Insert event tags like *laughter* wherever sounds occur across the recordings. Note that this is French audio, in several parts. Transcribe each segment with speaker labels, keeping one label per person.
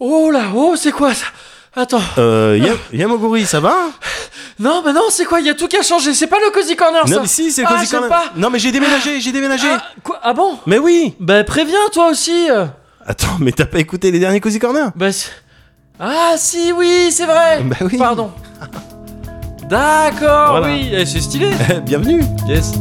Speaker 1: Oh là, oh, c'est quoi ça Attends.
Speaker 2: Euh, *laughs* Ya- Yamaguri, ça va
Speaker 1: Non, mais non, c'est quoi Il y a tout qui a changé. C'est pas le Cozy Corner, ça
Speaker 2: Non, mais si, c'est le
Speaker 1: Ah,
Speaker 2: Cozy
Speaker 1: j'aime
Speaker 2: Corner.
Speaker 1: pas.
Speaker 2: Non, mais j'ai déménagé, j'ai déménagé.
Speaker 1: Ah, quoi Ah bon
Speaker 2: Mais oui
Speaker 1: Bah, préviens, toi aussi euh.
Speaker 2: Attends, mais t'as pas écouté les derniers Cozy Corner
Speaker 1: Bah, c'est- Ah, si, oui, c'est vrai
Speaker 2: Bah oui.
Speaker 1: Pardon. D'accord,
Speaker 2: Voilà.
Speaker 1: oui, Eh, c'est stylé
Speaker 2: Eh, *laughs* Bienvenue
Speaker 1: Yes.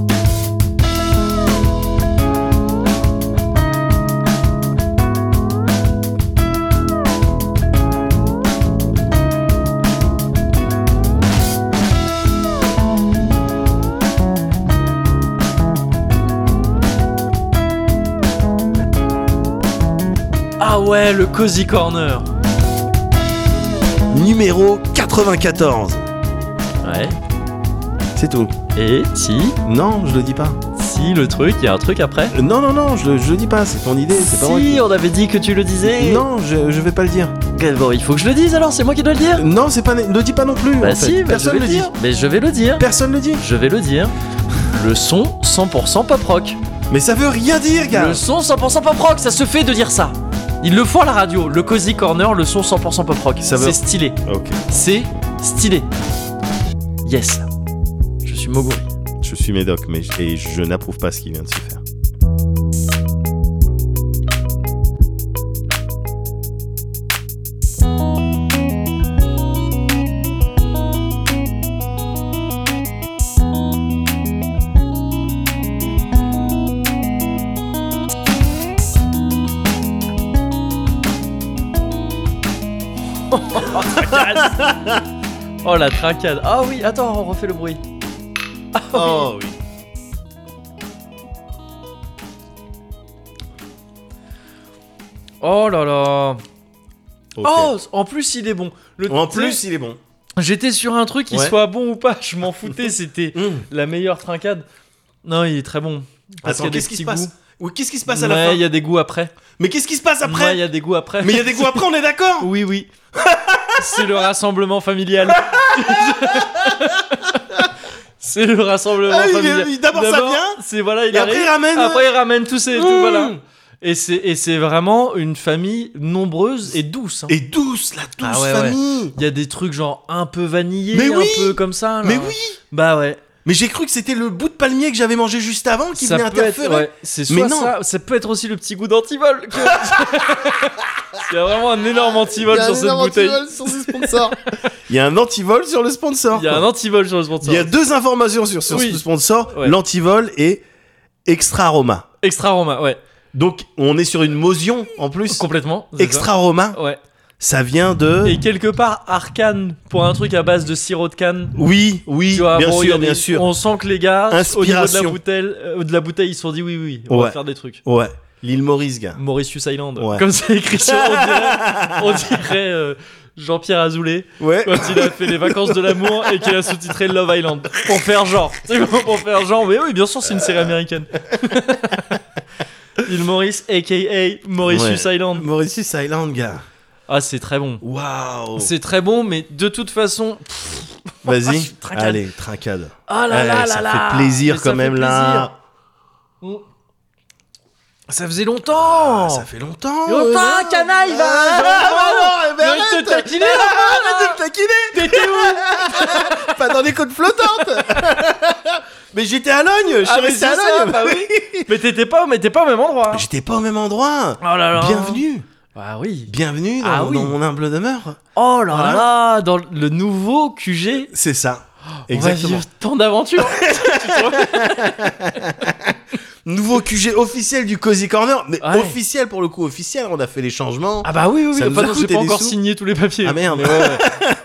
Speaker 1: Ah ouais, le cozy corner.
Speaker 2: Numéro 94.
Speaker 1: Ouais.
Speaker 2: C'est tout.
Speaker 1: Et si,
Speaker 2: Non, je le dis pas.
Speaker 1: si le truc, il y a un truc après.
Speaker 2: Euh, Non, non, non, je le, je le dis pas, c'est ton idée, c'est pas moi.
Speaker 1: Si, on avait dit que tu le disais.
Speaker 2: Non, je, je vais pas le dire.
Speaker 1: Eh Bon, il faut que je le dise alors, c'est moi qui dois le dire.
Speaker 2: Euh, Non, c'est pas. Ne le dis pas non plus. en
Speaker 1: Bah
Speaker 2: fait.
Speaker 1: si, bah
Speaker 2: personne
Speaker 1: je vais le
Speaker 2: le dit.
Speaker 1: dire. Mais je vais le dire.
Speaker 2: Personne le dit.
Speaker 1: Je vais le dire. Le son 100% pop rock.
Speaker 2: Mais ça veut rien dire, gars.
Speaker 1: Le son 100% pop rock, ça se fait de dire ça. Ils le font à la radio, le Cozy Corner, le son 100% pop rock.
Speaker 2: Ça
Speaker 1: C'est
Speaker 2: veut-
Speaker 1: stylé.
Speaker 2: Ok.
Speaker 1: C'est stylé. Yes. Je suis Moguri.
Speaker 2: Je suis Médoc, mais je- et je n'approuve pas ce qu'il vient de se faire.
Speaker 1: Oh la trincade. Ah oui, attends, on refait le bruit.
Speaker 2: Oh oui.
Speaker 1: Oh là là.
Speaker 2: Ok.
Speaker 1: Oh, en plus il est bon. Le-
Speaker 2: En
Speaker 1: tu sais,
Speaker 2: plus, il est bon.
Speaker 1: j'étais sur un truc, qu'il
Speaker 2: Ouais.
Speaker 1: soit bon ou pas, je m'en foutais, c'était
Speaker 2: Mmh.
Speaker 1: la meilleure trincade. Non, il est très bon. Parce qu'il
Speaker 2: Attends,
Speaker 1: y a des
Speaker 2: qu'est-ce qui se
Speaker 1: petits
Speaker 2: passe
Speaker 1: goûts.
Speaker 2: Oui, qu'est-ce qui se passe à la
Speaker 1: Ouais,
Speaker 2: fin
Speaker 1: il y a des goûts après.
Speaker 2: Mais qu'est-ce qui se passe
Speaker 1: Ouais,
Speaker 2: après
Speaker 1: il y a des goûts après.
Speaker 2: Mais il y a des goûts après, on est d'accord
Speaker 1: *laughs* Oui, oui. C'est le rassemblement familial.
Speaker 2: *laughs*
Speaker 1: C'est le rassemblement
Speaker 2: Ah, il est-
Speaker 1: familial.
Speaker 2: il- d'abord, ça vient,
Speaker 1: C'est voilà, il
Speaker 2: Et après,
Speaker 1: arrive.
Speaker 2: il ramène.
Speaker 1: Après, il ramène tous ces tout,
Speaker 2: Mmh.
Speaker 1: voilà. Et c'est et c'est vraiment une famille nombreuse et douce. hein.
Speaker 2: Et douce, la douce
Speaker 1: Ah ouais, ouais.
Speaker 2: famille
Speaker 1: Il y a des trucs genre un peu vanillés,
Speaker 2: Mais
Speaker 1: un
Speaker 2: oui.
Speaker 1: peu comme ça. là.
Speaker 2: Mais oui
Speaker 1: Bah ouais.
Speaker 2: Mais j'ai cru que c'était le bout de palmier que j'avais mangé juste avant qui venait
Speaker 1: peut être,
Speaker 2: interférer.
Speaker 1: ouais, c'est
Speaker 2: Mais
Speaker 1: soit
Speaker 2: non.
Speaker 1: ça, ça peut être aussi le petit goût d'antivol. que- *laughs* Il y a vraiment un énorme antivol sur cette bouteille. *laughs*
Speaker 2: Il y a un antivol sur le sponsor.
Speaker 1: Il y a un
Speaker 2: quoi.
Speaker 1: antivol sur le sponsor.
Speaker 2: Il y a deux informations sur, sur
Speaker 1: Oui.
Speaker 2: ce sponsor
Speaker 1: Ouais.
Speaker 2: l'antivol et extra aroma.
Speaker 1: Extra Roma, ouais.
Speaker 2: Donc on est sur une motion en plus.
Speaker 1: Complètement. c'est
Speaker 2: Extra aroma,
Speaker 1: ça. Ouais.
Speaker 2: ça vient de.
Speaker 1: Et quelque part, Arcane, pour un truc à base de sirop de canne.
Speaker 2: Oui, oui,
Speaker 1: Tu vois,
Speaker 2: bien
Speaker 1: bon, il y a
Speaker 2: sûr,
Speaker 1: des-
Speaker 2: bien sûr.
Speaker 1: On sent que les gars, au niveau de la
Speaker 2: Inspiration.
Speaker 1: bouteille, euh, de la bouteille, ils se sont dit oui, oui, on va
Speaker 2: Ouais.
Speaker 1: faire des trucs.
Speaker 2: Ouais, l'île Maurice, gars.
Speaker 1: Mauritius Island,
Speaker 2: Ouais.
Speaker 1: comme c'est écrit sur, on dirait,
Speaker 2: *laughs*
Speaker 1: on dirait, euh, Jean-Pierre Azoulay
Speaker 2: Ouais.
Speaker 1: quand il a fait les vacances de l'amour et qu'il a sous-titré Love Island pour faire genre, *laughs* Tu vois, pour faire genre, mais oui, bien sûr, c'est une série américaine. *laughs* Il Maurice, aka Mauritius Island.
Speaker 2: Mauritius Island, gars.
Speaker 1: Ah, c'est très bon.
Speaker 2: Waouh.
Speaker 1: C'est très bon, mais de toute façon. Ah, je
Speaker 2: Vas-y,
Speaker 1: suis trincade.
Speaker 2: allez, trincade.
Speaker 1: Ah là
Speaker 2: Allez,
Speaker 1: là là
Speaker 2: ça
Speaker 1: là
Speaker 2: fait plaisir
Speaker 1: Mais
Speaker 2: quand
Speaker 1: ça
Speaker 2: même
Speaker 1: fait
Speaker 2: là.
Speaker 1: plaisir. Ça faisait longtemps
Speaker 2: Ah, Ça fait longtemps.
Speaker 1: Longtemps,
Speaker 2: euh,
Speaker 1: canaille, va
Speaker 2: Ah, bah non, eh ben
Speaker 1: Mais il te
Speaker 2: arrête
Speaker 1: taquinait là
Speaker 2: Arrête de me taquiner
Speaker 1: T'étais
Speaker 2: *laughs*
Speaker 1: où
Speaker 2: Pas dans les côtes flottantes *laughs* Mais j'étais à Logne Je suis
Speaker 1: Ah, mais
Speaker 2: resté
Speaker 1: c'est
Speaker 2: à
Speaker 1: ça,
Speaker 2: Logne
Speaker 1: bah Mais t'étais pas, mais t'étais pas au même endroit
Speaker 2: *laughs*
Speaker 1: hein.
Speaker 2: J'étais pas au même endroit
Speaker 1: Oh là là
Speaker 2: Bienvenue
Speaker 1: Ah oui
Speaker 2: Bienvenue dans,
Speaker 1: Ah oui.
Speaker 2: dans mon humble demeure
Speaker 1: Oh là
Speaker 2: Voilà.
Speaker 1: là Dans le nouveau QG
Speaker 2: C'est ça
Speaker 1: Oh, On va
Speaker 2: Exactement.
Speaker 1: vivre tant d'aventures
Speaker 2: Nouveau QG officiel du Cozy Corner, mais
Speaker 1: Ouais.
Speaker 2: officiel pour le coup, officiel, on a fait les changements.
Speaker 1: Ah bah oui, oui, oui
Speaker 2: Ça nous
Speaker 1: Enfin,
Speaker 2: a
Speaker 1: non, j'ai
Speaker 2: coûté
Speaker 1: pas
Speaker 2: des
Speaker 1: encore
Speaker 2: sous.
Speaker 1: signé tous les papiers
Speaker 2: Ah, merde.
Speaker 1: Mais ouais, ouais.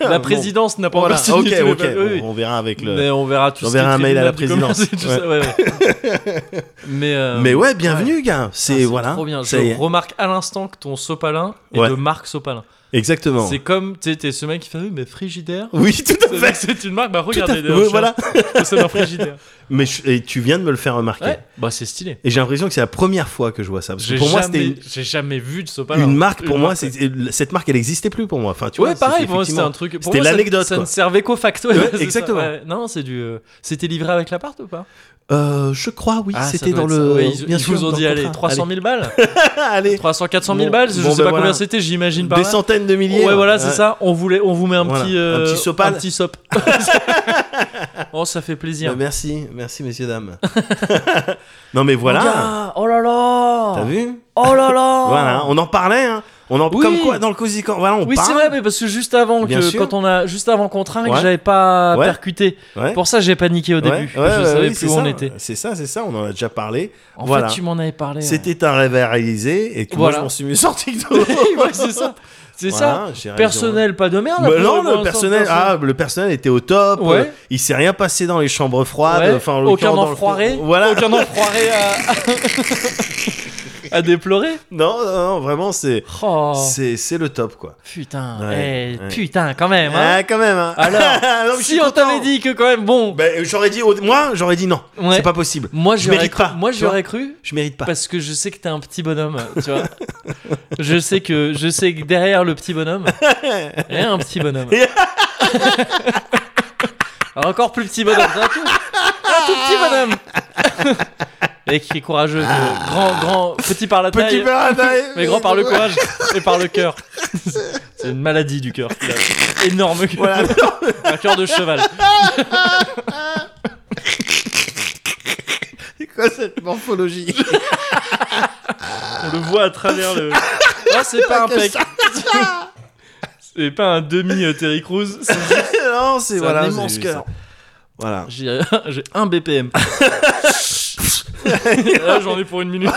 Speaker 1: La
Speaker 2: Bon.
Speaker 1: présidence n'a pas
Speaker 2: Voilà,
Speaker 1: encore signé
Speaker 2: ok,
Speaker 1: tous les
Speaker 2: ok,
Speaker 1: papiers Oui, oui.
Speaker 2: on, on verra avec le...
Speaker 1: Mais on verra tout
Speaker 2: euh, On
Speaker 1: ce qui est
Speaker 2: verra un mail à la
Speaker 1: tribunal du *laughs*
Speaker 2: présidence.
Speaker 1: commerce et tout ça, ouais, ouais. Mais, euh,
Speaker 2: Mais ouais, bienvenue, gars.
Speaker 1: putain,
Speaker 2: C'est voilà.
Speaker 1: Trop bien. Je
Speaker 2: ça y est.
Speaker 1: remarque à l'instant que ton sopalin est
Speaker 2: Ouais.
Speaker 1: de marque Sopalin.
Speaker 2: Exactement.
Speaker 1: C'est comme tu sais, t'es ce mec qui fait oui mais frigidaire.
Speaker 2: Oui, *laughs* tout à
Speaker 1: C'est-
Speaker 2: fait.
Speaker 1: C'est une marque. Bah
Speaker 2: Tout à
Speaker 1: regardez.
Speaker 2: fait.
Speaker 1: d'ailleurs,
Speaker 2: Ouais,
Speaker 1: je-
Speaker 2: voilà.
Speaker 1: *laughs* C'est un frigidaire.
Speaker 2: Mais je- et tu viens de me le faire remarquer.
Speaker 1: Ouais. Bah c'est stylé.
Speaker 2: Et j'ai l'impression que c'est la première fois que je vois ça. Parce que
Speaker 1: J'ai
Speaker 2: pour moi,
Speaker 1: jamais,
Speaker 2: c'était une,
Speaker 1: j'ai jamais vu de sopalin.
Speaker 2: une marque. Pour moi,
Speaker 1: marque, ouais.
Speaker 2: c'est- cette marque, elle n'existait plus pour moi. Enfin, tu
Speaker 1: ouais,
Speaker 2: vois,
Speaker 1: pareil,
Speaker 2: c'était
Speaker 1: pour moi c'était un
Speaker 2: effectivement-
Speaker 1: truc. pour
Speaker 2: c'était
Speaker 1: moi, ça-
Speaker 2: l'anecdote,
Speaker 1: Ça,
Speaker 2: quoi.
Speaker 1: ne servait qu'au facto.
Speaker 2: Ouais,
Speaker 1: c'est ça,
Speaker 2: exactement.
Speaker 1: ouais. Non, c'est du. euh, C'était livré avec l'appart ou pas
Speaker 2: Euh, je crois, oui,
Speaker 1: Ah, ça
Speaker 2: c'était
Speaker 1: doit
Speaker 2: dans
Speaker 1: être
Speaker 2: le.
Speaker 1: ça. Ouais, ils,
Speaker 2: bien
Speaker 1: ils
Speaker 2: sûr,
Speaker 1: vous ont
Speaker 2: dans
Speaker 1: dit,
Speaker 2: le
Speaker 1: allez,
Speaker 2: contrat.
Speaker 1: 300 000 balles.
Speaker 2: Allez,
Speaker 1: 300, 400 000
Speaker 2: Bon,
Speaker 1: balles, je
Speaker 2: bon,
Speaker 1: sais
Speaker 2: bah
Speaker 1: pas
Speaker 2: voilà.
Speaker 1: combien c'était, j'imagine pas.
Speaker 2: des centaines de milliers.
Speaker 1: Ouais, voilà, c'est ça. On, voulait, on vous met un
Speaker 2: Voilà,
Speaker 1: petit.
Speaker 2: un
Speaker 1: euh,
Speaker 2: petit sopal.
Speaker 1: Un petit
Speaker 2: *laughs*
Speaker 1: sop. oh, ça fait plaisir.
Speaker 2: Bah, merci, merci, messieurs, dames.
Speaker 1: *laughs*
Speaker 2: non, mais
Speaker 1: Mon
Speaker 2: voilà.
Speaker 1: gars, oh là là
Speaker 2: T'as vu
Speaker 1: Oh là là
Speaker 2: Voilà, on en parlait, hein. On en...
Speaker 1: Oui.
Speaker 2: Comme quoi, dans le Cozy Corner, voilà, on
Speaker 1: Oui, c'est
Speaker 2: parle.
Speaker 1: vrai, mais parce que juste avant
Speaker 2: Bien
Speaker 1: que
Speaker 2: sûr.
Speaker 1: quand on a juste avant qu'on trinque,
Speaker 2: Ouais.
Speaker 1: j'avais pas
Speaker 2: Ouais.
Speaker 1: percuté.
Speaker 2: Ouais.
Speaker 1: Pour ça, j'ai paniqué au
Speaker 2: Ouais,
Speaker 1: début.
Speaker 2: ouais,
Speaker 1: je
Speaker 2: ouais,
Speaker 1: savais
Speaker 2: oui, c'est
Speaker 1: plus où on
Speaker 2: ça.
Speaker 1: était.
Speaker 2: C'est ça, c'est ça, on en a déjà parlé.
Speaker 1: En
Speaker 2: Voilà.
Speaker 1: fait, tu m'en avais parlé. ouais.
Speaker 2: C'était un rêve à réaliser et que moi
Speaker 1: Voilà.
Speaker 2: je m'en suis mieux sorti que
Speaker 1: *laughs*
Speaker 2: toi.
Speaker 1: hein. Ouais, c'est ça. C'est ça.
Speaker 2: Voilà, j'ai
Speaker 1: Personnel, pas de merde.
Speaker 2: raison. Bah
Speaker 1: après,
Speaker 2: non,
Speaker 1: moi,
Speaker 2: le
Speaker 1: en
Speaker 2: personnel,
Speaker 1: sorte,
Speaker 2: ah, le personnel était au top.
Speaker 1: Ouais.
Speaker 2: euh, il s'est rien passé dans les chambres froides.
Speaker 1: Ouais.
Speaker 2: Enfin, en
Speaker 1: aucun
Speaker 2: l'occurrence, dans le-
Speaker 1: enfoiré.
Speaker 2: Voilà.
Speaker 1: Aucun enfoiré à... à *laughs* déplorer.
Speaker 2: Non, non, non, vraiment, c'est,
Speaker 1: Oh,
Speaker 2: c'est, c'est le top, quoi.
Speaker 1: putain.
Speaker 2: Ouais,
Speaker 1: eh,
Speaker 2: ouais.
Speaker 1: Putain, quand même. hein.
Speaker 2: *laughs* Ah, quand même. hein.
Speaker 1: Alors,
Speaker 2: Non, mais je suis
Speaker 1: si on
Speaker 2: content.
Speaker 1: t'avait dit que quand même, bon,
Speaker 2: Ben, j'aurais dit, au- moi, j'aurais dit non.
Speaker 1: Ouais.
Speaker 2: C'est pas possible.
Speaker 1: moi
Speaker 2: je
Speaker 1: j'aurais
Speaker 2: mérite
Speaker 1: cru,
Speaker 2: pas,
Speaker 1: moi
Speaker 2: tu
Speaker 1: j'aurais
Speaker 2: *laughs*
Speaker 1: cru,
Speaker 2: Je mérite pas.
Speaker 1: parce que je sais que t'es un petit bonhomme, tu vois. je sais que je sais que derrière le petit bonhomme, il y a un petit
Speaker 2: *laughs*
Speaker 1: bonhomme. Alors, encore plus petit bonhomme, c'est un tout, un tout petit bonhomme.
Speaker 2: *laughs*
Speaker 1: Et qui est courageux, que grand, grand, petit par la
Speaker 2: Petit
Speaker 1: taille,
Speaker 2: peu à la taille.
Speaker 1: *laughs* mais grand
Speaker 2: *laughs*
Speaker 1: par le courage et par le cœur. C'est une maladie du cœur. qu'il a. Énorme cœur.
Speaker 2: Voilà.
Speaker 1: Un cœur de cheval.
Speaker 2: C'est quoi cette morphologie
Speaker 1: On le voit à travers le. Non, c'est pas un pec. C'est pas un demi euh, Terry Crews. c'est- *laughs*
Speaker 2: Non, c'est
Speaker 1: C'est
Speaker 2: voilà.
Speaker 1: un
Speaker 2: c'est-
Speaker 1: immense
Speaker 2: c'est-
Speaker 1: cœur.
Speaker 2: Voilà.
Speaker 1: J'ai euh, j'ai un BPM. Là, j'en ai pour une minute.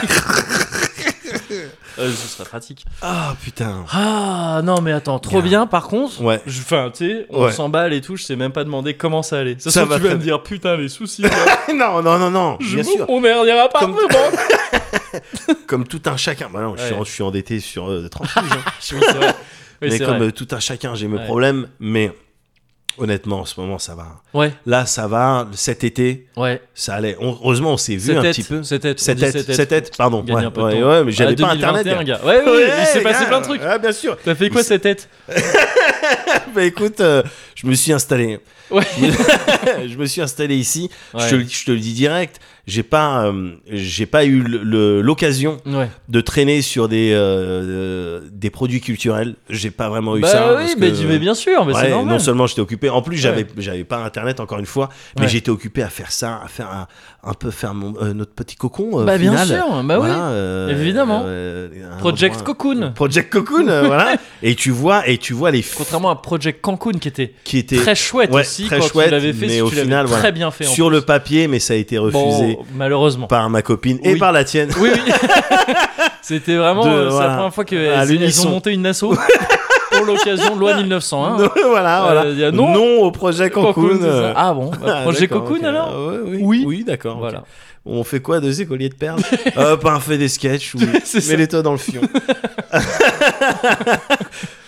Speaker 1: Euh, ce serait pratique.
Speaker 2: Ah putain.
Speaker 1: Ah non, mais attends, trop bien. Par contre,
Speaker 2: Ouais.
Speaker 1: je- enfin, tu sais, on
Speaker 2: Ouais.
Speaker 1: s'emballe et tout. Je sais même pas demander comment ça allait. Ça,
Speaker 2: Ça
Speaker 1: ça
Speaker 2: va
Speaker 1: tu vas
Speaker 2: très
Speaker 1: me dire putain les soucis. là,
Speaker 2: *laughs* non, non, non, non.
Speaker 1: je
Speaker 2: Bien
Speaker 1: m'ouvre,
Speaker 2: sûr.
Speaker 1: On est un appartement.
Speaker 2: *laughs* Comme tout un chacun. Bah non, je, suis,
Speaker 1: Ouais.
Speaker 2: je suis endetté sur euh, 30 piges, hein.
Speaker 1: Oui, c'est vrai. Oui,
Speaker 2: mais
Speaker 1: c'est
Speaker 2: comme
Speaker 1: vrai.
Speaker 2: euh, tout un chacun, j'ai mes
Speaker 1: Ouais.
Speaker 2: problèmes. Mais honnêtement, en ce moment, ça va.
Speaker 1: Ouais,
Speaker 2: Là, ça va. Cet été,
Speaker 1: ouais.
Speaker 2: ça allait. On- heureusement, on s'est vu
Speaker 1: Cette
Speaker 2: un
Speaker 1: tête,
Speaker 2: petit peu.
Speaker 1: cette tête, on
Speaker 2: Cette
Speaker 1: dit
Speaker 2: tête,
Speaker 1: cette tête.
Speaker 2: cette tête, pardon.
Speaker 1: Gagner
Speaker 2: Ouais,
Speaker 1: un peu de
Speaker 2: ouais,
Speaker 1: temps.
Speaker 2: ouais, mais j'avais
Speaker 1: Ah,
Speaker 2: pas internet.
Speaker 1: 2021,
Speaker 2: gars.
Speaker 1: gars. Ouais, ouais, il s'est
Speaker 2: Ouais,
Speaker 1: passé
Speaker 2: gars,
Speaker 1: plein de trucs.
Speaker 2: Ouais,
Speaker 1: *laughs*
Speaker 2: bien sûr.
Speaker 1: T'as fait quoi cette tête
Speaker 2: Bah écoute, euh, je me suis installé.
Speaker 1: Ouais.
Speaker 2: *laughs* je me suis installé ici. Je,
Speaker 1: Ouais.
Speaker 2: te, le- je te le dis direct. J'ai pas, euh, j'ai pas eu le- le- l'occasion
Speaker 1: Ouais.
Speaker 2: de traîner sur des euh, des produits culturels. J'ai pas vraiment eu
Speaker 1: bah
Speaker 2: ça.
Speaker 1: oui,
Speaker 2: parce
Speaker 1: mais,
Speaker 2: que-
Speaker 1: tu- mais bien sûr, mais
Speaker 2: Ouais,
Speaker 1: c'est normal.
Speaker 2: non seulement j'étais occupé, en plus j'avais
Speaker 1: Ouais.
Speaker 2: j'avais pas internet encore une fois, mais
Speaker 1: Ouais.
Speaker 2: j'étais occupé à faire ça, à faire un, un peu faire mon- euh, notre petit cocon. euh,
Speaker 1: bah bien
Speaker 2: final.
Speaker 1: sûr, bah
Speaker 2: Voilà, euh,
Speaker 1: évidemment.
Speaker 2: euh, un
Speaker 1: oui. Project
Speaker 2: endroit-
Speaker 1: Cocoon.
Speaker 2: Project Cocoon, euh,
Speaker 1: *laughs*
Speaker 2: voilà. Et tu vois, et tu vois les f-
Speaker 1: Contrairement à Project Cancun qui était
Speaker 2: qui étaient
Speaker 1: très chouette
Speaker 2: ouais,
Speaker 1: aussi
Speaker 2: très
Speaker 1: quand
Speaker 2: chouette,
Speaker 1: tu l'avais fait,
Speaker 2: mais
Speaker 1: si
Speaker 2: au
Speaker 1: tu l'avais
Speaker 2: final,
Speaker 1: très
Speaker 2: voilà.
Speaker 1: bien fait. en
Speaker 2: sur
Speaker 1: plus.
Speaker 2: le papier, mais ça a été
Speaker 1: Bon,
Speaker 2: refusé
Speaker 1: malheureusement.
Speaker 2: par ma copine et
Speaker 1: Oui.
Speaker 2: par la tienne.
Speaker 1: Oui, oui. C'était vraiment
Speaker 2: De-
Speaker 1: euh, c'est
Speaker 2: voilà.
Speaker 1: la première fois qu'elles
Speaker 2: À
Speaker 1: elles
Speaker 2: l'unisson.
Speaker 1: ont monté une asso pour l'occasion de
Speaker 2: *laughs*
Speaker 1: loi 1901.
Speaker 2: Non, voilà,
Speaker 1: Euh,
Speaker 2: voilà.
Speaker 1: il y a non.
Speaker 2: au projet Cancun.
Speaker 1: Cancun, c'est ça.
Speaker 2: euh.
Speaker 1: Ah bon, bah,
Speaker 2: *laughs* Ah,
Speaker 1: Project
Speaker 2: d'accord,
Speaker 1: Cocoon
Speaker 2: ok.
Speaker 1: alors
Speaker 2: Ah, ouais, Oui,
Speaker 1: Oui.
Speaker 2: d'accord. ok.
Speaker 1: Voilà.
Speaker 2: On fait quoi de ces colliers
Speaker 1: *laughs*
Speaker 2: de perles euh, ben, on fait des sketchs ou
Speaker 1: C'est ça.
Speaker 2: mets-les-toi dans
Speaker 1: *laughs*
Speaker 2: le fion. *laughs*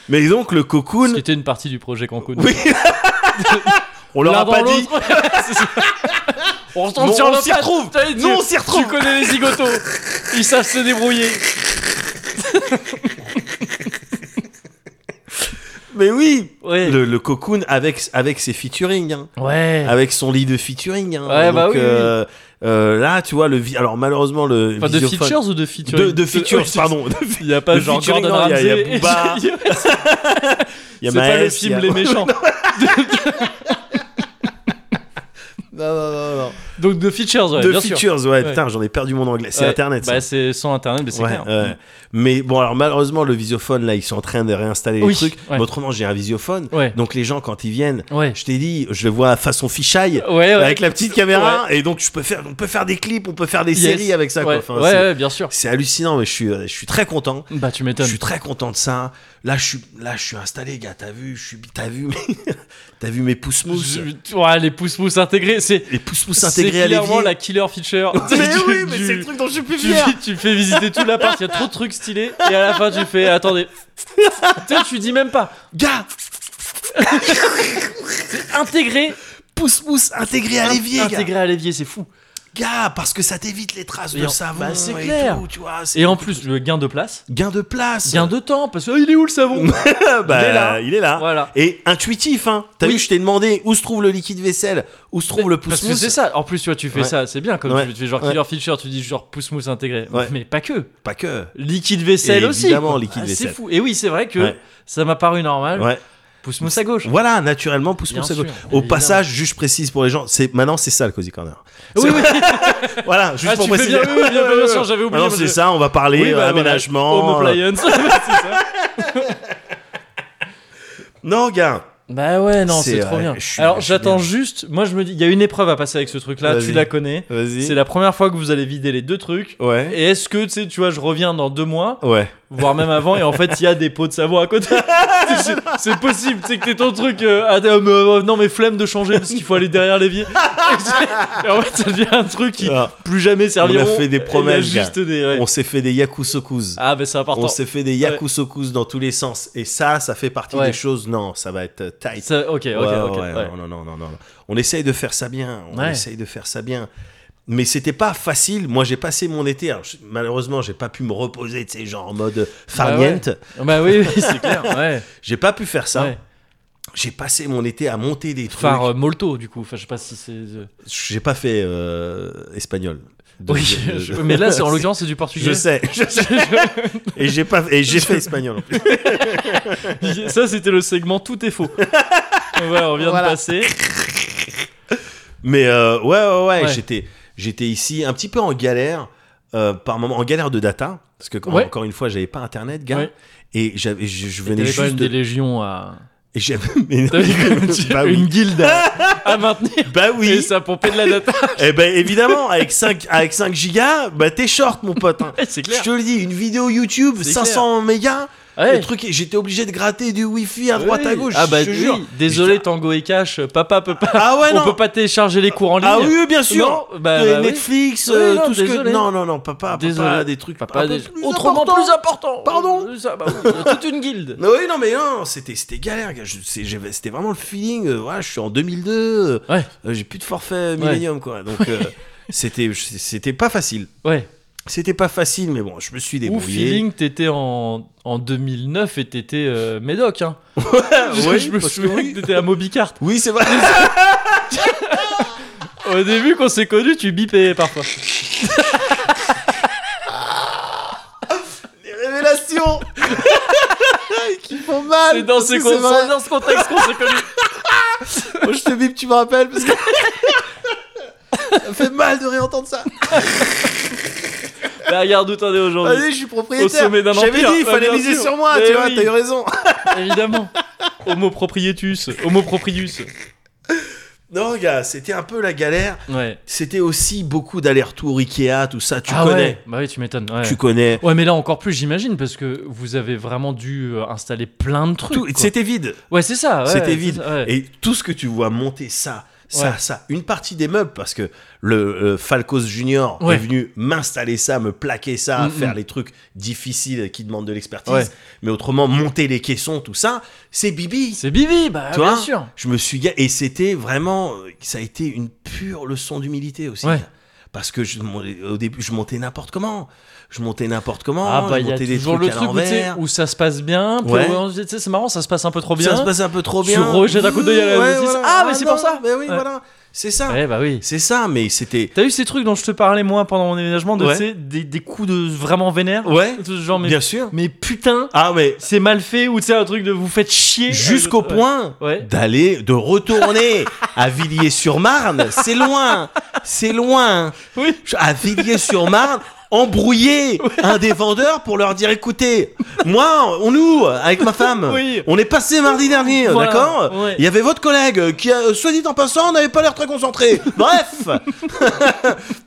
Speaker 2: Mais donc, le
Speaker 1: Ce
Speaker 2: cocoon.
Speaker 1: qui était une partie du projet Cancun.
Speaker 2: Oui.
Speaker 1: *laughs*
Speaker 2: on leur
Speaker 1: L'un
Speaker 2: a
Speaker 1: dans
Speaker 2: pas dit.
Speaker 1: *laughs* l'autre. C'est ça. on
Speaker 2: Non,
Speaker 1: retombe sur
Speaker 2: on
Speaker 1: nos
Speaker 2: s'y
Speaker 1: pattes.
Speaker 2: retrouve.
Speaker 1: T'as dit, tu-
Speaker 2: Non, on s'y retrouve.
Speaker 1: Tu connais les zigotos. Ils savent se débrouiller.
Speaker 2: Mais oui.
Speaker 1: Ouais.
Speaker 2: Le, le cocoon avec, avec ses featuring. hein.
Speaker 1: Ouais.
Speaker 2: Avec son lit de featuring. hein.
Speaker 1: Ouais,
Speaker 2: Donc,
Speaker 1: bah oui,
Speaker 2: euh, euh, là, tu vois, le vi- alors malheureusement, le.
Speaker 1: Enfin, de
Speaker 2: visiophone-
Speaker 1: features ou de features
Speaker 2: De, de features,
Speaker 1: *laughs*
Speaker 2: pardon. De-
Speaker 1: Il n'y a pas
Speaker 2: de
Speaker 1: genre
Speaker 2: featuring,
Speaker 1: Gordon
Speaker 2: non, il y a-
Speaker 1: Ramsay.
Speaker 2: il y a
Speaker 1: et- *laughs*
Speaker 2: Booba. il y a
Speaker 1: C'est pas le
Speaker 2: Maes, il y
Speaker 1: film
Speaker 2: a- *laughs*
Speaker 1: Les Méchants.
Speaker 2: Non, non, non, non.
Speaker 1: Donc de features, ouais,
Speaker 2: de
Speaker 1: bien sûr.
Speaker 2: features, ouais,
Speaker 1: Ouais.
Speaker 2: putain, j'en ai perdu mon anglais. C'est
Speaker 1: Ouais.
Speaker 2: internet. ça.
Speaker 1: Bah, c'est sans internet, mais c'est
Speaker 2: Ouais,
Speaker 1: clair.
Speaker 2: ouais. Mais bon, alors malheureusement, le visiophone, là, ils sont en train de réinstaller les
Speaker 1: Oui,
Speaker 2: trucs.
Speaker 1: ouais.
Speaker 2: Mais autrement, j'ai un visiophone.
Speaker 1: Ouais.
Speaker 2: Donc les gens, quand ils viennent,
Speaker 1: Ouais.
Speaker 2: je t'ai dit, je le vois façon fichaille.
Speaker 1: Ouais, ouais.
Speaker 2: Bah, Avec la petite caméra, et donc je peux faire, on peut faire des clips, on peut faire des
Speaker 1: Yes.
Speaker 2: séries avec ça. quoi.
Speaker 1: Ouais,
Speaker 2: Enfin,
Speaker 1: ouais,
Speaker 2: c'est-
Speaker 1: ouais, bien sûr.
Speaker 2: C'est hallucinant, mais je suis, je suis très content.
Speaker 1: Bah, tu
Speaker 2: Je
Speaker 1: m'étonnes.
Speaker 2: suis très content de ça. Là, je suis, là, je suis installé, gars. T'as vu, je suis, t'as vu, mes- *laughs* t'as vu mes pouces mousses,
Speaker 1: Je- Ouais, les pouces-pouces intégrés, c'est.
Speaker 2: les pouces mousses
Speaker 1: C'est
Speaker 2: intégrés à
Speaker 1: clairement
Speaker 2: l'évier.
Speaker 1: la killer *laughs* feature.
Speaker 2: Mais
Speaker 1: du-
Speaker 2: oui, mais
Speaker 1: du-
Speaker 2: c'est le truc dont je suis plus
Speaker 1: tu,
Speaker 2: fier.
Speaker 1: vis- tu fais visiter tout l'appart, il y a trop de trucs stylés, et à la fin tu fais *laughs* attendez. tu sais, tu dis même pas.
Speaker 2: Gars,
Speaker 1: Intégré,
Speaker 2: pouces mousses intégrés à l'évier, gars.
Speaker 1: intégré à l'évier, c'est fou.
Speaker 2: Gars, parce que ça t'évite les traces
Speaker 1: Et
Speaker 2: de
Speaker 1: en-
Speaker 2: savon.
Speaker 1: bah, c'est
Speaker 2: et
Speaker 1: clair.
Speaker 2: tout, tu vois, c'est-
Speaker 1: Et en plus, le gain de place,
Speaker 2: gain de place.
Speaker 1: gain de temps, parce que Ah, il est où le savon
Speaker 2: Bah,
Speaker 1: Il est là.
Speaker 2: Il est là.
Speaker 1: *laughs* Voilà.
Speaker 2: Et intuitif, hein. T'as
Speaker 1: Oui.
Speaker 2: vu, je t'ai demandé où se trouve le liquide vaisselle, où se trouve le pouce
Speaker 1: Parce que c'est ça, en plus, tu vois, tu fais
Speaker 2: Ouais.
Speaker 1: ça, c'est bien, comme
Speaker 2: Ouais.
Speaker 1: tu, tu fais genre
Speaker 2: Ouais.
Speaker 1: Killer Feature, tu dis genre pousse-mousse intégré.
Speaker 2: Ouais.
Speaker 1: Mais pas que.
Speaker 2: Pas que.
Speaker 1: Liquide vaisselle
Speaker 2: Et
Speaker 1: aussi.
Speaker 2: évidemment,
Speaker 1: quoi.
Speaker 2: liquide vaisselle.
Speaker 1: C'est fou. Et oui, c'est vrai que
Speaker 2: Ouais.
Speaker 1: ça m'a paru normal.
Speaker 2: Ouais.
Speaker 1: Pousse-mousse à gauche.
Speaker 2: Voilà, naturellement, pouce
Speaker 1: Bien
Speaker 2: pouce à
Speaker 1: sûr,
Speaker 2: gauche. Au
Speaker 1: évidemment.
Speaker 2: passage, juste je précise pour les gens, c'est maintenant c'est ça le cozy corner.
Speaker 1: Oui, oui,
Speaker 2: Voilà, juste
Speaker 1: Ah,
Speaker 2: pour
Speaker 1: tu fais
Speaker 2: préciser.
Speaker 1: bien, oui, oui, bien, bien, bien sûr, j'avais oublié,
Speaker 2: Maintenant
Speaker 1: parce
Speaker 2: c'est
Speaker 1: que-
Speaker 2: ça, on va parler
Speaker 1: Oui, bah,
Speaker 2: euh,
Speaker 1: voilà.
Speaker 2: aménagement. euh.
Speaker 1: Home appliance. *laughs* C'est ça.
Speaker 2: Non, gars.
Speaker 1: Bah ouais, non,
Speaker 2: C'est
Speaker 1: c'est trop
Speaker 2: vrai,
Speaker 1: bien.
Speaker 2: je suis-
Speaker 1: Alors
Speaker 2: je suis
Speaker 1: j'attends
Speaker 2: bien.
Speaker 1: juste, moi je me dis, il y a une épreuve à passer avec ce truc-là,
Speaker 2: Vas-y.
Speaker 1: tu la connais.
Speaker 2: Vas-y.
Speaker 1: C'est la première fois que vous allez vider les deux trucs.
Speaker 2: Ouais.
Speaker 1: Et est-ce que, tu sais, tu vois, je reviens dans deux mois,
Speaker 2: Ouais.
Speaker 1: voire même avant, et en fait, il y a des pots de savon à côté. *laughs* C'est- c'est- c'est possible, c'est que t'es ton truc. euh, ah, euh, euh, non, mais flemme de changer parce qu'il faut aller derrière l'évier. *laughs* et en fait, ça devient un truc qui
Speaker 2: Ah,
Speaker 1: plus jamais serviront.
Speaker 2: fait
Speaker 1: Et il
Speaker 2: des
Speaker 1: y a
Speaker 2: promesses,
Speaker 1: juste des. ouais.
Speaker 2: On s'est fait des yakusokus.
Speaker 1: Ah, mais c'est important.
Speaker 2: on s'est fait des yakusokus dans tous les sens. Et ça, ça fait partie
Speaker 1: Ouais.
Speaker 2: des choses. Non, ça va être tight.
Speaker 1: Ça- ok, ok,
Speaker 2: Ouais,
Speaker 1: ok.
Speaker 2: ouais,
Speaker 1: ouais.
Speaker 2: Non, non, non, non, non. On essaye de faire ça bien. On
Speaker 1: Ouais.
Speaker 2: essaye de faire ça bien. Mais c'était pas facile. Moi, j'ai passé mon été. Alors, je- malheureusement, j'ai pas pu me reposer, tu sais, genre en mode farniente.
Speaker 1: Bah oui, oui, c'est clair. Ouais.
Speaker 2: J'ai pas pu faire ça.
Speaker 1: ouais.
Speaker 2: J'ai passé mon été à monter des trucs.
Speaker 1: Phare euh, Molto, du coup. Enfin, je sais pas si c'est. euh,
Speaker 2: J'ai pas fait euh, espagnol. De-
Speaker 1: Oui,
Speaker 2: de-
Speaker 1: je- *laughs*
Speaker 2: de-
Speaker 1: mais
Speaker 2: *laughs*
Speaker 1: là, c'est en l'occurrence, c'est du portugais.
Speaker 2: Je sais, je sais.
Speaker 1: *laughs*
Speaker 2: Et j'ai pas, et j'ai fait espagnol. en plus.
Speaker 1: Ça, c'était le segment Tout est
Speaker 2: *laughs*
Speaker 1: faux. Voilà, on vient
Speaker 2: Voilà.
Speaker 1: de passer.
Speaker 2: Mais euh, ouais, ouais, ouais,
Speaker 1: Ouais.
Speaker 2: j'étais, j'étais ici un petit peu en galère euh, par moment, en galère de data, parce que quand-
Speaker 1: Ouais.
Speaker 2: encore une fois, j'avais pas internet, gars,
Speaker 1: Ouais.
Speaker 2: et j'avais, je, je
Speaker 1: Il y
Speaker 2: venais
Speaker 1: avait quand même
Speaker 2: juste,
Speaker 1: des
Speaker 2: de...
Speaker 1: légions à. *laughs*
Speaker 2: et j'avais, mais non.
Speaker 1: T'avais quand même une-
Speaker 2: *laughs* bah
Speaker 1: une
Speaker 2: oui,
Speaker 1: guilde à, à maintenir.
Speaker 2: bah
Speaker 1: Et
Speaker 2: oui,
Speaker 1: ça pompait de la data. *laughs*
Speaker 2: et ben évidemment, avec 5 avec 5 gigas, bah t'es short, mon pote. hein.
Speaker 1: *laughs* c'est
Speaker 2: Je te le dis, une vidéo YouTube,
Speaker 1: C'est
Speaker 2: 500 mégas,
Speaker 1: Ouais.
Speaker 2: le truc, est- j'étais obligé de gratter du wifi à droite
Speaker 1: Oui.
Speaker 2: à gauche.
Speaker 1: Ah bah
Speaker 2: je te
Speaker 1: oui.
Speaker 2: jure.
Speaker 1: Désolé, Tango et Cash. Papa peut pas.
Speaker 2: Ah ouais,
Speaker 1: on
Speaker 2: non.
Speaker 1: peut pas télécharger les cours en ligne.
Speaker 2: Ah oui, oui, bien sûr.
Speaker 1: Non, bah,
Speaker 2: Les
Speaker 1: bah oui.
Speaker 2: Netflix,
Speaker 1: Oui,
Speaker 2: euh,
Speaker 1: non,
Speaker 2: tout ce que.
Speaker 1: désolé.
Speaker 2: Non, non, non, papa, papa,
Speaker 1: Désolé.
Speaker 2: des trucs.
Speaker 1: Papa,
Speaker 2: un peu
Speaker 1: des-
Speaker 2: plus
Speaker 1: autrement
Speaker 2: importants.
Speaker 1: plus important.
Speaker 2: Pardon
Speaker 1: Euh, ça, bah oui, euh, toute une guilde.
Speaker 2: *laughs* Non, oui, non, mais non, c'était, c'était galère, gars. Je- c'est- j'avais- c'était vraiment le feeling. euh, voilà, je suis en 2002. euh,
Speaker 1: Ouais.
Speaker 2: euh, j'ai plus de forfait Millennium, quoi. Donc, euh, *laughs* c'était, c'était pas facile.
Speaker 1: Ouais.
Speaker 2: C'était pas facile, mais bon, je me suis
Speaker 1: Ou
Speaker 2: débrouillé.
Speaker 1: feeling, t'étais en, en 2009 et t'étais euh, médoc. Hein. *laughs* je,
Speaker 2: oui,
Speaker 1: je me
Speaker 2: Ah, parce que
Speaker 1: souviens
Speaker 2: oui.
Speaker 1: que t'étais à Mobicart.
Speaker 2: Oui,
Speaker 1: *laughs*
Speaker 2: c'est vrai.
Speaker 1: Au début, qu'on s'est connus, tu bipais parfois. *laughs*
Speaker 2: Les révélations qui font mal.
Speaker 1: C'est dans,
Speaker 2: Ah, parce
Speaker 1: ces
Speaker 2: que
Speaker 1: con-
Speaker 2: c'est vrai.
Speaker 1: dans ce contexte qu'on s'est
Speaker 2: *laughs*
Speaker 1: connus.
Speaker 2: Moi, je te bip, tu me rappelles parce que. *laughs* Ça me fait mal de réentendre ça.
Speaker 1: Bah, regarde où t'en es aujourd'hui.
Speaker 2: Allez, je suis propriétaire.
Speaker 1: sommet d'un
Speaker 2: J'avais
Speaker 1: empire.
Speaker 2: dit, il
Speaker 1: Bah,
Speaker 2: fallait
Speaker 1: bien
Speaker 2: miser
Speaker 1: sûr.
Speaker 2: sur moi,
Speaker 1: Mais
Speaker 2: tu vois,
Speaker 1: oui.
Speaker 2: t'as eu raison.
Speaker 1: Évidemment. Homo proprietus. Homo proprius.
Speaker 2: Non, gars, c'était un peu la galère.
Speaker 1: Ouais.
Speaker 2: C'était aussi beaucoup d'aller-retour Ikea, tout ça, tu
Speaker 1: Ah
Speaker 2: connais.
Speaker 1: ouais. Bah oui, tu m'étonnes. Ouais.
Speaker 2: Tu connais.
Speaker 1: Ouais, mais là encore plus, j'imagine, parce que vous avez vraiment dû euh, installer plein de trucs.
Speaker 2: Tout-
Speaker 1: quoi.
Speaker 2: C'était vide.
Speaker 1: Ouais, c'est ça. ouais,
Speaker 2: C'était
Speaker 1: c'est
Speaker 2: vide.
Speaker 1: ça, ouais.
Speaker 2: Et tout ce que tu vois monter, ça, ça,
Speaker 1: Ouais.
Speaker 2: ça. Une partie des meubles, parce que le euh, Falcos Junior
Speaker 1: Ouais.
Speaker 2: est venu m'installer ça, me plaquer ça,
Speaker 1: Mm,
Speaker 2: faire
Speaker 1: mm.
Speaker 2: les trucs difficiles qui demandent de l'expertise.
Speaker 1: Ouais.
Speaker 2: Mais autrement, monter les caissons, tout ça, c'est Bibi.
Speaker 1: C'est Bibi, bah
Speaker 2: Toi,
Speaker 1: bien sûr.
Speaker 2: Je me suis ga- et c'était vraiment euh, ça a été une pure leçon d'humilité aussi.
Speaker 1: Ouais.
Speaker 2: Parce que je, mon- au début je montais n'importe comment, je montais n'importe comment,
Speaker 1: Ah bah
Speaker 2: je
Speaker 1: il y a
Speaker 2: montais des
Speaker 1: toujours
Speaker 2: trucs
Speaker 1: le
Speaker 2: à
Speaker 1: truc où, tu sais,
Speaker 2: l'envers.
Speaker 1: où ça se passe bien, puis
Speaker 2: Ouais.
Speaker 1: où- tu sais, c'est marrant, ça se passe un peu trop bien.
Speaker 2: Ça se passe un peu trop
Speaker 1: Tu
Speaker 2: bien.
Speaker 1: rejettes un coup d'œil à la notice. Ah, mais c'est pour
Speaker 2: non,
Speaker 1: ça.
Speaker 2: Mais oui,
Speaker 1: Ouais.
Speaker 2: voilà. C'est ça.
Speaker 1: Ouais bah oui.
Speaker 2: C'est ça, mais c'était
Speaker 1: T'as eu ces trucs dont je te parlais moi pendant mon déménagement, de,
Speaker 2: Ouais.
Speaker 1: tu sais, des, des coups de vraiment vénère,
Speaker 2: ouais,
Speaker 1: de ce genre mais,
Speaker 2: bien sûr.
Speaker 1: *laughs* mais putain,
Speaker 2: Ah mais
Speaker 1: c'est mal fait ou tu sais un truc de vous faites chier euh,
Speaker 2: jusqu'au
Speaker 1: Ouais.
Speaker 2: point
Speaker 1: Ouais.
Speaker 2: d'aller de retourner à Villiers-sur-Marne, c'est loin. C'est loin.
Speaker 1: Oui.
Speaker 2: à Villiers-sur-Marne embrouiller un des vendeurs pour leur dire écoutez, moi, on nous, avec ma femme,
Speaker 1: Oui.
Speaker 2: on est passé mardi dernier,
Speaker 1: Voilà,
Speaker 2: euh, d'accord
Speaker 1: ouais.
Speaker 2: Il y avait votre collègue euh, qui, a- soit dit en passant, n'avait pas l'air
Speaker 1: *laughs*
Speaker 2: très concentré. Bref *laughs*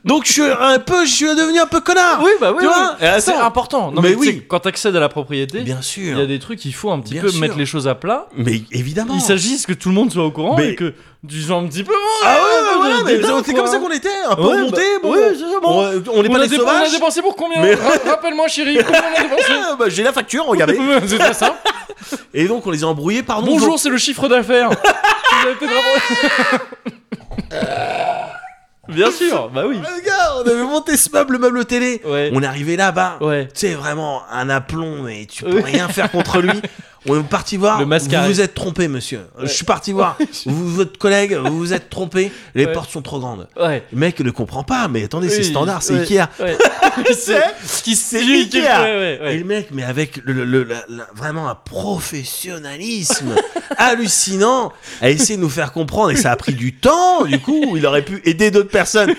Speaker 2: Donc je suis un peu, je suis devenu un peu connard
Speaker 1: Oui bah oui.
Speaker 2: Tu
Speaker 1: oui.
Speaker 2: vois Et attends.
Speaker 1: C'est important. Non,
Speaker 2: Mais
Speaker 1: mais, tu sais,
Speaker 2: oui.
Speaker 1: Quand t'accèdes à la propriété,
Speaker 2: Bien
Speaker 1: il y a
Speaker 2: sûr
Speaker 1: des trucs il faut un petit
Speaker 2: Bien
Speaker 1: peu
Speaker 2: sûr.
Speaker 1: mettre les choses à plat.
Speaker 2: Mais évidemment
Speaker 1: Il s'agit que tout le monde soit au courant
Speaker 2: Mais-
Speaker 1: et que du genre un petit peu. euh,
Speaker 2: Ah ouais,
Speaker 1: ouais,
Speaker 2: ouais,
Speaker 1: ouais,
Speaker 2: ouais, mais
Speaker 1: débat,
Speaker 2: c'est comme
Speaker 1: quoi.
Speaker 2: ça qu'on était, un peu
Speaker 1: Ouais, bah,
Speaker 2: monté, bon,
Speaker 1: ouais, c'est ça, bon.
Speaker 2: on- on n'est pas des
Speaker 1: dépensé-
Speaker 2: sauvages
Speaker 1: dépensé pour combien
Speaker 2: Mais-
Speaker 1: Ra- Rappelle-moi, chérie, combien on a dépensé
Speaker 2: *laughs* Ah, bah, J'ai la facture,
Speaker 1: *laughs*
Speaker 2: regardez
Speaker 1: C'est très simple.
Speaker 2: Et donc on les a embrouillés, pardon
Speaker 1: Bonjour,
Speaker 2: *laughs* *laughs*
Speaker 1: c'est le chiffre d'affaires. Vous avez peut-être rapport- Bien sûr, bah oui.
Speaker 2: Les gars, on avait monté ce meuble, le meuble télé.
Speaker 1: Ouais.
Speaker 2: On est arrivé là-bas.
Speaker 1: Ouais.
Speaker 2: Tu sais, vraiment un aplomb, mais tu peux
Speaker 1: Ouais.
Speaker 2: rien faire contre
Speaker 1: *laughs*
Speaker 2: lui. On est parti voir.
Speaker 1: Le mascara.
Speaker 2: Vous vous êtes trompé, monsieur. Je suis parti voir.
Speaker 1: *laughs*
Speaker 2: vous, votre collègue, vous vous êtes trompé. Les
Speaker 1: Ouais.
Speaker 2: portes sont trop grandes. *laughs*
Speaker 1: Ouais.
Speaker 2: Le mec ne comprend pas, mais attendez, c'est
Speaker 1: Oui,
Speaker 2: standard, c'est
Speaker 1: ouais,
Speaker 2: Ikea.
Speaker 1: ouais.
Speaker 2: C'est qui c'est Ikea.
Speaker 1: Ouais, ouais,
Speaker 2: Et
Speaker 1: ouais.
Speaker 2: le mec, mais avec le, le- le- la- la- vraiment
Speaker 1: *laughs*
Speaker 2: un professionnalisme hallucinant, a essayé de nous faire comprendre, et ça a pris du temps, du coup, il aurait pu aider d'autres personnes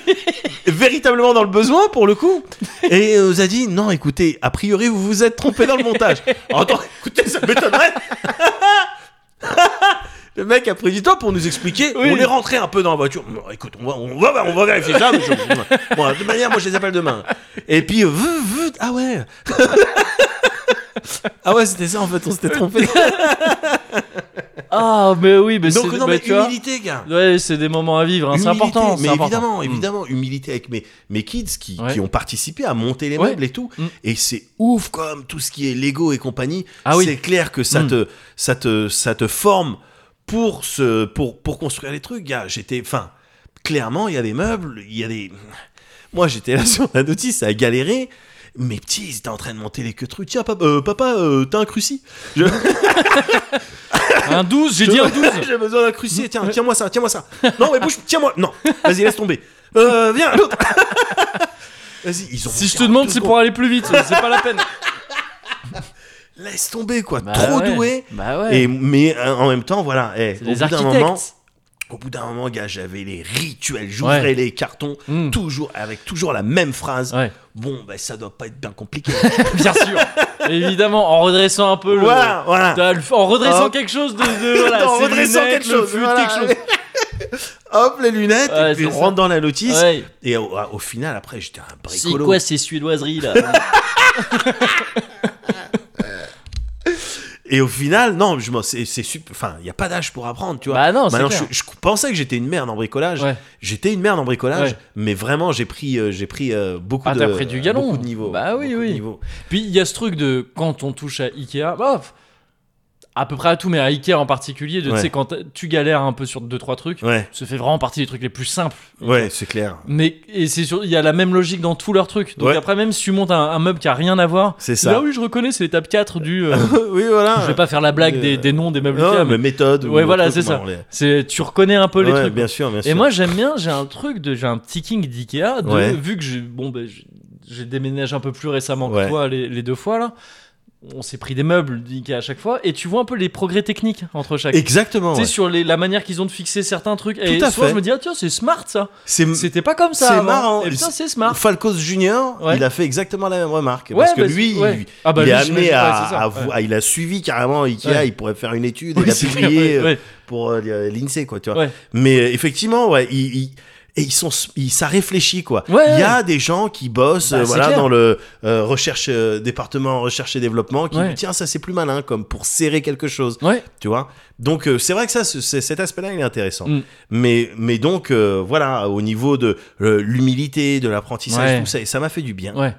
Speaker 2: véritablement dans le besoin, pour le coup. Et on nous a dit, non, écoutez, a priori, vous vous êtes trompé dans le
Speaker 1: *laughs*
Speaker 2: montage. Attends, écoutez, ça m'étonnerait. *laughs* Le mec a pris du temps pour nous expliquer.
Speaker 1: Oui.
Speaker 2: On est rentré un peu dans la voiture. Bon, écoute, on va, on va, on va vérifier ça. mais
Speaker 1: *laughs*
Speaker 2: je- Bon, de toute manière, moi, je les appelle demain. Et puis, euh, veu- veu- ah ouais. *laughs* ah ouais, c'était ça en fait, on
Speaker 1: *laughs*
Speaker 2: s'était trompé.
Speaker 1: Ah, mais oui, mais c'est
Speaker 2: Donc non,
Speaker 1: bah,
Speaker 2: mais
Speaker 1: tu vois,
Speaker 2: humilité, gars.
Speaker 1: Ouais, c'est des moments à vivre, hein, c'est
Speaker 2: Humilité,
Speaker 1: important.
Speaker 2: mais
Speaker 1: c'est important.
Speaker 2: évidemment,
Speaker 1: Mm.
Speaker 2: évidemment, humilité avec mes, mes kids qui,
Speaker 1: Ouais.
Speaker 2: qui ont participé à monter les
Speaker 1: Ouais.
Speaker 2: meubles et tout.
Speaker 1: Mm.
Speaker 2: Et c'est ouf comme tout ce qui est Lego et compagnie.
Speaker 1: Ah oui.
Speaker 2: C'est clair que ça
Speaker 1: Mm.
Speaker 2: te ça te ça te forme pour ce pour pour construire les trucs. Gars, j'étais, enfin, clairement, il y a des meubles, il y a des. Moi, j'étais là *laughs* sur la notice à galérer. Mes petits, ils étaient en train de monter les queues trucs. Tiens, papa, euh, papa, euh, t'as un cruci Je-
Speaker 1: Un 12, j'ai dit un 12.
Speaker 2: *laughs* j'ai besoin d'un crucier, tiens, tiens-moi ça, tiens-moi ça. Non, mais bouge, tiens-moi. Non, vas-y, laisse tomber. Euh,
Speaker 1: *laughs*
Speaker 2: viens, l'autre. *laughs* Vas-y, ils ont.
Speaker 1: Si je te
Speaker 2: en
Speaker 1: demande,
Speaker 2: deux
Speaker 1: c'est
Speaker 2: secondes.
Speaker 1: pour aller plus vite, c'est pas la
Speaker 2: *laughs*
Speaker 1: peine.
Speaker 2: Laisse tomber, quoi.
Speaker 1: Bah
Speaker 2: Trop
Speaker 1: ouais.
Speaker 2: doué.
Speaker 1: Bah ouais.
Speaker 2: Et, mais euh, en même temps, voilà. eh,
Speaker 1: C'est
Speaker 2: au,
Speaker 1: des
Speaker 2: bout d'un
Speaker 1: architectes.
Speaker 2: moment, au bout d'un moment, gars, j'avais les rituels. J'ouvrais
Speaker 1: Ouais.
Speaker 2: les cartons,
Speaker 1: Mm.
Speaker 2: toujours, avec toujours la même phrase.
Speaker 1: Ouais.
Speaker 2: Bon, bah, ça doit pas être bien compliqué.
Speaker 1: *laughs* Bien sûr. Évidemment, en redressant un peu le.
Speaker 2: *laughs* voilà, voilà.
Speaker 1: T'as le- En redressant
Speaker 2: Hop.
Speaker 1: quelque chose de.
Speaker 2: *laughs*
Speaker 1: de voilà,
Speaker 2: Hein En
Speaker 1: ses
Speaker 2: redressant
Speaker 1: lunettes,
Speaker 2: quelque
Speaker 1: le
Speaker 2: chose,
Speaker 1: fut,
Speaker 2: voilà.
Speaker 1: quelque
Speaker 2: *laughs* Hop, les lunettes,
Speaker 1: Ouais,
Speaker 2: et puis
Speaker 1: c'est
Speaker 2: on
Speaker 1: ça.
Speaker 2: rentre dans la notice.
Speaker 1: chose. Ouais.
Speaker 2: Et au, au final, après, j'étais un
Speaker 1: C'est
Speaker 2: bricolo.
Speaker 1: quoi ces suédoiseries
Speaker 2: *laughs*
Speaker 1: là
Speaker 2: Et au final, non, je m'en- c'est c'est sup- Enfin, il n'y a pas d'âge pour apprendre, tu vois.
Speaker 1: Bah non, c'est
Speaker 2: Maintenant,
Speaker 1: clair.
Speaker 2: je, je pensais que j'étais une merde en bricolage.
Speaker 1: Ouais.
Speaker 2: J'étais une merde en bricolage,
Speaker 1: Ouais.
Speaker 2: mais vraiment, j'ai pris, euh, j'ai pris euh, beaucoup
Speaker 1: Ah,
Speaker 2: de.
Speaker 1: t'as pris du galon.
Speaker 2: Beaucoup de niveaux.
Speaker 1: Bah oui,
Speaker 2: beaucoup de
Speaker 1: oui.
Speaker 2: niveaux.
Speaker 1: Puis il y a ce truc de quand on touche à Ikea, bah, f- à peu près à tout, mais à Ikea en particulier, de, tu
Speaker 2: Ouais.
Speaker 1: sais, quand t- tu galères un peu sur deux trois trucs,
Speaker 2: Ouais,
Speaker 1: ça fait vraiment partie des trucs les plus simples.
Speaker 2: ouais, c'est clair.
Speaker 1: *laughs* Mais et c'est sûr, il y a la même logique dans tous leurs trucs. Donc
Speaker 2: Ouais.
Speaker 1: après, même si tu montes un, un meuble qui a rien à voir,
Speaker 2: C'est
Speaker 1: tu
Speaker 2: ça.
Speaker 1: dis, Ah oui, je reconnais, c'est l'étape 4 du.
Speaker 2: *laughs*
Speaker 1: euh,
Speaker 2: oui, voilà.
Speaker 1: je vais pas faire la blague des, des noms des meubles
Speaker 2: Ah, Non,
Speaker 1: Ikea, mais
Speaker 2: mais méthode. ou
Speaker 1: Ouais, voilà,
Speaker 2: truc,
Speaker 1: c'est ça.
Speaker 2: non, les-
Speaker 1: c'est tu reconnais un peu les
Speaker 2: Ouais,
Speaker 1: trucs.
Speaker 2: Bien sûr, bien sûr.
Speaker 1: Et moi j'aime bien, j'ai un truc de j'ai un petit king d'IKEA de-
Speaker 2: Ouais.
Speaker 1: vu que j'ai bon ben, j'ai- j'ai déménagé un peu plus récemment que
Speaker 2: Ouais.
Speaker 1: toi les, les deux fois là. On s'est pris des meubles d'IKEA à chaque fois et tu vois un peu les progrès techniques entre chaque.
Speaker 2: Exactement.
Speaker 1: Tu sais
Speaker 2: ouais.
Speaker 1: sur les- la manière qu'ils ont de fixer certains trucs et
Speaker 2: Tout à
Speaker 1: souvent
Speaker 2: fait.
Speaker 1: je me dis ah tiens c'est smart ça.
Speaker 2: C'est
Speaker 1: C'était pas comme ça.
Speaker 2: C'est
Speaker 1: avant.
Speaker 2: marrant.
Speaker 1: Et putain c'est smart.
Speaker 2: Falcos Junior,
Speaker 1: Ouais.
Speaker 2: il a fait exactement la même remarque.
Speaker 1: Ouais,
Speaker 2: parce que
Speaker 1: bah,
Speaker 2: lui,
Speaker 1: c'est- ouais.
Speaker 2: il-
Speaker 1: Ah, bah,
Speaker 2: il
Speaker 1: lui,
Speaker 2: est amené
Speaker 1: j'imagine-
Speaker 2: à,
Speaker 1: ouais, c'est ça,
Speaker 2: à
Speaker 1: ouais.
Speaker 2: *laughs* vo- à- Il a suivi carrément Ikea,
Speaker 1: Ouais.
Speaker 2: il pourrait faire une étude,
Speaker 1: Oui,
Speaker 2: il a
Speaker 1: c'est
Speaker 2: publié
Speaker 1: clair, *laughs* ouais,
Speaker 2: euh,
Speaker 1: ouais.
Speaker 2: pour euh, l'INSEE, quoi, tu vois.
Speaker 1: Ouais.
Speaker 2: Mais euh, effectivement, ouais, il- il- et ils sont, ils- ça réfléchit, quoi.
Speaker 1: Ouais,
Speaker 2: il y a des gens qui bossent,
Speaker 1: Bah,
Speaker 2: euh,
Speaker 1: c'est
Speaker 2: voilà,
Speaker 1: clair.
Speaker 2: dans le euh, recherche, euh, département recherche et développement, qui
Speaker 1: Ouais.
Speaker 2: disent, tiens, ça c'est plus malin, comme pour serrer quelque chose,
Speaker 1: Ouais.
Speaker 2: tu vois. Donc, euh, c'est vrai que ça, c'est- c'est- cet aspect-là, il est intéressant.
Speaker 1: Mm.
Speaker 2: Mais, mais donc, euh, voilà, au niveau de euh, l'humilité, de l'apprentissage,
Speaker 1: Ouais.
Speaker 2: tout ça, et ça m'a fait du bien.
Speaker 1: Ouais.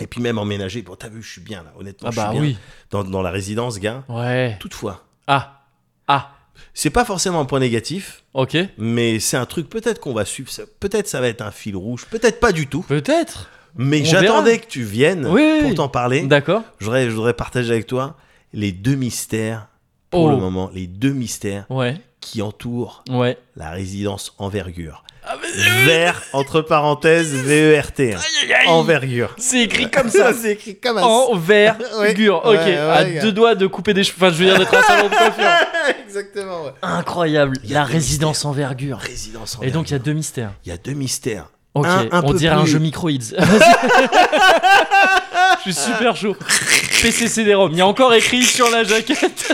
Speaker 2: Et puis même emménager, bon, t'as vu, je suis bien là, honnêtement,
Speaker 1: Ah
Speaker 2: je suis
Speaker 1: bah
Speaker 2: bien
Speaker 1: oui.
Speaker 2: dans, dans la résidence, gars.
Speaker 1: Ouais.
Speaker 2: Toutefois,
Speaker 1: Ah ah
Speaker 2: c'est pas forcément un point négatif,
Speaker 1: ok.
Speaker 2: mais c'est un truc peut-être qu'on va suivre, ça- peut-être ça va être un fil rouge, peut-être pas du tout,
Speaker 1: Peut-être.
Speaker 2: mais
Speaker 1: On
Speaker 2: j'attendais
Speaker 1: verra.
Speaker 2: que tu viennes
Speaker 1: Oui, oui, oui.
Speaker 2: pour t'en parler.
Speaker 1: D'accord.
Speaker 2: Je voudrais, je voudrais partager avec toi les deux mystères, pour
Speaker 1: Oh.
Speaker 2: le moment, les deux mystères
Speaker 1: Ouais
Speaker 2: qui entourent
Speaker 1: ouais.
Speaker 2: la résidence envergure. Vert, entre parenthèses, E VERT. hein. Envergure.
Speaker 1: C'est écrit comme
Speaker 2: *laughs*
Speaker 1: ça. Oh,
Speaker 2: c'est écrit comme
Speaker 1: en vert
Speaker 2: Ouais.
Speaker 1: gur. Ok,
Speaker 2: Ouais, ouais,
Speaker 1: à
Speaker 2: gars.
Speaker 1: deux doigts de couper des cheveux. Enfin, je veux dire d'être un salon de coiffure.
Speaker 2: *laughs* Exactement, ouais.
Speaker 1: Incroyable,
Speaker 2: Il y a
Speaker 1: la
Speaker 2: deux
Speaker 1: résidence envergure.
Speaker 2: Résidence
Speaker 1: Et
Speaker 2: envergure.
Speaker 1: donc il y a deux mystères.
Speaker 2: Il y a
Speaker 1: *laughs*
Speaker 2: deux mystères.
Speaker 1: Ok,
Speaker 2: Un- un
Speaker 1: on
Speaker 2: peu
Speaker 1: dirait un
Speaker 2: plus.
Speaker 1: jeu
Speaker 2: *laughs*
Speaker 1: microids. je suis super chaud. PCC des roms. Il y a encore écrit sur la jaquette.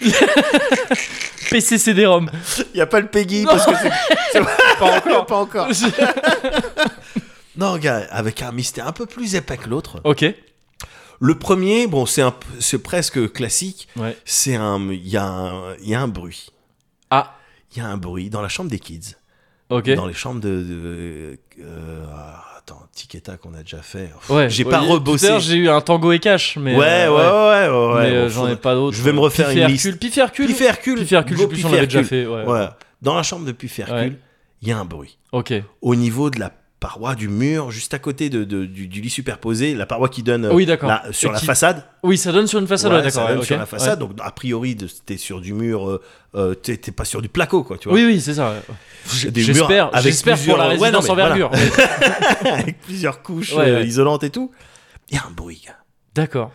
Speaker 1: *laughs* PCC des roms.
Speaker 2: Il y a pas le Peggy
Speaker 1: Non.
Speaker 2: parce que c'est
Speaker 1: Pas encore.
Speaker 2: pas encore. Non, gars, avec un mystère un peu plus épais que l'autre.
Speaker 1: *laughs* ok.
Speaker 2: Le premier, bon, c'est un, p- c'est presque classique.
Speaker 1: Ouais.
Speaker 2: C'est un, il y a un, il y a un bruit.
Speaker 1: Ah.
Speaker 2: Il y a un bruit dans la chambre des kids,
Speaker 1: Ok.
Speaker 2: dans les chambres de, de- euh, ah, attends, Tiketa qu'on a déjà fait. Pff,
Speaker 1: Ouais.
Speaker 2: J'ai
Speaker 1: Ouais,
Speaker 2: pas
Speaker 1: tout à
Speaker 2: rebossé.
Speaker 1: l'heure, J'ai eu un tango et cash, mais.
Speaker 2: ouais, ouais,
Speaker 1: euh,
Speaker 2: ouais, ouais, ouais.
Speaker 1: mais euh,
Speaker 2: Bon,
Speaker 1: j'en ai
Speaker 2: faudrait-
Speaker 1: pas d'autres.
Speaker 2: Je vais me refaire une
Speaker 1: Piffé
Speaker 2: liste.
Speaker 1: Hercule, Piffé Hercule.
Speaker 2: Piffé
Speaker 1: Piffé Hercule, je sais
Speaker 2: Hercule. Go
Speaker 1: plus si on l'avait
Speaker 2: Piffé
Speaker 1: déjà
Speaker 2: Hercule.
Speaker 1: fait. Ouais.
Speaker 2: Voilà. Dans la chambre de Piffé Hercule,
Speaker 1: Ouais.
Speaker 2: il il y a un bruit.
Speaker 1: Ok.
Speaker 2: Au niveau de la paroi du mur, juste à côté de, de- du, du lit superposé, la paroi qui donne euh,
Speaker 1: Oui, d'accord.
Speaker 2: la- sur
Speaker 1: Et
Speaker 2: la
Speaker 1: qui-
Speaker 2: façade.
Speaker 1: Oui, ça donne sur une façade,
Speaker 2: Ouais,
Speaker 1: ouais, d'accord.
Speaker 2: ça donne
Speaker 1: ouais,
Speaker 2: sur
Speaker 1: ok.
Speaker 2: la façade. Donc, a priori, de- t'es sur du mur, euh, euh, t'es t'es pas sur du placo, quoi, tu
Speaker 1: Ouais.
Speaker 2: vois.
Speaker 1: Oui, oui, c'est ça. ouais.
Speaker 2: Des murs
Speaker 1: J'espère,
Speaker 2: avec
Speaker 1: j'espère pour la
Speaker 2: plusieurs- Ouais, non,
Speaker 1: résidence
Speaker 2: mais
Speaker 1: en verdure.
Speaker 2: voilà. *laughs* avec plusieurs couches
Speaker 1: Ouais,
Speaker 2: euh,
Speaker 1: ouais.
Speaker 2: isolantes et tout. Il y a un bruit, gars.
Speaker 1: *laughs* D'accord.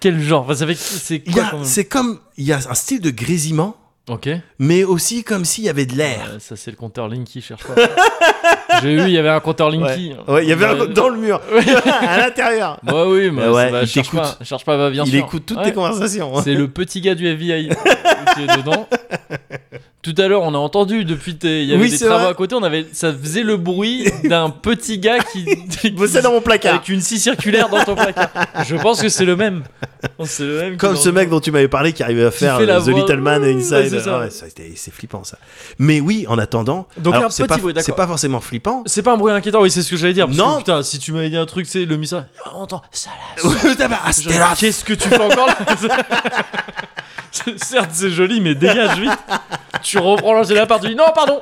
Speaker 1: Quel genre Enfin, ça fait- C'est
Speaker 2: Il y
Speaker 1: quoi
Speaker 2: a-
Speaker 1: quand même
Speaker 2: C'est comme, il y a un style de grésillement,
Speaker 1: Ok.
Speaker 2: mais aussi comme s'il y avait de l'air.
Speaker 1: Euh, ça, c'est le compteur Linky, cherche
Speaker 2: *laughs*
Speaker 1: pas. J'ai eu, il y avait un compteur Linky.
Speaker 2: Ouais, il y avait un-
Speaker 1: Ouais.
Speaker 2: dans le mur, *laughs* à l'intérieur.
Speaker 1: Ouais, oui, mais
Speaker 2: Euh, *laughs* ouais,
Speaker 1: ça va,
Speaker 2: il
Speaker 1: cherche
Speaker 2: t'écoute.
Speaker 1: pas, cherche pas, va bien
Speaker 2: il
Speaker 1: sûr.
Speaker 2: écoute toutes
Speaker 1: Ouais.
Speaker 2: tes conversations. hein.
Speaker 1: C'est le petit gars du FBI qui est dedans. Tout à l'heure, on a entendu depuis tes, il y avait
Speaker 2: Oui,
Speaker 1: des
Speaker 2: c'est
Speaker 1: travaux
Speaker 2: vrai.
Speaker 1: à côté, on avait, ça faisait le bruit d'un petit gars
Speaker 2: *laughs*
Speaker 1: qui, qui-
Speaker 2: Bossait dans mon placard.
Speaker 1: avec une scie circulaire dans ton placard. Je pense que c'est le
Speaker 2: *laughs*
Speaker 1: même. C'est le même.
Speaker 2: Comme
Speaker 1: qui-
Speaker 2: ce mec dont tu m'avais parlé qui arrivait à faire
Speaker 1: fait la
Speaker 2: The
Speaker 1: voix,
Speaker 2: Little Man
Speaker 1: ouais,
Speaker 2: Inside.
Speaker 1: c'est ça.
Speaker 2: Ah ouais, ça, c'était- c'est flippant ça. Mais oui, en attendant,
Speaker 1: Donc,
Speaker 2: alors,
Speaker 1: un
Speaker 2: c'est
Speaker 1: petit
Speaker 2: pas,
Speaker 1: bruit, d'accord.
Speaker 2: c'est pas forcément flippant.
Speaker 1: C'est pas un bruit inquiétant, oui, c'est ce que j'allais dire. parce
Speaker 2: Non.
Speaker 1: que, putain, si tu m'avais dit un truc, c'est le missile. On entend ça là.
Speaker 2: *laughs*
Speaker 1: *laughs*
Speaker 2: Ah,
Speaker 1: Je-
Speaker 2: c'était là.
Speaker 1: Qu'est-ce que tu fais encore là *laughs* C'est- Certes, c'est joli, mais dégage vite. Tu reprends l'ancien appart, tu dis non,
Speaker 2: *laughs*
Speaker 1: pardon.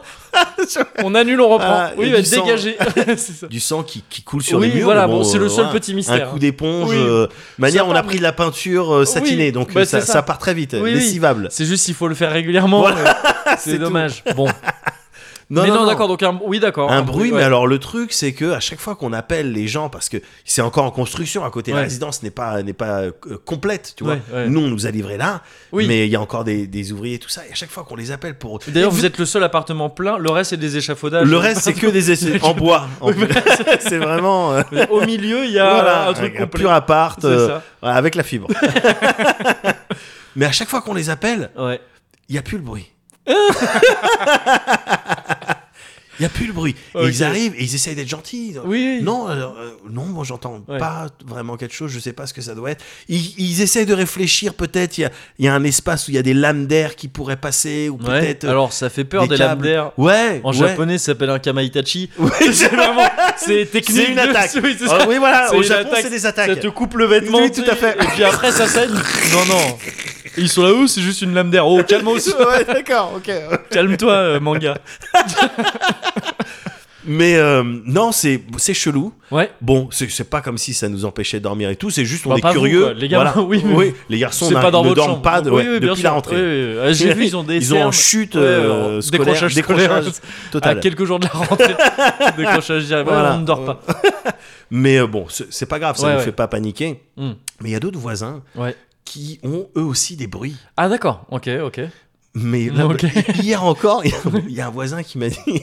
Speaker 1: On annule, on reprend.
Speaker 2: Ah,
Speaker 1: oui,
Speaker 2: il y
Speaker 1: bah,
Speaker 2: a du sang.
Speaker 1: dégagez.
Speaker 2: *laughs*
Speaker 1: c'est ça.
Speaker 2: Du sang qui, qui coule sur
Speaker 1: oui,
Speaker 2: les murs.
Speaker 1: voilà,
Speaker 2: mais
Speaker 1: bon, c'est le
Speaker 2: euh,
Speaker 1: seul
Speaker 2: voilà.
Speaker 1: petit mystère.
Speaker 2: Un coup d'éponge.
Speaker 1: Oui.
Speaker 2: euh, manière,
Speaker 1: Ça
Speaker 2: on a
Speaker 1: part-
Speaker 2: pris de la peinture euh, satinée,
Speaker 1: Oui,
Speaker 2: donc
Speaker 1: bah,
Speaker 2: ça,
Speaker 1: c'est ça.
Speaker 2: ça part très vite,
Speaker 1: Oui, oui.
Speaker 2: lessivable.
Speaker 1: C'est juste, il faut le faire régulièrement.
Speaker 2: Voilà, *laughs*
Speaker 1: mais c'est
Speaker 2: tout.
Speaker 1: dommage. Bon, mais non, d'accord. Donc un, oui, d'accord.
Speaker 2: Un bruit,
Speaker 1: ouais.
Speaker 2: mais alors le truc, c'est que à chaque fois qu'on appelle les gens, parce que c'est encore en construction à côté,
Speaker 1: Ouais.
Speaker 2: la résidence n'est pas n'est pas euh, complète, tu vois.
Speaker 1: Ouais, ouais.
Speaker 2: Nous, on nous a livré là,
Speaker 1: Oui.
Speaker 2: mais il y a encore des, des ouvriers et tout ça. Et à chaque fois qu'on les appelle pour
Speaker 1: D'ailleurs, vous êtes le seul appartement plein. Le reste, c'est des échafaudages.
Speaker 2: le reste, c'est que des essais en bois. en plus. c'est vraiment euh,
Speaker 1: *laughs* Au milieu, il y a
Speaker 2: voilà,
Speaker 1: Ah, un truc complet.
Speaker 2: pur appart
Speaker 1: C'est
Speaker 2: euh,
Speaker 1: ça.
Speaker 2: voilà, avec
Speaker 1: *laughs*
Speaker 2: la fibre. mais à chaque fois qu'on les appelle,
Speaker 1: Ouais.
Speaker 2: il y a plus le bruit. Il y a plus le bruit. Et
Speaker 1: Ok.
Speaker 2: Ils arrivent et ils essayent d'être gentils.
Speaker 1: Oui.
Speaker 2: Non, alors, euh, non, moi j'entends
Speaker 1: Ouais.
Speaker 2: pas vraiment quelque chose, je sais pas ce que ça doit être. Ils, ils essayent de réfléchir, peut-être il y a, il y a un espace où il y a des lames d'air qui pourraient passer, ou
Speaker 1: Ouais.
Speaker 2: peut-être. euh,
Speaker 1: Alors, ça fait peur
Speaker 2: des
Speaker 1: des lames
Speaker 2: câbles.
Speaker 1: d'air.
Speaker 2: ouais,
Speaker 1: En
Speaker 2: ouais.
Speaker 1: japonais, ça s'appelle un
Speaker 2: *laughs*
Speaker 1: kamaitachi.
Speaker 2: Ouais,
Speaker 1: C'est vraiment, c'est technique.
Speaker 2: C'est une
Speaker 1: de-
Speaker 2: attaque.
Speaker 1: Oui, c'est
Speaker 2: Ah
Speaker 1: ça.
Speaker 2: oui, voilà,
Speaker 1: C'est
Speaker 2: au
Speaker 1: une
Speaker 2: Japon
Speaker 1: attaque.
Speaker 2: c'est des
Speaker 1: Ça
Speaker 2: attaques.
Speaker 1: te coupe le vêtement.
Speaker 2: Oui, tout à
Speaker 1: tu sais,
Speaker 2: fait.
Speaker 1: Et puis après, ça saigne. Non, non. Et Ils sont là-haut, c'est juste une lame d'air. Oh, calme-toi,
Speaker 2: *laughs* Ouais, d'accord, ok.
Speaker 1: calme-toi, euh, manga.
Speaker 2: Mais euh, non, c'est c'est chelou.
Speaker 1: Ouais.
Speaker 2: Bon, c'est c'est pas comme si ça nous empêchait de dormir et tout, c'est juste on
Speaker 1: Bah,
Speaker 2: est
Speaker 1: pas vous,
Speaker 2: curieux.
Speaker 1: quoi. Les gars,
Speaker 2: Voilà.
Speaker 1: *laughs* oui, mais-
Speaker 2: les garçons
Speaker 1: C'est
Speaker 2: n'a-
Speaker 1: pas dans
Speaker 2: ne
Speaker 1: votre
Speaker 2: dorment
Speaker 1: chambre.
Speaker 2: pas de-
Speaker 1: Oui,
Speaker 2: ouais,
Speaker 1: oui, bien
Speaker 2: depuis
Speaker 1: sûr.
Speaker 2: la rentrée.
Speaker 1: Oui, oui, oui. Ah, J'ai vu, ils ont des
Speaker 2: Ils ont
Speaker 1: cernes.
Speaker 2: en chute
Speaker 1: Ouais,
Speaker 2: euh,
Speaker 1: ouais,
Speaker 2: scolaire,
Speaker 1: décrochage
Speaker 2: décrochage
Speaker 1: scolaire. À
Speaker 2: total.
Speaker 1: quelques jours de la rentrée,
Speaker 2: *laughs*
Speaker 1: décrochage direct. Ouais,
Speaker 2: Voilà.
Speaker 1: On ne dort pas.
Speaker 2: Mais euh, bon, c'est c'est pas grave, ça
Speaker 1: Ouais,
Speaker 2: ne nous
Speaker 1: ouais.
Speaker 2: fait pas paniquer.
Speaker 1: Hmm.
Speaker 2: Mais il y a d'autres voisins
Speaker 1: Ouais.
Speaker 2: qui ont eux aussi des bruits.
Speaker 1: Ah d'accord. Ok, ok.
Speaker 2: Mais là,
Speaker 1: Ah, Ok.
Speaker 2: hier encore, il
Speaker 1: *laughs*
Speaker 2: y a- il y a un voisin qui m'a dit.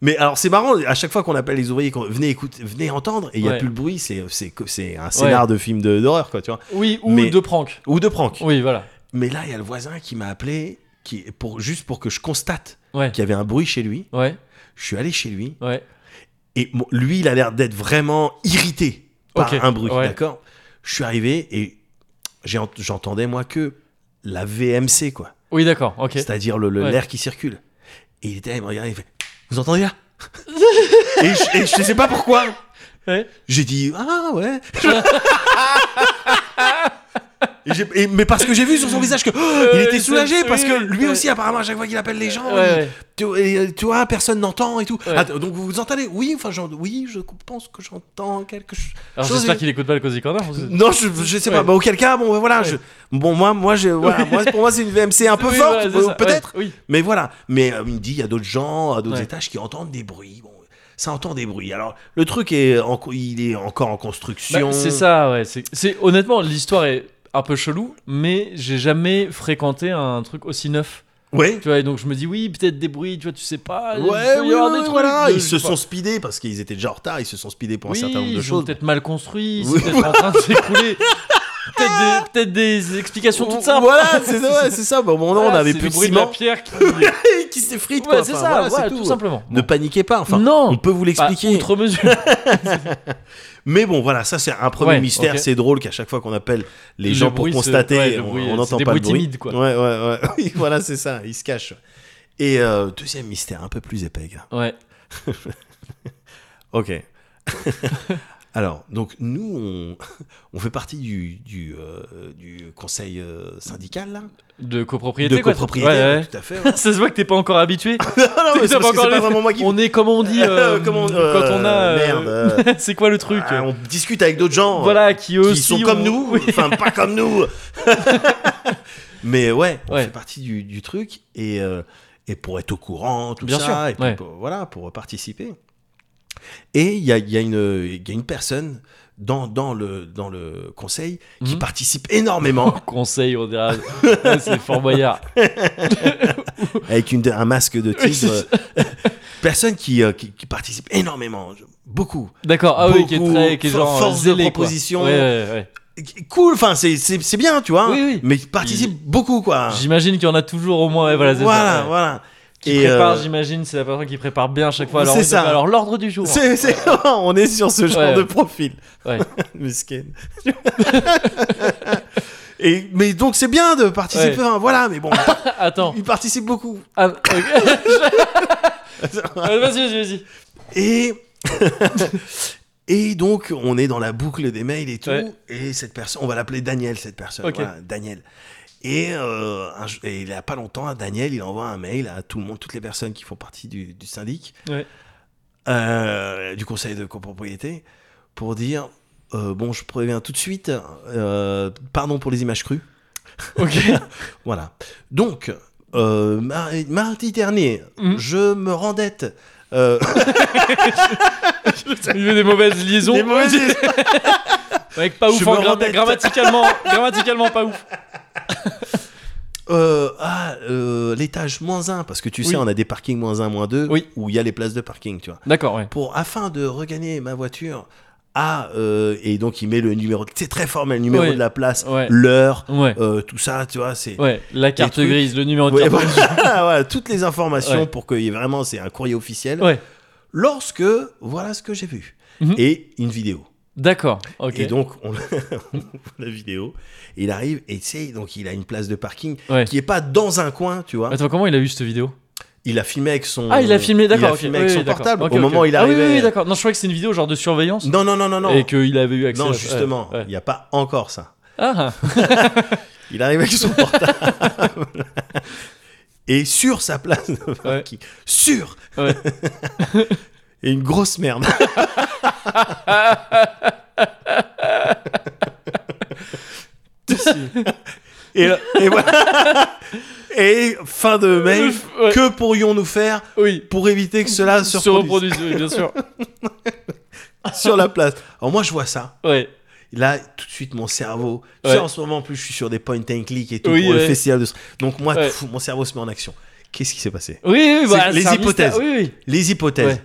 Speaker 2: Mais alors c'est marrant, à chaque fois qu'on appelle les ouvriers, qu'on venez écouter, venez entendre, et il y
Speaker 1: Ouais.
Speaker 2: a plus le bruit, c'est c'est que- c'est un scénar de film de- d'horreur quoi, tu vois,
Speaker 1: Oui, ou
Speaker 2: Mais-
Speaker 1: de prank.
Speaker 2: ou de prank.
Speaker 1: Oui, voilà.
Speaker 2: Mais là, il y a le voisin qui m'a appelé, qui pour juste pour que je constate
Speaker 1: Ouais.
Speaker 2: qu'il y avait un bruit chez lui.
Speaker 1: Ouais.
Speaker 2: Je suis allé chez lui
Speaker 1: Ouais.
Speaker 2: et bon, lui, il a l'air d'être vraiment irrité par
Speaker 1: Ok,
Speaker 2: un bruit,
Speaker 1: ouais.
Speaker 2: d'accord Je suis arrivé et j'ai ent- j'entendais moi que la VMC quoi.
Speaker 1: Oui, d'accord. Ok.
Speaker 2: c'est-à-dire le, le-
Speaker 1: Ouais.
Speaker 2: l'air qui circule. Et il était là, il me regardait, il fait Vous
Speaker 1: *laughs*
Speaker 2: entendez là et, je, et je sais pas pourquoi.
Speaker 1: Ouais.
Speaker 2: J'ai dit Ah
Speaker 1: *laughs*
Speaker 2: ouais. Et j'ai- et- mais parce que j'ai vu sur son visage que oh, il
Speaker 1: Euh,
Speaker 2: était
Speaker 1: c'est-
Speaker 2: soulagé parce
Speaker 1: oui,
Speaker 2: que
Speaker 1: oui,
Speaker 2: lui
Speaker 1: ouais.
Speaker 2: aussi apparemment à chaque fois qu'il appelle les gens
Speaker 1: Ouais, ouais.
Speaker 2: tu, et, euh, tu vois personne n'entend et tout
Speaker 1: Ouais.
Speaker 2: Ah, donc vous vous entendez oui enfin j'en- oui je pense que j'entends quelque chose
Speaker 1: Alors
Speaker 2: chose-
Speaker 1: j'espère qu'il écoute pas le Cozy Corner.
Speaker 2: non je, je sais
Speaker 1: Euh, Ouais.
Speaker 2: pas bah, auquel cas bon bah, voilà
Speaker 1: Ouais.
Speaker 2: je- bon moi moi je
Speaker 1: *laughs*
Speaker 2: voilà,
Speaker 1: Oui.
Speaker 2: moi, pour moi c'est une VMC un peu
Speaker 1: Oui,
Speaker 2: forte euh,
Speaker 1: voilà, c'est ça,
Speaker 2: peut-être
Speaker 1: ouais, Oui.
Speaker 2: mais voilà, mais euh, il me dit, il y a d'autres gens, à d'autres
Speaker 1: Ouais.
Speaker 2: étages qui entendent des bruits. Bon, ça entend des bruits. Alors, le truc est, en- il est encore en construction.
Speaker 1: Bah, c'est ça, ouais. C'est, c'est- honnêtement, l'histoire est un peu chelou, mais j'ai jamais fréquenté un truc aussi neuf.
Speaker 2: Ouais.
Speaker 1: Tu vois, et donc je me dis oui, peut-être des bruits, tu vois, tu sais pas.
Speaker 2: Ouais,
Speaker 1: il peut y
Speaker 2: oui,
Speaker 1: avoir
Speaker 2: oui,
Speaker 1: des
Speaker 2: oui,
Speaker 1: trucs
Speaker 2: voilà.
Speaker 1: de- je
Speaker 2: Ils se
Speaker 1: sais
Speaker 2: sont
Speaker 1: pas.
Speaker 2: speedés parce qu'ils étaient déjà en retard. Ils se sont speedés pour
Speaker 1: oui,
Speaker 2: un certain nombre de
Speaker 1: ils ont
Speaker 2: choses.
Speaker 1: peut-être mal construit,
Speaker 2: Oui.
Speaker 1: c'est peut-être en train de s'écrouler.
Speaker 2: *laughs*
Speaker 1: peut-être, des, peut-être des explications toutes simples.
Speaker 2: Voilà, c'est ça. ouais, c'est ça. Bon, bon, non, on
Speaker 1: Voilà,
Speaker 2: avait
Speaker 1: c'est
Speaker 2: plus
Speaker 1: le
Speaker 2: de
Speaker 1: bruit de la
Speaker 2: ciment
Speaker 1: pierre
Speaker 2: *laughs*
Speaker 1: qui.
Speaker 2: qui s'effrite.
Speaker 1: Ouais,
Speaker 2: quoi.
Speaker 1: c'est
Speaker 2: Enfin,
Speaker 1: ça,
Speaker 2: voilà,
Speaker 1: voilà,
Speaker 2: c'est
Speaker 1: tout.
Speaker 2: tout.
Speaker 1: simplement.
Speaker 2: Ne paniquez pas. Enfin,
Speaker 1: non,
Speaker 2: on peut vous
Speaker 1: pas
Speaker 2: l'expliquer.
Speaker 1: outre mesure.
Speaker 2: Mais bon, voilà, ça c'est un premier
Speaker 1: Ouais,
Speaker 2: mystère.
Speaker 1: ok.
Speaker 2: C'est drôle qu'à chaque fois qu'on appelle les
Speaker 1: Le
Speaker 2: gens
Speaker 1: bruit se-
Speaker 2: pour constater,
Speaker 1: ouais, le
Speaker 2: on-
Speaker 1: bruit,
Speaker 2: on
Speaker 1: c'est
Speaker 2: n'entend
Speaker 1: des
Speaker 2: pas
Speaker 1: bruits
Speaker 2: le bruit.
Speaker 1: timides, quoi.
Speaker 2: Ouais, ouais, *laughs* ouais. Oui, voilà, c'est ça. Ils se cachent. Et euh, deuxième mystère, un peu plus épais, gars.
Speaker 1: ouais.
Speaker 2: Ok. *laughs* Alors, donc nous, on, *laughs* on fait partie du, du, euh, du conseil euh, syndical, là
Speaker 1: De copropriété
Speaker 2: de
Speaker 1: quoi.
Speaker 2: copropriété,
Speaker 1: Ouais, ouais.
Speaker 2: tout à fait. ouais.
Speaker 1: *laughs* Ça se voit que t'es pas encore
Speaker 2: *laughs*
Speaker 1: habitué.
Speaker 2: non, non,
Speaker 1: *laughs*
Speaker 2: mais
Speaker 1: T'as
Speaker 2: c'est
Speaker 1: pas
Speaker 2: parce que
Speaker 1: encore
Speaker 2: c'est pas
Speaker 1: les-
Speaker 2: vraiment moi qui...
Speaker 1: On est comme on dit
Speaker 2: *laughs*
Speaker 1: euh,
Speaker 2: Comment on-
Speaker 1: quand
Speaker 2: euh,
Speaker 1: on a. euh,
Speaker 2: merde,
Speaker 1: *laughs*
Speaker 2: euh,
Speaker 1: c'est quoi le truc
Speaker 2: Ah, on discute avec d'autres gens.
Speaker 1: Voilà, qui eux
Speaker 2: qui sont
Speaker 1: aussi
Speaker 2: comme
Speaker 1: ont-
Speaker 2: nous,
Speaker 1: Oui.
Speaker 2: *laughs* enfin pas
Speaker 1: *laughs*
Speaker 2: comme nous. Mais ouais, on
Speaker 1: Ouais.
Speaker 2: fait partie du, du truc et, euh, et pour être au courant, tout
Speaker 1: Bien
Speaker 2: ça,
Speaker 1: sûr,
Speaker 2: et puis
Speaker 1: ouais.
Speaker 2: pour- voilà, pour participer. Et il y a, il y a une il y a une personne dans, dans, le, dans le conseil qui
Speaker 1: Mhm.
Speaker 2: participe
Speaker 1: *laughs*
Speaker 2: énormément
Speaker 1: Oh, Conseil, on dira. Ouais, c'est Fort Boyard.
Speaker 2: avec une, un masque de
Speaker 1: Oui, c'est
Speaker 2: tigre. *laughs* personne qui, euh, qui, qui participe énormément, je- beaucoup.
Speaker 1: D'accord, ah oui, qui est
Speaker 2: Beaucoup,
Speaker 1: très. Qui est
Speaker 2: for-
Speaker 1: genre. euh,
Speaker 2: force de
Speaker 1: zélé, quoi.
Speaker 2: proposition.
Speaker 1: Ouais, ouais, ouais.
Speaker 2: Cool, enfin c'est- c'est c'est bien, tu vois,
Speaker 1: Oui, oui.
Speaker 2: mais qui participe beaucoup, quoi.
Speaker 1: J'imagine qu'il y en a toujours au moins. ouais, voilà, c'est
Speaker 2: Ah. voilà,
Speaker 1: ça, ouais.
Speaker 2: voilà.
Speaker 1: Qui prépare,
Speaker 2: euh,
Speaker 1: j'imagine, c'est la personne qui prépare bien à chaque fois. Alors,
Speaker 2: c'est
Speaker 1: on
Speaker 2: ça.
Speaker 1: dit, Alors, l'ordre du jour.
Speaker 2: C'est, c'est- *laughs* on est sur ce genre
Speaker 1: Ouais.
Speaker 2: de profil.
Speaker 1: Ouais.
Speaker 2: *laughs* Mesquine. Et, mais donc c'est bien de participer, hein,
Speaker 1: *laughs*
Speaker 2: voilà, mais bon,
Speaker 1: *laughs* Attends.
Speaker 2: il participe beaucoup.
Speaker 1: Ah,
Speaker 2: *laughs*
Speaker 1: ok. *laughs* Ouais, vas-y, vas-y, vas-y. *laughs*
Speaker 2: Et, et donc on est dans la boucle des mails et tout,
Speaker 1: Ouais.
Speaker 2: et cette personne, on va l'appeler Daniel, cette personne,
Speaker 1: Ok.
Speaker 2: voilà, Daniel. Et, euh, un jo- et il n'y a pas longtemps, Daniel, il envoie un mail à tout le monde, toutes les personnes qui font partie du, du syndic,
Speaker 1: Ouais.
Speaker 2: euh, du conseil de copropriété pour dire euh, bon je préviens tout de suite euh, pardon pour les images crues
Speaker 1: Ok.
Speaker 2: voilà donc euh, mar- mardi dernier
Speaker 1: Mhm.
Speaker 2: *laughs* je me rendette euh, *laughs*
Speaker 1: Il fait des mauvaises liaisons. *laughs*
Speaker 2: des mauvaises-
Speaker 1: Mec, pas
Speaker 2: Je
Speaker 1: ouf,
Speaker 2: me
Speaker 1: hein, gra-
Speaker 2: remets.
Speaker 1: grammaticalement,
Speaker 2: *laughs*
Speaker 1: grammaticalement pas ouf.
Speaker 2: euh, ah, euh, l'étage moins 1 parce que tu
Speaker 1: Oui.
Speaker 2: sais on a des parkings moins 1 moins 2
Speaker 1: Oui.
Speaker 2: où il y a les places de parking tu vois
Speaker 1: D'accord, ouais.
Speaker 2: pour afin de regagner ma voiture à euh, et donc il met le numéro c'est très formel le numéro
Speaker 1: Ouais.
Speaker 2: de la place
Speaker 1: Ouais.
Speaker 2: l'heure
Speaker 1: Ouais.
Speaker 2: euh, tout ça tu vois c'est
Speaker 1: Ouais, la carte
Speaker 2: trucs-
Speaker 1: grise, le numéro de
Speaker 2: Ouais,
Speaker 1: carte
Speaker 2: voilà, voilà, *laughs* toutes les informations
Speaker 1: Ouais.
Speaker 2: pour que y ait vraiment c'est un courrier officiel.
Speaker 1: Ouais.
Speaker 2: Lorsque voilà ce que j'ai vu
Speaker 1: Mhm.
Speaker 2: et une vidéo.
Speaker 1: D'accord, ok.
Speaker 2: Et donc on, *laughs* on voit la vidéo, il arrive et tu sais donc il a une place de parking
Speaker 1: Ouais.
Speaker 2: qui est pas dans un coin, tu vois.
Speaker 1: Attends, comment il a eu cette vidéo
Speaker 2: Il a filmé avec son
Speaker 1: Ah, il a filmé, d'accord.
Speaker 2: Euh, il a
Speaker 1: ok.
Speaker 2: filmé
Speaker 1: Oui,
Speaker 2: avec
Speaker 1: oui,
Speaker 2: son
Speaker 1: d'accord.
Speaker 2: portable
Speaker 1: Ok,
Speaker 2: au
Speaker 1: ok.
Speaker 2: moment où il
Speaker 1: Ah oui,
Speaker 2: arrivait.
Speaker 1: oui, oui, d'accord. Non, je croyais que c'était une vidéo genre de surveillance
Speaker 2: non non non non non.
Speaker 1: et qu'il avait eu accès.
Speaker 2: non
Speaker 1: à-
Speaker 2: justement,
Speaker 1: ouais, ouais.
Speaker 2: il n'y a pas encore ça. *laughs*
Speaker 1: Ah,
Speaker 2: Il arrive avec son portable.
Speaker 1: *laughs*
Speaker 2: Et sur sa place de parking. Sur
Speaker 1: Ouais.
Speaker 2: *laughs* Et une
Speaker 1: *laughs*
Speaker 2: grosse merde. et, et voilà. Et fin de mail.
Speaker 1: Ouais.
Speaker 2: Que pourrions-nous faire
Speaker 1: oui.
Speaker 2: pour éviter que cela se
Speaker 1: Se
Speaker 2: reproduise
Speaker 1: reproduisent, oui, bien
Speaker 2: *laughs*
Speaker 1: sûr.
Speaker 2: sur la place Alors moi je vois ça.
Speaker 1: Ouais.
Speaker 2: Là, tout de suite, mon cerveau. Tu
Speaker 1: Ouais.
Speaker 2: sais, en ce moment, en plus, je suis sur des point and click et tout
Speaker 1: Oui,
Speaker 2: pour le
Speaker 1: ouais.
Speaker 2: festival de. Donc, moi,
Speaker 1: Ouais.
Speaker 2: pff, mon cerveau se met en action. Qu'est-ce qui s'est passé
Speaker 1: Oui, oui, bah,
Speaker 2: C'est les
Speaker 1: c'est un
Speaker 2: hypothèses.
Speaker 1: mystère. Oui,
Speaker 2: Les
Speaker 1: oui.
Speaker 2: hypothèses.
Speaker 1: Ouais.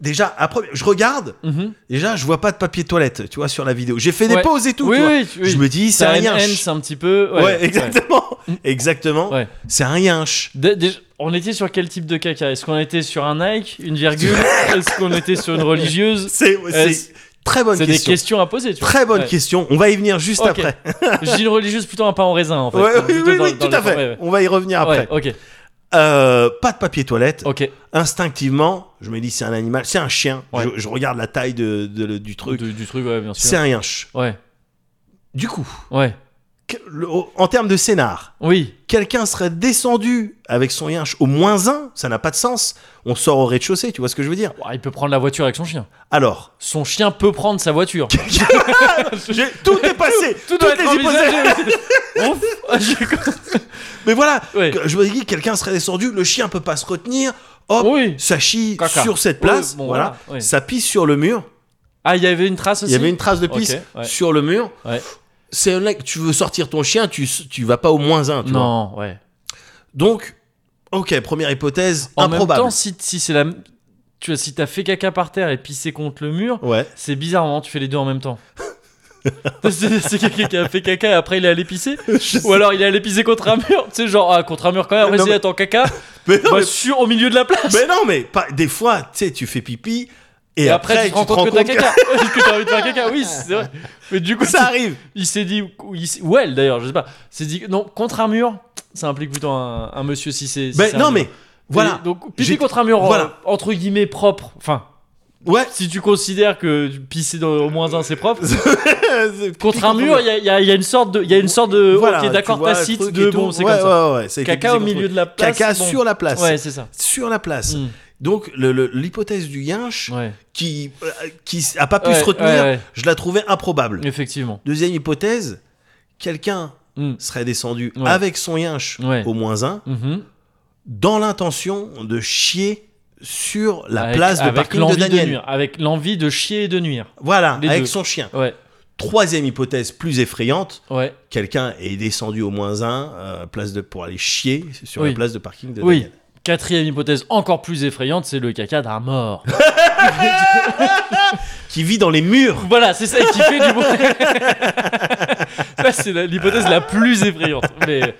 Speaker 2: Déjà, à première- je regarde.
Speaker 1: Mhm.
Speaker 2: Déjà, je vois pas de papier toilette, tu vois, sur la vidéo. J'ai fait des
Speaker 1: Ouais.
Speaker 2: pauses et tout.
Speaker 1: Oui,
Speaker 2: tu vois.
Speaker 1: oui, oui.
Speaker 2: Je me dis, c'est
Speaker 1: C'est
Speaker 2: un
Speaker 1: un haine,
Speaker 2: yinche.
Speaker 1: c'est un petit peu.
Speaker 2: Ouais,
Speaker 1: Ouais, ouais. *laughs*
Speaker 2: exactement. Exactement.
Speaker 1: Ouais.
Speaker 2: C'est un yinche.
Speaker 1: Dé- déjà, on était sur quel type de caca Est-ce qu'on était sur un Nike, une
Speaker 2: *laughs*
Speaker 1: virgule Est-ce qu'on était sur une religieuse
Speaker 2: C'est c'est
Speaker 1: c'est-
Speaker 2: très bonne
Speaker 1: Euh, C'est des
Speaker 2: question.
Speaker 1: questions à poser. Tu vois.
Speaker 2: Très bonne
Speaker 1: Ouais.
Speaker 2: question. On va y venir juste
Speaker 1: Ok.
Speaker 2: après.
Speaker 1: Je dis une religieuse plutôt un pain en raisin en fait.
Speaker 2: Ouais, oui,
Speaker 1: Plutôt
Speaker 2: oui,
Speaker 1: dans-
Speaker 2: oui,
Speaker 1: dans
Speaker 2: tout
Speaker 1: les-
Speaker 2: à fait.
Speaker 1: ouais, ouais.
Speaker 2: On va y revenir après.
Speaker 1: Ouais, ok,
Speaker 2: Euh, pas de papier toilette.
Speaker 1: ok.
Speaker 2: Instinctivement, je me dis, c'est un animal, c'est un chien.
Speaker 1: Ouais.
Speaker 2: Je, je regarde la taille de, de- du truc.
Speaker 1: Du, du truc, ouais, bien sûr.
Speaker 2: C'est un yinche.
Speaker 1: Ouais,
Speaker 2: Du coup,
Speaker 1: ouais.
Speaker 2: que- le- en termes de scénar,
Speaker 1: Oui,
Speaker 2: quelqu'un serait descendu avec son yinche au moins un, ça n'a pas de sens. On sort au rez-de-chaussée, tu vois ce que je veux dire
Speaker 1: Ouah, il peut prendre la voiture avec son chien.
Speaker 2: Alors, *laughs*
Speaker 1: Son chien peut prendre sa voiture.
Speaker 2: j'ai- tout est passé,
Speaker 1: Tout doit
Speaker 2: toutes
Speaker 1: être
Speaker 2: les hypothèses.
Speaker 1: envisagé. *laughs* Ouf. Ah, j'ai-
Speaker 2: Mais voilà,
Speaker 1: Ouais.
Speaker 2: que- je me dis quelqu'un serait descendu, le chien peut pas se retenir, hop,
Speaker 1: Oui.
Speaker 2: ça chie
Speaker 1: Caca.
Speaker 2: sur cette place,
Speaker 1: Ouais, bon,
Speaker 2: voilà,
Speaker 1: voilà, ouais.
Speaker 2: ça pisse sur le mur.
Speaker 1: Ah, il y avait une trace
Speaker 2: Il
Speaker 1: aussi
Speaker 2: y avait une trace de
Speaker 1: Ok,
Speaker 2: pisse
Speaker 1: ouais.
Speaker 2: sur le mur.
Speaker 1: Ouais.
Speaker 2: C'est un mec, tu veux sortir ton chien, tu tu vas pas au moins un, tu vois.
Speaker 1: Non, ouais.
Speaker 2: Donc, ok, première hypothèse
Speaker 1: En
Speaker 2: improbable.
Speaker 1: même temps, si, si c'est la. Tu vois, si t'as fait caca par terre et pissé contre le mur, *laughs*
Speaker 2: ouais.
Speaker 1: c'est Bah, bizarre, moment, tu fais les deux en même
Speaker 2: *laughs*
Speaker 1: temps. c'est c'est quelqu'un qui a fait caca et après il est allé
Speaker 2: *laughs*
Speaker 1: pisser Ou alors il est allé pisser contre un mur Tu sais, genre, ah, contre un mur quand même,
Speaker 2: Non,
Speaker 1: vas-y,
Speaker 2: mais-
Speaker 1: attends, caca,
Speaker 2: Mais *laughs* non,
Speaker 1: bah,
Speaker 2: mais
Speaker 1: sur, au milieu de la place
Speaker 2: Mais non, mais pas, des fois, tu sais, tu fais pipi et,
Speaker 1: Et
Speaker 2: après, tu te rends compte,
Speaker 1: que t'as
Speaker 2: que,
Speaker 1: caca Est-ce *laughs* que t'as envie de faire caca Oui, c'est vrai. Mais du coup,
Speaker 2: *laughs* ça arrive.
Speaker 1: il s'est dit, ou, il s'est- ou elle d'ailleurs, je sais pas, s'est dit, non, contre un mur, ça implique plutôt un, un monsieur si c'est. si
Speaker 2: Mais
Speaker 1: c'est un
Speaker 2: Ben, non,
Speaker 1: mur.
Speaker 2: mais voilà.
Speaker 1: Et donc,
Speaker 2: J'ai-
Speaker 1: pipi contre un mur,
Speaker 2: voilà.
Speaker 1: euh, entre guillemets, propre, enfin,
Speaker 2: Ouais. *laughs*
Speaker 1: Si tu considères que pisser dans, au moins un c'est propre,
Speaker 2: C'est-
Speaker 1: contre un
Speaker 2: contre
Speaker 1: mur, il y, a- il y a il y a une sorte de, il y a une sorte de,
Speaker 2: Voilà,
Speaker 1: ok,
Speaker 2: tu
Speaker 1: d'accord
Speaker 2: vois,
Speaker 1: tacite
Speaker 2: truc
Speaker 1: de
Speaker 2: et tout.
Speaker 1: bon, c'est
Speaker 2: Ouais,
Speaker 1: comme ça.
Speaker 2: ouais, ouais, ça a été
Speaker 1: Caca au
Speaker 2: pissé
Speaker 1: milieu
Speaker 2: contre-
Speaker 1: de la place.
Speaker 2: Caca
Speaker 1: bon.
Speaker 2: sur la place.
Speaker 1: Ouais, c'est ça.
Speaker 2: Sur la place.
Speaker 1: Mm.
Speaker 2: Donc le- le- l'hypothèse du yinche
Speaker 1: Ouais.
Speaker 2: qui euh, qui a pas pu
Speaker 1: Ouais,
Speaker 2: se retenir,
Speaker 1: ouais,
Speaker 2: je la trouvais improbable.
Speaker 1: ouais. Effectivement.
Speaker 2: Deuxième hypothèse, quelqu'un
Speaker 1: Mm.
Speaker 2: serait descendu
Speaker 1: Ouais.
Speaker 2: avec son yinche
Speaker 1: Ouais.
Speaker 2: au moins un
Speaker 1: Mhm.
Speaker 2: dans l'intention de chier sur la
Speaker 1: Avec-
Speaker 2: place de
Speaker 1: avec
Speaker 2: parking de
Speaker 1: l'envie
Speaker 2: Daniel.
Speaker 1: nuire, avec l'envie de chier et de nuire.
Speaker 2: Voilà,
Speaker 1: Les
Speaker 2: avec
Speaker 1: deux.
Speaker 2: son chien.
Speaker 1: Ouais,
Speaker 2: Troisième hypothèse plus effrayante,
Speaker 1: ouais.
Speaker 2: quelqu'un est descendu au moins un euh, place de pour aller chier sur
Speaker 1: Oui.
Speaker 2: la place de parking de
Speaker 1: Oui.
Speaker 2: Daniel.
Speaker 1: Quatrième hypothèse encore plus effrayante, c'est le caca d'un mort. *laughs*
Speaker 2: Qui vit dans les murs.
Speaker 1: voilà, c'est ça qui fait
Speaker 2: *laughs*
Speaker 1: du bruit. ça, c'est la- l'hypothèse la plus effrayante. Mais,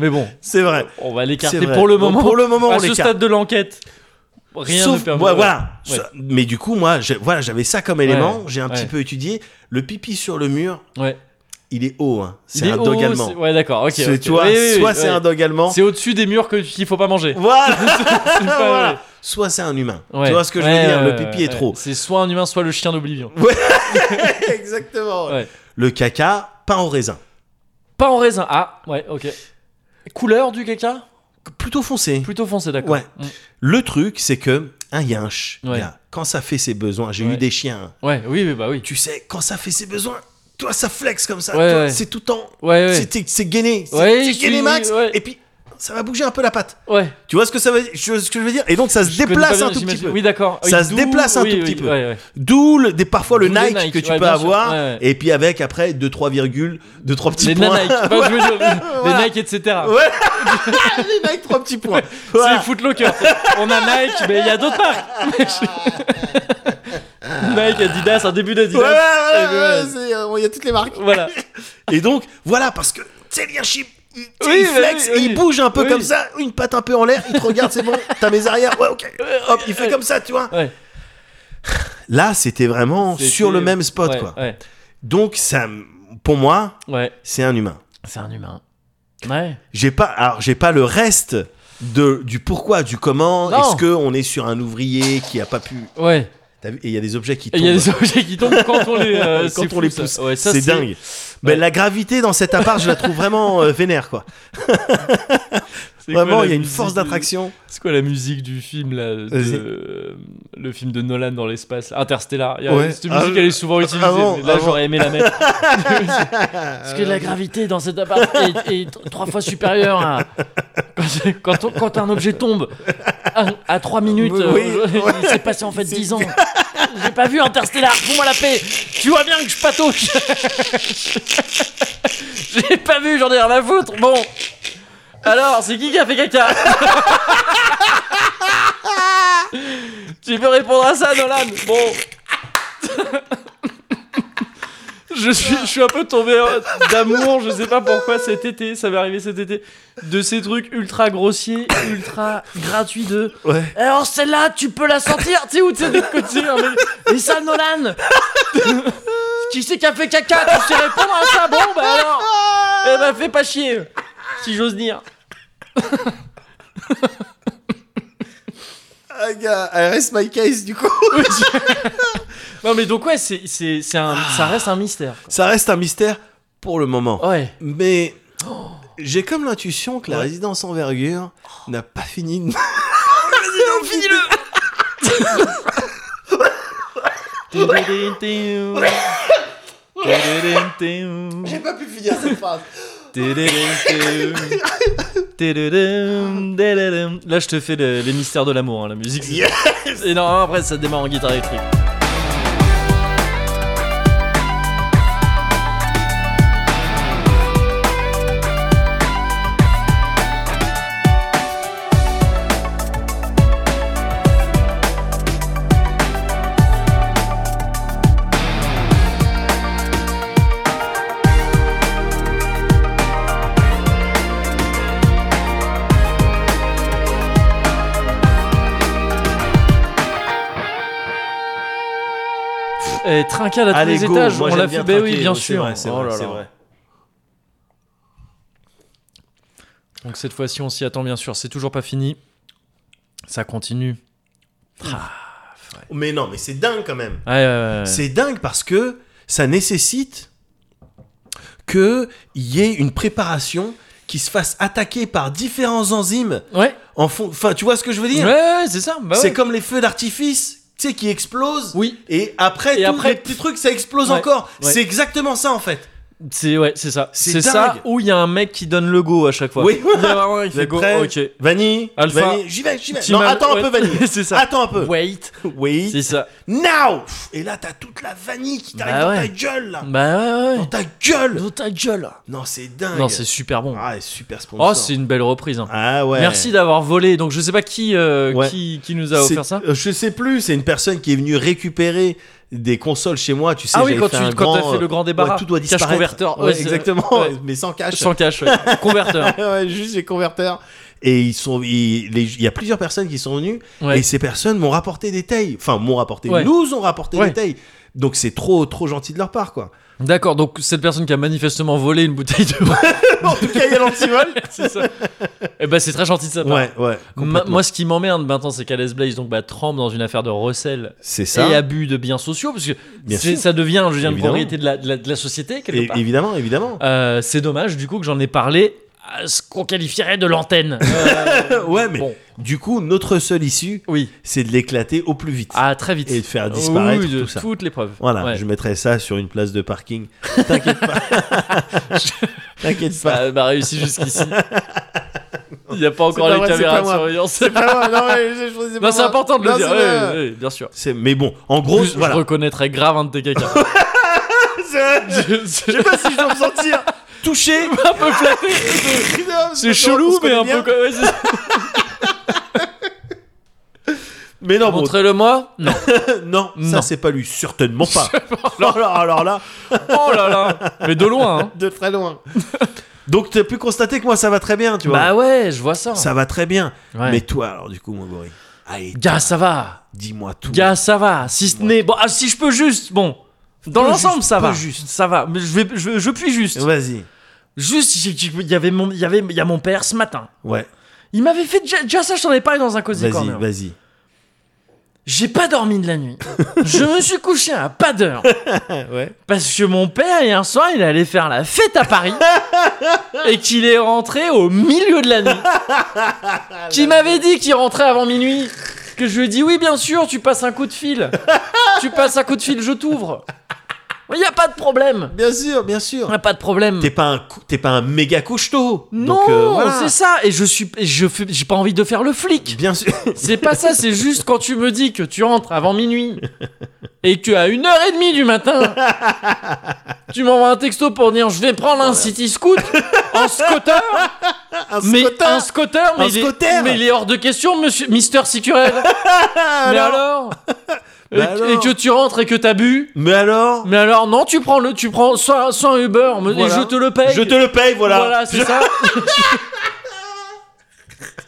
Speaker 1: mais bon,
Speaker 2: C'est vrai.
Speaker 1: on va
Speaker 2: C'est
Speaker 1: l'écarter
Speaker 2: vrai.
Speaker 1: pour le
Speaker 2: Donc,
Speaker 1: moment.
Speaker 2: pour le moment,
Speaker 1: à
Speaker 2: on
Speaker 1: ce
Speaker 2: l'écarte.
Speaker 1: stade de l'enquête, rien
Speaker 2: Sauf,
Speaker 1: ne permet.
Speaker 2: ouais,
Speaker 1: ouais.
Speaker 2: voilà.
Speaker 1: Ouais.
Speaker 2: Ça- Mais du coup, moi, j'ai- voilà, j'avais ça comme élément. J'ai un
Speaker 1: Ouais.
Speaker 2: petit peu étudié. Le pipi sur le mur,
Speaker 1: Ouais.
Speaker 2: il est haut. hein.
Speaker 1: Il
Speaker 2: C'est
Speaker 1: est
Speaker 2: un
Speaker 1: haut,
Speaker 2: dog
Speaker 1: c'est-
Speaker 2: allemand.
Speaker 1: Ouais, d'accord. Ok.
Speaker 2: C'est-
Speaker 1: ok.
Speaker 2: Tu vois,
Speaker 1: Oui, oui, oui,
Speaker 2: soit c'est
Speaker 1: ouais.
Speaker 2: un dog allemand,
Speaker 1: C'est au-dessus des murs que- qu'il faut pas manger.
Speaker 2: *laughs* voilà,
Speaker 1: C'est pas-
Speaker 2: Voilà. soit c'est un humain.
Speaker 1: Ouais.
Speaker 2: Tu vois ce que je
Speaker 1: Ouais,
Speaker 2: veux dire
Speaker 1: ouais,
Speaker 2: Le
Speaker 1: ouais,
Speaker 2: pipi
Speaker 1: ouais. *laughs*
Speaker 2: est trop.
Speaker 1: C'est soit un humain, soit le chien d'Oblivion.
Speaker 2: Exactement.
Speaker 1: Ouais.
Speaker 2: Le caca, pain au raisin.
Speaker 1: Pas en raisin. Ah, ouais, ok. Couleur du caca
Speaker 2: Plutôt foncé.
Speaker 1: Plutôt foncé, d'accord.
Speaker 2: Ouais.
Speaker 1: Mm.
Speaker 2: Le truc, c'est que un yinche,
Speaker 1: Ouais.
Speaker 2: gars, quand ça fait ses besoins, j'ai
Speaker 1: Ouais.
Speaker 2: eu des chiens. hein.
Speaker 1: Ouais, oui, oui, bah oui.
Speaker 2: Tu sais, quand ça fait ses besoins, toi, ça flex comme ça.
Speaker 1: Ouais,
Speaker 2: toi,
Speaker 1: ouais.
Speaker 2: C'est tout le temps.
Speaker 1: Ouais, ouais.
Speaker 2: C'est- c'est- C'est gainé. C'est
Speaker 1: Ouais,
Speaker 2: c'est
Speaker 1: je
Speaker 2: gainé
Speaker 1: suis-
Speaker 2: max.
Speaker 1: ouais.
Speaker 2: Et puis, ça va bouger un peu la patte.
Speaker 1: Ouais.
Speaker 2: Tu vois ce que ça veut, je- ce que je veux dire Et donc ça se
Speaker 1: Je connais pas
Speaker 2: déplace
Speaker 1: bien,
Speaker 2: un tout petit
Speaker 1: j'imagine.
Speaker 2: peu.
Speaker 1: Oui, d'accord.
Speaker 2: Ça
Speaker 1: Oui,
Speaker 2: se
Speaker 1: d'où-
Speaker 2: déplace un
Speaker 1: oui,
Speaker 2: tout
Speaker 1: oui,
Speaker 2: petit peu.
Speaker 1: ouais, ouais.
Speaker 2: D'où le- des parfois le
Speaker 1: D'où les
Speaker 2: Nike,
Speaker 1: Nike,
Speaker 2: que tu
Speaker 1: ouais,
Speaker 2: peux
Speaker 1: bien sûr,
Speaker 2: avoir,
Speaker 1: ouais, ouais.
Speaker 2: et puis avec après 2 3 virgules, 2 3 petits
Speaker 1: Les
Speaker 2: points.
Speaker 1: Nike, pas je veux dire,
Speaker 2: Voilà.
Speaker 1: les Nike, etc.
Speaker 2: Ouais. *laughs* les Nike 3 petits points.
Speaker 1: *laughs* C'est
Speaker 2: Voilà.
Speaker 1: les Footlocker. On a Nike, mais il y a d'autres marques.
Speaker 2: *laughs*
Speaker 1: Nike, Adidas, un début
Speaker 2: Ouais, ouais,
Speaker 1: d'Adidas.
Speaker 2: ouais,
Speaker 1: Et
Speaker 2: ouais,
Speaker 1: ouais.
Speaker 2: c'est, euh, bon, il y a toutes les marques.
Speaker 1: Voilà.
Speaker 2: Et donc voilà parce que c'est le chip il, tu sais,
Speaker 1: Oui,
Speaker 2: il
Speaker 1: bah
Speaker 2: flex,
Speaker 1: oui, oui.
Speaker 2: il bouge un peu
Speaker 1: Oui.
Speaker 2: comme ça, une patte un peu en l'air, il te regarde, c'est bon, t'as mes arrières, ouais ok, hop, il fait comme ça, tu vois.
Speaker 1: Ouais.
Speaker 2: Là, c'était vraiment sur le même spot,
Speaker 1: Ouais,
Speaker 2: quoi.
Speaker 1: Ouais.
Speaker 2: Donc, ça, m- pour moi,
Speaker 1: Ouais.
Speaker 2: c'est un humain.
Speaker 1: C'est un humain. Ouais.
Speaker 2: J'ai pas, alors j'ai pas le reste de, du pourquoi, du comment.
Speaker 1: Non.
Speaker 2: Est-ce que on est sur un ouvrier qui a pas pu.
Speaker 1: Ouais.
Speaker 2: T'as vu Et il y a des objets qui
Speaker 1: Et
Speaker 2: tombent.
Speaker 1: Il y a des objets qui tombent quand on les, euh,
Speaker 2: Quand
Speaker 1: c'est
Speaker 2: on
Speaker 1: fou,
Speaker 2: les
Speaker 1: ça.
Speaker 2: pousse,
Speaker 1: Ouais, ça,
Speaker 2: c'est dingue. Mais
Speaker 1: Ouais.
Speaker 2: la gravité dans cet appart, je la trouve vraiment euh, vénère, quoi.
Speaker 1: *laughs* c'est quoi
Speaker 2: Vraiment,
Speaker 1: la
Speaker 2: il y a une
Speaker 1: musique
Speaker 2: force
Speaker 1: de-
Speaker 2: d'attraction.
Speaker 1: C'est quoi la musique du film là de-
Speaker 2: Vas-y.
Speaker 1: euh, Le film de Nolan dans l'espace, là, Interstellar. Il y a-
Speaker 2: Ouais.
Speaker 1: Cette
Speaker 2: Ah,
Speaker 1: musique, elle est souvent utilisée.
Speaker 2: avant,
Speaker 1: mais là,
Speaker 2: avant.
Speaker 1: j'aurais aimé la
Speaker 2: *laughs*
Speaker 1: mettre. Parce que la gravité dans cet appart est, est t- trois fois supérieure. à- Quand, *laughs* quand on- quand un objet tombe à, à trois minutes,
Speaker 2: Oui,
Speaker 1: euh,
Speaker 2: ouais.
Speaker 1: *laughs* il s'est passé en fait
Speaker 2: C'est-
Speaker 1: dix ans. J'ai pas vu Interstellar. Fous-moi la paix. Tu vois bien que je patauche. *laughs* J'ai pas vu, j'en ai rien à foutre. Bon. Alors, c'est qui qui a fait caca *laughs* Tu peux répondre à ça, Nolan Bon. *laughs* Je suis, je suis un peu tombé euh, d'amour, je sais pas pourquoi cet été, ça m'est arrivé cet été, de ces trucs ultra grossiers, *coughs* ultra gratuits de. Eh,
Speaker 2: Ouais.
Speaker 1: Alors celle-là, tu peux la sentir, tu sais où tu sais de côté, hein, mais, mais ça Nolan Qui c'est qui a fait caca Tu sais répondre à ça Bon bah alors Eh bah fais pas chier Si j'ose dire
Speaker 2: Ah, gars, I rest my case, du coup.
Speaker 1: Non mais donc ouais, c'est, c'est, c'est un, ça reste un mystère.
Speaker 2: *laughs* Ça reste un mystère pour le moment.
Speaker 1: Ouais.
Speaker 2: Mais j'ai comme l'intuition que la
Speaker 1: Oh. Ouais.
Speaker 2: résidence envergure n'a pas fini *laughs* de.
Speaker 1: *laughs* J'ai
Speaker 2: pas pu finir cette phrase.
Speaker 1: Là, je te fais le- les mystères de l'amour, hein, la musique. c'est- Et non, après, ça démarre en guitare électrique. Et trincade à tous les
Speaker 2: Allez, go.
Speaker 1: étages,
Speaker 2: Moi,
Speaker 1: on
Speaker 2: j'aime
Speaker 1: l'a
Speaker 2: bien
Speaker 1: fait. Ben oui,
Speaker 2: trinquer,
Speaker 1: bien
Speaker 2: c'est
Speaker 1: sûr.
Speaker 2: vrai, c'est
Speaker 1: Oh
Speaker 2: vrai,
Speaker 1: là
Speaker 2: c'est
Speaker 1: là.
Speaker 2: vrai.
Speaker 1: Donc cette fois-ci, on s'y attend bien sûr. C'est toujours pas fini. Ça continue. Ah, meuf. Ouais,
Speaker 2: Mais non, mais c'est dingue quand même.
Speaker 1: ouais, ouais, ouais.
Speaker 2: C'est dingue parce que ça nécessite qu'il y ait une préparation qui se fasse attaquer par différents enzymes
Speaker 1: Ouais,
Speaker 2: en fond. Enfin, tu vois ce que je veux
Speaker 1: ouais,
Speaker 2: dire
Speaker 1: ouais, c'est ça. bah
Speaker 2: C'est
Speaker 1: ouais.
Speaker 2: comme les feux d'artifice, tu sais, qui explosent.
Speaker 1: Oui,
Speaker 2: Et après,
Speaker 1: Et
Speaker 2: tous
Speaker 1: après,
Speaker 2: les petits trucs, ça explose
Speaker 1: ouais,
Speaker 2: encore.
Speaker 1: ouais.
Speaker 2: C'est exactement ça en fait.
Speaker 1: c'est ouais, c'est ça.
Speaker 2: C'est
Speaker 1: C'est ça
Speaker 2: dingue.
Speaker 1: où il y a un mec qui donne le go à chaque fois.
Speaker 2: Oui.
Speaker 1: il y a vraiment il
Speaker 2: Vous
Speaker 1: fait
Speaker 2: êtes
Speaker 1: go.
Speaker 2: prêts
Speaker 1: Ok.
Speaker 2: Vanille,
Speaker 1: Alpha.
Speaker 2: vanille, j'y vais, j'y vais.
Speaker 1: Petit
Speaker 2: Non,
Speaker 1: mal-
Speaker 2: attends un
Speaker 1: ouais.
Speaker 2: peu, vanille.
Speaker 1: *laughs* c'est ça.
Speaker 2: Attends un peu.
Speaker 1: Wait. C'est
Speaker 2: Oui.
Speaker 1: ça.
Speaker 2: Now Et là, t'as toute la vanille qui t'arrive
Speaker 1: Bah
Speaker 2: dans
Speaker 1: ouais.
Speaker 2: ta gueule, là.
Speaker 1: Bah ouais,
Speaker 2: Dans
Speaker 1: ouais.
Speaker 2: ta gueule
Speaker 1: Dans ta gueule.
Speaker 2: Non, c'est dingue.
Speaker 1: Non, c'est super bon.
Speaker 2: Ah, et super sponsor.
Speaker 1: Oh, c'est une belle reprise. hein.
Speaker 2: Ah ouais.
Speaker 1: Merci d'avoir volé. Donc je sais pas qui euh,
Speaker 2: Ouais.
Speaker 1: qui, qui nous a
Speaker 2: C'est-
Speaker 1: offert ça.
Speaker 2: euh, Je sais plus, c'est une personne qui est venue récupérer des consoles chez moi, tu sais.
Speaker 1: Ah oui,
Speaker 2: j'avais
Speaker 1: quand
Speaker 2: fait
Speaker 1: tu
Speaker 2: un
Speaker 1: quand t'as
Speaker 2: grand,
Speaker 1: fait le grand
Speaker 2: euh,
Speaker 1: débarras,
Speaker 2: ouais, tout doit
Speaker 1: Cache
Speaker 2: disparaître.
Speaker 1: converteur,
Speaker 2: Ouais,
Speaker 1: ouais, c'est-
Speaker 2: exactement,
Speaker 1: ouais.
Speaker 2: *laughs* mais sans cache.
Speaker 1: sans cache, ouais.
Speaker 2: *laughs*
Speaker 1: converteur.
Speaker 2: Ouais, juste les converteurs. Et ils sont, ils- les- il y a plusieurs personnes qui sont venues
Speaker 1: Ouais.
Speaker 2: et ces personnes m'ont rapporté des tailles. Enfin, m'ont rapporté,
Speaker 1: Ouais.
Speaker 2: nous ont rapporté
Speaker 1: Ouais.
Speaker 2: des tailles. Donc c'est trop, trop gentil de leur part, quoi.
Speaker 1: D'accord. Donc cette personne qui a manifestement volé une bouteille de
Speaker 2: *laughs* en tout cas, il y a l'antivol.
Speaker 1: *laughs* c'est ça. Et bah c'est très gentil de sa part.
Speaker 2: *laughs* Ouais, ouais.
Speaker 1: Ma-
Speaker 2: complètement.
Speaker 1: moi, ce qui m'emmerde maintenant, c'est qu'Alex Blaze donc bah, trempe dans une affaire de recel
Speaker 2: c'est
Speaker 1: et
Speaker 2: ça.
Speaker 1: abus de biens sociaux, parce que
Speaker 2: Bien
Speaker 1: c'est-
Speaker 2: sûr.
Speaker 1: ça devient, je veux dire, une
Speaker 2: Évidemment.
Speaker 1: propriété de la, de la- de la société quelque
Speaker 2: Et-
Speaker 1: part. *coughs*
Speaker 2: évidemment, évidemment.
Speaker 1: Euh, c'est dommage du coup que j'en ai parlé à ce qu'on qualifierait de
Speaker 2: *laughs*
Speaker 1: l'antenne. Euh,
Speaker 2: Ouais, mais-
Speaker 1: bon,
Speaker 2: Du coup, notre seule issue,
Speaker 1: oui,
Speaker 2: c'est de l'éclater au plus vite
Speaker 1: ah très vite.
Speaker 2: et de faire disparaître
Speaker 1: Oui, de
Speaker 2: tout ça.
Speaker 1: toutes les preuves.
Speaker 2: Voilà,
Speaker 1: Ouais.
Speaker 2: je mettrai ça sur une place
Speaker 1: *laughs*
Speaker 2: de parking. T'inquiète pas. T'inquiète pas.
Speaker 1: Ça m'a réussi
Speaker 2: *laughs*
Speaker 1: jusqu'ici. Il n'y a pas encore
Speaker 2: pas
Speaker 1: les
Speaker 2: vrai, c'est
Speaker 1: caméras
Speaker 2: pas
Speaker 1: de
Speaker 2: moi.
Speaker 1: surveillance. *laughs*
Speaker 2: Non,
Speaker 1: Non, c'est important de le dire. ouais, ouais, bien sûr.
Speaker 2: C'est- Mais bon, en gros,
Speaker 1: je,
Speaker 2: voilà.
Speaker 1: reconnaîtrais grave un de tes caca.
Speaker 2: *laughs* Je sais pas si je dois me sentir touché.
Speaker 1: un peu flatté. *laughs* C'est chelou, mais un peu quoi. ouais, c'est-
Speaker 2: Mais non, Ah bon,
Speaker 1: Montrez-le moi.
Speaker 2: *laughs*
Speaker 1: Non.
Speaker 2: non,
Speaker 1: Non.
Speaker 2: ça c'est pas lui,
Speaker 1: *laughs*
Speaker 2: certainement pas. alors, là, alors là,
Speaker 1: Oh là là. Mais de loin. hein.
Speaker 2: de très loin. *laughs* Donc t'as pu constater que moi ça va très bien, tu vois.
Speaker 1: Bah ouais, je vois ça.
Speaker 2: Ça va très bien.
Speaker 1: Ouais.
Speaker 2: Mais toi, alors du coup, mon gorille, allez,
Speaker 1: Gars, ça va.
Speaker 2: dis-moi tout.
Speaker 1: Gars, ça va. Si ce n'est bon, ah, si je peux juste, bon. Dans
Speaker 2: Peu
Speaker 1: l'ensemble,
Speaker 2: juste,
Speaker 1: ça
Speaker 2: peu
Speaker 1: va.
Speaker 2: juste.
Speaker 1: Ça va. Mais je vais, je, je puis juste.
Speaker 2: Vas-y.
Speaker 1: Juste, j'ai- j'ai- il y avait mon, il y avait, il y a mon père ce matin.
Speaker 2: Ouais.
Speaker 1: Il m'avait fait déjà, déjà ça, je t'en ai parlé dans un cosy
Speaker 2: Vas-y,
Speaker 1: corner.
Speaker 2: vas-y.
Speaker 1: J'ai pas dormi de la nuit. je me suis couché à pas d'heure.
Speaker 2: Ouais.
Speaker 1: Parce que mon père, hier soir, il allait faire la fête à Paris et qu'il est rentré au milieu de la nuit. qui m'avait dit qu'il rentrait avant minuit. Que je lui ai dit oui, bien sûr, tu passes un coup de fil. tu passes un coup de fil, je t'ouvre. Il n'y a pas de problème.
Speaker 2: Bien sûr, bien
Speaker 1: Il
Speaker 2: sûr.
Speaker 1: n'y a pas de problème.
Speaker 2: T'es pas un cou- t'es pas un méga couche-tôt.
Speaker 1: Non,
Speaker 2: Donc, euh, voilà.
Speaker 1: c'est ça. Et je suis, et je fais, j'ai pas envie de faire le flic.
Speaker 2: Bien sûr.
Speaker 1: C'est pas ça, c'est juste quand tu me dis que tu rentres avant minuit et que à une heure et demie du matin, tu m'envoies un texto pour dire je vais prendre un city scoot en scooter,
Speaker 2: *laughs* un
Speaker 1: mais
Speaker 2: scotteur.
Speaker 1: un scooter, mais,
Speaker 2: Un
Speaker 1: il est-
Speaker 2: scooter.
Speaker 1: mais il est hors de question, monsieur Mister
Speaker 2: *laughs*
Speaker 1: Sicurel. mais alors, et,
Speaker 2: Bah
Speaker 1: que-
Speaker 2: alors.
Speaker 1: et que tu rentres et que t'as bu.
Speaker 2: Mais alors
Speaker 1: Mais alors non, tu prends le, tu prends soit, soit un Uber me-
Speaker 2: Voilà.
Speaker 1: et je te le paye.
Speaker 2: Je te le paye, voilà.
Speaker 1: voilà, c'est
Speaker 2: *laughs*
Speaker 1: ça.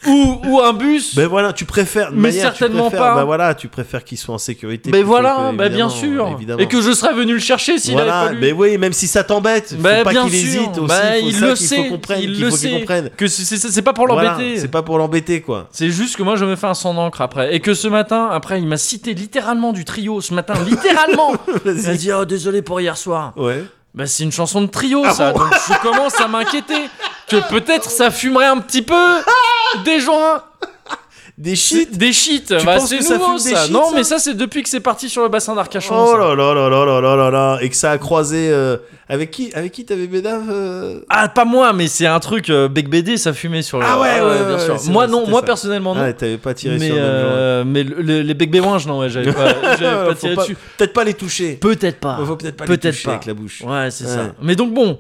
Speaker 1: ou, ou un bus.
Speaker 2: Ben voilà, tu préfères. de
Speaker 1: Mais
Speaker 2: manière, tu
Speaker 1: certainement
Speaker 2: préfères-
Speaker 1: pas.
Speaker 2: Ben voilà, tu préfères qu'il soit en sécurité.
Speaker 1: Mais
Speaker 2: plutôt
Speaker 1: voilà,
Speaker 2: que,
Speaker 1: bah bien
Speaker 2: évidemment,
Speaker 1: sûr.
Speaker 2: évidemment.
Speaker 1: Et que je serais venu le chercher s'il
Speaker 2: voilà,
Speaker 1: avait fallu.
Speaker 2: mais oui, même si ça t'embête, faut
Speaker 1: Bah,
Speaker 2: pas
Speaker 1: bien
Speaker 2: qu'il
Speaker 1: sûr.
Speaker 2: hésite aussi.
Speaker 1: Bah,
Speaker 2: faut
Speaker 1: il
Speaker 2: ça
Speaker 1: le
Speaker 2: qu'il
Speaker 1: sait,
Speaker 2: faut qu'on prenne,
Speaker 1: il
Speaker 2: qu'il
Speaker 1: le
Speaker 2: faut qu'il
Speaker 1: sait.
Speaker 2: comprenne.
Speaker 1: Que c'est- c'est c'est pas pour
Speaker 2: Voilà,
Speaker 1: l'embêter.
Speaker 2: c'est pas pour l'embêter
Speaker 1: *laughs*
Speaker 2: quoi.
Speaker 1: c'est juste que moi je me fais un sang d'encre après. Et que ce matin, après, il m'a cité littéralement du trio. Ce
Speaker 2: *laughs*
Speaker 1: matin, littéralement. il m'a
Speaker 2: Vas-y.
Speaker 1: dit Oh, désolé pour hier soir.
Speaker 2: Ouais.
Speaker 1: Bah, c'est une chanson de trio,
Speaker 2: Ah
Speaker 1: ça.
Speaker 2: bon
Speaker 1: donc je commence à m'inquiéter que peut-être ça fumerait un petit
Speaker 2: *laughs*
Speaker 1: peu des joints.
Speaker 2: Des shit.
Speaker 1: Des shit.
Speaker 2: Tu
Speaker 1: Bah,
Speaker 2: penses
Speaker 1: c'est
Speaker 2: que ça
Speaker 1: nouveau,
Speaker 2: fume des
Speaker 1: ça.
Speaker 2: shit,
Speaker 1: non,
Speaker 2: ça
Speaker 1: mais ça, c'est depuis que c'est parti sur le bassin d'Arcachon.
Speaker 2: Oh
Speaker 1: ça.
Speaker 2: là là là là là là là là et que ça a croisé euh, avec qui avec qui t'avais bédave euh,
Speaker 1: Ah, pas moi, mais c'est un truc. euh, Bec BD, ça fumait sur le.
Speaker 2: Ah ouais, ouais,
Speaker 1: bien
Speaker 2: ouais,
Speaker 1: sûr.
Speaker 2: ouais, c'est
Speaker 1: moi,
Speaker 2: vrai,
Speaker 1: non,
Speaker 2: c'était
Speaker 1: moi,
Speaker 2: ça.
Speaker 1: personnellement, non.
Speaker 2: Ah, t'avais pas tiré
Speaker 1: mais,
Speaker 2: sur le même genre.
Speaker 1: euh, mais le- le- les bec bémoinges, non, ouais, j'avais
Speaker 2: *laughs*
Speaker 1: pas, j'avais pas
Speaker 2: Faut
Speaker 1: tiré
Speaker 2: pas-
Speaker 1: dessus.
Speaker 2: Peut-être pas les toucher. Ah,
Speaker 1: Peut-être pas.
Speaker 2: Faut peut-être pas
Speaker 1: Peut-être
Speaker 2: les toucher
Speaker 1: pas.
Speaker 2: avec la bouche.
Speaker 1: Ouais, c'est ça.
Speaker 2: Ouais.
Speaker 1: Mais donc, bon.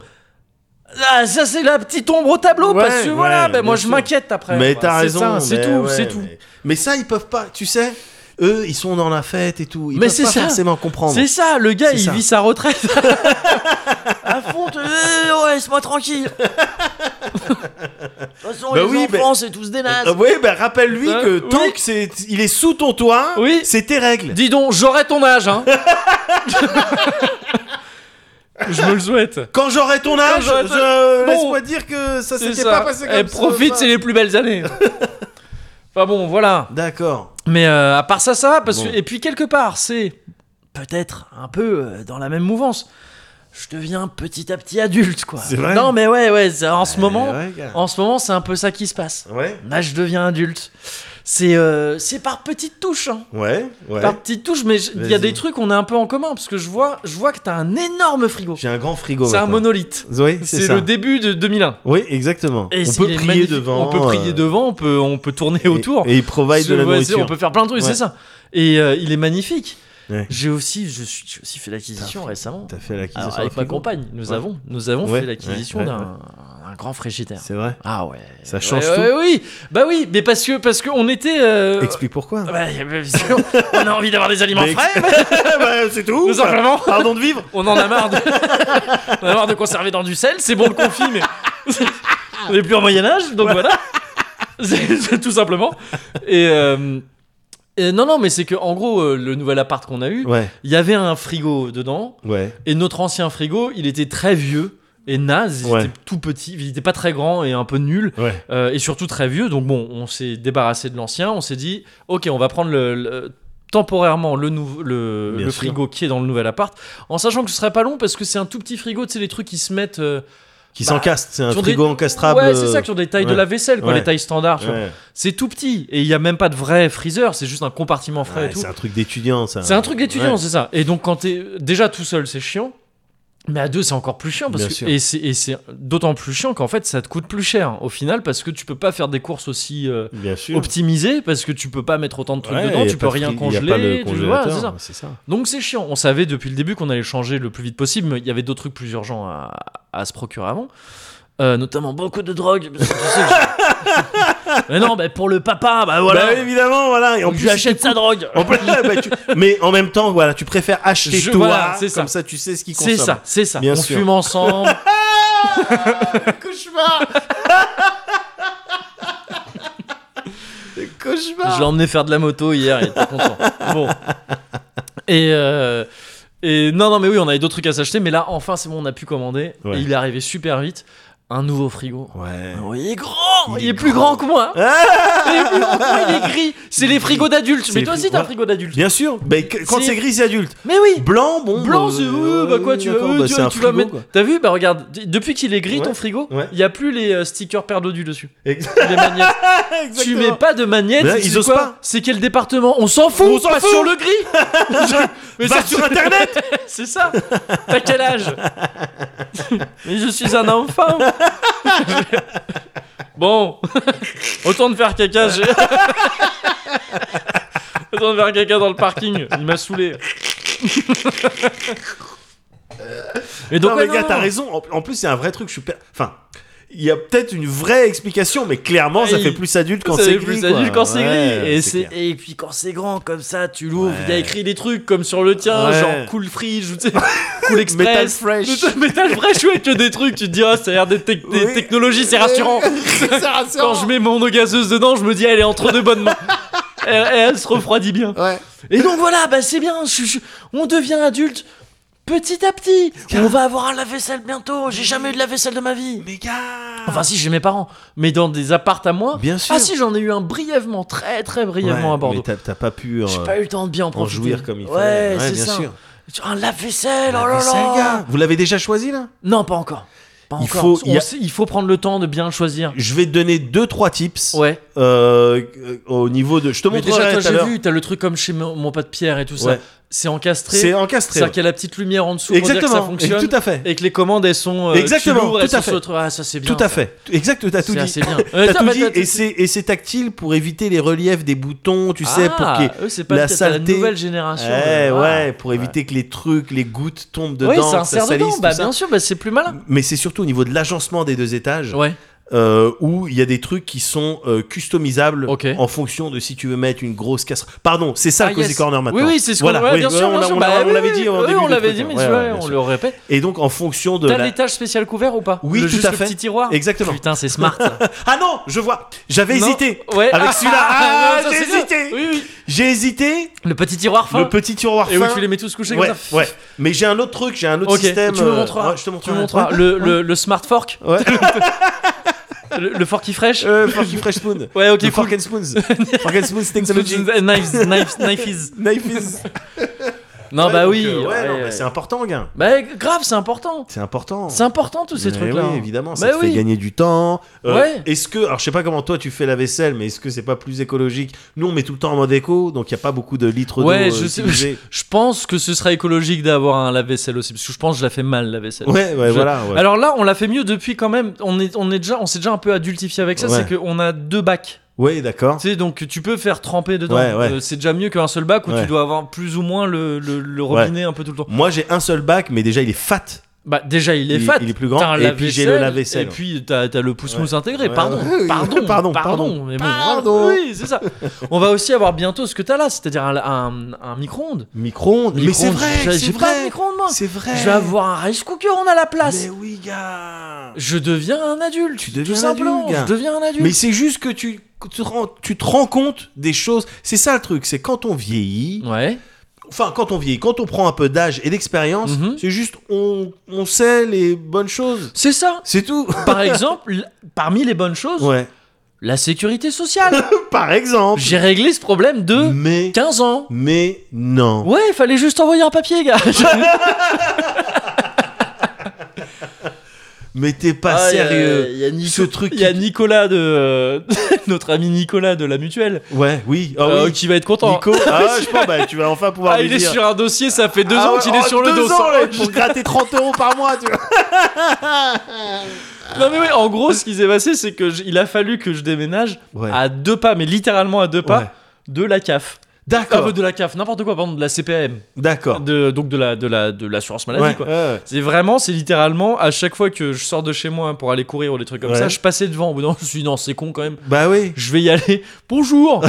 Speaker 1: Ah, ça, c'est la petite ombre au tableau,
Speaker 2: Ouais,
Speaker 1: parce que
Speaker 2: ouais,
Speaker 1: voilà, bah,
Speaker 2: bien
Speaker 1: moi, je
Speaker 2: sûr.
Speaker 1: m'inquiète après.
Speaker 2: Mais
Speaker 1: quoi.
Speaker 2: t'as
Speaker 1: C'est
Speaker 2: raison.
Speaker 1: ça, C'est
Speaker 2: mais
Speaker 1: tout,
Speaker 2: ouais,
Speaker 1: c'est tout.
Speaker 2: Mais... mais ça, ils peuvent pas, tu sais. Eux, ils sont dans la fête et tout. Ils
Speaker 1: Mais c'est
Speaker 2: peuvent pas
Speaker 1: ça.
Speaker 2: forcément comprendre.
Speaker 1: C'est ça, le gars,
Speaker 2: C'est
Speaker 1: il
Speaker 2: ça.
Speaker 1: vit sa
Speaker 2: *laughs*
Speaker 1: retraite. à fond, t'es- Eh, ouais, laisse-moi tranquille. De toute façon,
Speaker 2: Bah
Speaker 1: les
Speaker 2: oui, bah-
Speaker 1: enfants, c'est tous des nazes.
Speaker 2: Euh, oui, bah, rappelle-lui
Speaker 1: Euh,
Speaker 2: que
Speaker 1: oui.
Speaker 2: tant que c'est, il est sous ton toit,
Speaker 1: Oui.
Speaker 2: c'est tes règles.
Speaker 1: Dis donc, j'aurai ton âge,
Speaker 2: *laughs*
Speaker 1: hein. Je me le souhaite.
Speaker 2: Quand j'aurai ton âge,
Speaker 1: j'aurai ton-
Speaker 2: je-
Speaker 1: Bon.
Speaker 2: laisse-moi dire que
Speaker 1: Eh,
Speaker 2: ça s'était pas passé comme
Speaker 1: Elle
Speaker 2: ça.
Speaker 1: profite, c'est les plus belles années. enfin bon, voilà.
Speaker 2: D'accord.
Speaker 1: Mais euh, à part ça, ça va. Parce que-
Speaker 2: Bon.
Speaker 1: et puis quelque part, c'est peut-être un peu euh, dans la même mouvance. Je deviens petit à petit adulte, quoi.
Speaker 2: C'est vrai Eh
Speaker 1: Non, mais ouais, ouais. c'est- En ce moment,
Speaker 2: Ouais, gars.
Speaker 1: en ce moment, c'est un peu ça qui se passe.
Speaker 2: ouais.
Speaker 1: Là, je deviens adulte. C'est euh, c'est par petites touches. hein.
Speaker 2: Ouais, ouais.
Speaker 1: Par petites touches, mais je- il y a
Speaker 2: Vas-y.
Speaker 1: des trucs on a un peu en commun parce que je vois, je vois que t'as un énorme frigo.
Speaker 2: J'ai un grand frigo.
Speaker 1: C'est un
Speaker 2: maintenant.
Speaker 1: monolithe.
Speaker 2: Oui, c'est
Speaker 1: C'est
Speaker 2: ça.
Speaker 1: le début de 2001.
Speaker 2: Oui, exactement.
Speaker 1: Et
Speaker 2: on
Speaker 1: c'est-
Speaker 2: peut
Speaker 1: il est
Speaker 2: prier
Speaker 1: magnifique.
Speaker 2: devant.
Speaker 1: On peut prier
Speaker 2: euh,
Speaker 1: devant, on peut, on peut tourner autour.
Speaker 2: Et, et il provide de la
Speaker 1: Ouais, c'est-
Speaker 2: nourriture.
Speaker 1: on peut faire plein de trucs,
Speaker 2: Ouais.
Speaker 1: c'est ça. Et euh, il est magnifique.
Speaker 2: Ouais.
Speaker 1: J'ai aussi, je suis, j'ai aussi fait l'acquisition récemment.
Speaker 2: T'as fait l'acquisition.
Speaker 1: Alors,
Speaker 2: d'un
Speaker 1: Ah, avec ma
Speaker 2: frigo
Speaker 1: compagne, nous
Speaker 2: Ouais.
Speaker 1: avons, nous avons
Speaker 2: Ouais,
Speaker 1: fait l'acquisition
Speaker 2: ouais, ouais,
Speaker 1: d'un un grand frigidaire.
Speaker 2: C'est vrai.
Speaker 1: Ah ouais.
Speaker 2: Ça change
Speaker 1: Ouais,
Speaker 2: tout.
Speaker 1: ouais, oui, bah oui, mais parce que parce qu'on était. euh,
Speaker 2: Explique
Speaker 1: *laughs*
Speaker 2: pourquoi.
Speaker 1: ouais, mais parce que on a envie d'avoir des aliments
Speaker 2: Mais- *laughs*
Speaker 1: frais.
Speaker 2: Bah, c'est tout.
Speaker 1: *laughs* Tout simplement.
Speaker 2: Pardon de vivre.
Speaker 1: On en a marre de, on en a marre de *laughs* conserver dans du sel, c'est bon le confit, mais on n'est plus en Moyen-Âge, donc voilà. C'est- c'est tout simplement. Et, euh, et non, non, mais c'est que en gros, euh, le nouvel appart qu'on a eu, il
Speaker 2: Ouais,
Speaker 1: y avait un frigo dedans,
Speaker 2: ouais.
Speaker 1: et notre ancien frigo, il était très vieux et naze, il
Speaker 2: Ouais.
Speaker 1: était tout petit, il était pas très grand et un peu nul.
Speaker 2: Ouais.
Speaker 1: Euh, et surtout très vieux. Donc bon, on s'est débarrassé de l'ancien. On s'est dit, ok, on va prendre le, le- temporairement le, nou- le,
Speaker 2: Bien
Speaker 1: le
Speaker 2: sûr.
Speaker 1: frigo qui est dans le nouvel appart, en sachant que ce serait pas long parce que c'est un tout petit frigo, tu sais les trucs qui se mettent. euh,
Speaker 2: Qui
Speaker 1: Bah,
Speaker 2: s'encaste. C'est un
Speaker 1: sur
Speaker 2: frigo
Speaker 1: des-
Speaker 2: encastrable. euh,
Speaker 1: Ouais, c'est ça, sur des tailles de
Speaker 2: ouais.
Speaker 1: la vaisselle, quoi,
Speaker 2: Ouais.
Speaker 1: les tailles standards. tu vois.
Speaker 2: Ouais.
Speaker 1: C'est tout petit et il y a même pas de vrai freezer, c'est juste un compartiment frais et
Speaker 2: Ouais,
Speaker 1: tout.
Speaker 2: c'est un truc d'étudiant, ça.
Speaker 1: C'est un truc d'étudiant,
Speaker 2: Ouais.
Speaker 1: c'est ça. Et donc quand t'es déjà tout seul, c'est chiant. Mais à deux, c'est encore plus chiant parce
Speaker 2: Bien
Speaker 1: que
Speaker 2: sûr.
Speaker 1: et c'est et c'est d'autant plus chiant qu'en fait ça te coûte plus cher hein, au final parce que tu peux pas faire des courses aussi euh,
Speaker 2: Bien sûr.
Speaker 1: optimisé parce que tu peux pas mettre autant de trucs
Speaker 2: Ouais, y
Speaker 1: dedans,
Speaker 2: a
Speaker 1: tu peux
Speaker 2: pas de
Speaker 1: rien
Speaker 2: fri- y a
Speaker 1: congeler.
Speaker 2: pas le
Speaker 1: tu-
Speaker 2: congélateur,
Speaker 1: voilà, c'est ça.
Speaker 2: c'est ça.
Speaker 1: Donc c'est chiant. On savait depuis le début qu'on allait changer le plus vite possible, mais il y avait d'autres trucs plus urgents à, à se procurer avant. Euh, notamment beaucoup de drogue. parce que tu sais que-
Speaker 2: *laughs*
Speaker 1: mais non, mais pour le papa, bah voilà.
Speaker 2: Bah, évidemment, voilà. Et en
Speaker 1: je
Speaker 2: plus,
Speaker 1: lui achète sa drogue.
Speaker 2: en plus- *laughs* bah, tu- Mais en même temps, voilà, tu préfères acheter
Speaker 1: Je-
Speaker 2: toi,
Speaker 1: voilà, c'est ça.
Speaker 2: comme ça. tu sais ce qui consomme.
Speaker 1: C'est ça, c'est ça.
Speaker 2: Bien
Speaker 1: On
Speaker 2: sûr.
Speaker 1: fume
Speaker 2: *laughs*
Speaker 1: ensemble. Ah,
Speaker 2: Cauchemar
Speaker 1: *laughs*
Speaker 2: Le
Speaker 1: Je
Speaker 2: cauchemar
Speaker 1: l'ai emmené faire de la moto hier, il était content. Bon. Et, euh, et non, non, mais oui, on avait d'autres trucs à s'acheter, mais là, enfin, c'est bon, on a pu commander.
Speaker 2: Ouais.
Speaker 1: Et il est arrivé super vite. Un nouveau frigo.
Speaker 2: Ouais.
Speaker 1: Oh, il est grand Il,
Speaker 2: Il
Speaker 1: est,
Speaker 2: est
Speaker 1: plus grand
Speaker 2: grand.
Speaker 1: que
Speaker 2: *laughs*
Speaker 1: moi Il est plus grand que moi, il est gris C'est les frigos d'adultes
Speaker 2: C'est
Speaker 1: Mais
Speaker 2: les
Speaker 1: toi aussi
Speaker 2: frigos-
Speaker 1: t'as un frigo d'adulte
Speaker 2: Bien sûr, mais Bah, que- quand
Speaker 1: Si.
Speaker 2: c'est gris, c'est adulte.
Speaker 1: Mais oui
Speaker 2: Blanc, bon.
Speaker 1: Blanc,
Speaker 2: bah,
Speaker 1: c'est...
Speaker 2: euh,
Speaker 1: ouais, bah quoi, tu, vas-
Speaker 2: d'accord,
Speaker 1: ouais,
Speaker 2: bah,
Speaker 1: tu,
Speaker 2: c'est
Speaker 1: vas-
Speaker 2: un
Speaker 1: tu vas
Speaker 2: frigo,
Speaker 1: *laughs* mettre...
Speaker 2: quoi.
Speaker 1: T'as vu Bah regarde, d- depuis qu'il est gris,
Speaker 2: Ouais,
Speaker 1: ton frigo, il
Speaker 2: ouais.
Speaker 1: y a plus les euh, stickers perdo du dessus.
Speaker 2: Ex-
Speaker 1: Les magnettes. tu *laughs*
Speaker 2: Exactement.
Speaker 1: mets pas de magnettes,
Speaker 2: Mais là,
Speaker 1: tu
Speaker 2: ils
Speaker 1: sais
Speaker 2: osent
Speaker 1: quoi
Speaker 2: pas.
Speaker 1: C'est quel département On s'en fout
Speaker 2: On s'en
Speaker 1: passe
Speaker 2: fout. Bah,
Speaker 1: sur le
Speaker 2: *laughs*
Speaker 1: gris Mais
Speaker 2: Va
Speaker 1: ça-
Speaker 2: sur Internet
Speaker 1: C'est ça T'as quel
Speaker 2: *laughs*
Speaker 1: âge Mais je suis un enfant Bon, autant de faire caca,
Speaker 2: *laughs*
Speaker 1: j'ai... autant de faire caca dans le parking, il m'a saoulé. Et donc,
Speaker 2: Non,
Speaker 1: ouais,
Speaker 2: mais gars,
Speaker 1: non,
Speaker 2: t'as
Speaker 1: non.
Speaker 2: raison. En- En plus, c'est un vrai truc. Je suis per- Enfin, il y a peut-être une vraie explication, mais clairement, ça
Speaker 1: Et
Speaker 2: fait
Speaker 1: il-
Speaker 2: plus adulte quand
Speaker 1: Ça
Speaker 2: c'est
Speaker 1: fait
Speaker 2: gris.
Speaker 1: plus
Speaker 2: quoi.
Speaker 1: adulte quand c'est
Speaker 2: Ouais,
Speaker 1: gris. Et, c'est-
Speaker 2: clair.
Speaker 1: et puis quand c'est grand comme ça, tu l'ouvres, il y a
Speaker 2: Ouais.
Speaker 1: écrit des trucs comme sur le tien,
Speaker 2: Ouais.
Speaker 1: genre Cool Fridge, ou
Speaker 2: *laughs*
Speaker 1: tu sais, Cool Express.
Speaker 2: Metal Fresh.
Speaker 1: Le- le Metal Fresh, ouais, que des trucs, tu te dis, ah, ça a l'air d'être tec- des
Speaker 2: Oui.
Speaker 1: technologies, c'est
Speaker 2: *laughs*
Speaker 1: rassurant.
Speaker 2: C'est
Speaker 1: *laughs* Quand je mets mon eau gazeuse dedans, je me dis, elle est entre deux
Speaker 2: *laughs*
Speaker 1: bonnes mains. Elle, elle se refroidit bien.
Speaker 2: Ouais.
Speaker 1: Et donc voilà, bah c'est bien, je- je- on devient adulte petit à petit. On va avoir un lave-vaisselle bientôt, j'ai jamais eu de lave-vaisselle de ma vie.
Speaker 2: Mais gars
Speaker 1: Enfin si, chez mes parents, mais dans des appartes à moi.
Speaker 2: Ah. Bien sûr.
Speaker 1: Ah si, j'en ai eu un brièvement, très très brièvement
Speaker 2: Ouais,
Speaker 1: à Bordeaux.
Speaker 2: Mais t'as- t'as pas pu. euh,
Speaker 1: J'ai pas eu le temps de bien en
Speaker 2: en
Speaker 1: profiter.
Speaker 2: jouir comme il
Speaker 1: Ouais,
Speaker 2: fallait.
Speaker 1: c'est
Speaker 2: bien
Speaker 1: ça.
Speaker 2: sûr.
Speaker 1: Un lave-vaisselle, oh là
Speaker 2: Ah, Mais ça,
Speaker 1: là.
Speaker 2: gars, Vous l'avez déjà choisi là
Speaker 1: Non, pas encore. Pas
Speaker 2: Il
Speaker 1: encore.
Speaker 2: faut-
Speaker 1: On
Speaker 2: il y a-
Speaker 1: sait- il faut prendre le temps de bien le choisir.
Speaker 2: Je vais te donner deux trois tips.
Speaker 1: Ouais.
Speaker 2: euh, euh, au niveau de. Je te
Speaker 1: Mais
Speaker 2: montre
Speaker 1: déjà, toi,
Speaker 2: tout à
Speaker 1: j'ai
Speaker 2: l'heure.
Speaker 1: vu, t'as le truc comme chez mon, mon pote Pierre et tout ça.
Speaker 2: Ouais.
Speaker 1: C'est encastré.
Speaker 2: C'est
Speaker 1: C'est-à-dire
Speaker 2: encastré.
Speaker 1: qu'il y a la petite lumière en dessous
Speaker 2: Exactement.
Speaker 1: pour
Speaker 2: Et
Speaker 1: dire que ça
Speaker 2: tout
Speaker 1: fonctionne.
Speaker 2: à fait.
Speaker 1: Et que les commandes, elles sont. euh,
Speaker 2: Exactement,
Speaker 1: tu l'ouvres,
Speaker 2: tout
Speaker 1: elles
Speaker 2: à
Speaker 1: sont
Speaker 2: fait.
Speaker 1: sur autre- Ah, ça, c'est bien.
Speaker 2: Tout
Speaker 1: ça.
Speaker 2: à fait. Exact. T'as tout
Speaker 1: C'est
Speaker 2: dit.
Speaker 1: assez Bah, bien.
Speaker 2: T'as tout dit. Et c'est et c'est tactile pour éviter les reliefs des boutons. Tu sais pour qu'il y ait-
Speaker 1: eux, c'est pas
Speaker 2: la
Speaker 1: peut-être la
Speaker 2: saleté.
Speaker 1: nouvelle génération.
Speaker 2: Ouais,
Speaker 1: de-
Speaker 2: ouais, pour éviter que les trucs, les gouttes tombent dedans,
Speaker 1: Oui, c'est un
Speaker 2: que ça
Speaker 1: serre
Speaker 2: salisse,
Speaker 1: dedans.
Speaker 2: tout
Speaker 1: Bah,
Speaker 2: ça.
Speaker 1: bien sûr, bah, c'est plus malin.
Speaker 2: Mais c'est surtout au niveau de l'agencement des deux étages
Speaker 1: Ouais.
Speaker 2: euh, où il y a des trucs qui sont euh, customisables
Speaker 1: Ok.
Speaker 2: en fonction de si tu veux mettre une grosse casserole. Pardon, c'est ça
Speaker 1: Ah,
Speaker 2: le Cozy
Speaker 1: yes.
Speaker 2: Corner maintenant.
Speaker 1: Oui, oui, c'est ce
Speaker 2: Voilà,
Speaker 1: qu'on ouais,
Speaker 2: oui,
Speaker 1: bien
Speaker 2: ouais,
Speaker 1: sûr,
Speaker 2: on
Speaker 1: bien
Speaker 2: l'a-
Speaker 1: sûr.
Speaker 2: on
Speaker 1: Bah,
Speaker 2: l'a- on
Speaker 1: oui,
Speaker 2: l'avait
Speaker 1: oui,
Speaker 2: dit au
Speaker 1: oui,
Speaker 2: début
Speaker 1: on
Speaker 2: du
Speaker 1: l'avait
Speaker 2: truc, hein.
Speaker 1: dit, mais
Speaker 2: ouais,
Speaker 1: tu
Speaker 2: ouais,
Speaker 1: vois,
Speaker 2: bien
Speaker 1: on
Speaker 2: sûr.
Speaker 1: le répète.
Speaker 2: Et donc en fonction de
Speaker 1: T'as
Speaker 2: la-
Speaker 1: l'étage spécial couvert ou pas
Speaker 2: Oui,
Speaker 1: Le-
Speaker 2: tout
Speaker 1: juste
Speaker 2: à
Speaker 1: le
Speaker 2: fait.
Speaker 1: petit tiroir.
Speaker 2: Exactement.
Speaker 1: Putain, c'est smart. ça.
Speaker 2: Ah non, je vois. J'avais
Speaker 1: Non.
Speaker 2: hésité.
Speaker 1: Ouais.
Speaker 2: Avec celui-là. Ah,
Speaker 1: ouais, ça,
Speaker 2: j'ai
Speaker 1: c'est bien.
Speaker 2: hésité.
Speaker 1: Oui, oui.
Speaker 2: J'ai hésité.
Speaker 1: Le petit tiroir fin.
Speaker 2: Le petit tiroir
Speaker 1: Ah. Et
Speaker 2: fin.
Speaker 1: oui, tu les mets tous couchés
Speaker 2: ouais,
Speaker 1: comme ça.
Speaker 2: ouais. Mais j'ai un autre truc, j'ai un autre
Speaker 1: Ok,
Speaker 2: système.
Speaker 1: tu me
Speaker 2: euh,
Speaker 1: montreras.
Speaker 2: ouais, je te
Speaker 1: Tu
Speaker 2: montrerai.
Speaker 1: me montreras. Le, le, le smart fork.
Speaker 2: Ouais.
Speaker 1: le, le Forky Fresh
Speaker 2: Euh, Forky Fresh Spoon.
Speaker 1: Ouais, *laughs* ok,
Speaker 2: The
Speaker 1: cool.
Speaker 2: Fork and Spoons.
Speaker 1: *laughs*
Speaker 2: Fork and Spoons Technology.
Speaker 1: Knives,
Speaker 2: *laughs*
Speaker 1: knives, knife is.
Speaker 2: Knife is.
Speaker 1: Non, bah
Speaker 2: donc,
Speaker 1: oui.
Speaker 2: euh, ouais, non,
Speaker 1: ouais.
Speaker 2: mais c'est important, gars.
Speaker 1: Bah, grave, c'est important.
Speaker 2: C'est important.
Speaker 1: C'est important tous ces
Speaker 2: Mais
Speaker 1: trucs-là.
Speaker 2: Oui,
Speaker 1: hein.
Speaker 2: évidemment, ça
Speaker 1: Bah
Speaker 2: te
Speaker 1: oui.
Speaker 2: fait gagner du temps. Euh,
Speaker 1: Ouais.
Speaker 2: Est-ce que, alors je sais pas comment toi tu fais la vaisselle, mais est-ce que c'est pas plus écologique Nous on met tout le temps en mode éco, donc il y a pas beaucoup de litres
Speaker 1: Ouais,
Speaker 2: d'eau. euh,
Speaker 1: je sais-
Speaker 2: utilisés.
Speaker 1: Je pense que ce sera écologique d'avoir un lave-vaisselle aussi, parce que je pense que je la fais mal, la vaisselle.
Speaker 2: *laughs* Ouais, ouais,
Speaker 1: Je-
Speaker 2: voilà. ouais.
Speaker 1: Alors là, on l'a fait mieux depuis quand même. On est, on est déjà, on s'est déjà un peu adultifié avec ça.
Speaker 2: Ouais.
Speaker 1: C'est qu'on a deux bacs.
Speaker 2: Ouais, d'accord.
Speaker 1: Tu sais, donc tu peux faire tremper dedans.
Speaker 2: Ouais, ouais.
Speaker 1: Euh, c'est déjà mieux qu'un seul bac où
Speaker 2: Ouais.
Speaker 1: tu dois avoir plus ou moins le, le, le robinet un peu tout le temps.
Speaker 2: Moi j'ai un seul bac, mais déjà il est fat.
Speaker 1: Bah déjà, il est
Speaker 2: Il-
Speaker 1: fat.
Speaker 2: il est plus grand,
Speaker 1: T'as un
Speaker 2: et puis j'ai le lave-vaisselle.
Speaker 1: Et puis t'as t'as le pouce-mousse intégré.
Speaker 2: Ouais, *laughs*
Speaker 1: pardon,
Speaker 2: ouais, ouais.
Speaker 1: pardon, pardon,
Speaker 2: Pardon, pardon.
Speaker 1: mais bon,
Speaker 2: Pardon.
Speaker 1: voilà. Oui, c'est ça. on va aussi avoir bientôt ce que t'as là, c'est-à-dire un, un, un micro-ondes.
Speaker 2: Micro-ondes. mais c'est
Speaker 1: Micro-ondes,
Speaker 2: vrai,
Speaker 1: j'ai-
Speaker 2: c'est
Speaker 1: J'ai pas de
Speaker 2: vrai.
Speaker 1: micro-ondes moi.
Speaker 2: C'est vrai.
Speaker 1: Je vais avoir un rice cooker, on a la place.
Speaker 2: Mais oui, gars.
Speaker 1: Je deviens un adulte.
Speaker 2: Tu deviens
Speaker 1: tout
Speaker 2: un adulte,
Speaker 1: simplement.
Speaker 2: gars.
Speaker 1: Je deviens un adulte.
Speaker 2: Mais c'est juste que tu, que tu, te rends, tu te rends compte des choses. C'est ça le truc, c'est quand on vieillit,
Speaker 1: Ouais.
Speaker 2: enfin quand on vieillit, quand on prend un peu d'âge et d'expérience,
Speaker 1: Mhm.
Speaker 2: c'est juste on, on sait les bonnes choses.
Speaker 1: C'est ça.
Speaker 2: C'est tout.
Speaker 1: Par exemple, l- parmi les bonnes choses,
Speaker 2: *laughs* Ouais.
Speaker 1: la sécurité
Speaker 2: *laughs*
Speaker 1: sociale.
Speaker 2: Par exemple.
Speaker 1: J'ai réglé ce problème de
Speaker 2: Mais
Speaker 1: 15 ans.
Speaker 2: mais non.
Speaker 1: Ouais, il fallait juste envoyer un papier, gars.
Speaker 2: *laughs* Mais t'es pas
Speaker 1: Ah, y a-
Speaker 2: sérieux.
Speaker 1: y a Nico-
Speaker 2: Ce truc
Speaker 1: Il y a
Speaker 2: qui-
Speaker 1: Nicolas de euh, *laughs* notre ami Nicolas de la mutuelle
Speaker 2: Ouais, oui. Ah
Speaker 1: euh,
Speaker 2: oui.
Speaker 1: qui va être content. *laughs*
Speaker 2: Nico, ah, je pense bah, tu vas enfin pouvoir
Speaker 1: ah,
Speaker 2: lui
Speaker 1: il est
Speaker 2: dire.
Speaker 1: sur un dossier, ça fait deux
Speaker 2: Ah
Speaker 1: ans
Speaker 2: ouais,
Speaker 1: qu'il est
Speaker 2: oh,
Speaker 1: sur le
Speaker 2: deux
Speaker 1: dos.
Speaker 2: ans, là, pour gratter 30 euros par mois,
Speaker 1: *laughs*
Speaker 2: tu vois.
Speaker 1: non mais ouais, en gros, ce qui s'est passé, c'est que je- il a fallu que je déménage
Speaker 2: Ouais.
Speaker 1: à deux pas, mais littéralement à deux pas
Speaker 2: Ouais.
Speaker 1: de la CAF. Un
Speaker 2: D'accord.
Speaker 1: peu de la CAF, n'importe quoi, pardon, de la CPAM,
Speaker 2: D'accord.
Speaker 1: de, donc de la de la de l'assurance maladie
Speaker 2: Ouais,
Speaker 1: quoi.
Speaker 2: ouais.
Speaker 1: C'est vraiment, c'est littéralement à chaque fois que je sors de chez moi pour aller courir ou des trucs comme
Speaker 2: Ouais.
Speaker 1: ça, je passais devant. Au bout d'un moment, je me suis dit non, c'est con quand même.
Speaker 2: Bah oui.
Speaker 1: Je vais y aller.
Speaker 2: *laughs*
Speaker 1: Bonjour.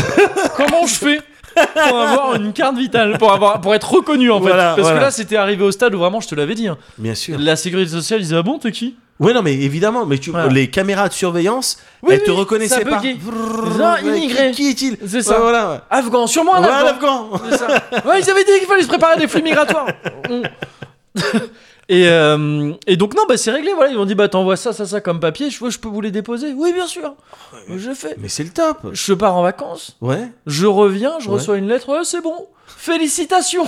Speaker 1: Comment je fais pour avoir une carte vitale, pour avoir, pour être reconnu en fait.
Speaker 2: Voilà,
Speaker 1: Parce
Speaker 2: voilà.
Speaker 1: que là, c'était arrivé au stade où vraiment, je te l'avais dit. hein,
Speaker 2: Bien sûr.
Speaker 1: La sécurité sociale disait ah bon, t'es qui
Speaker 2: Ouais, non, mais évidemment, mais tu,
Speaker 1: Voilà.
Speaker 2: les caméras de surveillance,
Speaker 1: Oui,
Speaker 2: elles te
Speaker 1: oui,
Speaker 2: reconnaissaient
Speaker 1: ça
Speaker 2: pas.
Speaker 1: buguait.
Speaker 2: Brrr,
Speaker 1: Non,
Speaker 2: ouais,
Speaker 1: immigré.
Speaker 2: Qui, qui est-il
Speaker 1: C'est ça.
Speaker 2: Ouais, voilà. ouais.
Speaker 1: Afghan, sûrement un
Speaker 2: Voilà
Speaker 1: Afghan.
Speaker 2: l'Afghan.
Speaker 1: C'est ça. Ouais, ils avaient dit qu'il fallait se préparer à des flux migratoires. On- *laughs* et, euh, et donc, non, bah, c'est réglé. Voilà, ils m'ont dit bah, t'envoies ça, ça, ça comme papier. Je vois, je peux vous les déposer. Oui, bien sûr.
Speaker 2: Ah
Speaker 1: Je fais.
Speaker 2: Mais c'est le top.
Speaker 1: Je pars en vacances.
Speaker 2: Ouais.
Speaker 1: Je reviens. Je
Speaker 2: Ouais.
Speaker 1: reçois une lettre. Ouais, c'est bon. Félicitations.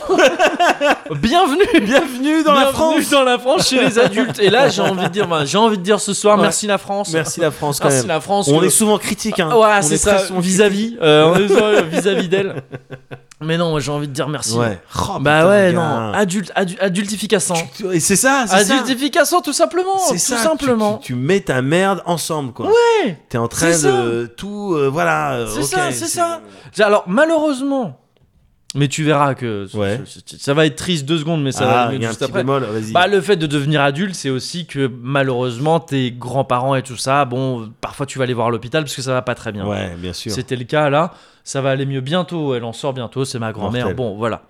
Speaker 1: Bienvenue.
Speaker 2: *laughs* Bienvenue dans la
Speaker 1: Bienvenue
Speaker 2: France.
Speaker 1: dans la France chez les adultes. Et là, j'ai envie de dire, bah, j'ai envie de dire ce soir,
Speaker 2: Ouais.
Speaker 1: merci la France.
Speaker 2: Merci la France quand
Speaker 1: Merci
Speaker 2: même.
Speaker 1: Ah, la France.
Speaker 2: On
Speaker 1: que- Ah,
Speaker 2: est souvent critique. Hein.
Speaker 1: Ouais,
Speaker 2: On
Speaker 1: c'est
Speaker 2: est
Speaker 1: ça,
Speaker 2: très souvent
Speaker 1: vis-à-vis. euh,
Speaker 2: *laughs*
Speaker 1: on est souvent vis-à-vis d'elle. Mais non, moi, j'ai envie de dire merci.
Speaker 2: critique. Ouais. Oh,
Speaker 1: Bah
Speaker 2: putain,
Speaker 1: ouais,
Speaker 2: gars.
Speaker 1: non, adulte, adu- adultification.
Speaker 2: Tu- Et c'est ça, c'est ça.
Speaker 1: Adultification, tout simplement.
Speaker 2: C'est
Speaker 1: Tout
Speaker 2: ça, tu-
Speaker 1: simplement.
Speaker 2: Tu, tu mets ta merde ensemble, quoi.
Speaker 1: Ouais,
Speaker 2: T'es en train
Speaker 1: c'est
Speaker 2: de tout, euh, voilà. euh,
Speaker 1: c'est
Speaker 2: ok,
Speaker 1: ça, c'est ça. Alors, malheureusement, mais tu verras que ce-
Speaker 2: Ouais.
Speaker 1: ce- ce- ça va être triste deux secondes, mais ça va
Speaker 2: Ah,
Speaker 1: aller
Speaker 2: il y a un
Speaker 1: juste
Speaker 2: petit
Speaker 1: après.
Speaker 2: bémol, vas-y.
Speaker 1: Bah, le fait de devenir adulte, c'est aussi que malheureusement, tes grands-parents et tout ça, bon, parfois tu vas aller voir à l'hôpital parce que ça va pas très bien.
Speaker 2: Ouais, bien sûr.
Speaker 1: C'était le cas là. Ça va aller mieux bientôt. Elle en sort bientôt. C'est ma grand-mère.
Speaker 2: Mortel.
Speaker 1: Bon, voilà.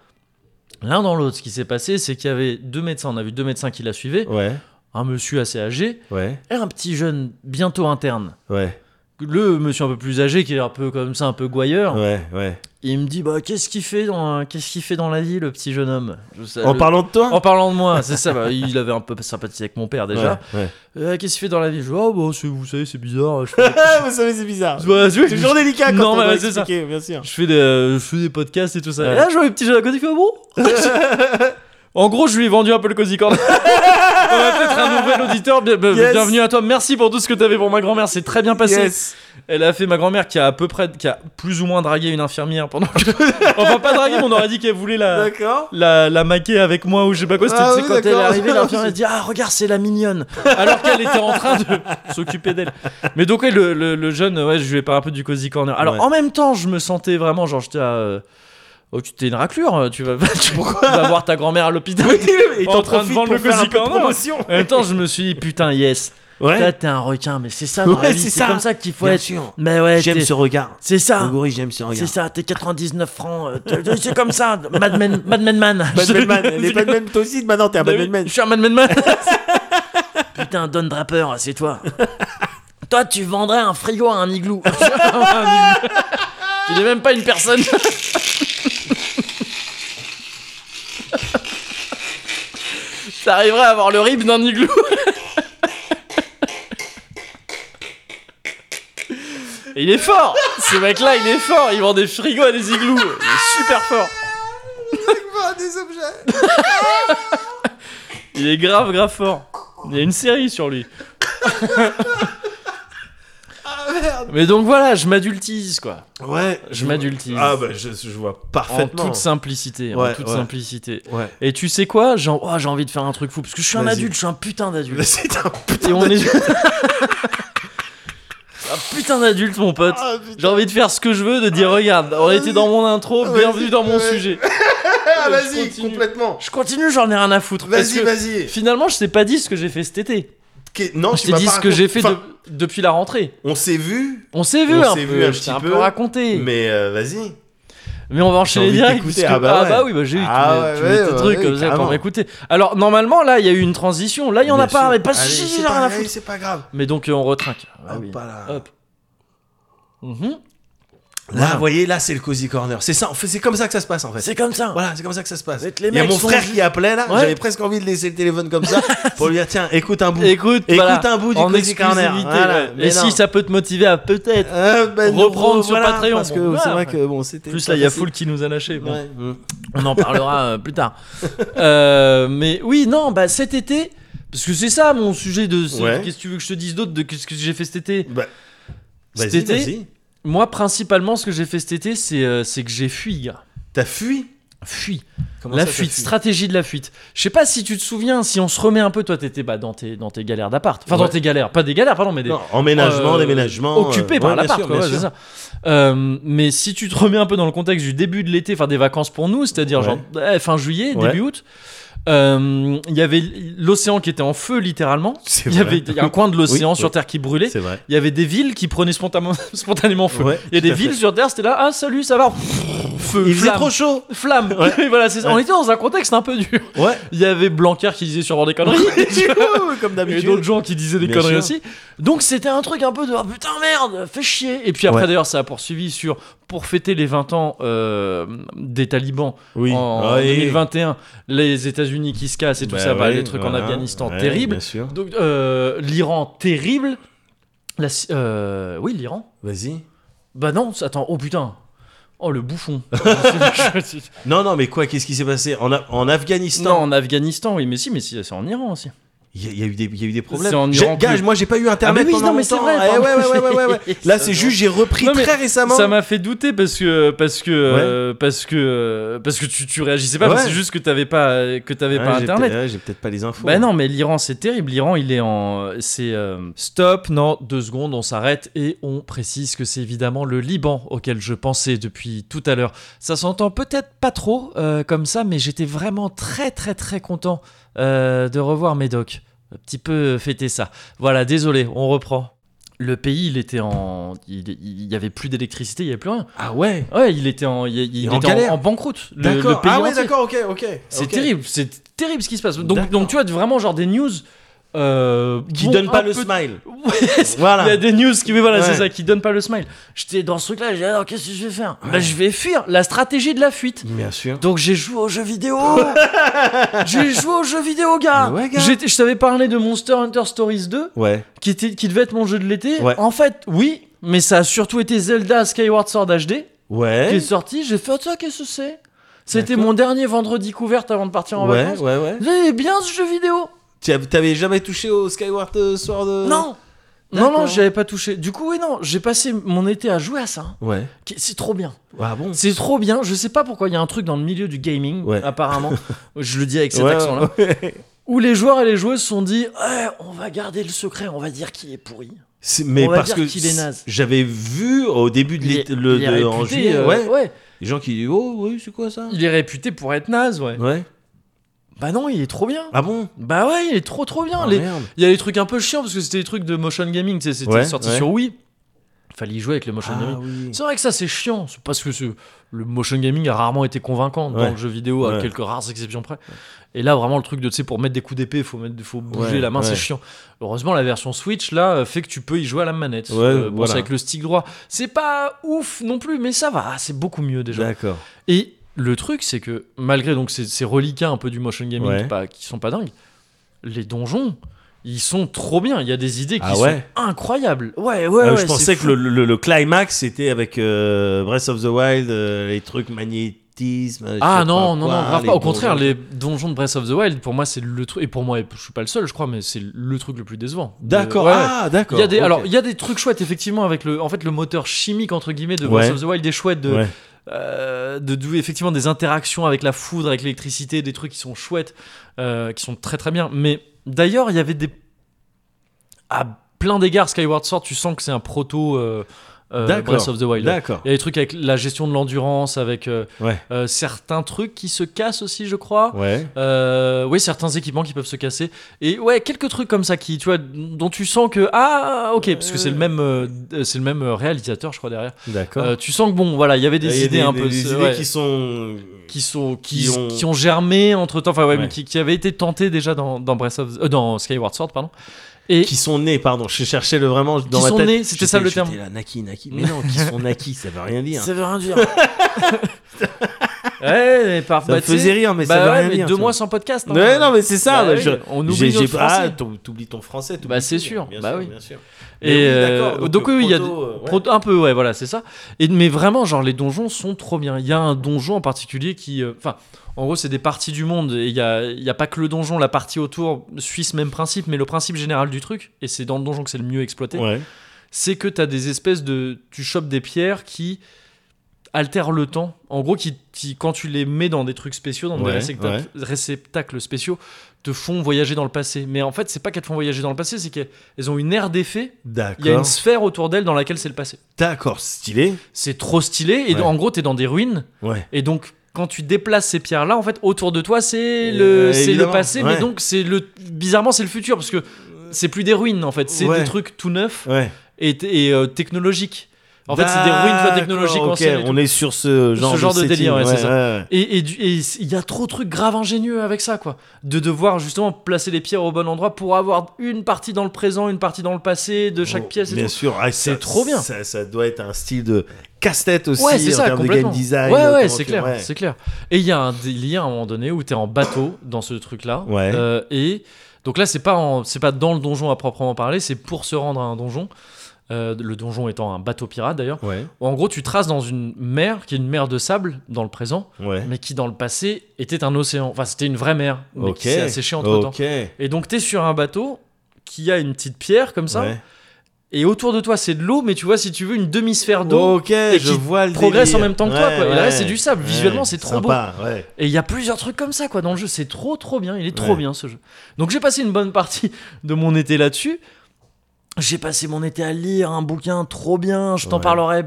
Speaker 1: L'un dans l'autre, ce qui s'est passé, c'est qu'il y avait deux médecins. On a vu deux médecins qui la suivaient.
Speaker 2: Ouais,
Speaker 1: Un monsieur assez âgé
Speaker 2: ouais,
Speaker 1: et un petit jeune bientôt interne.
Speaker 2: ouais,
Speaker 1: Le monsieur un peu plus âgé, qui est un peu comme ça, un peu gouailleur.
Speaker 2: ouais, ouais.
Speaker 1: Il me dit bah qu'est-ce qu'il fait dans qu'est-ce qu'il fait dans la vie le petit jeune homme. Je sais-
Speaker 2: En
Speaker 1: le-
Speaker 2: parlant de toi
Speaker 1: en parlant de moi, c'est ça. bah, il avait un peu sympathisé avec mon père déjà.
Speaker 2: Ouais, ouais.
Speaker 1: Euh, qu'est-ce qu'il fait dans la vie Je dis oh bah, c'est- vous savez c'est bizarre.
Speaker 2: *laughs*
Speaker 1: Je fais,
Speaker 2: Ah, vous savez, c'est bizarre.
Speaker 1: Bah, je-
Speaker 2: C'est toujours délicat quand
Speaker 1: Non,
Speaker 2: on
Speaker 1: mais
Speaker 2: doit
Speaker 1: ouais, c'est ça.
Speaker 2: expliquer, bien sûr.
Speaker 1: je fais des, euh, je fais des podcasts et tout ça.
Speaker 2: Ouais.
Speaker 1: Et là, je vois le petit jeune à côté qui fait oh, bon.
Speaker 2: *laughs*
Speaker 1: en gros, je lui ai vendu un peu le Cozy Corner. On va peut-être un nouvel auditeur. Bien- bien-
Speaker 2: Yes.
Speaker 1: Bienvenue à toi. Merci pour tout ce que t'avais pour ma grand-mère. C'est très bien passé.
Speaker 2: Yes.
Speaker 1: Elle a fait ma grand-mère qui a à peu près, qui a plus ou moins dragué une infirmière pendant que. *laughs* enfin, pas dragué, mais on aurait dit qu'elle voulait la. *laughs*
Speaker 2: D'accord.
Speaker 1: La, la maquer avec moi ou je sais pas quoi, c'était
Speaker 2: Ah
Speaker 1: tu sais,
Speaker 2: oui,
Speaker 1: quand elle est
Speaker 2: d'accord.
Speaker 1: arrivée, l'infirmière elle
Speaker 2: *laughs*
Speaker 1: dit Ah, regarde, c'est la mignonne Alors qu'elle était en train de s'occuper d'elle. Mais donc, ouais, le, le- le jeune, ouais, je lui ai parlé un peu du Cozy Corner. Alors
Speaker 2: Ouais.
Speaker 1: en même temps, je me sentais vraiment genre, j'étais à. euh, Oh, tu t'es une raclure, tu vas, *laughs* tu vas voir ta grand-mère à l'hôpital.
Speaker 2: Et
Speaker 1: En train de vendre le Cozy Corner.
Speaker 2: promotion.
Speaker 1: En même temps, je me suis dit, putain, yes,
Speaker 2: Ouais,
Speaker 1: toi t'es un requin, mais c'est ça, dans la
Speaker 2: Ouais,
Speaker 1: vie,
Speaker 2: c'est
Speaker 1: c'est
Speaker 2: ça.
Speaker 1: comme ça qu'il faut
Speaker 2: bien
Speaker 1: être.
Speaker 2: sûr.
Speaker 1: Mais ouais,
Speaker 2: J'aime
Speaker 1: t'es-
Speaker 2: ce regard.
Speaker 1: c'est ça.
Speaker 2: Gogori, j'aime ce
Speaker 1: C'est
Speaker 2: regard.
Speaker 1: ça, t'es 99 francs. euh, t'es- t'es- c'est comme ça, Madman Madman Man.
Speaker 2: Batman Man. Les Batman, toi aussi, maintenant, t'es un
Speaker 1: Bah oui,
Speaker 2: Batman Man.
Speaker 1: Je suis un Madman
Speaker 2: *laughs*
Speaker 1: Man. Putain, Don Draper, hein, c'est toi. toi, tu vendrais un frigo à un
Speaker 2: *laughs*
Speaker 1: igloo. Un igloo. tu n'es même pas une personne. T'arriverais à avoir le rib d'un igloo. Et il est fort Ce mec-là, il est fort Il vend des frigos à des igloos Il est super fort
Speaker 2: des objets.
Speaker 1: Il est grave, grave fort Il y a une série sur lui
Speaker 2: Ah merde.
Speaker 1: Mais donc voilà, je m'adultise, quoi
Speaker 2: Ouais.
Speaker 1: Je m'adultise.
Speaker 2: Ah bah je, je vois
Speaker 1: En
Speaker 2: parfaitement.
Speaker 1: toute simplicité, en
Speaker 2: Ouais,
Speaker 1: toute
Speaker 2: ouais.
Speaker 1: simplicité.
Speaker 2: Ouais.
Speaker 1: Et tu sais quoi J'ai oh, j'ai envie de faire un truc fou, parce que je suis un
Speaker 2: Vas-y.
Speaker 1: adulte, je suis un putain d'adulte
Speaker 2: C'est un putain.
Speaker 1: Et on
Speaker 2: de-
Speaker 1: est. *laughs* un putain d'adulte, mon pote.
Speaker 2: Ah, putain. Ah,
Speaker 1: J'ai envie de faire ce que je veux, de dire regarde, on était dans mon intro,
Speaker 2: Vas-y.
Speaker 1: bienvenue dans mon
Speaker 2: Ouais.
Speaker 1: sujet.
Speaker 2: *laughs* Ah,
Speaker 1: Je
Speaker 2: vas-y,
Speaker 1: continue.
Speaker 2: complètement.
Speaker 1: Je continue, j'en ai rien à foutre. parce
Speaker 2: Vas-y,
Speaker 1: que
Speaker 2: vas-y.
Speaker 1: Finalement, je t'ai pas dit ce que j'ai fait cet été.
Speaker 2: Qu'est- Non,
Speaker 1: Je
Speaker 2: tu
Speaker 1: t'ai
Speaker 2: m'as
Speaker 1: dit
Speaker 2: pas
Speaker 1: ce que
Speaker 2: raconté-
Speaker 1: j'ai fait
Speaker 2: Enfin,
Speaker 1: de- depuis la rentrée.
Speaker 2: On s'est vu,
Speaker 1: On s'est vu,
Speaker 2: On
Speaker 1: un,
Speaker 2: s'est
Speaker 1: peu,
Speaker 2: vu un
Speaker 1: je
Speaker 2: petit
Speaker 1: t'ai un peu,
Speaker 2: peu,
Speaker 1: raconté. Mais...
Speaker 2: mais euh, vas-y.
Speaker 1: on va enchaîner
Speaker 2: envie de
Speaker 1: direct.
Speaker 2: t'écouter,
Speaker 1: puisque-
Speaker 2: ah bah ouais.
Speaker 1: oui, bah j'ai eu
Speaker 2: Ah
Speaker 1: tous mes- tous
Speaker 2: ouais, ouais,
Speaker 1: mes petits
Speaker 2: ouais,
Speaker 1: trucs
Speaker 2: ouais,
Speaker 1: comme ça pour
Speaker 2: carrément.
Speaker 1: m'écouter. Alors, normalement, là, il y a eu une transition. Là, il y en a
Speaker 2: Bien
Speaker 1: pas,
Speaker 2: sûr.
Speaker 1: mais pas si,
Speaker 2: Allez,
Speaker 1: si,
Speaker 2: c'est
Speaker 1: j'ai
Speaker 2: pas-
Speaker 1: rien à
Speaker 2: allez,
Speaker 1: foutre.
Speaker 2: C'est pas grave.
Speaker 1: Mais donc, euh, on retrinque. Ah
Speaker 2: Hop
Speaker 1: oui.
Speaker 2: là.
Speaker 1: Hop. Mhm.
Speaker 2: Là, vous voyez, là, c'est le cozy corner. C'est ça, en fait, c'est comme ça que ça se passe en fait.
Speaker 1: C'est comme ça.
Speaker 2: Voilà, c'est comme ça que ça se passe.
Speaker 1: Faites les
Speaker 2: Il y a
Speaker 1: mecs
Speaker 2: mon
Speaker 1: sont-
Speaker 2: frère qui appelait là,
Speaker 1: Ouais.
Speaker 2: j'avais presque envie de laisser le téléphone
Speaker 1: *laughs*
Speaker 2: comme ça pour lui dire tiens, écoute un bout.
Speaker 1: Écoute,
Speaker 2: Écoute
Speaker 1: voilà,
Speaker 2: un bout du
Speaker 1: en
Speaker 2: Cozy Corner.
Speaker 1: exclusivité,
Speaker 2: Voilà,
Speaker 1: ouais.
Speaker 2: mais
Speaker 1: Et si
Speaker 2: non.
Speaker 1: ça peut te motiver à peut-être.
Speaker 2: Ah, ben,
Speaker 1: Reprendre
Speaker 2: re-
Speaker 1: sur Patreon,
Speaker 2: Parce que
Speaker 1: bon,
Speaker 2: c'est
Speaker 1: voilà.
Speaker 2: vrai que bon, c'était.
Speaker 1: Plus
Speaker 2: pas
Speaker 1: là, il y a
Speaker 2: facile.
Speaker 1: Foul qui nous a lâché. Bon,
Speaker 2: Ouais. Mm.
Speaker 1: on en parlera euh, plus tard. Euh, mais oui, non, bah cet été, parce que c'est ça mon sujet de. ce-
Speaker 2: Ouais.
Speaker 1: Qu'est-ce que tu veux que je te dise d'autre de qu'est-ce que j'ai fait cet été
Speaker 2: Bah,
Speaker 1: Cet
Speaker 2: vas-y,
Speaker 1: été-
Speaker 2: vas-y.
Speaker 1: Moi, principalement, ce que j'ai fait cet été, c'est euh, c'est que j'ai fui, gars.
Speaker 2: T'as fui
Speaker 1: Fui.
Speaker 2: Comment
Speaker 1: la
Speaker 2: ça, t'as
Speaker 1: fuite,
Speaker 2: fui
Speaker 1: stratégie de la fuite. Je sais pas si tu te souviens, si on se remet un peu, toi t'étais bah, dans, tes, dans tes galères d'appart. Enfin, dans
Speaker 2: Ouais.
Speaker 1: tes galères, pas des galères, pardon, mais des,
Speaker 2: Non, emménagement,
Speaker 1: euh,
Speaker 2: déménagement.
Speaker 1: occupé
Speaker 2: euh,
Speaker 1: par
Speaker 2: ouais, bien
Speaker 1: l'appart,
Speaker 2: sûr,
Speaker 1: quoi,
Speaker 2: bien
Speaker 1: ouais, c'est
Speaker 2: sûr.
Speaker 1: ça. Euh, mais si tu te remets un peu dans le contexte du début de l'été, enfin des vacances pour nous, c'est-à-dire
Speaker 2: Ouais.
Speaker 1: genre eh, fin juillet,
Speaker 2: Ouais.
Speaker 1: début août, euh, il y avait l'océan qui était en feu littéralement.
Speaker 2: C'est
Speaker 1: Il y
Speaker 2: vrai.
Speaker 1: avait un coin de l'océan
Speaker 2: *laughs* Oui,
Speaker 1: sur
Speaker 2: oui.
Speaker 1: Terre qui brûlait.
Speaker 2: C'est vrai.
Speaker 1: Il y avait des villes qui prenaient spontanément, *laughs* spontanément feu.
Speaker 2: Ouais,
Speaker 1: Il y a
Speaker 2: tout
Speaker 1: des
Speaker 2: à
Speaker 1: villes
Speaker 2: fait.
Speaker 1: sur Terre, c'était là, ah salut, ça va, feu,
Speaker 2: Il faisait
Speaker 1: flamme,
Speaker 2: trop chaud.
Speaker 1: flamme.
Speaker 2: Ouais.
Speaker 1: Et *laughs* voilà, c'est ça. On
Speaker 2: Ouais.
Speaker 1: était dans un contexte un peu dur.
Speaker 2: *laughs* Ouais.
Speaker 1: Il y avait Blanquer qui disait sûrement des
Speaker 2: *laughs*
Speaker 1: conneries. tu *laughs* vois.
Speaker 2: Comme
Speaker 1: Il y avait d'autres
Speaker 2: d'habitude.
Speaker 1: gens qui disaient des
Speaker 2: Bien
Speaker 1: conneries
Speaker 2: sûr.
Speaker 1: aussi. Donc c'était un truc un peu de Ah, putain merde, fais chier. Et puis après
Speaker 2: Ouais.
Speaker 1: d'ailleurs ça a poursuivi sur pour fêter les 20 ans euh, des talibans
Speaker 2: Oui.
Speaker 1: en
Speaker 2: Ouais.
Speaker 1: 2021, les États-Unis qui se cassent et tout
Speaker 2: Bah
Speaker 1: ça, bah,
Speaker 2: ouais,
Speaker 1: les trucs en
Speaker 2: voilà.
Speaker 1: Afghanistan
Speaker 2: Ouais,
Speaker 1: terribles.
Speaker 2: Bien sûr.
Speaker 1: Donc euh, l'Iran terrible. La, Sy- euh, oui l'Iran.
Speaker 2: Vas-y.
Speaker 1: Bah non, attends, oh putain. Oh le bouffon.
Speaker 2: *laughs* Non, non, mais quoi Qu'est-ce qui s'est passé en, Af- en
Speaker 1: non,
Speaker 2: Afghanistan Ah,
Speaker 1: en Afghanistan, oui, mais si, mais si, c'est en Iran aussi.
Speaker 2: Il y, a- il y a eu des- il y a eu des problèmes.
Speaker 1: C'est en
Speaker 2: J'ai-
Speaker 1: Iran
Speaker 2: Gage,
Speaker 1: que-
Speaker 2: moi j'ai pas eu
Speaker 1: Ah,
Speaker 2: internet
Speaker 1: mais oui,
Speaker 2: pendant
Speaker 1: non, mais
Speaker 2: longtemps.
Speaker 1: c'est vrai,
Speaker 2: Eh, ouais,
Speaker 1: pardon.
Speaker 2: ouais, ouais, ouais, ouais, ouais.
Speaker 1: *laughs*
Speaker 2: Là,
Speaker 1: Ça
Speaker 2: c'est juste, j'ai repris
Speaker 1: Non, mais
Speaker 2: très récemment.
Speaker 1: Ça m'a fait douter parce que parce que euh, parce que euh, parce que tu, tu réagissais pas.
Speaker 2: Ouais.
Speaker 1: parce que C'est juste que t'avais pas euh, que t'avais
Speaker 2: Ouais,
Speaker 1: pas
Speaker 2: j'ai
Speaker 1: internet.
Speaker 2: peut- ouais, J'ai peut-être pas les infos.
Speaker 1: Bah non, mais l'Iran c'est terrible. L'Iran il est en euh, c'est euh, stop. Non, deux secondes, on s'arrête et on précise que c'est évidemment le Liban auquel je pensais depuis tout à l'heure. Ça s'entend peut-être pas trop euh, comme ça, mais j'étais vraiment très très très content euh, de revoir Médoc. Un petit peu euh, fêter ça. Voilà, désolé, on reprend. Le pays, il était en, il, il y avait plus d'électricité, il y avait plus rien.
Speaker 2: Ah ouais
Speaker 1: Ouais, il était en, il, il
Speaker 2: est
Speaker 1: était
Speaker 2: en
Speaker 1: en,
Speaker 2: galère.
Speaker 1: en banqueroute. Le, le
Speaker 2: D'accord.
Speaker 1: pays
Speaker 2: Ah ouais,
Speaker 1: entier.
Speaker 2: d'accord, ok, ok.
Speaker 1: C'est
Speaker 2: ok.
Speaker 1: terrible, c'est terrible ce qui se passe. Donc,
Speaker 2: D'accord.
Speaker 1: donc tu vois, vraiment genre des news euh,
Speaker 2: Qui
Speaker 1: bon,
Speaker 2: donne pas
Speaker 1: un
Speaker 2: le
Speaker 1: peu-
Speaker 2: smile.
Speaker 1: Ouais, c'est- *laughs* Il y a
Speaker 2: Voilà.
Speaker 1: des news qui, oui, voilà,
Speaker 2: Ouais.
Speaker 1: c'est ça, qui donne pas le smile. J'étais dans ce truc-là, j'ai dit, alors qu'est-ce que je vais faire Bah, je vais fuir. La stratégie de la fuite.
Speaker 2: Bien sûr.
Speaker 1: Donc j'ai joué aux jeux
Speaker 2: *laughs*
Speaker 1: vidéo. j'ai joué aux jeux vidéo, gars.
Speaker 2: Mais ouais, gars.
Speaker 1: J'étais- Je t'avais parlé de Monster Hunter Stories 2
Speaker 2: Ouais.
Speaker 1: qui, était, qui devait être mon jeu de l'été.
Speaker 2: Ouais.
Speaker 1: En fait, oui, mais ça a surtout été Zelda Skyward Sword HD qui est
Speaker 2: Ouais.
Speaker 1: sorti. J'ai fait, Ah, ça, qu'est-ce que c'est C'était
Speaker 2: D'accord.
Speaker 1: mon dernier vendredi couverte avant de partir en
Speaker 2: Ouais,
Speaker 1: vacances.
Speaker 2: ouais, ouais.
Speaker 1: Vous avez bien ce jeu vidéo
Speaker 2: Tu av- T'avais jamais touché au Skyward euh, Sword euh,
Speaker 1: Non Non, non,
Speaker 2: d'accord.
Speaker 1: j'y avais pas touché. Du coup, oui, non, j'ai passé mon été à jouer à ça. hein.
Speaker 2: Ouais.
Speaker 1: Qui- C'est trop bien.
Speaker 2: Ah bon
Speaker 1: C'est trop bien. Je sais pas pourquoi il y a un truc dans le milieu du gaming,
Speaker 2: Ouais. *laughs*
Speaker 1: apparemment. je le dis avec cet
Speaker 2: Ouais,
Speaker 1: accent-là.
Speaker 2: ouais.
Speaker 1: Où les joueurs et les joueuses se sont dit Eh, on va garder le secret, on va dire qu'il est pourri.
Speaker 2: C'est- Mais
Speaker 1: On va
Speaker 2: parce
Speaker 1: dire
Speaker 2: que
Speaker 1: qu'il est naze.
Speaker 2: j'avais vu au début de
Speaker 1: Il est-
Speaker 2: l'été- le
Speaker 1: il est
Speaker 2: de- en
Speaker 1: réputé,
Speaker 2: juillet,
Speaker 1: euh,
Speaker 2: ouais,
Speaker 1: ouais.
Speaker 2: les gens qui disent oh oui c'est quoi ça
Speaker 1: Il est réputé pour être naze, ouais.
Speaker 2: Ouais.
Speaker 1: Bah non, il est trop bien.
Speaker 2: Ah bon
Speaker 1: Bah ouais, il est trop trop bien.
Speaker 2: Ah,
Speaker 1: Les-
Speaker 2: merde.
Speaker 1: Il y a des trucs un peu chiants parce que c'était des trucs de motion gaming, tu sais, c'était
Speaker 2: Ouais,
Speaker 1: sorti
Speaker 2: ouais.
Speaker 1: sur Wii. Fallait y jouer avec le motion gaming.
Speaker 2: Ah oui.
Speaker 1: C'est vrai que ça c'est chiant, c'est parce que ce- le motion gaming a rarement été convaincant dans
Speaker 2: Ouais.
Speaker 1: le jeu vidéo, à
Speaker 2: Ouais.
Speaker 1: quelques rares exceptions près. Et là vraiment le truc de, tu sais, pour mettre des coups d'épée, faut mettre, faut bouger
Speaker 2: Ouais,
Speaker 1: la main, c'est
Speaker 2: ouais.
Speaker 1: chiant. Heureusement la version Switch là euh, fait que tu peux y jouer à la manette.
Speaker 2: Ouais,
Speaker 1: bon,
Speaker 2: voilà.
Speaker 1: c'est avec le stick droit, c'est pas ouf non plus, mais ça va, c'est beaucoup mieux déjà.
Speaker 2: D'accord.
Speaker 1: Et le truc c'est que malgré donc ces, ces reliquats un peu du motion gaming
Speaker 2: Ouais.
Speaker 1: qui, pas- qui sont pas dingues, les donjons ils sont trop bien. Il y a des idées qui
Speaker 2: Ah ouais
Speaker 1: sont incroyables. Ouais, ouais,
Speaker 2: Ah,
Speaker 1: ouais.
Speaker 2: je pensais
Speaker 1: c'est
Speaker 2: que
Speaker 1: fou.
Speaker 2: le, le- le climax c'était avec euh, Breath of the Wild, euh, les trucs magnétisme. je sais
Speaker 1: Ah
Speaker 2: pas
Speaker 1: non, non,
Speaker 2: quoi,
Speaker 1: non, grave
Speaker 2: les
Speaker 1: pas. Au
Speaker 2: bourrelets.
Speaker 1: contraire, les donjons de Breath of the Wild, pour moi, c'est le truc. Et pour moi, je suis pas le seul, je crois, mais c'est le truc le plus décevant.
Speaker 2: D'accord.
Speaker 1: Euh, ouais, ouais.
Speaker 2: Ah d'accord.
Speaker 1: Il y a des,
Speaker 2: ok.
Speaker 1: alors, il y a des trucs chouettes, effectivement, avec le, en fait, le moteur chimique, entre guillemets, de
Speaker 2: Ouais.
Speaker 1: Breath of the Wild est chouette, de,
Speaker 2: Ouais.
Speaker 1: euh, de, de- effectivement, des interactions avec la foudre, avec l'électricité, des trucs qui sont chouettes, euh, qui sont très très bien. Mais d'ailleurs, il y avait des. À plein d'égards, Skyward Sword, tu sens que c'est un proto euh, euh,
Speaker 2: D'accord.
Speaker 1: Breath of the Wild.
Speaker 2: D'accord.
Speaker 1: Il y a des trucs avec la gestion de l'endurance, avec euh,
Speaker 2: Ouais.
Speaker 1: euh, certains trucs qui se cassent aussi, je crois.
Speaker 2: Ouais.
Speaker 1: Euh, oui, certains équipements qui peuvent se casser. Et ouais, quelques trucs comme ça qui, tu vois, dont tu sens que ah, ok, parce que c'est le même, euh, c'est le même euh, réalisateur, je crois derrière.
Speaker 2: D'accord.
Speaker 1: Euh, tu sens que bon, voilà, il y avait des
Speaker 2: Il y a
Speaker 1: idées un peu,
Speaker 2: des
Speaker 1: euh,
Speaker 2: idées
Speaker 1: ouais,
Speaker 2: qui sont.
Speaker 1: qui sont, qui,
Speaker 2: qui
Speaker 1: qui
Speaker 2: ont-
Speaker 1: ont... germé entre temps, enfin ouais, mais
Speaker 2: Ouais.
Speaker 1: qui, qui avaient été tentées déjà dans, dans Breath of, euh, dans Skyward Sword, pardon. Et
Speaker 2: Qui sont nés, pardon. Je cherchais le vraiment dans ma
Speaker 1: sont
Speaker 2: tête.
Speaker 1: nés, c'était
Speaker 2: J'étais-
Speaker 1: ça le
Speaker 2: j'étais
Speaker 1: terme.
Speaker 2: Là, naki, naki. Mais non, qui sont naquis, ça veut rien dire. Ça,
Speaker 1: veut rien dire. *laughs* ouais, mais par bah,
Speaker 2: me
Speaker 1: tu sais,
Speaker 2: faisait rire, mais
Speaker 1: bah
Speaker 2: ça veut
Speaker 1: ouais,
Speaker 2: rien
Speaker 1: mais
Speaker 2: dire.
Speaker 1: deux
Speaker 2: ça.
Speaker 1: mois sans podcast. hein.
Speaker 2: Ouais, non, mais c'est ça.
Speaker 1: Bah
Speaker 2: bah,
Speaker 1: oui,
Speaker 2: je-
Speaker 1: on
Speaker 2: j'ai-
Speaker 1: oublie
Speaker 2: j'ai-
Speaker 1: notre français.
Speaker 2: Ah, t'ou- t'oublies ton français. t'oublies
Speaker 1: Bah, c'est
Speaker 2: tout,
Speaker 1: sûr.
Speaker 2: bien
Speaker 1: Bah
Speaker 2: sûr,
Speaker 1: oui.
Speaker 2: bien sûr. Mais
Speaker 1: Et
Speaker 2: oui,
Speaker 1: euh,
Speaker 2: d'accord,
Speaker 1: donc
Speaker 2: le
Speaker 1: oui, il y a
Speaker 2: proto, euh, ouais.
Speaker 1: Pro- Un peu, ouais, voilà, c'est ça. Et, mais vraiment, genre, les donjons sont trop bien. Il y a un donjon en particulier qui. euh, Enfin, en gros, c'est des parties du monde. Et il n'y a, il y a pas que le donjon, la partie autour suit ce même principe, mais le principe général du truc, et c'est dans le donjon que c'est le mieux exploité,
Speaker 2: Ouais.
Speaker 1: c'est que tu as des espèces de. Tu chopes des pierres qui altèrent le temps. En gros, qui, qui, quand tu les mets dans des trucs spéciaux, dans
Speaker 2: Ouais,
Speaker 1: des réceptacles, réceptacles spéciaux, te font voyager dans le passé. Mais en fait, c'est pas qu'elles te font voyager dans le passé, c'est qu'elles elles ont une aire d'effet il y a
Speaker 2: D'accord.
Speaker 1: une sphère autour d'elle dans laquelle c'est le passé.
Speaker 2: D'accord, stylé.
Speaker 1: C'est trop stylé et
Speaker 2: Ouais.
Speaker 1: en gros t'es dans des ruines
Speaker 2: Ouais.
Speaker 1: et donc quand tu déplaces ces pierres là en fait autour de toi c'est le
Speaker 2: Euh,
Speaker 1: c'est le
Speaker 2: évidemment,
Speaker 1: passé
Speaker 2: ouais.
Speaker 1: mais donc c'est le bizarrement c'est le futur parce que c'est plus des ruines en fait c'est
Speaker 2: Ouais.
Speaker 1: des trucs tout neufs
Speaker 2: Ouais.
Speaker 1: et, et, euh, technologiques. En fait c'est des ruines tu vois, technologiques
Speaker 2: D'accord, ok,
Speaker 1: anciennes. et tout.
Speaker 2: on est sur ce genre,
Speaker 1: genre de
Speaker 2: setting,
Speaker 1: délire, ouais, c'est ça.
Speaker 2: ouais.
Speaker 1: Et et du- et s- il y a trop de trucs grave ingénieux avec ça, quoi. De devoir justement placer les pierres au bon endroit pour avoir une partie dans le présent, une partie dans le passé, de chaque
Speaker 2: Oh,
Speaker 1: pièce. et
Speaker 2: Bien
Speaker 1: tout.
Speaker 2: sûr, ah,
Speaker 1: C'est
Speaker 2: ça-
Speaker 1: trop bien.
Speaker 2: Ça, ça doit être un style de casse-tête aussi
Speaker 1: Ouais, c'est
Speaker 2: en
Speaker 1: ça,
Speaker 2: termes de
Speaker 1: complètement.
Speaker 2: game design.
Speaker 1: ouais,
Speaker 2: euh,
Speaker 1: ouais,
Speaker 2: comment
Speaker 1: c'est
Speaker 2: tu-
Speaker 1: clair,
Speaker 2: ouais.
Speaker 1: c'est clair. Et il y a un délire à un moment donné où t'es en bateau dans ce truc-là.
Speaker 2: Ouais.
Speaker 1: euh, et donc là, c'est pas en- c'est pas dans le donjon à proprement parler, c'est pour se rendre à un donjon. Euh, le donjon étant un bateau pirate d'ailleurs.
Speaker 2: Ouais,
Speaker 1: En gros, tu traces dans une mer qui est une mer de sable dans le présent,
Speaker 2: ouais.
Speaker 1: mais qui dans le passé était un océan. Enfin, c'était une vraie mer, mais
Speaker 2: ok.
Speaker 1: qui s'est asséchée entre temps.
Speaker 2: Ok.
Speaker 1: Et donc, t'es sur un bateau qui a une petite pierre comme ça,
Speaker 2: Ouais.
Speaker 1: et autour de toi, c'est de l'eau, mais tu vois, si tu veux, une demi-sphère d'eau
Speaker 2: ok, je
Speaker 1: qui
Speaker 2: vois le
Speaker 1: progresse
Speaker 2: délire.
Speaker 1: en même temps que toi, quoi. Et le reste, c'est du sable. Visuellement, c'est trop
Speaker 2: sympa, Ouais.
Speaker 1: Et il y a plusieurs trucs comme ça quoi dans le jeu, c'est trop trop bien, il est trop
Speaker 2: Ouais.
Speaker 1: bien ce jeu. Donc j'ai passé une bonne partie *laughs* de mon été là-dessus. J'ai passé mon été à lire un bouquin trop bien, je t'en
Speaker 2: Ouais.
Speaker 1: parlerai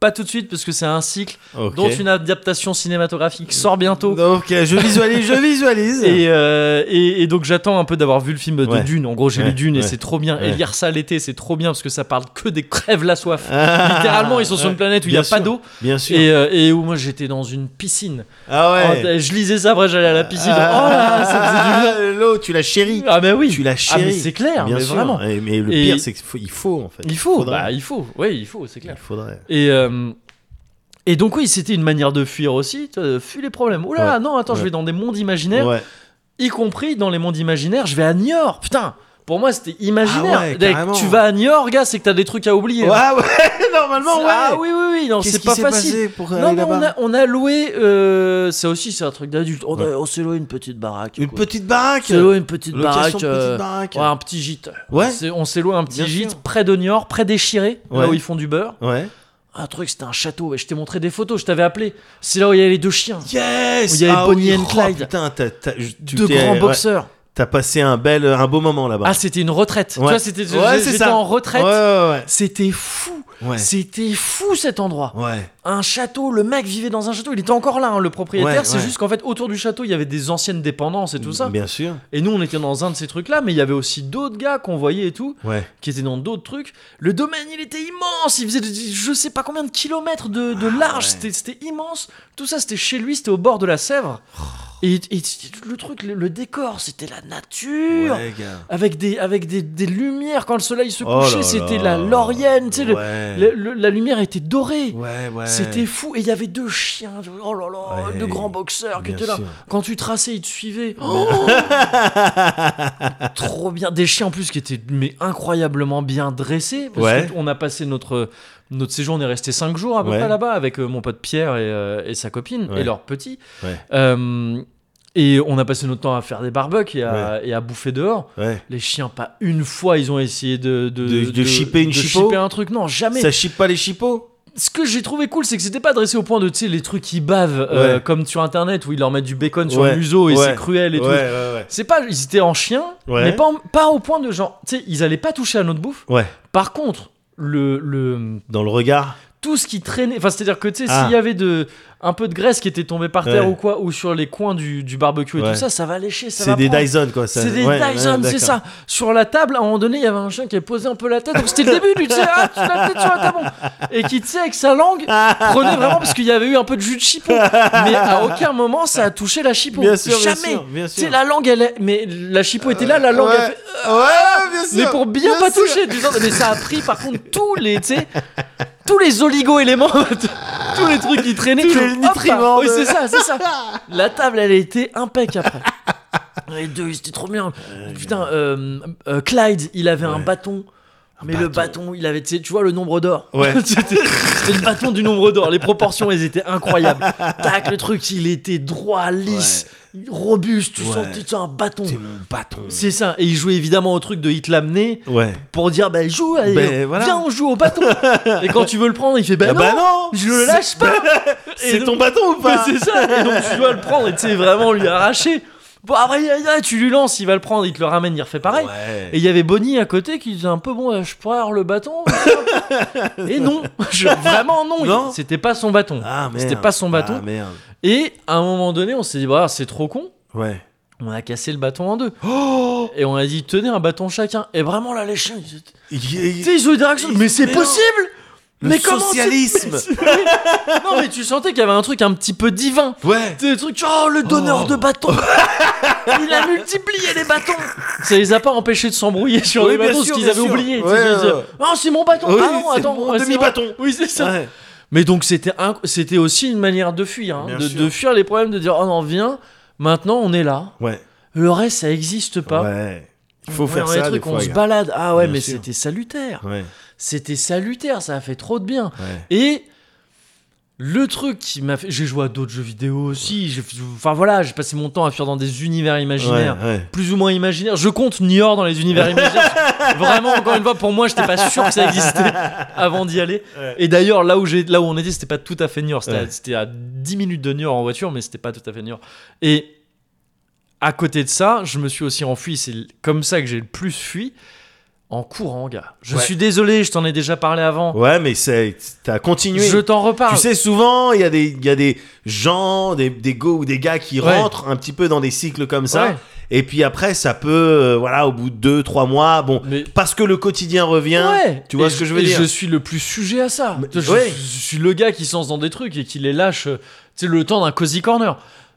Speaker 1: pas tout de suite parce que c'est un cycle
Speaker 2: Ok.
Speaker 1: dont une adaptation cinématographique sort bientôt.
Speaker 2: Ok, je visualise, je visualise. *laughs*
Speaker 1: Et, euh, et, et donc j'attends un peu d'avoir vu le film de
Speaker 2: Ouais.
Speaker 1: Dune. En gros, j'ai
Speaker 2: Ouais,
Speaker 1: lu Dune et
Speaker 2: ouais,
Speaker 1: c'est trop bien. Et
Speaker 2: ouais.
Speaker 1: lire ça l'été, c'est trop bien parce que ça parle que des crèves la soif.
Speaker 2: *laughs* Ah,
Speaker 1: Littéralement, ils sont sur
Speaker 2: ouais.
Speaker 1: une planète où il n'y
Speaker 2: Bien
Speaker 1: a pas
Speaker 2: sûr,
Speaker 1: d'eau
Speaker 2: Bien sûr.
Speaker 1: et, euh, et où moi j'étais dans une piscine.
Speaker 2: ah ouais. Ah.
Speaker 1: Oh, je lisais ça, après j'allais à la piscine. oh là, là, ça faisait du bien.
Speaker 2: *laughs* faisait du bien. L'eau, tu la chéris.
Speaker 1: Ah bah oui,
Speaker 2: Tu la
Speaker 1: ah, mais
Speaker 2: chéris.
Speaker 1: c'est clair,
Speaker 2: Bien
Speaker 1: mais
Speaker 2: sûr.
Speaker 1: vraiment.
Speaker 2: Et- mais le
Speaker 1: Et-
Speaker 2: pire, c'est qu'il faut, il faut, en fait.
Speaker 1: Il faut,
Speaker 2: Faudrait.
Speaker 1: bah, il faut, oui, il faut, c'est clair.
Speaker 2: Il faudrait.
Speaker 1: Et, euh, et donc oui, c'était une manière de fuir aussi, tu vois, de fuir les problèmes. Oula, là,
Speaker 2: Ouais.
Speaker 1: non, attends, je
Speaker 2: Ouais.
Speaker 1: vais dans des mondes imaginaires,
Speaker 2: Ouais.
Speaker 1: y compris dans les mondes imaginaires, je vais à Niort, putain pour moi, c'était imaginaire.
Speaker 2: Ah ouais,
Speaker 1: Dès que
Speaker 2: carrément.
Speaker 1: tu vas à Niort, gars, c'est que t'as des trucs à oublier. hein.
Speaker 2: Ouais, ouais, *laughs* normalement, ouais.
Speaker 1: Ah oui, oui, oui, non,
Speaker 2: Qu'est-ce
Speaker 1: c'est
Speaker 2: qui
Speaker 1: pas
Speaker 2: s'est
Speaker 1: facile.
Speaker 2: passé pour
Speaker 1: non,
Speaker 2: aller
Speaker 1: mais on
Speaker 2: là-bas
Speaker 1: a, on a loué, euh, ça aussi, c'est un truc d'adulte. On, a-
Speaker 2: Ouais.
Speaker 1: on s'est loué une petite baraque.
Speaker 2: Une
Speaker 1: quoi.
Speaker 2: petite baraque.
Speaker 1: On s'est loué une petite
Speaker 2: Location
Speaker 1: baraque.
Speaker 2: de
Speaker 1: euh,
Speaker 2: petite baraque.
Speaker 1: Ouais, un petit gîte.
Speaker 2: Ouais.
Speaker 1: On s'est- On s'est loué un petit
Speaker 2: Bien
Speaker 1: gîte
Speaker 2: sûr.
Speaker 1: près de Niort, près des Chirés, là
Speaker 2: Ouais.
Speaker 1: où ils font du beurre.
Speaker 2: Ouais.
Speaker 1: Un truc, c'était un château. Et je t'ai montré des photos, je t'avais appelé. C'est là où il y a les deux chiens.
Speaker 2: Yes.
Speaker 1: Où il y avait
Speaker 2: Ah
Speaker 1: Bonnie
Speaker 2: oui,
Speaker 1: and
Speaker 2: oh,
Speaker 1: Clyde.
Speaker 2: Putain, t'as- t'as- je- tu
Speaker 1: deux
Speaker 2: t'es-
Speaker 1: grands
Speaker 2: ouais,
Speaker 1: boxeurs.
Speaker 2: T'as passé un bel, euh, un beau moment là-bas.
Speaker 1: Ah, c'était une retraite. Tu
Speaker 2: Ouais.
Speaker 1: vois, c'était
Speaker 2: Ouais, c'est
Speaker 1: j'étais
Speaker 2: ça.
Speaker 1: en retraite.
Speaker 2: Ouais,
Speaker 1: C'était fou.
Speaker 2: ouais, ouais. Ouais.
Speaker 1: C'était fou cet endroit.
Speaker 2: Ouais.
Speaker 1: Un château, le mec vivait dans un château. Il était encore là, hein, le propriétaire.
Speaker 2: Ouais,
Speaker 1: c'est
Speaker 2: ouais.
Speaker 1: juste qu'en fait, autour du château, il y avait des anciennes dépendances et tout ça.
Speaker 2: Bien sûr.
Speaker 1: Et nous, on était dans un de ces trucs-là, mais il y avait aussi d'autres gars qu'on voyait et tout.
Speaker 2: Ouais.
Speaker 1: qui était dans d'autres trucs. Le domaine, il était immense. Il faisait de- je sais pas combien de kilomètres de, de
Speaker 2: Ah,
Speaker 1: large.
Speaker 2: ouais. Oh.
Speaker 1: C'était- C'était immense. Tout ça, c'était chez lui. C'était au bord de la Sèvre. Et, et le truc, le, le décor, c'était la nature.
Speaker 2: Ouais, gars.
Speaker 1: Avec des, avec des, des lumières, quand le soleil se
Speaker 2: Oh là
Speaker 1: couchait, c'était la
Speaker 2: là.
Speaker 1: laurienne, tu sais, le-
Speaker 2: Ouais.
Speaker 1: le- le- la lumière était dorée.
Speaker 2: Ouais, ouais.
Speaker 1: C'était fou. Et il y avait deux chiens, oh là là,
Speaker 2: Ouais.
Speaker 1: deux grands boxeurs qui
Speaker 2: Bien
Speaker 1: étaient là.
Speaker 2: sûr.
Speaker 1: Quand tu traçais, ils te
Speaker 2: *laughs*
Speaker 1: suivaient. Oh Trop bien. Des chiens en plus qui étaient mais incroyablement bien dressés. Parce
Speaker 2: Ouais.
Speaker 1: que on a passé notre, notre séjour, on est resté 5 jours à peu
Speaker 2: Ouais.
Speaker 1: près là-bas avec euh, mon pote Pierre et, euh, et sa copine
Speaker 2: Ouais.
Speaker 1: et leur petit.
Speaker 2: Ouais.
Speaker 1: Euh, et on a passé notre temps à faire des barbecues et à, et à bouffer dehors.
Speaker 2: Ouais.
Speaker 1: Les chiens, pas une fois, ils ont essayé de...
Speaker 2: De- de chipper une
Speaker 1: de
Speaker 2: chippo
Speaker 1: chipper un truc. Non, jamais
Speaker 2: Ça chipe pas les chipots
Speaker 1: ce que j'ai trouvé cool, c'est que c'était pas adressé au point de, tu sais, les trucs qui bavent, euh,
Speaker 2: Ouais.
Speaker 1: comme sur internet où ils leur mettent du bacon sur
Speaker 2: Ouais.
Speaker 1: le museau et
Speaker 2: Ouais.
Speaker 1: c'est cruel et
Speaker 2: ouais,
Speaker 1: tout.
Speaker 2: ouais,
Speaker 1: C'est pas, ils étaient en chien,
Speaker 2: Ouais.
Speaker 1: mais pas, en- pas au point de genre, tu sais, ils allaient pas toucher à notre bouffe.
Speaker 2: ouais. Ouais.
Speaker 1: Par contre, le, le,
Speaker 2: Dans le regard.
Speaker 1: tout ce qui traînait, enfin, c'est-à-dire que, tu sais,
Speaker 2: Ah.
Speaker 1: s'il y avait de, un peu de graisse qui était tombée par terre
Speaker 2: Ouais.
Speaker 1: ou quoi, ou sur les coins du, du barbecue et
Speaker 2: Ouais.
Speaker 1: tout ça, ça va lécher, ça
Speaker 2: C'est
Speaker 1: va
Speaker 2: des
Speaker 1: prendre.
Speaker 2: Dyson, quoi. ça.
Speaker 1: C'est des
Speaker 2: Ouais, ouais,
Speaker 1: Dyson, c'est
Speaker 2: d'accord.
Speaker 1: ça. Sur la table, à un moment donné, il y avait un chien qui avait posé un peu la tête. Donc c'était le début du tu sais, ah, tu la tête sur la table. Et qui, tu sais, avec sa langue, prenait vraiment parce qu'il y avait eu un peu de jus de chipon. Mais à aucun moment, ça a touché la chipon.
Speaker 2: Bien sûr, bien
Speaker 1: Jamais.
Speaker 2: sûr, bien
Speaker 1: Tu sais,
Speaker 2: sûr.
Speaker 1: la langue, elle est... Mais la chipon était là, la langue, elle
Speaker 2: Ouais.
Speaker 1: fait- euh,
Speaker 2: Ouais, bien sûr.
Speaker 1: mais pour bien, pas
Speaker 2: sûr.
Speaker 1: toucher du genre- mais ça a pris par contre tous les tu sais, tous les oligo éléments *laughs* tous les trucs qui traînaient
Speaker 2: Tous
Speaker 1: qui
Speaker 2: les
Speaker 1: ont- hop,
Speaker 2: nutriments
Speaker 1: ah, oui,
Speaker 2: de-
Speaker 1: c'est ça
Speaker 2: *laughs*
Speaker 1: c'est ça la table elle a été impeccable après les deux c'était trop bien putain euh, euh, Clyde il avait un
Speaker 2: Ouais.
Speaker 1: bâton mais le
Speaker 2: bâton.
Speaker 1: bâton, il avait, tu sais, tu vois, le nombre d'or.
Speaker 2: Ouais.
Speaker 1: *laughs* C'était c'était le bâton du nombre d'or. Les proportions, elles étaient incroyables. Tac, le truc, il était droit, lisse, robuste. Tu
Speaker 2: Ouais.
Speaker 1: sens, tu sens un bâton.
Speaker 2: C'est mon bâton.
Speaker 1: C'est ça. Et il jouait évidemment au truc de hit l'amener
Speaker 2: Ouais.
Speaker 1: pour dire bah joue allez,
Speaker 2: Ben, voilà.
Speaker 1: viens on joue au
Speaker 2: *laughs*
Speaker 1: bâton et quand tu veux le prendre il fait bah,
Speaker 2: Ah
Speaker 1: non,
Speaker 2: bah non
Speaker 1: je le lâche pas Et
Speaker 2: *laughs* C'est
Speaker 1: donc-
Speaker 2: ton bâton *laughs* ou
Speaker 1: Mais
Speaker 2: pas
Speaker 1: c'est ça et donc tu dois le prendre et tu sais vraiment lui arracher bon après il- il- tu lui lances il va le prendre il te le ramène il refait pareil
Speaker 2: Ouais.
Speaker 1: et il y avait Bonnie à côté qui disait un peu bon euh, je pourrais avoir le bâton
Speaker 2: *laughs*
Speaker 1: et non Je- vraiment non, il-
Speaker 2: Non.
Speaker 1: c'était pas son bâton
Speaker 2: Ah, merde.
Speaker 1: C'était pas son bâton.
Speaker 2: Ah, merde.
Speaker 1: et à un moment donné on s'est dit bah c'est trop con
Speaker 2: Ouais.
Speaker 1: on a cassé le bâton en deux et on a dit tenez un bâton chacun et vraiment là les chiens ils étaient- Tu sais, ils ont eu des réactions, Mais c'est
Speaker 2: Mais non.
Speaker 1: possible
Speaker 2: Le
Speaker 1: Mais comment tu-
Speaker 2: socialisme.
Speaker 1: Mais c'est- Non, mais tu sentais qu'il y avait un truc un petit peu divin.
Speaker 2: Ouais.
Speaker 1: Tu sais, le truc, oh, le donneur
Speaker 2: Oh.
Speaker 1: de bâtons *laughs* Il a multiplié les bâtons Ça les a pas empêchés de s'embrouiller sur
Speaker 2: Oui,
Speaker 1: les
Speaker 2: bien
Speaker 1: bâtons,
Speaker 2: sûr,
Speaker 1: ce qu'ils
Speaker 2: bien
Speaker 1: avaient
Speaker 2: sûr.
Speaker 1: oublié. Tu
Speaker 2: Ouais,
Speaker 1: sais, ils
Speaker 2: ouais.
Speaker 1: disaient, Ah, c'est mon bâton
Speaker 2: Oui,
Speaker 1: Ah non,
Speaker 2: c'est
Speaker 1: attends,
Speaker 2: mon
Speaker 1: ouais, c'est
Speaker 2: demi-bâton.
Speaker 1: vrai. Oui, c'est ça.
Speaker 2: Ouais.
Speaker 1: Mais donc, c'était inc- c'était aussi une manière de fuir, hein,
Speaker 2: Bien
Speaker 1: de,
Speaker 2: sûr.
Speaker 1: de fuir les problèmes, de dire, oh non, viens, maintenant on est là.
Speaker 2: Ouais.
Speaker 1: Le reste, ça existe pas.
Speaker 2: Ouais. Il faut
Speaker 1: Ouais,
Speaker 2: faire
Speaker 1: on a des
Speaker 2: ça.
Speaker 1: trucs,
Speaker 2: des
Speaker 1: on
Speaker 2: fois,
Speaker 1: se
Speaker 2: gars.
Speaker 1: balade. Ah ouais,
Speaker 2: Bien
Speaker 1: mais
Speaker 2: sûr.
Speaker 1: c'était salutaire.
Speaker 2: Ouais.
Speaker 1: C'était salutaire, ça a fait trop de bien.
Speaker 2: Ouais.
Speaker 1: Et le truc qui m'a fait. J'ai joué à d'autres jeux vidéo aussi. j'ai- Enfin voilà, j'ai passé mon temps à fuir dans des univers imaginaires.
Speaker 2: Ouais, ouais.
Speaker 1: Plus ou moins imaginaires. Je compte Niort dans les univers imaginaires.
Speaker 2: *laughs*
Speaker 1: Vraiment, encore une fois, pour moi, j'étais pas sûr que ça existait avant d'y aller.
Speaker 2: Ouais.
Speaker 1: Et d'ailleurs, là où, j'ai- là où on était, c'était pas tout à fait Niort. C'était à-
Speaker 2: Ouais.
Speaker 1: c'était à 10 minutes de Niort en voiture, mais c'était pas tout à fait Niort. Et à côté de ça, je me suis aussi enfui. C'est comme ça que j'ai le plus fui. En courant, gars. Je
Speaker 2: Ouais.
Speaker 1: suis désolé, je t'en ai déjà parlé avant.
Speaker 2: Ouais, mais c'est t'as continué.
Speaker 1: Je t'en reparle.
Speaker 2: Tu sais, souvent, il y, a des- il y a des gens, des, des go ou des gars qui
Speaker 1: Ouais.
Speaker 2: rentrent un petit peu dans des cycles comme ça.
Speaker 1: Ouais.
Speaker 2: Et puis après, ça peut, euh, voilà, au bout de deux, trois mois, bon,
Speaker 1: Mais-
Speaker 2: parce que le quotidien revient.
Speaker 1: Ouais.
Speaker 2: Tu vois
Speaker 1: Et
Speaker 2: ce que
Speaker 1: je-
Speaker 2: je veux
Speaker 1: et
Speaker 2: dire
Speaker 1: Je suis le plus sujet à ça.
Speaker 2: Mais-
Speaker 1: je, je-
Speaker 2: ouais.
Speaker 1: je suis le gars qui se lance dans des trucs et qui les lâche, euh, tu sais, le temps d'un cozy corner.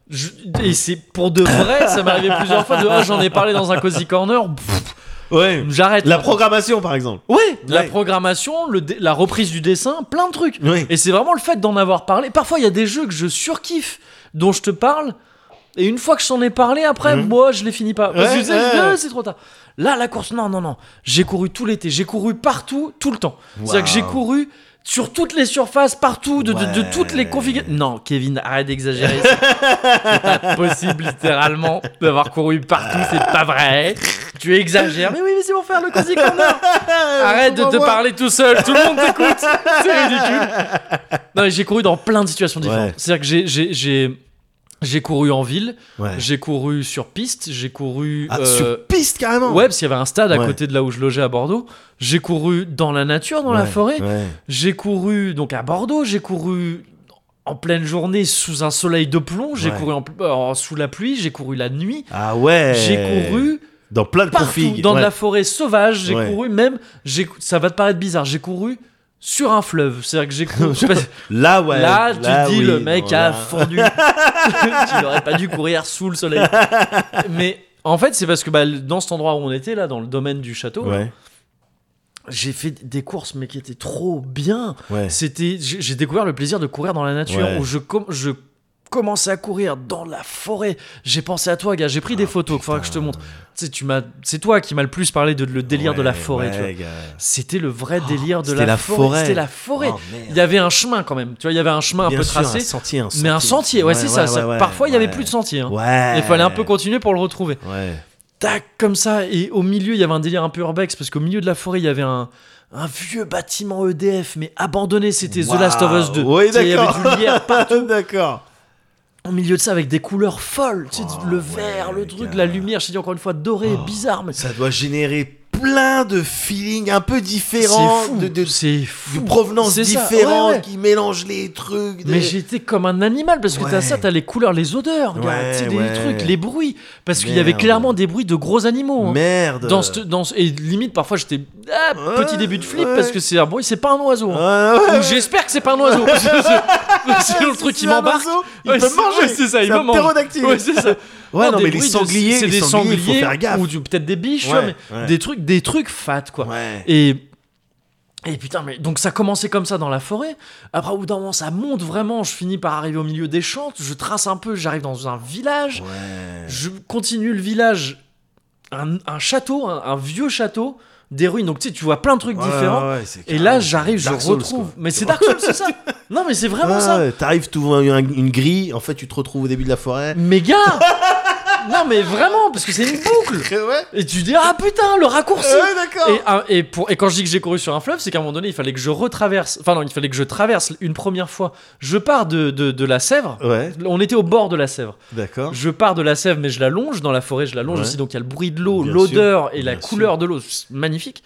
Speaker 1: Je- et c'est pour de vrai, ça m'est arrivé plusieurs fois. De ah, j'en ai parlé dans un cozy corner, pff,
Speaker 2: Ouais.
Speaker 1: j'arrête.
Speaker 2: La programmation, par exemple.
Speaker 1: Ouais, la
Speaker 2: Ouais.
Speaker 1: programmation, le dé- la reprise du dessin, plein de trucs.
Speaker 2: Oui.
Speaker 1: Et c'est vraiment le fait d'en avoir parlé. Parfois, il y a des jeux que je surkiffe, dont je te parle, et une fois que je t'en ai parlé, après,
Speaker 2: Mhm.
Speaker 1: moi, je les finis pas. Parce que
Speaker 2: Ouais,
Speaker 1: tu sais, je dis,
Speaker 2: ouais.
Speaker 1: Ah, c'est trop tard. Là, la course, non, non, non. J'ai couru tout l'été, j'ai couru partout, tout le temps. C'est-à-dire que j'ai
Speaker 2: Waouh.
Speaker 1: couru sur toutes les surfaces, partout, de, de- de
Speaker 2: Ouais.
Speaker 1: toutes les configurations. Non, Kevin, arrête d'exagérer. c'est pas possible, littéralement, d'avoir couru partout, c'est pas vrai. Tu exagères. Mais oui, mais c'est pour faire le cosy corner.
Speaker 2: Euh,
Speaker 1: Arrête de te
Speaker 2: Comprends-moi.
Speaker 1: parler tout seul, tout le monde t'écoute. C'est ridicule. Non, mais j'ai couru dans plein de situations différentes.
Speaker 2: Ouais.
Speaker 1: C'est-à-dire que j'ai- j'ai- j'ai j'ai couru en ville,
Speaker 2: Ouais.
Speaker 1: j'ai couru sur piste, j'ai couru.
Speaker 2: Ah,
Speaker 1: euh,
Speaker 2: sur piste, carrément.
Speaker 1: Ouais, parce qu'il y avait un stade à
Speaker 2: Ouais.
Speaker 1: côté de là où je logeais à Bordeaux. J'ai couru dans la nature, dans la
Speaker 2: Ouais,
Speaker 1: forêt.
Speaker 2: ouais.
Speaker 1: J'ai couru donc à Bordeaux. J'ai couru en pleine journée sous un soleil de plomb. J'ai
Speaker 2: Ouais.
Speaker 1: couru en, en- sous la pluie. J'ai couru la nuit.
Speaker 2: Ah ouais.
Speaker 1: J'ai couru
Speaker 2: dans plein de
Speaker 1: partout
Speaker 2: configs.
Speaker 1: dans de
Speaker 2: Ouais.
Speaker 1: la forêt sauvage. J'ai
Speaker 2: Ouais.
Speaker 1: couru même. j'ai- Ça va te paraître bizarre. J'ai couru sur un fleuve. C'est-à-dire que j'ai cru-
Speaker 2: Sur- Là, *laughs* ouais.
Speaker 1: Là, tu dis
Speaker 2: oui,
Speaker 1: le mec
Speaker 2: voilà.
Speaker 1: a
Speaker 2: *laughs*
Speaker 1: fondu. tu n'aurais pas dû courir sous le soleil. Mais en fait, c'est parce que bah, dans cet endroit où on était, là, dans le domaine du château,
Speaker 2: Ouais,
Speaker 1: j'ai fait des courses, mais qui étaient trop bien.
Speaker 2: ouais.
Speaker 1: C'était, j'ai j'ai découvert le plaisir de courir dans la nature,
Speaker 2: Ouais.
Speaker 1: où je, com- je commençais à courir dans la forêt. J'ai pensé à toi, gars. J'ai
Speaker 2: Ah,
Speaker 1: pris des photos. qu'il Faudra que je te montre. Tu sais, tu m'as, c'est toi qui m'as le plus parlé de le délire de la
Speaker 2: Ouais,
Speaker 1: forêt. tu vois.
Speaker 2: ouais, gars.
Speaker 1: C'était le vrai délire de
Speaker 2: c'était
Speaker 1: la,
Speaker 2: la
Speaker 1: forêt.
Speaker 2: forêt.
Speaker 1: C'était la forêt.
Speaker 2: Oh, merde.
Speaker 1: il y avait un chemin quand même. Tu vois, il y avait un chemin un
Speaker 2: Bien
Speaker 1: peu
Speaker 2: sûr,
Speaker 1: tracé.
Speaker 2: un sentier, un
Speaker 1: Mais un sentier, ouais, c'est ça.
Speaker 2: ouais,
Speaker 1: ça-
Speaker 2: ouais,
Speaker 1: Parfois, il y
Speaker 2: ouais.
Speaker 1: avait plus de sentier. hein.
Speaker 2: Ouais.
Speaker 1: Il fallait un peu continuer pour le retrouver.
Speaker 2: Ouais.
Speaker 1: Tac, comme ça. Et au milieu, il y avait un délire un peu urbex, parce qu'au milieu de la forêt, il y avait un, un vieux bâtiment EDF, mais abandonné. C'était The Last of Us 2.
Speaker 2: Oui,
Speaker 1: Tu sais, Il y
Speaker 2: d'accord.
Speaker 1: avait du
Speaker 2: *laughs*
Speaker 1: lierre
Speaker 2: d'accord.
Speaker 1: au milieu de ça avec des couleurs folles. Tu sais,
Speaker 2: Oh,
Speaker 1: le
Speaker 2: ouais,
Speaker 1: vert, le
Speaker 2: les
Speaker 1: truc,
Speaker 2: gars.
Speaker 1: la lumière, je t'ai dit encore une fois, doré,
Speaker 2: Oh,
Speaker 1: bizarre, mais
Speaker 2: Ça doit générer plein de feelings un peu
Speaker 1: c'est
Speaker 2: différents,
Speaker 1: fou.
Speaker 2: de, de,
Speaker 1: c'est fou.
Speaker 2: de provenances
Speaker 1: C'est ça, ouais,
Speaker 2: différentes
Speaker 1: ouais.
Speaker 2: qui mélangent les trucs. des-
Speaker 1: Mais j'étais comme un animal parce que t'as
Speaker 2: Ouais.
Speaker 1: ça, t'as les couleurs, les odeurs, gars,
Speaker 2: Ouais,
Speaker 1: tu sais, des
Speaker 2: ouais.
Speaker 1: trucs, les bruits. Parce qu'il y avait
Speaker 2: Merde.
Speaker 1: clairement des bruits de gros animaux. hein.
Speaker 2: Merde.
Speaker 1: Dans ce, dans ce- et limite, parfois j'étais. Ah,
Speaker 2: Ouais,
Speaker 1: petit début de flip
Speaker 2: ouais.
Speaker 1: parce que c'est un bruit, c'est pas un oiseau.
Speaker 2: Ouais,
Speaker 1: hein.
Speaker 2: ouais,
Speaker 1: Ou
Speaker 2: ouais.
Speaker 1: j'espère que c'est pas un oiseau. parce que c'est-
Speaker 2: *laughs*
Speaker 1: Sinon, le truc
Speaker 2: Si
Speaker 1: qui
Speaker 2: un
Speaker 1: m'embarque.
Speaker 2: oiseau, Il
Speaker 1: Ouais,
Speaker 2: peut
Speaker 1: c'est-
Speaker 2: manger.
Speaker 1: ouais, c'est ça, il
Speaker 2: un
Speaker 1: me mange.
Speaker 2: ptérodactyle.
Speaker 1: Ouais, c'est ça.
Speaker 2: Ouais, non,
Speaker 1: des
Speaker 2: mais les
Speaker 1: bruits de-
Speaker 2: sangliers,
Speaker 1: c'est
Speaker 2: les
Speaker 1: des
Speaker 2: sangliers,
Speaker 1: sangliers,
Speaker 2: il faut faire gaffe.
Speaker 1: Ou du- peut-être des biches, tu vois,
Speaker 2: Ouais,
Speaker 1: mais
Speaker 2: ouais.
Speaker 1: des trucs, des trucs fat, quoi.
Speaker 2: Ouais.
Speaker 1: Et. Et putain, mais donc ça commençait comme ça dans la forêt. Après, au bout d'un moment, ça monte vraiment. Je finis par arriver au milieu des champs. Je trace un peu. J'arrive dans un village.
Speaker 2: Ouais.
Speaker 1: Je continue le village. Un, un château, un, un vieux château, des ruines. Donc tu sais, tu vois plein de trucs
Speaker 2: Ouais,
Speaker 1: différents.
Speaker 2: ouais, c'est
Speaker 1: Et
Speaker 2: carrément
Speaker 1: là, j'arrive, je
Speaker 2: Dark Souls,
Speaker 1: retrouve.
Speaker 2: quoi.
Speaker 1: Mais c'est Dark Souls,
Speaker 2: *laughs*
Speaker 1: c'est ça Non, mais c'est vraiment
Speaker 2: Ouais,
Speaker 1: ça.
Speaker 2: ouais, T'arrives, tu ouvres un- une grille, en fait, tu te retrouves au début de la forêt. *laughs*
Speaker 1: Mais gars Non, mais vraiment, parce que c'est une boucle
Speaker 2: Ouais.
Speaker 1: Et tu dis, ah putain, le raccourci
Speaker 2: Ouais, d'accord.
Speaker 1: et, ah, et, pour, et quand je dis que j'ai couru sur un fleuve, c'est qu'à un moment donné, il fallait que je retraverse. Enfin, non, il fallait que je traverse une première fois. Je pars de, de, de la Sèvre.
Speaker 2: Ouais,
Speaker 1: On était au bord de la Sèvre.
Speaker 2: d'accord.
Speaker 1: Je pars de la Sèvre, mais je la longe. Dans la forêt, je la longe
Speaker 2: Ouais.
Speaker 1: aussi. Donc il y a le bruit de l'eau,
Speaker 2: Bien
Speaker 1: l'odeur
Speaker 2: sûr,
Speaker 1: et la
Speaker 2: bien
Speaker 1: couleur de l'eau. C'est magnifique.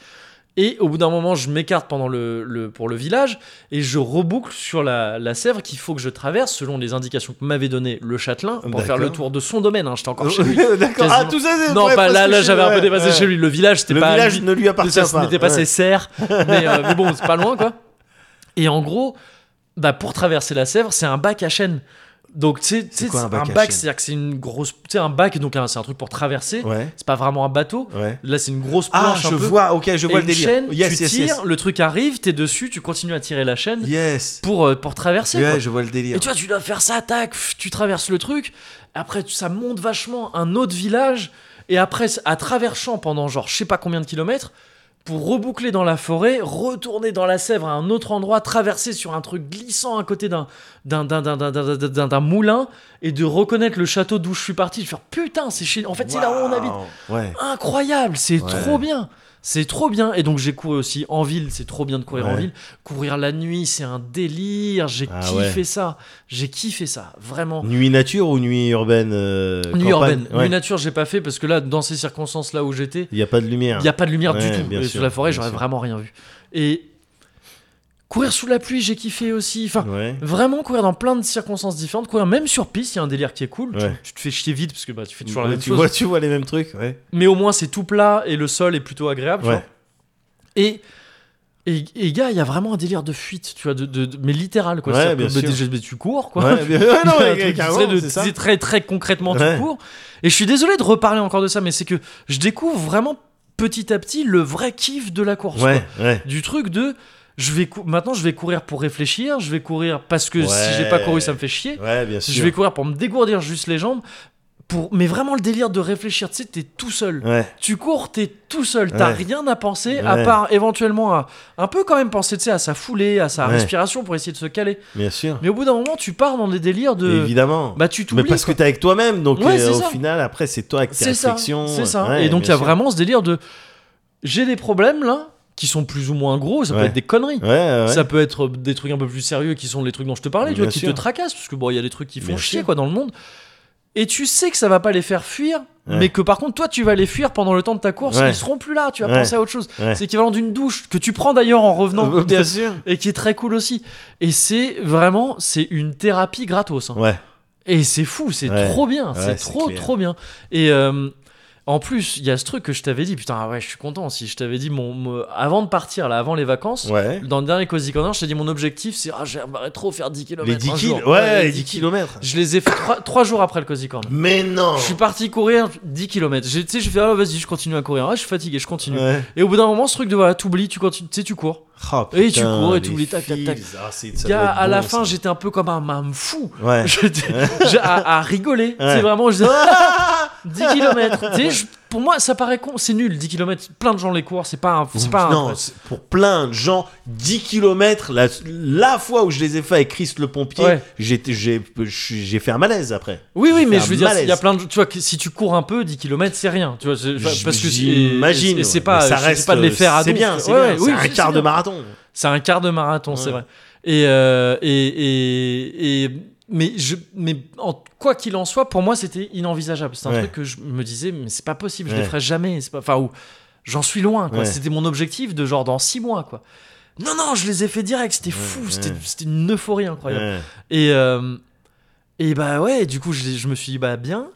Speaker 1: Et au bout d'un moment, je m'écarte pendant le, le- pour le village et je reboucle sur la, la Sèvre qu'il faut que je traverse selon les indications que m'avait donné le châtelain pour faire
Speaker 2: D'accord.
Speaker 1: le tour de son domaine. hein. J'étais
Speaker 2: *laughs*
Speaker 1: encore chez lui.
Speaker 2: d'accord. Ah,
Speaker 1: quasiment.
Speaker 2: tout ça, c'est
Speaker 1: Non,
Speaker 2: ouais,
Speaker 1: pas là,
Speaker 2: presque
Speaker 1: là
Speaker 2: chez-
Speaker 1: j'avais un peu
Speaker 2: ouais,
Speaker 1: dépassé
Speaker 2: ouais.
Speaker 1: chez lui. Le village, c'était
Speaker 2: Le
Speaker 1: pas. à
Speaker 2: village
Speaker 1: lui.
Speaker 2: ne lui appartient
Speaker 1: Ça, ce
Speaker 2: pas.
Speaker 1: n'était pas
Speaker 2: Ouais.
Speaker 1: ses serres, mais, euh, mais bon, c'est pas loin quoi. Et en gros, bah, pour traverser la Sèvre, c'est un bac à chaîne. Donc tu sais, tu sais,
Speaker 2: quoi, un
Speaker 1: c'est
Speaker 2: bac à chaîne
Speaker 1: c'est-à-dire que c'est une grosse, tu sais, un bac, donc un- c'est un truc pour traverser.
Speaker 2: Ouais,
Speaker 1: C'est pas vraiment un bateau.
Speaker 2: ouais.
Speaker 1: Là, c'est une grosse
Speaker 2: Ah,
Speaker 1: planche
Speaker 2: je
Speaker 1: un peu.
Speaker 2: vois, ok, je
Speaker 1: Et
Speaker 2: vois le
Speaker 1: une
Speaker 2: délire.
Speaker 1: chaîne,
Speaker 2: yes,
Speaker 1: tu
Speaker 2: yes,
Speaker 1: tires,
Speaker 2: yes.
Speaker 1: le truc arrive, t'es dessus, tu continues à tirer la chaîne
Speaker 2: Yes.
Speaker 1: pour euh, pour traverser. quoi.
Speaker 2: Ouais, je vois le délire.
Speaker 1: Et tu vois, tu dois faire ça, tac, pff, tu traverses le truc. Après, tu- ça monte vachement un autre village. Et après, c- à travers champs pendant genre je sais pas combien de kilomètres, pour reboucler dans la forêt, retourner dans la Sèvre à un autre endroit, traverser sur un truc glissant à côté d'un d'un d'un d'un d'un- d'un d'un- d'un- d'un moulin et de reconnaître le château d'où je suis parti. Je faire putain, c'est chez. En fait, c'est là où on habite.
Speaker 2: Waouh. Ouais.
Speaker 1: Incroyable, c'est
Speaker 2: Ouais.
Speaker 1: trop bien. C'est trop bien. Et donc j'ai couru aussi en ville, c'est trop bien de courir en
Speaker 2: Ouais.
Speaker 1: ville. Courir la nuit, c'est un délire. J'ai
Speaker 2: Ah
Speaker 1: kiffé
Speaker 2: ouais.
Speaker 1: ça. J'ai kiffé ça, vraiment.
Speaker 2: Nuit nature ou nuit urbaine euh,
Speaker 1: Nuit
Speaker 2: campagne
Speaker 1: urbaine,
Speaker 2: Ouais.
Speaker 1: nuit nature, j'ai pas fait parce que là, dans ces circonstances là où j'étais,
Speaker 2: Il n'y a pas de
Speaker 1: il
Speaker 2: lumière.
Speaker 1: n'y a pas de lumière
Speaker 2: Ouais,
Speaker 1: du tout.
Speaker 2: bien
Speaker 1: Et
Speaker 2: sûr,
Speaker 1: sous la forêt,
Speaker 2: bien
Speaker 1: j'aurais
Speaker 2: sûr.
Speaker 1: vraiment rien vu. Et courir sous la pluie, j'ai kiffé aussi. Enfin,
Speaker 2: Ouais.
Speaker 1: vraiment courir dans plein de circonstances différentes. Courir même sur piste, il y a un délire qui est cool. Tu-
Speaker 2: Ouais.
Speaker 1: Tu, te fais chier vite parce que bah, tu fais toujours la
Speaker 2: Ouais,
Speaker 1: même
Speaker 2: tu,
Speaker 1: chose.
Speaker 2: vois, tu vois les mêmes trucs, ouais.
Speaker 1: mais au moins c'est tout plat et le sol est plutôt agréable. tu
Speaker 2: Ouais.
Speaker 1: vois. Et, et, et gars, il y a vraiment un délire de fuite, tu vois, de, de- de- mais littéral quoi.
Speaker 2: Ouais,
Speaker 1: C'est-à-dire
Speaker 2: bien
Speaker 1: que, bah,
Speaker 2: sûr.
Speaker 1: déjà, mais tu cours quoi.
Speaker 2: *laughs* Ouais, bien- ouais, non,
Speaker 1: *laughs* Il y a un
Speaker 2: ouais,
Speaker 1: truc qui
Speaker 2: carrément,
Speaker 1: serait de-
Speaker 2: c'est ça.
Speaker 1: c'est très très concrètement
Speaker 2: Ouais.
Speaker 1: tu cours. Et je suis désolé de reparler encore de ça, mais c'est que je découvre vraiment petit à petit le vrai kiff de la course.
Speaker 2: Ouais,
Speaker 1: quoi.
Speaker 2: ouais.
Speaker 1: Du truc de je vais cou- maintenant je vais courir pour réfléchir, je vais courir parce que si
Speaker 2: Ouais.
Speaker 1: j'ai pas couru ça me fait chier.
Speaker 2: Ouais, bien
Speaker 1: Je
Speaker 2: sûr.
Speaker 1: vais courir pour me dégourdir juste les jambes. Pour... Mais vraiment le délire de réfléchir, tu sais, t'es tout seul.
Speaker 2: Ouais,
Speaker 1: Tu cours, t'es tout seul, t'as
Speaker 2: Ouais.
Speaker 1: rien à penser, à
Speaker 2: Ouais.
Speaker 1: part éventuellement à, un peu quand même penser tu sais, à sa foulée, à sa
Speaker 2: Ouais.
Speaker 1: respiration pour essayer de se caler.
Speaker 2: bien sûr.
Speaker 1: Mais au bout d'un moment, tu pars dans des délires de.
Speaker 2: Évidemment.
Speaker 1: Bah, tu
Speaker 2: Mais
Speaker 1: t'oublies.
Speaker 2: parce
Speaker 1: quoi.
Speaker 2: que t'es avec toi-même, donc
Speaker 1: Ouais,
Speaker 2: euh,
Speaker 1: c'est
Speaker 2: au
Speaker 1: ça.
Speaker 2: final, après, c'est toi avec tes
Speaker 1: C'est ça.
Speaker 2: réflexions.
Speaker 1: C'est ça.
Speaker 2: Ouais,
Speaker 1: Et donc, il y
Speaker 2: bien
Speaker 1: a
Speaker 2: sûr.
Speaker 1: vraiment ce délire de. J'ai des problèmes là, qui sont plus ou moins gros, ça peut
Speaker 2: Ouais.
Speaker 1: être des conneries.
Speaker 2: Ouais, Ah ouais.
Speaker 1: Ça peut être des trucs un peu plus sérieux qui sont les trucs dont je te parlais, tu
Speaker 2: Bien
Speaker 1: vois, qui te
Speaker 2: sûr.
Speaker 1: tracassent, parce que bon, il y a des trucs qui font
Speaker 2: Bien
Speaker 1: chier
Speaker 2: sûr.
Speaker 1: quoi dans le monde. Et tu sais que ça va pas les faire fuir,
Speaker 2: Ouais.
Speaker 1: mais que par contre toi tu vas les fuir pendant le temps de ta course,
Speaker 2: Ouais.
Speaker 1: ils seront plus là, tu vas
Speaker 2: Ouais.
Speaker 1: penser à autre chose.
Speaker 2: Ouais.
Speaker 1: C'est équivalent d'une douche que tu prends d'ailleurs en revenant,
Speaker 2: Euh, *laughs* bien sûr.
Speaker 1: et qui est très cool aussi. Et c'est vraiment, c'est une thérapie gratos. hein.
Speaker 2: Ouais.
Speaker 1: Et c'est fou, c'est
Speaker 2: Ouais.
Speaker 1: trop bien,
Speaker 2: Ouais,
Speaker 1: c'est
Speaker 2: c'est
Speaker 1: trop
Speaker 2: clair.
Speaker 1: trop bien. Et euh, En plus, il y a ce truc que je t'avais dit, putain, ah ouais, je suis content. Si je t'avais dit, mon, mon- avant de partir, là, avant les vacances,
Speaker 2: Ouais.
Speaker 1: dans le dernier Cozy Corner, je t'ai dit, mon objectif, c'est, ah, j'aimerais trop faire 10 km.
Speaker 2: Les 10
Speaker 1: un
Speaker 2: kilomètres.
Speaker 1: jour.
Speaker 2: Ouais, les
Speaker 1: les
Speaker 2: 10 kilomètres.
Speaker 1: Je les ai fait 3, jours après le Cozy Corner.
Speaker 2: Mais non
Speaker 1: Je suis parti courir 10 km. Tu sais, je fais, ah, vas-y, je continue à courir. Ah, je suis fatigué, je continue.
Speaker 2: Ouais.
Speaker 1: Et au bout d'un moment, ce truc de, voilà, t'oublies, tu continues, tu sais, tu cours.
Speaker 2: Oh,
Speaker 1: Et tu
Speaker 2: putain,
Speaker 1: cours et tu
Speaker 2: les
Speaker 1: oublies, tac, tac, tac.
Speaker 2: feels. Ah, c'est- ça
Speaker 1: Gars,
Speaker 2: doit être
Speaker 1: à la
Speaker 2: bon,
Speaker 1: fin,
Speaker 2: ça.
Speaker 1: j'étais un peu comme un mame fou. *laughs*
Speaker 2: Ouais.
Speaker 1: J'étais- j'ai- à, à rigoler.
Speaker 2: Ouais.
Speaker 1: C'est vraiment, je oh, disais, 10
Speaker 2: *laughs*
Speaker 1: km. pour moi, ça paraît con, c'est nul, 10 km. Plein de gens les courent, c'est pas un. C'est pas un-
Speaker 2: non, c'est- pour plein de gens, 10 km, la, la fois où je les ai fait avec Chris le pompier,
Speaker 1: Ouais.
Speaker 2: j'étais- j'ai j'ai fait un malaise après.
Speaker 1: Oui, oui,
Speaker 2: j'ai
Speaker 1: mais
Speaker 2: fait
Speaker 1: je veux
Speaker 2: un
Speaker 1: dire,
Speaker 2: malaise.
Speaker 1: il y a plein de. Tu vois, que si tu cours un peu, 10 km, c'est rien. Tu vois, c'est-
Speaker 2: J-
Speaker 1: parce que c'est-
Speaker 2: J'imagine.
Speaker 1: Et c'est
Speaker 2: ouais,
Speaker 1: pas,
Speaker 2: mais ça
Speaker 1: je dis
Speaker 2: reste,
Speaker 1: pas de les faire à
Speaker 2: C'est
Speaker 1: dos.
Speaker 2: bien, c'est
Speaker 1: Ouais,
Speaker 2: bien.
Speaker 1: ouais,
Speaker 2: c'est
Speaker 1: oui,
Speaker 2: un
Speaker 1: c'est-
Speaker 2: quart
Speaker 1: c'est bien.
Speaker 2: de marathon.
Speaker 1: C'est un quart de marathon, c'est
Speaker 2: Ouais.
Speaker 1: vrai. Et, euh, et, et, et- mais je, mais en, quoi qu'il en soit, pour moi, c'était inenvisageable. C'est un
Speaker 2: Ouais.
Speaker 1: truc que je me disais, mais c'est pas possible, je
Speaker 2: Ouais.
Speaker 1: le ferai jamais. C'est pas, enfin, ou j'en suis loin. quoi.
Speaker 2: Ouais.
Speaker 1: C'était mon objectif de genre dans six mois, quoi. Non, non, je les ai fait direct. C'était fou.
Speaker 2: ouais.
Speaker 1: C'était, c'était une euphorie incroyable.
Speaker 2: Ouais.
Speaker 1: Et euh, et bah ouais. Du coup, je, l'ai- je me suis dit bah bien.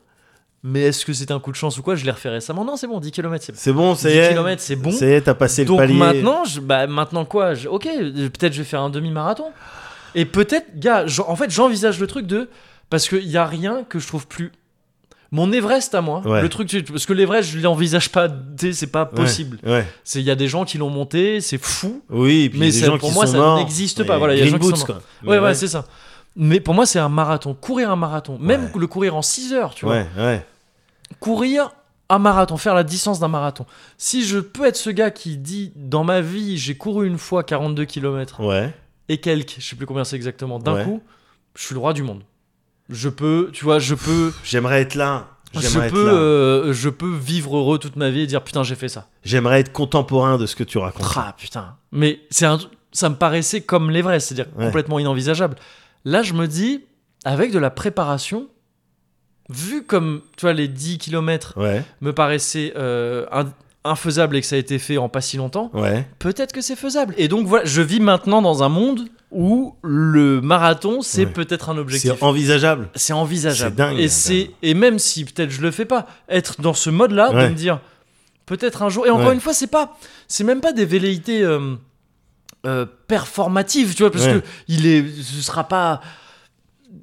Speaker 1: Mais est-ce que c'était un coup de chance ou quoi Je l'ai refait récemment. Non, c'est bon. 10 km, c'est bon.
Speaker 2: C'est bon, c'est
Speaker 1: 10 km, c'est bon.
Speaker 2: C'est t'as passé
Speaker 1: Donc
Speaker 2: le palier.
Speaker 1: maintenant, je, bah, maintenant quoi je- Ok, euh, peut-être je vais faire un demi-marathon. Et peut-être, gars, j'en- en fait, j'envisage le truc de. Parce qu'il n'y a rien que je trouve plus. Mon Everest à moi,
Speaker 2: Ouais.
Speaker 1: le truc, tu- parce que l'Everest, je l'envisage pas, tu sais, c'est pas
Speaker 2: Ouais,
Speaker 1: possible.
Speaker 2: ouais.
Speaker 1: C'est- Il y a des gens qui l'ont monté, c'est fou.
Speaker 2: Oui, et puis
Speaker 1: Mais
Speaker 2: il y a des
Speaker 1: ça-
Speaker 2: gens
Speaker 1: pour
Speaker 2: qui
Speaker 1: moi,
Speaker 2: sont
Speaker 1: ça
Speaker 2: morts.
Speaker 1: n'existe
Speaker 2: Ouais,
Speaker 1: pas, voilà, il y a des
Speaker 2: Green
Speaker 1: gens qui
Speaker 2: Boots,
Speaker 1: sont
Speaker 2: quoi.
Speaker 1: Ouais, ouais, c'est ça. Mais pour moi, c'est un marathon. Courir un marathon, même
Speaker 2: Ouais.
Speaker 1: le courir en 6 heures, tu vois
Speaker 2: Ouais, ouais.
Speaker 1: courir un marathon, faire la distance d'un marathon. Si je peux être ce gars qui dit dans ma vie j'ai couru une fois 42 km
Speaker 2: Ouais.
Speaker 1: et quelques, je sais plus combien c'est exactement, d'un
Speaker 2: Ouais.
Speaker 1: coup, je suis le roi du monde. Je peux, tu vois, je peux,
Speaker 2: J'aimerais être là.
Speaker 1: je
Speaker 2: *laughs* J'aimerais être
Speaker 1: peux,
Speaker 2: là.
Speaker 1: Ah, euh, je peux vivre heureux toute ma vie et dire putain j'ai fait ça.
Speaker 2: J'aimerais être contemporain de ce que tu racontes.
Speaker 1: Ah putain. Mais c'est un, ça me paraissait comme l'Everest, c'est-à-dire
Speaker 2: Ouais.
Speaker 1: complètement inenvisageable. Là, je me dis, avec de la préparation, vu comme tu vois les 10 km
Speaker 2: Ouais,
Speaker 1: me paraissait euh, in- infaisable et que ça a été fait en pas si longtemps,
Speaker 2: ouais.
Speaker 1: peut-être que c'est faisable. Et donc voilà, je vis maintenant dans un monde où le marathon, c'est
Speaker 2: Ouais.
Speaker 1: peut-être un objectif.
Speaker 2: C'est envisageable.
Speaker 1: C'est envisageable.
Speaker 2: C'est dingue,
Speaker 1: et,
Speaker 2: hein,
Speaker 1: c'est, et même si peut-être je le fais pas, être dans ce mode-là,
Speaker 2: Ouais.
Speaker 1: de me dire peut-être un jour. Et encore
Speaker 2: Ouais.
Speaker 1: une fois, c'est pas, c'est même pas des velléités euh, euh, performatives, tu vois, parce
Speaker 2: Ouais.
Speaker 1: que il est, ce sera pas,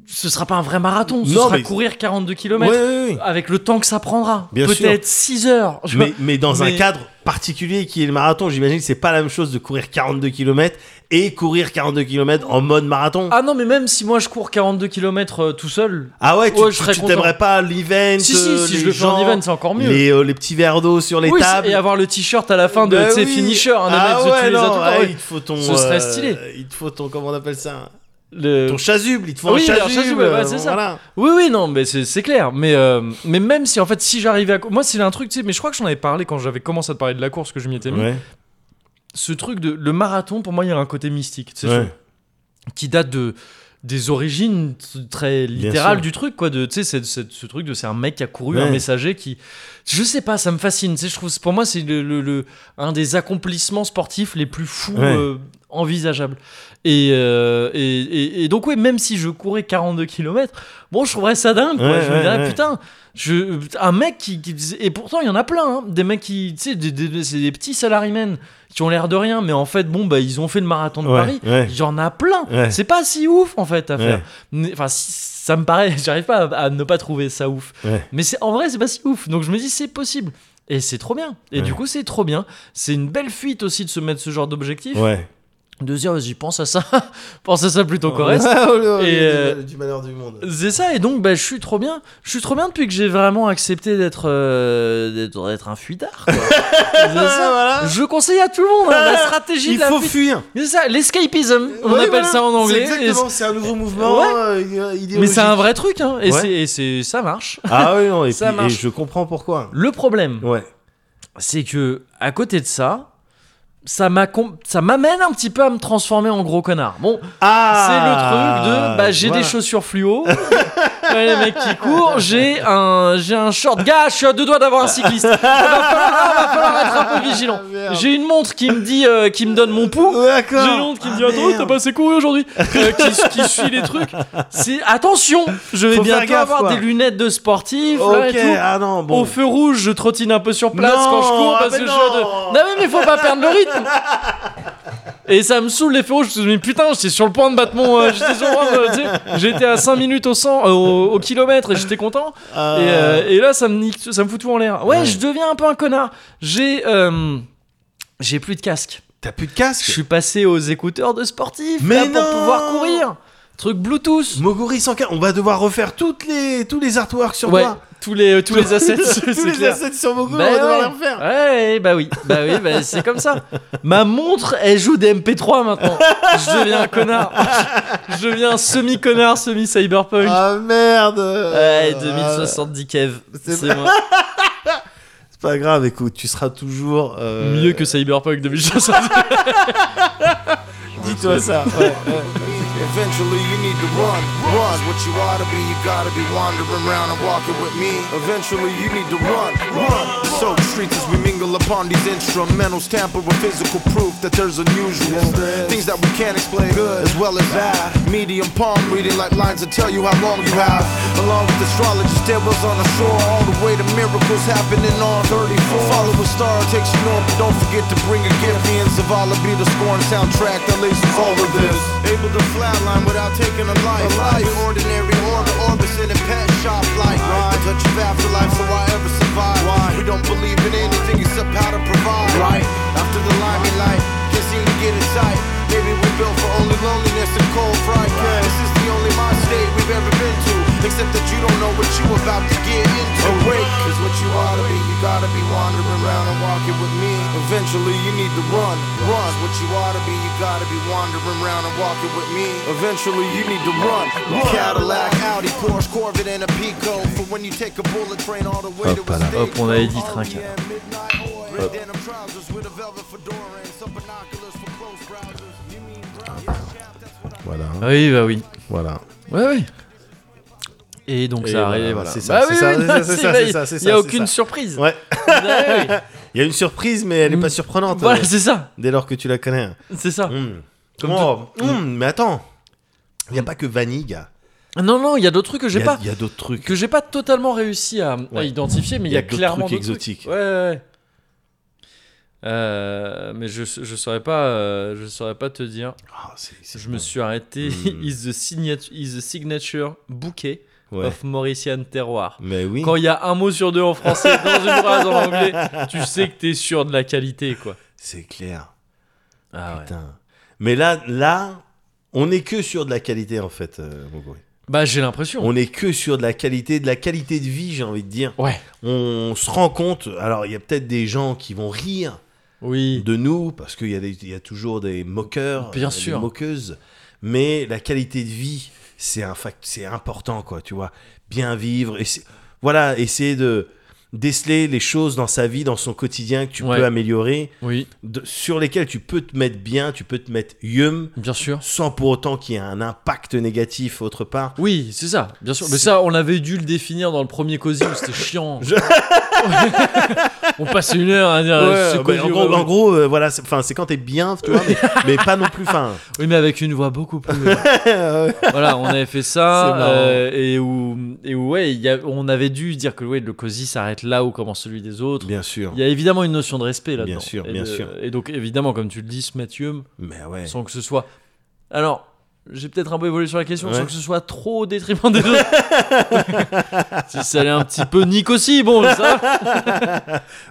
Speaker 1: ce sera pas un vrai marathon. Ce
Speaker 2: Non,
Speaker 1: sera
Speaker 2: mais-
Speaker 1: courir 42
Speaker 2: Ouais,
Speaker 1: km
Speaker 2: ouais, ouais.
Speaker 1: avec le temps que ça prendra.
Speaker 2: Bien sûr.
Speaker 1: Peut-être 6 heures. tu vois.
Speaker 2: Mais, mais dans un
Speaker 1: Ah, Mais-
Speaker 2: cadre particulier qui est le marathon, j'imagine que c'est pas la même chose de courir 42 km et courir 42 km en mode marathon. Ah,
Speaker 1: Ah non, mais même si moi je cours 42 km tout seul.
Speaker 2: ouais, tu
Speaker 1: Ouais, je
Speaker 2: tu-
Speaker 1: serais
Speaker 2: tu
Speaker 1: content.
Speaker 2: t'aimerais pas l'event
Speaker 1: Si, si,
Speaker 2: euh,
Speaker 1: si
Speaker 2: les
Speaker 1: je le fais en
Speaker 2: gens,
Speaker 1: event, c'est encore mieux.
Speaker 2: Les, euh, les petits verres d'eau sur les
Speaker 1: Oui,
Speaker 2: tables.
Speaker 1: et avoir le t-shirt à la fin de
Speaker 2: Bah
Speaker 1: tu sais,
Speaker 2: oui.
Speaker 1: finisher, un
Speaker 2: ah
Speaker 1: mec,
Speaker 2: ouais,
Speaker 1: tu les as tout
Speaker 2: non,
Speaker 1: le temps,
Speaker 2: ouais,
Speaker 1: ouais.
Speaker 2: il te faut ton.
Speaker 1: Ce serait
Speaker 2: euh,
Speaker 1: stylé.
Speaker 2: il te faut ton. Comment on appelle ça
Speaker 1: Le-
Speaker 2: Ton chasuble. Il te faut
Speaker 1: Oui,
Speaker 2: un
Speaker 1: un
Speaker 2: chasuble.
Speaker 1: chasuble, ouais,
Speaker 2: euh,
Speaker 1: c'est ça.
Speaker 2: voilà.
Speaker 1: Oui, oui, non, mais c'est c'est clair. Mais, euh, mais même si, en fait, si j'arrivais à. cou- Moi, c'est un truc, tu sais, mais je crois que j'en avais parlé quand j'avais commencé à te parler de la course que je m'y étais mis.
Speaker 2: Ouais,
Speaker 1: Ce truc de. Le marathon, pour moi, il y a un côté mystique, tu sais,
Speaker 2: ouais.
Speaker 1: ce- qui date de. Des origines t- très
Speaker 2: sûr.
Speaker 1: littérales du truc, quoi. De, tu sais, c'est- c'est- ce truc de c'est un mec qui a couru, un
Speaker 2: Ouais.
Speaker 1: messager qui. Je sais pas, ça me fascine. Tu sais, je trouve, pour moi, c'est le, le- le- un des accomplissements sportifs les plus fous
Speaker 2: Ouais.
Speaker 1: euh, envisageables. Et, euh, et, et- et donc, ouais, même si je courais 42 km, bon, je trouverais ça dingue. quoi.
Speaker 2: Ouais,
Speaker 1: je me
Speaker 2: ouais,
Speaker 1: dirais,
Speaker 2: ouais.
Speaker 1: putain, je, un mec qui, qui- Et pourtant, il y en a plein, hein, des mecs qui. Tu sais, des, des- c'est des petits salarymen qui ont l'air de rien, mais en fait, bon, bah, ils ont fait le marathon de
Speaker 2: Ouais,
Speaker 1: Paris.
Speaker 2: ouais.
Speaker 1: Il y en a plein.
Speaker 2: Ouais.
Speaker 1: C'est pas si ouf, en fait, à
Speaker 2: Eh. Ouais.
Speaker 1: faire. Mais- Enfin, si- ça me paraît, *laughs* j'arrive pas à, à ne pas trouver ça ouf.
Speaker 2: Ouais.
Speaker 1: Mais c'est en vrai, c'est pas si ouf. Donc je me dis, c'est possible. Et c'est trop bien. Et
Speaker 2: Ouais.
Speaker 1: du coup, c'est trop bien. C'est une belle fuite aussi de se mettre ce genre d'objectif.
Speaker 2: Ouais.
Speaker 1: De se dire, vas-y, pense à ça. *laughs* pense à ça plutôt qu'au
Speaker 2: *laughs*
Speaker 1: reste. Et, euh,
Speaker 2: Ah, Du malheur du monde.
Speaker 1: C'est ça, et donc bah, je suis trop bien. Je suis trop bien depuis que j'ai vraiment accepté d'être euh, d'être d'être un fuitard.
Speaker 2: *laughs*
Speaker 1: quoi. C'est ça.
Speaker 2: voilà.
Speaker 1: Je conseille à tout le monde hein,
Speaker 2: *laughs*
Speaker 1: la stratégie
Speaker 2: Il
Speaker 1: Ah, de la
Speaker 2: faut
Speaker 1: fuite.
Speaker 2: fuir.
Speaker 1: C'est ça, l'escapism, on
Speaker 2: Ouais,
Speaker 1: appelle
Speaker 2: voilà.
Speaker 1: ça en anglais.
Speaker 2: C'est
Speaker 1: Et
Speaker 2: exactement, c'est un nouveau mouvement.
Speaker 1: Ouais.
Speaker 2: euh, idéologique.
Speaker 1: Mais c'est un vrai truc, hein, et,
Speaker 2: Ouais.
Speaker 1: c'est- et c'est, ça marche.
Speaker 2: Ah oui, non,
Speaker 1: *laughs*
Speaker 2: et,
Speaker 1: Ça
Speaker 2: puis- et
Speaker 1: marche.
Speaker 2: je comprends pourquoi.
Speaker 1: Le problème,
Speaker 2: Ouais.
Speaker 1: c'est que à côté de ça, ça, m'a com- ça m'amène un petit peu à me transformer en gros connard. Bon, c'est le truc de, bah j'ai
Speaker 2: Ah, voilà. *laughs*
Speaker 1: des chaussures fluo, Ouais, les mecs qui courent, j'ai un, j'ai un short. Gars, je suis à deux doigts d'avoir un cycliste. Il va falloir, ah, va falloir être un peu vigilant.
Speaker 2: Ah,
Speaker 1: J'ai une montre qui me dit, euh, qui me donne mon pouls. J'ai
Speaker 2: D'accord.
Speaker 1: une montre qui me dit,
Speaker 2: Ah,
Speaker 1: attends,
Speaker 2: merde.
Speaker 1: t'as pas assez couru aujourd'hui. Euh, qui, qui suit les trucs. C'est, attention, je vais
Speaker 2: Faut faire
Speaker 1: bientôt
Speaker 2: gaffe,
Speaker 1: avoir
Speaker 2: quoi.
Speaker 1: des lunettes de sportif. là, et
Speaker 2: Ok,
Speaker 1: tout.
Speaker 2: ah non, bon.
Speaker 1: Au feu rouge, je trottine un peu sur place
Speaker 2: Non,
Speaker 1: quand je cours
Speaker 2: ah
Speaker 1: parce
Speaker 2: ben
Speaker 1: que
Speaker 2: non.
Speaker 1: je. Non, mais mais faut pas perdre le rythme. Et ça me saoule les feux rouges. Je me dis, mais putain, j'étais sur le point de battre mon. euh, j'étais sur le point de- tu sais, J'étais à 5 minutes au 100, euh, au, au kilomètre et j'étais content.
Speaker 2: Euh,
Speaker 1: Et, euh, et là, ça me nique, ça me fout tout en l'air. Ouais,
Speaker 2: Ouais.
Speaker 1: je deviens un peu un connard. J'ai. euh, j'ai plus de casque.
Speaker 2: T'as plus de casque
Speaker 1: Je suis passé aux écouteurs de sportifs
Speaker 2: Mais
Speaker 1: là,
Speaker 2: non.
Speaker 1: pour pouvoir courir. Truc Bluetooth.
Speaker 2: Moguri 115, on va devoir refaire toutes les, tous les artworks sur
Speaker 1: Ouais,
Speaker 2: toi.
Speaker 1: tous les, euh, tous les
Speaker 2: *laughs*
Speaker 1: assets.
Speaker 2: tous
Speaker 1: c'est
Speaker 2: les
Speaker 1: clair.
Speaker 2: assets sur Moguri,
Speaker 1: Bah
Speaker 2: on va devoir
Speaker 1: ouais.
Speaker 2: les refaire.
Speaker 1: Ouais, bah oui, bah oui, bah c'est comme ça. Ma montre, elle joue des MP3 maintenant. Je deviens un connard. Je deviens semi-connard, semi-cyberpunk.
Speaker 2: Ah merde
Speaker 1: ouais,
Speaker 2: Ah,
Speaker 1: 2070 Kev.
Speaker 2: c'est
Speaker 1: C'est moi.
Speaker 2: C'est pas grave, écoute, tu seras toujours... euh,
Speaker 1: Mieux que cyberpunk 2070.
Speaker 2: Dis-toi ça,
Speaker 1: *laughs*
Speaker 2: ouais.
Speaker 3: Eventually you need to run, run. What you ought to be, you gotta be wandering around and walking with me. Eventually you need to run, run. So streets as we mingle upon these instrumentals, tamper with physical proof that there's unusual things that we can't explain, as well as that. Medium palm reading like lines that tell you how long you have. Along with astrologers, devils on the shore, all the way to miracles happening on 34. Follow a star, takes you north, but don't forget to bring a gift. The ends of all be the scoring soundtrack that leads us all of this. Able to flatline without taking a life. A life. Ordinary order, orbits in a pet shop like. Why? Touch of afterlife, so why ever survive? Why? We don't believe in anything except how to provide. Right. After the limey light, can't seem to get it tight. Maybe we're built for only loneliness and cold fright. This is the only mind state we've ever been to. Except that you don't know what you about to get into. Awake is what you ought to be. You gotta be wandering around and walking with me. Eventually you need to run. Run is what you ought to be. You gotta be wandering around and walking with me. Eventually you need to run. Cadillac, Audi, Porsche, Corvette and a Pico. For when you take a bullet train all the way to
Speaker 2: Hop là.
Speaker 3: a
Speaker 1: Hop, on avait dit trinquard.
Speaker 2: Voilà,
Speaker 1: oui, bah oui.
Speaker 2: voilà.
Speaker 1: Ouais, oui. Et donc
Speaker 2: Et
Speaker 1: ça
Speaker 2: voilà,
Speaker 1: arrive, voilà.
Speaker 2: voilà,
Speaker 1: Bah
Speaker 2: c'est ça, c'est ça, c'est ça, c'est ça, c'est ça, c'est
Speaker 1: Il y a
Speaker 2: ça.
Speaker 1: aucune surprise.
Speaker 2: Ouais,
Speaker 1: Ah oui.
Speaker 2: il y a une surprise, mais elle est pas
Speaker 1: Mm.
Speaker 2: surprenante.
Speaker 1: Voilà,
Speaker 2: euh,
Speaker 1: c'est ça.
Speaker 2: Dès lors que tu la connais.
Speaker 1: C'est ça.
Speaker 2: Mm.
Speaker 1: Comme
Speaker 2: Oh, mm, mais attends, il n'y a pas que Vanille, gars.
Speaker 1: Non, non, il y a d'autres trucs que j'ai
Speaker 2: Y a-
Speaker 1: pas.
Speaker 2: y a d'autres trucs.
Speaker 1: que j'ai pas totalement réussi à, à
Speaker 2: Ouais.
Speaker 1: identifier, mais il y, a
Speaker 2: d'autres
Speaker 1: clairement
Speaker 2: trucs
Speaker 1: d'autres
Speaker 2: exotiques.
Speaker 1: trucs. Ouais, ouais, ouais. Euh, mais je je saurais pas euh, je saurais pas te dire.
Speaker 2: Ah, c'est- c'est-
Speaker 1: Je me suis arrêté.
Speaker 2: Mm.
Speaker 1: *laughs* is the signature is the signature bouquet
Speaker 2: Ouais.
Speaker 1: of Mauritian terroir.
Speaker 2: Mais oui.
Speaker 1: Quand il y a un mot sur deux en français dans une phrase en anglais, tu sais que t'es sûr de la qualité quoi.
Speaker 2: C'est clair.
Speaker 1: Ah ouais.
Speaker 2: Putain. Mais là, là, on n'est que sur de la qualité en fait, euh, Moguri.
Speaker 1: Bah j'ai l'impression.
Speaker 2: On n'est que sur de la qualité, de la qualité de vie, j'ai envie de dire.
Speaker 1: Ouais.
Speaker 2: On se rend compte. Alors, il y a peut-être des gens qui vont rire
Speaker 1: Oui.
Speaker 2: de nous parce qu'il y, a des- il y a toujours des moqueurs,
Speaker 1: Bien
Speaker 2: euh, des
Speaker 1: sûr.
Speaker 2: moqueuses. Mais la qualité de vie, c'est un fact, c'est important quoi, tu vois. Bien vivre et voilà, essayer de déceler les choses dans sa vie, dans son quotidien que tu
Speaker 1: Ouais.
Speaker 2: peux améliorer,
Speaker 1: Oui.
Speaker 2: de- sur lesquelles tu peux te mettre bien, tu peux te mettre yum,
Speaker 1: Bien sûr.
Speaker 2: sans pour autant qu'il y ait un impact négatif autre part.
Speaker 1: Oui, c'est ça, bien sûr. Mais
Speaker 2: C'est-
Speaker 1: ça, on avait dû le définir dans le premier cosy où c'était
Speaker 2: *laughs*
Speaker 1: chiant. *laughs* on passait une heure à dire
Speaker 2: Ouais,
Speaker 1: Euh, ce
Speaker 2: bah,
Speaker 1: cosy,
Speaker 2: en
Speaker 1: ouais,
Speaker 2: gros,
Speaker 1: ouais.
Speaker 2: en gros, euh, voilà, c'est- enfin, c'est quand t'es bien, tu vois, *laughs* mais, mais pas non plus. Enfin,
Speaker 1: Oui, mais avec une voix beaucoup plus. euh, *laughs* voilà, on avait fait
Speaker 2: C'est
Speaker 1: ça
Speaker 2: marrant.
Speaker 1: euh, et où et où ouais, il y a- on avait dû dire que ouais, le cosy s'arrête là où commence celui des autres.
Speaker 2: bien sûr.
Speaker 1: Il y a évidemment une notion de respect là-dedans.
Speaker 2: Bien sûr,
Speaker 1: Et
Speaker 2: bien
Speaker 1: de-
Speaker 2: sûr.
Speaker 1: Et donc évidemment, comme tu le dis, ce Mathieu,
Speaker 2: Mais ouais.
Speaker 1: sans que ce soit. Alors, j'ai peut-être un peu évolué sur la question,
Speaker 2: Ouais.
Speaker 1: sans que ce soit trop au détriment des
Speaker 2: *laughs*
Speaker 1: autres. si ça allait un petit peu nique aussi, bon, ça.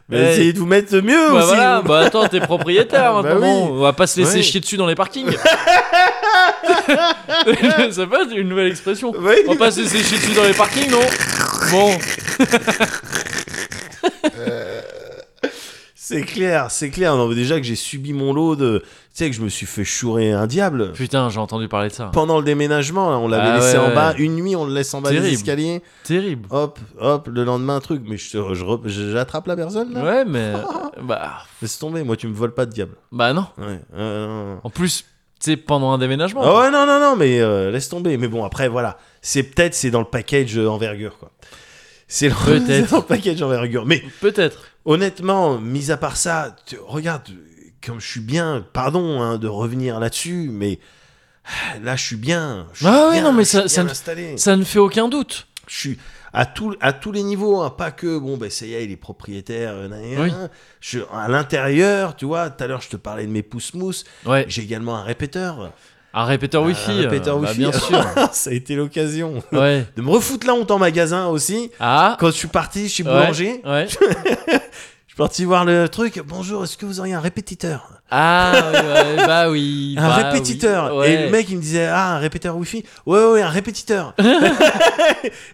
Speaker 2: Mais
Speaker 1: Eh,
Speaker 2: essayez de vous mettre mieux
Speaker 1: bah
Speaker 2: aussi.
Speaker 1: voilà,
Speaker 2: vous.
Speaker 1: bah attends, t'es propriétaire
Speaker 2: Bah
Speaker 1: maintenant,
Speaker 2: oui.
Speaker 1: on va pas se laisser
Speaker 2: Oui.
Speaker 1: chier dessus dans les
Speaker 2: *laughs*
Speaker 1: parkings. *laughs* ça pas une nouvelle expression.
Speaker 2: *laughs* Oui.
Speaker 1: bah, On va pas se laisser chier dessus dans les parkings, non Bon,
Speaker 2: C'est clair, c'est clair. Non, mais déjà que j'ai subi mon lot de. Tu sais, que je me suis fait chourer un diable.
Speaker 1: putain, j'ai entendu parler de ça.
Speaker 2: Pendant le déménagement, là, on l'avait
Speaker 1: Ah
Speaker 2: laissé
Speaker 1: ouais,
Speaker 2: en bas.
Speaker 1: ouais.
Speaker 2: Une nuit, on le laisse en bas des
Speaker 1: Terrible.
Speaker 2: escaliers.
Speaker 1: Terrible.
Speaker 2: Hop, hop, le lendemain, un truc. Mais je, je re- j'attrape la personne, là
Speaker 1: Ouais, mais. Bah,
Speaker 2: Laisse tomber, moi, tu me voles pas de diable.
Speaker 1: bah non.
Speaker 2: Ouais. euh, non, non, non.
Speaker 1: En plus, sais, pendant un déménagement.
Speaker 2: Ah ouais, non, non, non, mais euh, laisse tomber. Mais bon, après, voilà. C'est peut-être, c'est dans le package euh, envergure, quoi. C'est dans- *laughs*
Speaker 1: Peut-être.
Speaker 2: c'est dans le package envergure. Mais
Speaker 1: Peut-être.
Speaker 2: honnêtement, mis à part ça, tu- regarde, comme je suis bien, pardon hein, de revenir là-dessus, mais ah, là, je suis bien. je suis
Speaker 1: Ah ouais,
Speaker 2: bien,
Speaker 1: non, mais
Speaker 2: je suis
Speaker 1: ça- ça
Speaker 2: bien
Speaker 1: me-
Speaker 2: installé.
Speaker 1: Ça ne fait aucun doute.
Speaker 2: Je suis à, tout, à tous les niveaux, hein, pas que, bon, ben, ça y est, il est propriétaire, euh, nan, nan,
Speaker 1: Oui.
Speaker 2: nan. Je, à l'intérieur, tu vois, tout à l'heure, je te parlais de mes pouces-mousses,
Speaker 1: Ouais.
Speaker 2: j'ai également un répéteur.
Speaker 1: Un répéteur
Speaker 2: Un
Speaker 1: Wi-Fi.
Speaker 2: Ah, répéteur
Speaker 1: euh, bah,
Speaker 2: Wi-Fi.
Speaker 1: bien sûr.
Speaker 2: *laughs* ça a été l'occasion
Speaker 1: ouais.
Speaker 2: de me refoutre la honte en magasin aussi.
Speaker 1: Ah.
Speaker 2: Quand je suis parti chez
Speaker 1: Ouais.
Speaker 2: Boulanger,
Speaker 1: Ouais.
Speaker 2: je suis parti voir le truc. Bonjour, est-ce que vous auriez un répétiteur
Speaker 1: Ah, oui, ouais, bah oui.
Speaker 2: Un
Speaker 1: bah
Speaker 2: répétiteur
Speaker 1: oui, ouais.
Speaker 2: Et le mec, il me disait Ah, un répéteur Wi-Fi Ouais, ouais, ouais, un répétiteur.
Speaker 1: *laughs*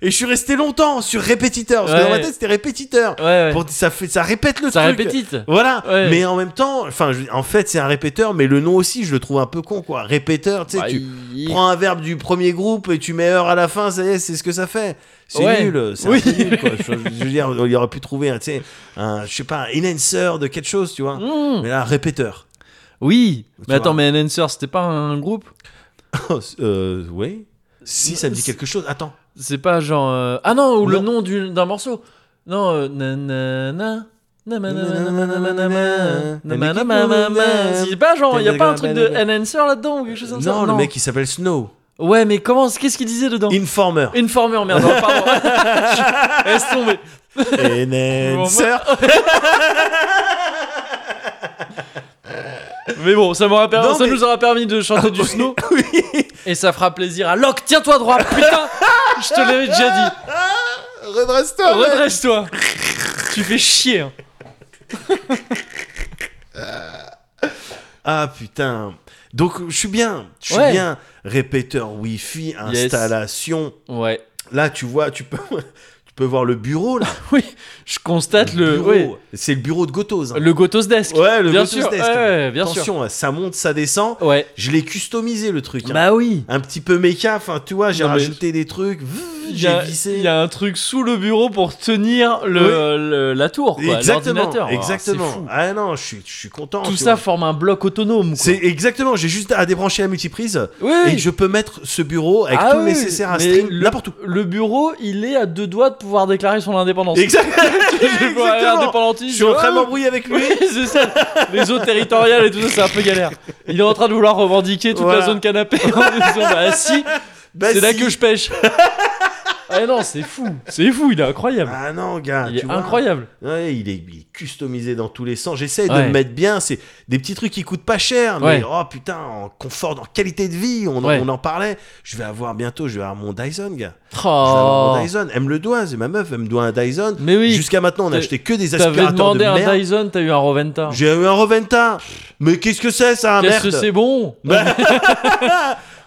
Speaker 2: Et je suis resté longtemps sur répétiteur. Parce que
Speaker 1: Ouais.
Speaker 2: dans ma tête, c'était répétiteur.
Speaker 1: Ouais, ouais.
Speaker 2: Pour, ça, fait, ça répète le
Speaker 1: Ça
Speaker 2: truc.
Speaker 1: répétite.
Speaker 2: Voilà,
Speaker 1: Ouais.
Speaker 2: mais en même temps, enfin, je- en fait, c'est un répéteur, mais le nom aussi, je le trouve un peu con, quoi. Répéteur, tu sais,
Speaker 1: Bah,
Speaker 2: tu,
Speaker 1: il-
Speaker 2: prends un verbe du premier groupe et tu mets heure à la fin, ça y est, c'est ce que ça fait. C'est
Speaker 1: Ouais.
Speaker 2: nul, c'est un
Speaker 1: Oui.
Speaker 2: peu nul, quoi. Je, je veux dire, il aurait pu trouver, un, tu sais, un, je sais pas, un enhancer de quelque chose, tu vois.
Speaker 1: Hmm.
Speaker 2: Mais là, répéteur. *laughs*
Speaker 1: Oui. Mais
Speaker 2: vois.
Speaker 1: attends, mais un answer, c'était pas un groupe
Speaker 2: euh, oui. Si ça me dit quelque chose, attends.
Speaker 1: C'est pas genre. euh, Ah non, ou le
Speaker 2: Non.
Speaker 1: nom du- d'un morceau. Non, euh, nanana. namanamanamanamana, namanamamama. C'est pas genre, y a pas un truc de an answer là-dedans ou quelque chose comme ça
Speaker 2: Non, le mec, il s'appelle Snow.
Speaker 1: Ouais, mais comment Qu'est-ce qu'il disait dedans
Speaker 2: Informer.
Speaker 1: *laughs* Informer, merde, oh, pardon.
Speaker 2: *laughs*
Speaker 1: Je- Laisse tomber.
Speaker 2: Enhancer.
Speaker 1: Mais bon, ça, m'aura permis,
Speaker 2: Non,
Speaker 1: ça
Speaker 2: mais- Ah
Speaker 1: nous aura permis de chanter du snow.
Speaker 2: *laughs* Oui.
Speaker 1: Et ça fera plaisir à Locke. Tiens-toi droit,
Speaker 2: *laughs*
Speaker 1: putain Je te l'avais déjà dit.
Speaker 2: Redresse-toi. mec.
Speaker 1: Redresse-toi. tu fais chier. hein.
Speaker 2: Ah putain. Donc je suis bien, je suis
Speaker 1: Ouais.
Speaker 2: bien. Répéteur Wi-Fi,
Speaker 1: Yes.
Speaker 2: installation.
Speaker 1: Ouais.
Speaker 2: Là tu vois, tu peux, *laughs* tu peux voir le bureau là.
Speaker 1: Oui, je constate le.
Speaker 2: bureau.
Speaker 1: ouais,
Speaker 2: C'est le bureau de Gotos. hein.
Speaker 1: le Gotos Desk.
Speaker 2: Ouais, le
Speaker 1: bien
Speaker 2: Gotos
Speaker 1: sûr,
Speaker 2: Desk.
Speaker 1: ouais, ouais, bien sûr.
Speaker 2: Attention, hein, ça monte, ça descend.
Speaker 1: Ouais.
Speaker 2: Je l'ai customisé le truc. hein.
Speaker 1: Bah oui.
Speaker 2: Un petit peu méca, enfin tu vois, j'ai
Speaker 1: Non, mais-
Speaker 2: rajouté des trucs,
Speaker 1: Il y,
Speaker 2: j'ai
Speaker 1: a,
Speaker 2: vissé.
Speaker 1: il y a un truc sous le bureau pour tenir le,
Speaker 2: Oui.
Speaker 1: le- la tour, quoi,
Speaker 2: Exactement,
Speaker 1: l'ordinateur. Alors,
Speaker 2: exactement.
Speaker 1: c'est fou.
Speaker 2: Ah non, je suis, je suis content.
Speaker 1: Tout
Speaker 2: tu
Speaker 1: ça
Speaker 2: vois.
Speaker 1: forme un bloc autonome. quoi.
Speaker 2: c'est exactement. J'ai juste à débrancher la multiprise
Speaker 1: Oui,
Speaker 2: et
Speaker 1: oui.
Speaker 2: je peux mettre ce bureau avec
Speaker 1: Ah
Speaker 2: tout le
Speaker 1: oui,
Speaker 2: nécessaire à
Speaker 1: mais
Speaker 2: stream
Speaker 1: le-
Speaker 2: n'importe où.
Speaker 1: Le bureau, il est à deux doigts de pouvoir déclarer son indépendance.
Speaker 2: Exact.
Speaker 1: *laughs* Je vois
Speaker 2: Exactement.
Speaker 1: l'indépendantiste,
Speaker 2: Je suis en train de
Speaker 1: ouais,
Speaker 2: m'embrouiller avec lui.
Speaker 1: Oui, c'est ça. Les eaux territoriales et tout ça, c'est un peu galère. Il est en train de vouloir revendiquer toute
Speaker 2: Voilà.
Speaker 1: la zone canapé *laughs* en disant bah si,
Speaker 2: Bah,
Speaker 1: c'est là
Speaker 2: si.
Speaker 1: que je pêche.
Speaker 2: *laughs*
Speaker 1: ah non, c'est fou, c'est fou, il est incroyable.
Speaker 2: Ah non, gars,
Speaker 1: il
Speaker 2: tu
Speaker 1: est
Speaker 2: vois.
Speaker 1: incroyable.
Speaker 2: Ouais, il, est, il est customisé dans tous les sens. J'essaie de
Speaker 1: Ouais.
Speaker 2: le mettre bien. C'est des petits trucs qui coûtent pas cher, mais
Speaker 1: Ouais.
Speaker 2: oh putain, en confort, en qualité de vie, on, en-
Speaker 1: Ouais.
Speaker 2: on en parlait. Je vais avoir bientôt, je vais avoir mon Dyson, gars. Je vais avoir
Speaker 1: Oh.
Speaker 2: mon Dyson. Elle me le doit, c'est ma meuf, elle me doit un Dyson.
Speaker 1: Mais oui.
Speaker 2: Jusqu'à maintenant, on a
Speaker 1: T'as-
Speaker 2: acheté que des
Speaker 1: T'avais
Speaker 2: aspirateurs de
Speaker 1: demandé un
Speaker 2: merde.
Speaker 1: Dyson, t'as eu un Roventa.
Speaker 2: J'ai eu un Roventa. Mais qu'est-ce que c'est ça,
Speaker 1: Qu'est-ce que
Speaker 2: merde *laughs* Bah,
Speaker 1: c'est bon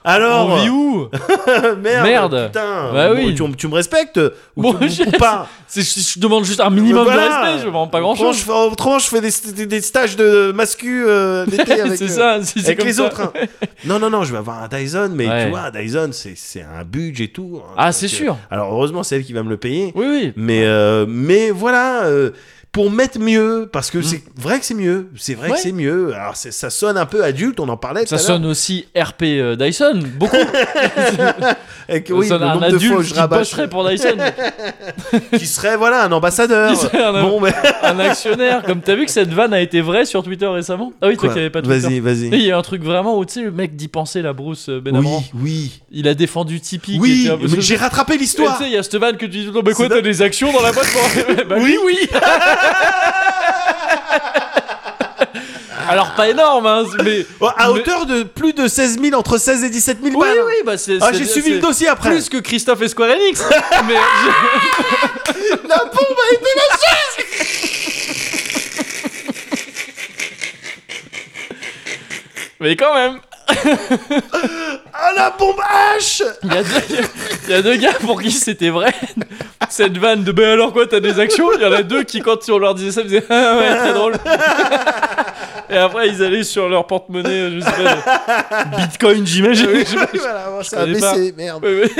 Speaker 2: Alors,
Speaker 1: On vit où
Speaker 2: *laughs* merde,
Speaker 1: Merde.
Speaker 2: putain.
Speaker 1: Bah
Speaker 2: Bon,
Speaker 1: oui.
Speaker 2: tu, tu me respectes ou,
Speaker 1: Bon,
Speaker 2: tu-
Speaker 1: je-
Speaker 2: ou pas
Speaker 1: C'est- je, je demande juste un minimum
Speaker 2: Voilà.
Speaker 1: de respect, je demande pas grand
Speaker 2: Autrement,
Speaker 1: chose.
Speaker 2: je fais- Autrement, je fais des, des- des stages de mascu euh,
Speaker 1: *laughs*
Speaker 2: l'été avec,
Speaker 1: c'est
Speaker 2: euh,
Speaker 1: ça, c'est c'est
Speaker 2: avec
Speaker 1: comme
Speaker 2: les
Speaker 1: ça.
Speaker 2: autres. hein. Non, non, non, je vais avoir un Dyson, mais
Speaker 1: Ouais.
Speaker 2: tu vois, un Dyson, c'est c'est un budget et tout. hein.
Speaker 1: Ah,
Speaker 2: Donc,
Speaker 1: c'est
Speaker 2: euh,
Speaker 1: sûr.
Speaker 2: Alors, heureusement, c'est elle qui va me le payer.
Speaker 1: Oui, oui.
Speaker 2: Mais, euh, mais voilà, euh, pour mettre mieux, parce que c'est vrai que c'est mieux. C'est vrai
Speaker 1: Mm. Ouais.
Speaker 2: que c'est mieux. Alors, c'est- ça sonne un peu adulte, on en parlait tout
Speaker 1: Ça
Speaker 2: à l'heure.
Speaker 1: sonne aussi RP euh, Dyson, beaucoup.
Speaker 2: Et que,
Speaker 1: Ça
Speaker 2: *laughs* oui,
Speaker 1: sonne
Speaker 2: le
Speaker 1: un
Speaker 2: nombre de fois
Speaker 1: adulte
Speaker 2: où je
Speaker 1: qui
Speaker 2: rabâche.
Speaker 1: bosserait pour Dyson.
Speaker 2: Qui serait, voilà, un
Speaker 1: *laughs*
Speaker 2: ambassadeur.
Speaker 1: Qui serait un-
Speaker 2: Bon, ben, mais.
Speaker 1: un actionnaire. Comme t'as vu que cette vanne a été vraie sur Twitter récemment Ah oui, toi qui avais pas Twitter.
Speaker 2: Vas-y,
Speaker 1: Et
Speaker 2: vas-y.
Speaker 1: Il y a un truc vraiment où tu sais, le mec d'y penser, la Bruce Benamon.
Speaker 2: Oui, oui.
Speaker 1: Il a défendu Tipeee. qui
Speaker 2: Oui,
Speaker 1: était un peu-
Speaker 2: mais j'ai rattrapé
Speaker 1: Et Tu
Speaker 2: l'histoire.
Speaker 1: sais, il y a cette vanne que tu dis, non, mais quoi,
Speaker 2: C'est
Speaker 1: t'as des actions dans la boîte
Speaker 2: *laughs*
Speaker 1: pour- Bah oui, oui *laughs* Alors, pas énorme, hein, mais.
Speaker 2: Oh, à
Speaker 1: mais-
Speaker 2: hauteur de plus de 16 000, entre 16 000 et 17 000
Speaker 1: Oui,
Speaker 2: balles.
Speaker 1: oui, bah c'est.
Speaker 2: Ah,
Speaker 1: c'est-
Speaker 2: j'ai suivi
Speaker 1: c'est
Speaker 2: le dossier après.
Speaker 1: Plus que Christophe et Square Enix
Speaker 2: *laughs*
Speaker 1: Mais.
Speaker 2: La bombe a été
Speaker 1: Mais quand même
Speaker 2: Ah, la bombe H
Speaker 1: *laughs* Il y, a deux, il y a deux gars pour qui c'était vrai. Cette vanne de ben alors quoi, t'as des actions Il y en a deux qui, quand on leur disait ça, faisaient ah ouais, très drôle. Et après, ils allaient sur leur porte-monnaie, je sais pas, de- Bitcoin, j'imagine.
Speaker 2: Voilà, bon, ça a
Speaker 1: connais
Speaker 2: baissé, merde.
Speaker 1: Ouais, ouais.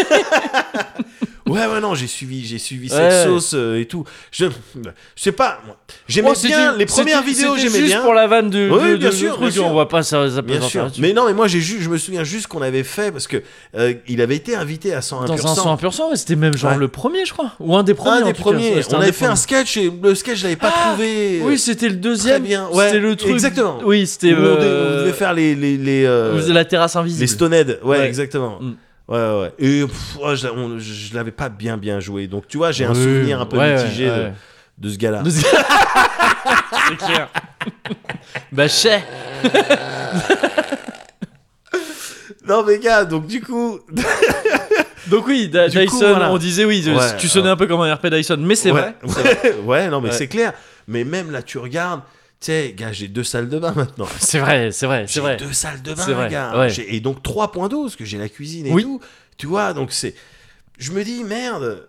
Speaker 2: Ouais, ouais ouais non j'ai suivi j'ai suivi
Speaker 1: Ouais.
Speaker 2: cette sauce euh, et tout je, je sais pas moi. j'aimais
Speaker 1: Moi,
Speaker 2: bien
Speaker 1: c'était-
Speaker 2: les premières
Speaker 1: Oh, c'était-
Speaker 2: vidéos
Speaker 1: c'était
Speaker 2: j'aimais
Speaker 1: juste
Speaker 2: bien
Speaker 1: pour la vanne de,
Speaker 2: Oui,
Speaker 1: de- de-
Speaker 2: bien
Speaker 1: de
Speaker 2: sûr,
Speaker 1: truc,
Speaker 2: bien
Speaker 1: on
Speaker 2: sûr.
Speaker 1: voit pas ça, ça
Speaker 2: Bien
Speaker 1: présente
Speaker 2: sûr.
Speaker 1: rien.
Speaker 2: Mais non, mais moi j'ai ju- je me souviens juste qu'on avait fait parce que euh, il avait été invité à 101%.
Speaker 1: dans un 100%, ouais, c'était même genre
Speaker 2: Ouais.
Speaker 1: le premier, je crois, ou un des premiers.
Speaker 2: un
Speaker 1: en
Speaker 2: des
Speaker 1: tout cas.
Speaker 2: premiers.
Speaker 1: Ouais, c'était
Speaker 2: on
Speaker 1: un
Speaker 2: avait
Speaker 1: des
Speaker 2: fait un
Speaker 1: premiers.
Speaker 2: sketch et le sketch, je l'avais pas
Speaker 1: Ah
Speaker 2: trouvé.
Speaker 1: Oui, c'était le deuxième.
Speaker 2: Très bien, ouais,
Speaker 1: c'était le truc.
Speaker 2: exactement.
Speaker 1: Oui,
Speaker 2: Où
Speaker 1: c'était.
Speaker 2: on, dé-
Speaker 1: euh,
Speaker 2: on devait faire les les les, euh,
Speaker 1: vous- la terrasse invisible.
Speaker 2: les Stonehead. Ouais,
Speaker 1: Ouais.
Speaker 2: exactement.
Speaker 1: Mm.
Speaker 2: Ouais, ouais, ouais. Et pff, oh, je, on- je- je l'avais pas bien, bien joué. Donc, tu vois, j'ai
Speaker 1: Oui,
Speaker 2: un souvenir un peu
Speaker 1: ouais,
Speaker 2: mitigé
Speaker 1: ouais,
Speaker 2: de-
Speaker 1: ouais.
Speaker 2: De, ce gars-là.
Speaker 1: De- *laughs* C'est clair. bah, chais.
Speaker 2: Non, mais gars, donc du coup.
Speaker 1: Donc, oui, Da-
Speaker 2: Du coup,
Speaker 1: Dyson,
Speaker 2: voilà.
Speaker 1: on disait oui, de-
Speaker 2: Ouais,
Speaker 1: tu sonnais
Speaker 2: ouais.
Speaker 1: un peu comme un RP Dyson, mais *laughs* c'est
Speaker 2: ouais,
Speaker 1: vrai.
Speaker 2: Ouais, *laughs* ouais, non, mais
Speaker 1: Ouais.
Speaker 2: c'est clair. Mais même là, tu regardes. Tu sais, gars, j'ai deux salles de bain maintenant.
Speaker 1: C'est vrai, c'est vrai, c'est
Speaker 2: J'ai
Speaker 1: vrai.
Speaker 2: deux salles de
Speaker 1: C'est
Speaker 2: bain,
Speaker 1: vrai,
Speaker 2: les gars.
Speaker 1: ouais.
Speaker 2: J'ai- Et donc trois points d'eau, parce que j'ai la cuisine et
Speaker 1: Oui.
Speaker 2: tout. Tu vois, donc c'est. Je me dis, merde.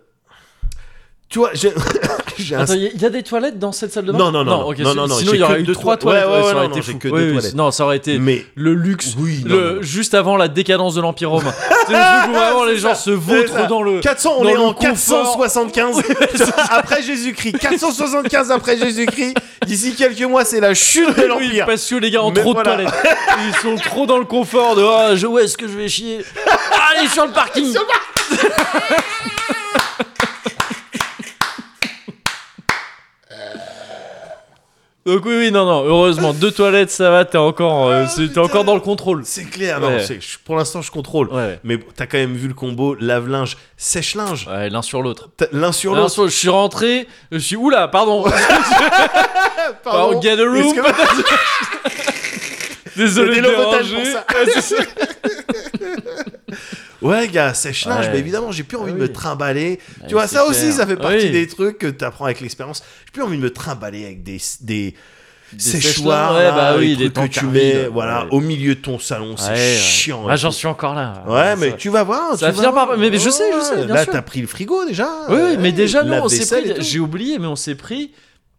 Speaker 2: Tu vois, j'ai *laughs* j'ai un.
Speaker 1: Attends, il y a- il y a des toilettes dans cette salle de bain
Speaker 2: Non, non, non, non,
Speaker 1: ok,
Speaker 2: non,
Speaker 1: si-
Speaker 2: non, non,
Speaker 1: Sinon,
Speaker 2: j'ai
Speaker 1: il y
Speaker 2: que
Speaker 1: aurait eu
Speaker 2: deux
Speaker 1: trois
Speaker 2: toilettes.
Speaker 1: toilettes.
Speaker 2: Ouais, ouais,
Speaker 1: ça aurait
Speaker 2: non,
Speaker 1: été
Speaker 2: non, j'ai
Speaker 1: fou.
Speaker 2: que
Speaker 1: Oui,
Speaker 2: deux
Speaker 1: oui,
Speaker 2: toilettes.
Speaker 1: Non, ça aurait été
Speaker 2: Mais.
Speaker 1: le luxe.
Speaker 2: Oui, non,
Speaker 1: le,
Speaker 2: non.
Speaker 1: Juste avant la décadence de l'Empire
Speaker 2: *laughs*
Speaker 1: romain. c'est le truc où vraiment les gens se
Speaker 2: C'est ça.
Speaker 1: vautrent dans le.
Speaker 2: 400, on
Speaker 1: dans
Speaker 2: est
Speaker 1: le
Speaker 2: en
Speaker 1: confort. *laughs*
Speaker 2: 475 tu vois, *laughs* après Jésus-Christ. 475 après Jésus-Christ. D'ici quelques mois, c'est la chute de
Speaker 1: Oui,
Speaker 2: l'Empire.
Speaker 1: parce que les gars ont
Speaker 2: Mais
Speaker 1: trop
Speaker 2: voilà.
Speaker 1: de
Speaker 2: *laughs*
Speaker 1: toilettes. Ils sont trop dans le confort de Ah, je, où est-ce que je vais
Speaker 2: *laughs*
Speaker 1: chier Allez sur le parking Donc oui, oui, non, non, heureusement, deux toilettes, ça va, t'es encore, euh,
Speaker 2: Ah,
Speaker 1: c'est- t'es
Speaker 2: putain.
Speaker 1: encore dans le contrôle.
Speaker 2: C'est clair, non,
Speaker 1: Ouais.
Speaker 2: c'est- je- pour l'instant, je contrôle.
Speaker 1: Ouais,
Speaker 2: Mais bon, t'as quand même vu le combo lave-linge, sèche-linge.
Speaker 1: ouais, Ouais, l'un sur l'autre.
Speaker 2: T'as- L'un sur
Speaker 1: L'un
Speaker 2: l'autre.
Speaker 1: sur- Je suis rentré, je suis... Oula,
Speaker 2: *laughs*
Speaker 1: pardon Pardon, get a room *laughs*
Speaker 2: Est-ce que-
Speaker 1: Désolé
Speaker 2: C'était
Speaker 1: de
Speaker 2: l'hôpital
Speaker 1: déranger.
Speaker 2: pour ça.
Speaker 1: Ouais, c'est
Speaker 2: *laughs*
Speaker 1: ça. *laughs*
Speaker 2: Ouais, gars, sèche-linge,
Speaker 1: Ouais.
Speaker 2: mais évidemment, j'ai plus envie
Speaker 1: Ah
Speaker 2: de me
Speaker 1: oui.
Speaker 2: trimballer.
Speaker 1: Ah,
Speaker 2: tu vois,
Speaker 1: c'est
Speaker 2: ça aussi,
Speaker 1: clair.
Speaker 2: ça fait partie
Speaker 1: Oui.
Speaker 2: des trucs que t'apprends avec l'expérience. J'ai plus envie de me trimballer avec des, des,
Speaker 1: Des
Speaker 2: séchoirs,
Speaker 1: sèche-linges, ouais,
Speaker 2: là,
Speaker 1: bah oui,
Speaker 2: les
Speaker 1: des
Speaker 2: trucs que
Speaker 1: tanks
Speaker 2: tu
Speaker 1: à
Speaker 2: mets
Speaker 1: vide,
Speaker 2: voilà,
Speaker 1: ouais.
Speaker 2: au milieu de ton salon. C'est
Speaker 1: Ouais, ouais.
Speaker 2: chiant.
Speaker 1: Ah, j'en suis encore là.
Speaker 2: Ouais, mais tu vas voir.
Speaker 1: Ça
Speaker 2: tu
Speaker 1: vient
Speaker 2: vas voir.
Speaker 1: par- mais- mais je sais, je sais, bien
Speaker 2: Là,
Speaker 1: sûr.
Speaker 2: t'as pris le frigo déjà.
Speaker 1: Oui, oui, mais déjà, nous,
Speaker 2: non
Speaker 1: on s'est pris. J'ai oublié, mais on s'est pris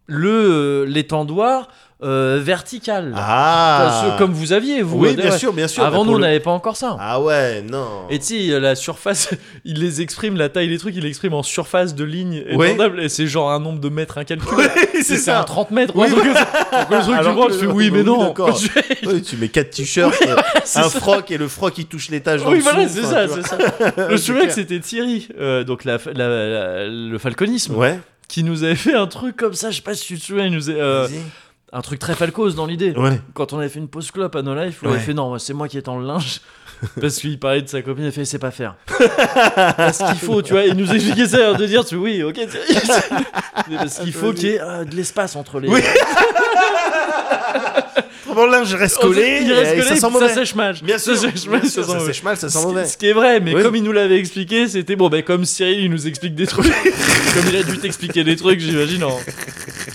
Speaker 1: le euh, l'étendoir euh, vertical. Enfin,
Speaker 2: Ah.
Speaker 1: ce- Comme vous aviez, vous.
Speaker 2: Oui,
Speaker 1: euh,
Speaker 2: bien
Speaker 1: ouais.
Speaker 2: sûr, bien sûr.
Speaker 1: Avant
Speaker 2: bah,
Speaker 1: nous,
Speaker 2: pour
Speaker 1: on
Speaker 2: le-
Speaker 1: n'avait pas encore ça.
Speaker 2: Ah ouais, non.
Speaker 1: Et *laughs* tu sais, la surface, *laughs* il les exprime, la taille des trucs, il l'exprime en surface de ligne
Speaker 2: Ouais.
Speaker 1: étendable, et c'est genre un nombre de mètres incalculable.
Speaker 2: Oui,
Speaker 1: C'est un 30 mètres.
Speaker 2: Oui,
Speaker 1: ou un truc
Speaker 2: *laughs*
Speaker 1: comme ça. Donc le truc, tu
Speaker 2: Alors
Speaker 1: vois,
Speaker 2: que-
Speaker 1: tu fais oui, mais
Speaker 2: oui,
Speaker 1: non.
Speaker 2: d'accord.
Speaker 1: *laughs* Tu fais-
Speaker 2: Oui, tu mets quatre t-shirts, euh,
Speaker 1: c'est
Speaker 2: un
Speaker 1: ça.
Speaker 2: froc et le froc il touche l'étage d'en
Speaker 1: Oui,
Speaker 2: dessous,
Speaker 1: voilà, c'est
Speaker 2: enfin,
Speaker 1: ça,
Speaker 2: tu vois.
Speaker 1: c'est ça. Je
Speaker 2: *laughs*
Speaker 1: me
Speaker 2: C'est
Speaker 1: souviens que
Speaker 2: clair.
Speaker 1: c'était Thierry, euh, donc la, fa- la- la- le falconisme,
Speaker 2: Ouais.
Speaker 1: qui nous avait fait un truc comme ça. Je sais pas si tu te souviens, il nous a- euh, *laughs*
Speaker 2: Vas-y.
Speaker 1: un truc très falcose dans l'idée.
Speaker 2: Ouais.
Speaker 1: Quand on avait fait une pause clope à No Life, on
Speaker 2: Ouais.
Speaker 1: avait fait non, moi, c'est moi qui étends le
Speaker 2: *laughs*
Speaker 1: linge. Parce qu'il parlait de sa copine, il a fait c'est pas faire. Parce qu'il faut, tu vois, il nous expliquait ça de dire tu oui, ok. Thierry. Mais Parce qu'il faut qu'il y ait euh, de l'espace entre les.
Speaker 2: Oui, Mon linge reste collé.
Speaker 1: il reste
Speaker 2: et
Speaker 1: collé, puis
Speaker 2: ça sent
Speaker 1: ça,
Speaker 2: mauvais.
Speaker 1: sèche mal.
Speaker 2: Bien sûr,
Speaker 1: ça sèche mal,
Speaker 2: bien sûr,
Speaker 1: ça sent
Speaker 2: ça
Speaker 1: mauvais.
Speaker 2: sèche mal, ça sent
Speaker 1: Ce qui-
Speaker 2: mauvais.
Speaker 1: Ce qui est vrai, mais
Speaker 2: Oui.
Speaker 1: comme il nous l'avait expliqué, c'était bon, ben comme Cyril il nous explique des
Speaker 2: *laughs*
Speaker 1: trucs, comme il a dû t'expliquer des trucs, j'imagine, en,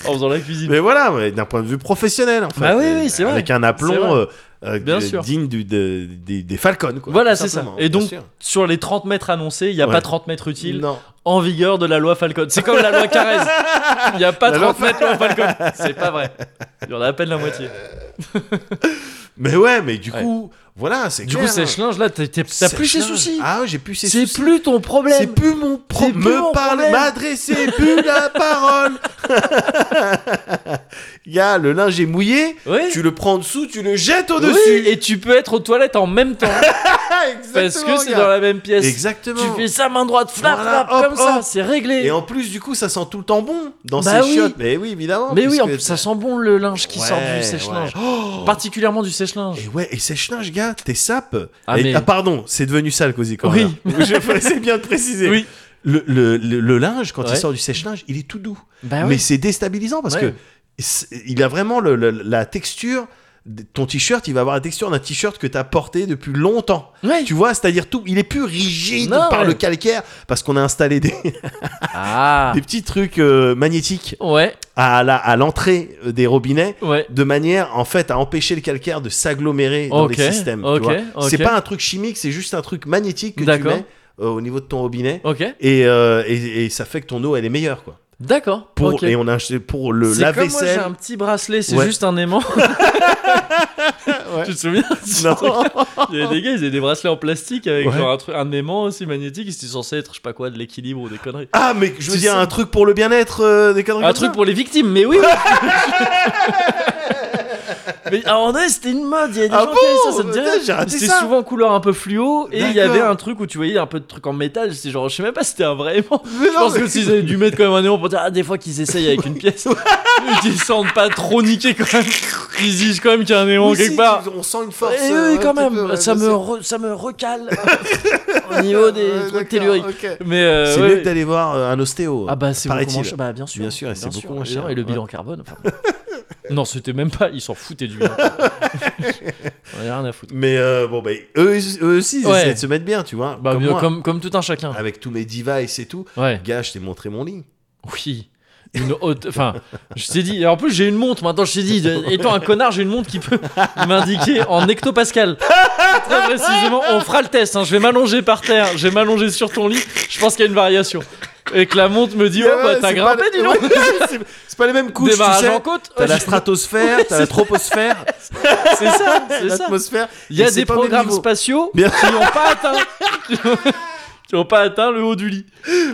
Speaker 1: en faisant la cuisine.
Speaker 2: Mais voilà, ouais, d'un point de vue professionnel en fait.
Speaker 1: Bah oui,
Speaker 2: Euh,
Speaker 1: oui, c'est vrai.
Speaker 2: Avec un
Speaker 1: C'est
Speaker 2: aplomb
Speaker 1: vrai.
Speaker 2: euh, euh,
Speaker 1: Bien
Speaker 2: de-
Speaker 1: sûr.
Speaker 2: digne du- de- des, des Falcons. Quoi,
Speaker 1: voilà,
Speaker 2: tout
Speaker 1: c'est ça.
Speaker 2: simplement,
Speaker 1: Et
Speaker 2: bien
Speaker 1: donc,
Speaker 2: sûr.
Speaker 1: sur les 30 mètres annoncés, il n'y a
Speaker 2: Ouais.
Speaker 1: pas 30 mètres utiles
Speaker 2: non.
Speaker 1: en vigueur de la loi Falcon. C'est comme la loi Carrez. Il n'y a pas
Speaker 2: La
Speaker 1: 30 mètres loi Falcon. C'est pas vrai. Il y en a à peine la moitié.
Speaker 2: Mais ouais, mais du
Speaker 1: Ouais.
Speaker 2: coup, voilà, c'est
Speaker 1: Du coup,
Speaker 2: clair.
Speaker 1: sèche-linge, là, t'es- t'es- t'as plus ces
Speaker 2: Sèche-linge.
Speaker 1: soucis.
Speaker 2: Ah ouais, j'ai plus ces
Speaker 1: C'est
Speaker 2: soucis.
Speaker 1: plus ton
Speaker 2: C'est
Speaker 1: problème.
Speaker 2: plus mon
Speaker 1: C'est
Speaker 2: problème.
Speaker 1: plus mon
Speaker 2: Me parler,
Speaker 1: problème.
Speaker 2: m'adresser
Speaker 1: *laughs*
Speaker 2: plus la parole. *laughs* Y'a le linge est mouillé.
Speaker 1: Oui.
Speaker 2: Tu le prends en dessous, tu le jettes au-dessus.
Speaker 1: Oui, et tu peux être aux toilettes en même
Speaker 2: *laughs*
Speaker 1: temps. parce que c'est dans la même pièce.
Speaker 2: Exactement.
Speaker 1: Tu fais ça main droite, flap,
Speaker 2: Voilà,
Speaker 1: flap,
Speaker 2: hop,
Speaker 1: comme ça,
Speaker 2: hop.
Speaker 1: c'est réglé.
Speaker 2: Et en plus, du coup, ça sent tout le temps bon dans
Speaker 1: Bah
Speaker 2: ces
Speaker 1: oui.
Speaker 2: chiottes. Mais oui, évidemment.
Speaker 1: Mais oui, en
Speaker 2: puisque-
Speaker 1: plus, ça sent bon le linge qui
Speaker 2: Ouais,
Speaker 1: sort du sèche-linge. Oh.
Speaker 2: ouais.
Speaker 1: Particulièrement du sèche-linge.
Speaker 2: Et ouais, et sèche-linge, gars, tes sapes.
Speaker 1: Ah,
Speaker 2: et,
Speaker 1: mais-
Speaker 2: ah, pardon, c'est devenu sale, Cozy Corner.
Speaker 1: Oui.
Speaker 2: *laughs* Je- c'est bien de préciser.
Speaker 1: Oui.
Speaker 2: Le, le- le- le linge, quand
Speaker 1: Ouais.
Speaker 2: il sort du sèche-linge, il est tout doux.
Speaker 1: Bah
Speaker 2: Mais
Speaker 1: oui.
Speaker 2: c'est déstabilisant parce
Speaker 1: Ouais.
Speaker 2: que c'est- il a vraiment le- le- la texture. de- Ton t-shirt, il va avoir la texture d'un t-shirt que t'as porté depuis longtemps.
Speaker 1: Ouais.
Speaker 2: Tu vois, c'est-à-dire tout, il est plus rigide
Speaker 1: Non,
Speaker 2: par
Speaker 1: ouais.
Speaker 2: le calcaire parce qu'on a installé des,
Speaker 1: Ah.
Speaker 2: des petits trucs euh, magnétiques
Speaker 1: Ouais,
Speaker 2: à la- à l'entrée euh, des robinets
Speaker 1: ouais.
Speaker 2: de manière en fait à empêcher le calcaire de s'agglomérer dans
Speaker 1: Ok,
Speaker 2: les systèmes. tu
Speaker 1: ok,
Speaker 2: vois.
Speaker 1: ok.
Speaker 2: C'est pas un truc chimique, c'est juste un truc magnétique que tu
Speaker 1: D'accord.
Speaker 2: mets euh, au niveau de ton robinet
Speaker 1: Ok.
Speaker 2: et, euh, et- et ça fait que ton eau elle est meilleure quoi.
Speaker 1: D'accord.
Speaker 2: Pour,
Speaker 1: ok.
Speaker 2: Et on a acheté pour le
Speaker 1: C'est comme moi, j'ai
Speaker 2: lave-vaisselle.
Speaker 1: un petit bracelet, c'est
Speaker 2: Ouais.
Speaker 1: juste un
Speaker 2: *laughs*
Speaker 1: aimant. Tu te souviens
Speaker 2: Non.
Speaker 1: Il y avait des gars, ils avaient des bracelets en plastique avec
Speaker 2: Ouais.
Speaker 1: genre un, truc, un aimant aussi magnétique, et c'était censé être, je sais pas quoi, de l'équilibre ou des conneries.
Speaker 2: Ah, mais je veux
Speaker 1: Tu
Speaker 2: dire
Speaker 1: sais-
Speaker 2: un truc pour le bien-être euh, des cadres
Speaker 1: Un truc pour les victimes, mais
Speaker 2: *laughs*
Speaker 1: oui, oui. Mais à un moment donné, c'était une mode, il y avait des
Speaker 2: Ah
Speaker 1: gens qui avaient
Speaker 2: bon
Speaker 1: ça, ça te dit
Speaker 2: Putain,
Speaker 1: rien
Speaker 2: j'ai raté
Speaker 1: C'était
Speaker 2: ça.
Speaker 1: souvent en couleur un peu fluo, et il y
Speaker 2: D'accord.
Speaker 1: avait un truc où tu voyais un peu de trucs en métal, c'est genre, je sais même pas si c'était un vrai aimant.
Speaker 2: Mais
Speaker 1: Je pense
Speaker 2: mais-
Speaker 1: que s'ils avaient dû mettre quand même un néon pour dire, ah, des fois qu'ils essayent avec une
Speaker 2: *laughs*
Speaker 1: pièce, et qu'ils sentent pas trop niquer quand même, ils disent quand même qu'il y a un néon
Speaker 2: Ou si,
Speaker 1: quelque part.
Speaker 2: tu- On sent une force.
Speaker 1: Eh
Speaker 2: euh,
Speaker 1: oui, quand
Speaker 2: un petit
Speaker 1: même,
Speaker 2: peu, ouais,
Speaker 1: ça,
Speaker 2: bien
Speaker 1: me
Speaker 2: sûr.
Speaker 1: re- ça me
Speaker 2: *laughs*
Speaker 1: recale au niveau des
Speaker 2: Ouais,
Speaker 1: trucs
Speaker 2: d'accord,
Speaker 1: telluriques.
Speaker 2: ok.
Speaker 1: Mais euh,
Speaker 2: C'est
Speaker 1: ouais,
Speaker 2: mieux
Speaker 1: ouais.
Speaker 2: que d'aller voir euh, un ostéo.
Speaker 1: Ah bah c'est beaucoup
Speaker 2: paraît-il.
Speaker 1: moins cher. Bah bien sûr.
Speaker 2: Bien sûr, et c'est beaucoup moins cher.
Speaker 1: Et le bilan carbone. enfin,
Speaker 2: *laughs*
Speaker 1: bon. non, c'était même pas. Ils s'en foutaient du bilan. carbone. On avait rien à foutre.
Speaker 2: Mais euh, bon, bah, eux, eux aussi, ils
Speaker 1: Ouais.
Speaker 2: essaient de se mettre bien, tu vois.
Speaker 1: Bah
Speaker 2: comme
Speaker 1: bien,
Speaker 2: moi, Ah.
Speaker 1: comme, comme tout un chacun.
Speaker 2: Avec tous mes devices et tout.
Speaker 1: Ouais.
Speaker 2: Gars, je t'ai montré mon lit.
Speaker 1: Oui. Une haute. Enfin, je t'ai dit. et en plus, j'ai une montre. Maintenant, je t'ai dit. de- Étant un connard, j'ai une montre qui peut *laughs* m'indiquer en hectopascal. Très précisément. On fera le test. hein. Je vais m'allonger par terre. Je vais m'allonger sur ton lit. Je pense qu'il y a une variation. Et que la montre me dit
Speaker 2: Ouais,
Speaker 1: Oh, bah
Speaker 2: ouais,
Speaker 1: t'as
Speaker 2: c'est
Speaker 1: grimpé,
Speaker 2: pas-
Speaker 1: dis donc.
Speaker 2: *laughs* Ouais, c'est- C'est pas les mêmes couches, tu
Speaker 1: Démarrage
Speaker 2: sais.
Speaker 1: en côte.
Speaker 2: T'as
Speaker 1: *laughs*
Speaker 2: la
Speaker 1: Ouais,
Speaker 2: stratosphère, t'as la troposphère,
Speaker 1: C'est ça. *laughs* C'est ça.
Speaker 2: *laughs* l'atmosphère.
Speaker 1: Il y a
Speaker 2: et c'est
Speaker 1: des
Speaker 2: pas au même
Speaker 1: programmes
Speaker 2: niveau.
Speaker 1: spatiaux
Speaker 2: Bien.
Speaker 1: qui n'ont pas atteint.
Speaker 2: *laughs*
Speaker 1: qui n'ont pas atteint le haut du lit.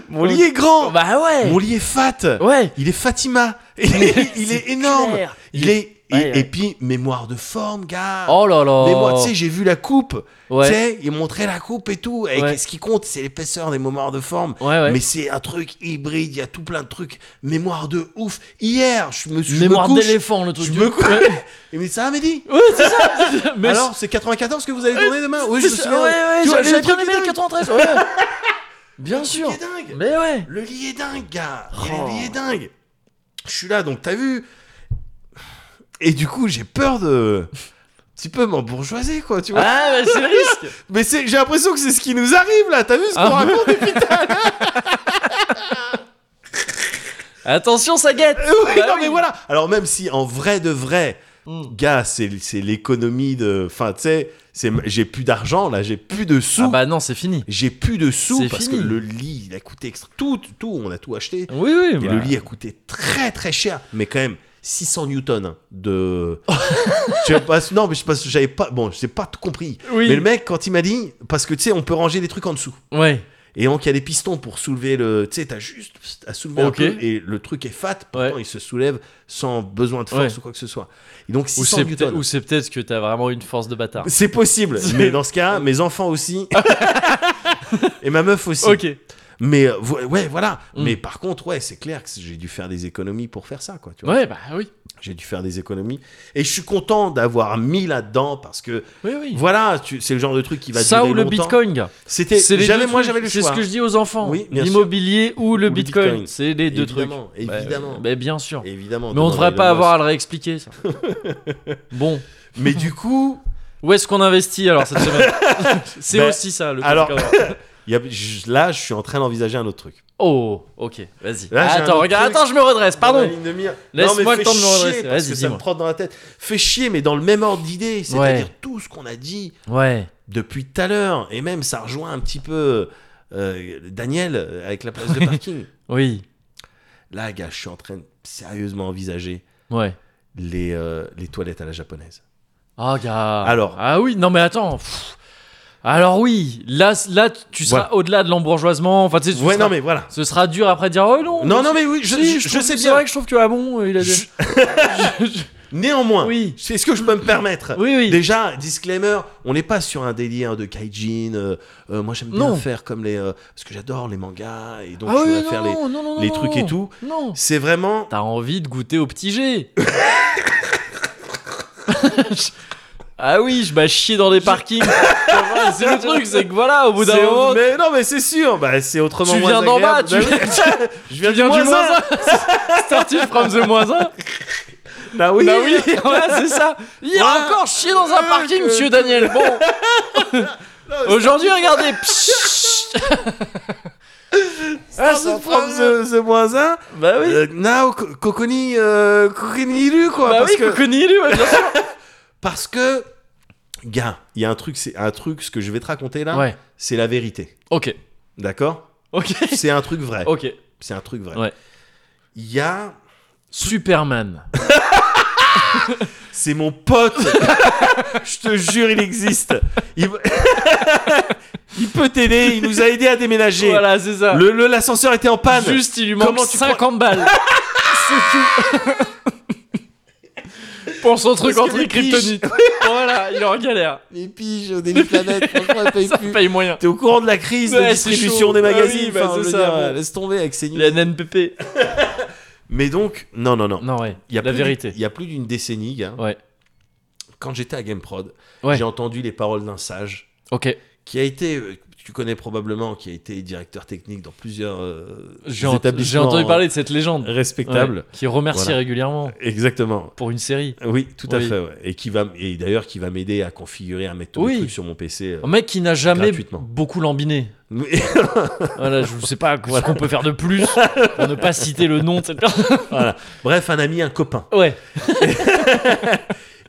Speaker 2: Mon lit est grand.
Speaker 1: Bah ouais.
Speaker 2: Mon lit est fat.
Speaker 1: Ouais.
Speaker 2: Il
Speaker 1: *laughs*
Speaker 2: est Fatima. Il est, *laughs* il est énorme.
Speaker 1: clair.
Speaker 2: Il est. Et,
Speaker 1: Ouais, ouais.
Speaker 2: et puis, mémoire de forme, gars.
Speaker 1: Oh là là.
Speaker 2: Mais moi, tu sais, j'ai vu la coupe. Tu
Speaker 1: Ouais.
Speaker 2: sais, ils montraient la coupe et tout. Et
Speaker 1: Ouais.
Speaker 2: ce qui compte, c'est l'épaisseur des mémoires de forme.
Speaker 1: Ouais, ouais.
Speaker 2: Mais c'est un truc hybride, il y a tout plein de trucs. Mémoire de ouf. Hier, je me suis.
Speaker 1: Mémoire
Speaker 2: je me couche,
Speaker 1: d'éléphant, le truc.
Speaker 2: Je
Speaker 1: du-
Speaker 2: me couche.
Speaker 1: Ouais,
Speaker 2: *laughs* Et mais ça, va, Mehdi
Speaker 1: Ouais, c'est ça. *laughs* Mais
Speaker 2: Alors, c'est 94 que vous allez tourner demain Oui, je me
Speaker 1: c'est-
Speaker 2: souviens.
Speaker 1: Ouais, ouais,
Speaker 2: Tu vois,
Speaker 1: j'a-
Speaker 2: le
Speaker 1: j'avais
Speaker 2: truc
Speaker 1: bien aimé
Speaker 2: est
Speaker 1: le
Speaker 2: dingue.
Speaker 1: 93. Ouais.
Speaker 2: *laughs*
Speaker 1: Bien sûr.
Speaker 2: Le truc est dingue.
Speaker 1: Mais ouais.
Speaker 2: Le lit est dingue, gars. Il y a
Speaker 1: Oh.
Speaker 2: Le lit est dingue. Je suis là, donc t'as vu. Et du coup, j'ai peur de. Un petit peu m'embourgeoiser, quoi, tu vois.
Speaker 1: Ah, bah c'est le risque.
Speaker 2: Mais c'est- j'ai l'impression que c'est ce qui nous arrive, là. T'as vu ce qu'on
Speaker 1: Ah.
Speaker 2: raconte depuis tout à l'heure
Speaker 1: *laughs* Attention, ça guette.
Speaker 2: Euh, *laughs* oui,
Speaker 1: *laughs* Bah
Speaker 2: non,
Speaker 1: oui.
Speaker 2: mais voilà. Alors, même si en vrai de vrai,
Speaker 1: Mm.
Speaker 2: gars, c'est c'est l'économie de. Enfin, tu sais, c'est- j'ai plus d'argent, là, j'ai plus de sous.
Speaker 1: Ah, bah non, c'est fini.
Speaker 2: J'ai plus de sous
Speaker 1: C'est
Speaker 2: parce
Speaker 1: fini.
Speaker 2: que le lit, il a coûté extra. Tout, tout, on a tout acheté.
Speaker 1: Oui, oui.
Speaker 2: Et
Speaker 1: bah.
Speaker 2: le lit a coûté très très cher, mais quand même 600 newtons
Speaker 1: *laughs*
Speaker 2: de. je sais pas, non, mais je sais pas, j'avais pas. Bon, j'ai pas tout compris.
Speaker 1: Oui.
Speaker 2: Mais le mec, quand il m'a dit, parce que tu sais, on peut ranger des trucs en dessous.
Speaker 1: Ouais.
Speaker 2: Et donc, il y a des pistons pour soulever le. Tu sais, t'as juste à soulever
Speaker 1: Ok.
Speaker 2: un peu et le truc est fat. Pourtant,
Speaker 1: Ouais.
Speaker 2: il se soulève sans besoin de force
Speaker 1: Ouais.
Speaker 2: ou quoi que ce soit. Et donc,
Speaker 1: Ou
Speaker 2: 600
Speaker 1: c'est peut-être
Speaker 2: newtons.
Speaker 1: ou c'est peut-être que t'as vraiment une force de bâtard.
Speaker 2: C'est
Speaker 1: *laughs*
Speaker 2: possible,
Speaker 1: C'est-
Speaker 2: mais dans ce cas, mes enfants aussi.
Speaker 1: *laughs*
Speaker 2: et ma meuf aussi.
Speaker 1: Ok.
Speaker 2: Mais euh, vo- ouais, voilà.
Speaker 1: Mm.
Speaker 2: Mais par contre, ouais, c'est clair que j'ai dû faire des économies pour faire ça, quoi. Tu vois.
Speaker 1: Ouais, bah oui.
Speaker 2: J'ai dû faire des économies. Et je suis content d'avoir mis là-dedans parce que,
Speaker 1: Oui, oui.
Speaker 2: voilà, tu- c'est le genre de truc qui va
Speaker 1: ça
Speaker 2: durer
Speaker 1: ou le
Speaker 2: longtemps.
Speaker 1: bitcoin gars.
Speaker 2: C'était,
Speaker 1: C'est les
Speaker 2: j'avais,
Speaker 1: deux
Speaker 2: moi,
Speaker 1: trucs.
Speaker 2: j'avais le
Speaker 1: C'est
Speaker 2: choix.
Speaker 1: ce que je dis aux enfants.
Speaker 2: Oui, bien sûr.
Speaker 1: L'immobilier ou le
Speaker 2: Ou le
Speaker 1: bitcoin.
Speaker 2: bitcoin.
Speaker 1: C'est les deux
Speaker 2: Évidemment,
Speaker 1: trucs.
Speaker 2: évidemment.
Speaker 1: Ouais, mais bien sûr.
Speaker 2: Évidemment.
Speaker 1: mais on
Speaker 2: demain,
Speaker 1: devrait
Speaker 2: Elon
Speaker 1: pas
Speaker 2: Musk.
Speaker 1: avoir à le réexpliquer ça. bon.
Speaker 2: Mais du coup,
Speaker 1: Où est-ce qu'on investit alors cette semaine *laughs* C'est
Speaker 2: Ben,
Speaker 1: aussi ça le truc.
Speaker 2: alors-
Speaker 1: avant.
Speaker 2: il y a- je- là, je suis en train d'envisager un autre truc.
Speaker 1: Oh, ok, vas-y.
Speaker 2: Là, j'ai un
Speaker 1: Attends,
Speaker 2: autre
Speaker 1: regarde,
Speaker 2: truc.
Speaker 1: attends, je me redresse,
Speaker 2: Dans la
Speaker 1: pardon.
Speaker 2: ligne de mire.
Speaker 1: Laisse-moi
Speaker 2: Non,
Speaker 1: le
Speaker 2: mais fais
Speaker 1: temps de me
Speaker 2: chier,
Speaker 1: redresser.
Speaker 2: parce
Speaker 1: Vas-y,
Speaker 2: que ça me
Speaker 1: dis-moi.
Speaker 2: trotte dans la tête. Fais chier, mais dans le même ordre d'idée. C'est-à-dire
Speaker 1: Ouais.
Speaker 2: tout ce qu'on a dit.
Speaker 1: Ouais.
Speaker 2: depuis tout à l'heure. Et même, ça rejoint un petit peu euh, Daniel euh, avec la place de parking.
Speaker 1: Oui.
Speaker 2: Là, gars, je suis en train de sérieusement envisager
Speaker 1: Ouais.
Speaker 2: les, euh, les toilettes à la japonaise.
Speaker 1: Ah, gars.
Speaker 2: Alors.
Speaker 1: Ah oui, non mais attends. pff. Alors oui, là, là, tu seras
Speaker 2: Voilà.
Speaker 1: au-delà de l'embourgeoisement. Enfin, tu sais, tu
Speaker 2: Ouais,
Speaker 1: seras-
Speaker 2: non, mais voilà.
Speaker 1: Ce sera dur après de dire oh non.
Speaker 2: Non,
Speaker 1: mais
Speaker 2: non, mais oui, je,
Speaker 1: Si,
Speaker 2: je- je
Speaker 1: trouve-
Speaker 2: sais
Speaker 1: C'est
Speaker 2: bien.
Speaker 1: vrai que je trouve que Hamon, il a des-
Speaker 2: Je- Néanmoins,
Speaker 1: *laughs* Oui.
Speaker 2: c'est ce que je peux me permettre.
Speaker 1: Oui, oui.
Speaker 2: Déjà, disclaimer, on n'est pas sur un délire de kaijin. euh, euh, moi, j'aime bien
Speaker 1: Non.
Speaker 2: faire comme les. euh, parce que j'adore les mangas et donc
Speaker 1: Ah
Speaker 2: je
Speaker 1: oui,
Speaker 2: voudrais
Speaker 1: non,
Speaker 2: faire les,
Speaker 1: non, non, non,
Speaker 2: les
Speaker 1: non,
Speaker 2: trucs
Speaker 1: non.
Speaker 2: et tout.
Speaker 1: Non.
Speaker 2: C'est vraiment.
Speaker 1: T'as envie de goûter au petit G. *laughs* ah oui, je vais chier dans les
Speaker 2: *laughs*
Speaker 1: parkings. Enfin, c'est le truc, c'est que voilà, au bout d'un
Speaker 2: C'est
Speaker 1: moment,
Speaker 2: autre- mais non, mais c'est sûr, bah, c'est autrement
Speaker 1: Tu
Speaker 2: moins
Speaker 1: viens d'en bas,
Speaker 2: agréable.
Speaker 1: tu
Speaker 2: Bah *laughs* oui. je viens
Speaker 1: tu viens du
Speaker 2: moins
Speaker 1: moins *laughs*
Speaker 2: un.
Speaker 1: 1. Starting from the moins 1.
Speaker 2: Bah oui,
Speaker 1: Bah oui,
Speaker 2: *laughs*
Speaker 1: ouais, c'est ça. Il y a
Speaker 2: Ouais.
Speaker 1: encore chier dans un
Speaker 2: Ouais,
Speaker 1: parking,
Speaker 2: que-
Speaker 1: monsieur Daniel.
Speaker 2: *laughs*
Speaker 1: Bon, aujourd'hui, regardez. Ah,
Speaker 2: *laughs* c'est
Speaker 1: c'est
Speaker 2: from the, the moins 1.
Speaker 1: Bah oui.
Speaker 2: Euh, now, Co- Kokoni, euh, Kokoni Iru, quoi.
Speaker 1: Bah
Speaker 2: parce,
Speaker 1: oui,
Speaker 2: que,
Speaker 1: Coconilou, ouais, bien sûr.
Speaker 2: parce que, gars, il y a un truc, c'est un truc, ce que je vais te raconter là,
Speaker 1: Ouais.
Speaker 2: c'est la vérité.
Speaker 1: Ok,
Speaker 2: D'accord
Speaker 1: ok,
Speaker 2: *laughs* C'est un truc vrai.
Speaker 1: ok.
Speaker 2: C'est un truc vrai.
Speaker 1: Ouais.
Speaker 2: il y a.
Speaker 1: Superman.
Speaker 2: C'est mon pote *laughs* Je te jure, il existe Il, *laughs* Il peut t'aider, il nous a aidé à déménager.
Speaker 1: Voilà, c'est ça.
Speaker 2: Le- le- L'ascenseur était en panne.
Speaker 1: Juste, il lui
Speaker 2: Comment
Speaker 1: manque
Speaker 2: tu
Speaker 1: 50
Speaker 2: *laughs*
Speaker 1: balles. c'est tout. Pour son truc
Speaker 2: Parce
Speaker 1: en
Speaker 2: que les
Speaker 1: truc
Speaker 2: *laughs*
Speaker 1: kryptonite. voilà, il est en galère.
Speaker 2: Les piges au déni planète, franchement, elle paye
Speaker 1: Ça paye moyen.
Speaker 2: T'es au courant de la crise
Speaker 1: Ouais,
Speaker 2: de
Speaker 1: c'est
Speaker 2: distribution
Speaker 1: chaud.
Speaker 2: des
Speaker 1: Ah oui,
Speaker 2: magazines
Speaker 1: bah,
Speaker 2: enfin,
Speaker 1: c'est
Speaker 2: je veux
Speaker 1: ça,
Speaker 2: dire,
Speaker 1: bon.
Speaker 2: euh, Laisse tomber avec ces news.
Speaker 1: La NNPP.
Speaker 2: Mais donc, non, non, non.
Speaker 1: Non, ouais.
Speaker 2: Il y a
Speaker 1: la
Speaker 2: plus
Speaker 1: vérité.
Speaker 2: d'une- Il y a plus d'une décennie, gars.
Speaker 1: Ouais.
Speaker 2: Quand j'étais à GameProd,
Speaker 1: Ouais.
Speaker 2: j'ai entendu les paroles d'un sage
Speaker 1: Ok.
Speaker 2: qui a été, euh, tu connais probablement, qui a été directeur technique dans plusieurs euh,
Speaker 1: J'ai ent- j'ai
Speaker 2: établissements
Speaker 1: entendu parler de cette légende.
Speaker 2: respectables.
Speaker 1: Ouais, qui remercie
Speaker 2: Voilà.
Speaker 1: régulièrement
Speaker 2: Exactement.
Speaker 1: pour une série.
Speaker 2: Oui, tout à
Speaker 1: Oui.
Speaker 2: fait. ouais. Et qui va, et d'ailleurs, qui va m'aider à configurer, à mettre tous les
Speaker 1: Oui.
Speaker 2: trucs sur mon PC. euh.
Speaker 1: Un mec qui n'a jamais
Speaker 2: Gratuitement.
Speaker 1: beaucoup lambiné.
Speaker 2: Oui.
Speaker 1: Voilà, je sais pas ce qu'on peut faire de plus pour ne pas citer le nom de cette personne.
Speaker 2: Voilà. *laughs* Bref, un ami, un copain.
Speaker 1: Ouais.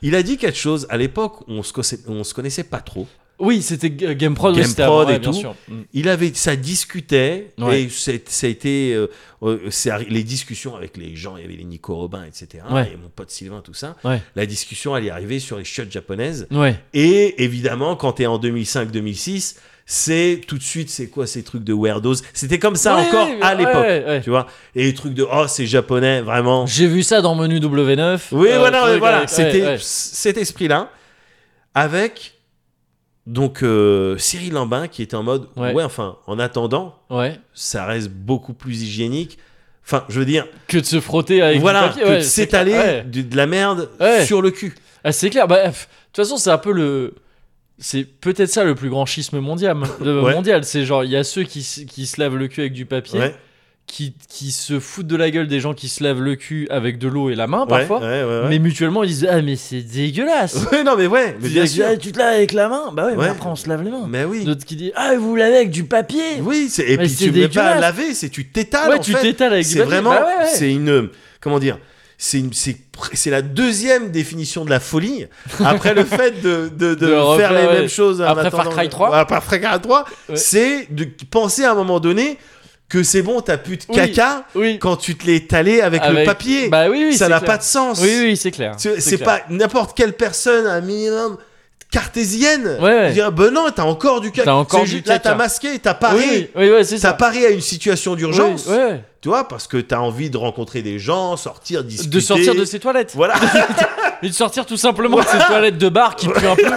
Speaker 2: Il a dit quelque chose. À l'époque, on se connaissait, on se connaissait pas trop.
Speaker 1: Oui, c'était G- GameProd. ouais,
Speaker 2: Game
Speaker 1: c'était avant,
Speaker 2: Prod
Speaker 1: ouais,
Speaker 2: et
Speaker 1: bien
Speaker 2: tout.
Speaker 1: sûr. Mm.
Speaker 2: Il avait, ça discutait
Speaker 1: Ouais.
Speaker 2: et c'est- ça a été, euh, euh, c'est arri- les discussions avec les gens. Il y avait les Nico Robin, etc.
Speaker 1: Ouais.
Speaker 2: Et mon pote Sylvain, tout ça.
Speaker 1: Ouais.
Speaker 2: La discussion, elle est arrivée sur les shots japonaises.
Speaker 1: Ouais.
Speaker 2: Et évidemment, quand t'es en 2005-2006, c'est tout de suite, c'est quoi ces trucs de weirdos C'était comme ça
Speaker 1: Ouais,
Speaker 2: encore à
Speaker 1: ouais,
Speaker 2: l'époque,
Speaker 1: ouais, ouais.
Speaker 2: tu vois. Et les trucs de oh, c'est japonais, vraiment.
Speaker 1: J'ai vu ça dans menu W9.
Speaker 2: Oui,
Speaker 1: Euh,
Speaker 2: voilà,
Speaker 1: truc
Speaker 2: voilà.
Speaker 1: avec-
Speaker 2: C'était
Speaker 1: ouais, ouais.
Speaker 2: cet esprit-là, avec donc euh, Cyril Lambin qui était en mode ouais.
Speaker 1: Ouais.
Speaker 2: enfin, en attendant,
Speaker 1: Ouais.
Speaker 2: ça reste beaucoup plus hygiénique. Enfin, je veux dire,
Speaker 1: Que de se frotter avec. du
Speaker 2: voilà,
Speaker 1: papier,
Speaker 2: que
Speaker 1: ouais,
Speaker 2: de
Speaker 1: c'est
Speaker 2: s'étaler
Speaker 1: clair, ouais.
Speaker 2: du- de la merde
Speaker 1: Ouais.
Speaker 2: sur le cul.
Speaker 1: Ah, c'est clair. Bah, pff, de toute façon, c'est un peu le. C'est peut-être ça le plus grand schisme mondial. le-
Speaker 2: Ouais.
Speaker 1: mondial. C'est genre, il y a ceux qui, s- qui se lavent le cul avec du papier,
Speaker 2: Ouais,
Speaker 1: qui, qui se foutent de la gueule des gens qui se lavent le cul avec de l'eau et la main
Speaker 2: ouais,
Speaker 1: parfois.
Speaker 2: ouais, ouais, ouais.
Speaker 1: Mais mutuellement, ils disent Ah, mais c'est dégueulasse
Speaker 2: *laughs* Ouais, non, mais ouais, mais
Speaker 1: Tu
Speaker 2: bien
Speaker 1: dis,
Speaker 2: sûr.
Speaker 1: Ah, Tu te laves avec la main Bah ouais, mais
Speaker 2: Ouais.
Speaker 1: après, on se lave les mains.
Speaker 2: Mais oui.
Speaker 1: D'autres qui disent Ah, vous vous lavez avec du papier
Speaker 2: Oui, c'est- et
Speaker 1: Mais
Speaker 2: puis
Speaker 1: c'est
Speaker 2: tu ne pas à
Speaker 1: dégueulasse.
Speaker 2: laver, c'est tu t'étales.
Speaker 1: Ouais,
Speaker 2: en
Speaker 1: tu
Speaker 2: fait.
Speaker 1: t'étales avec du
Speaker 2: C'est
Speaker 1: papier.
Speaker 2: vraiment,
Speaker 1: Bah ouais, ouais.
Speaker 2: c'est une, comment dire, c'est une- c'est pr- c'est la deuxième définition de la folie après le fait de, de,
Speaker 1: *laughs*
Speaker 2: de
Speaker 1: De
Speaker 2: faire
Speaker 1: refaire,
Speaker 2: les
Speaker 1: ouais.
Speaker 2: mêmes choses. en
Speaker 1: Après Far
Speaker 2: attendant-
Speaker 1: Cry 3.
Speaker 2: Ouais, Après Far Cry 3,
Speaker 1: Ouais.
Speaker 2: c'est de penser à un moment donné que c'est bon, t'as plus de
Speaker 1: Oui.
Speaker 2: caca
Speaker 1: Oui.
Speaker 2: quand tu te l'es étalé avec, le
Speaker 1: Avec-
Speaker 2: papier.
Speaker 1: Bah oui, oui.
Speaker 2: ça
Speaker 1: c'est
Speaker 2: n'a
Speaker 1: clair.
Speaker 2: pas de sens.
Speaker 1: Oui, oui, c'est clair.
Speaker 2: Tu vois, C'est
Speaker 1: clair.
Speaker 2: pas n'importe quelle personne un minimum cartésienne.
Speaker 1: Ouais, ouais.
Speaker 2: Dire, ben non, t'as encore du caca.
Speaker 1: T'as encore
Speaker 2: C'est
Speaker 1: du
Speaker 2: juste- Là,
Speaker 1: caca.
Speaker 2: t'as masqué, t'as paré.
Speaker 1: Oui, oui, ouais, c'est
Speaker 2: Ça
Speaker 1: ça.
Speaker 2: paraît à une situation d'urgence,
Speaker 1: Oui, ouais.
Speaker 2: tu vois, parce que t'as envie de rencontrer des gens, sortir, discuter.
Speaker 1: De sortir de ses toilettes.
Speaker 2: Voilà,
Speaker 1: Et de sortir tout simplement de ces toilettes de bar qui puent un peu. *laughs*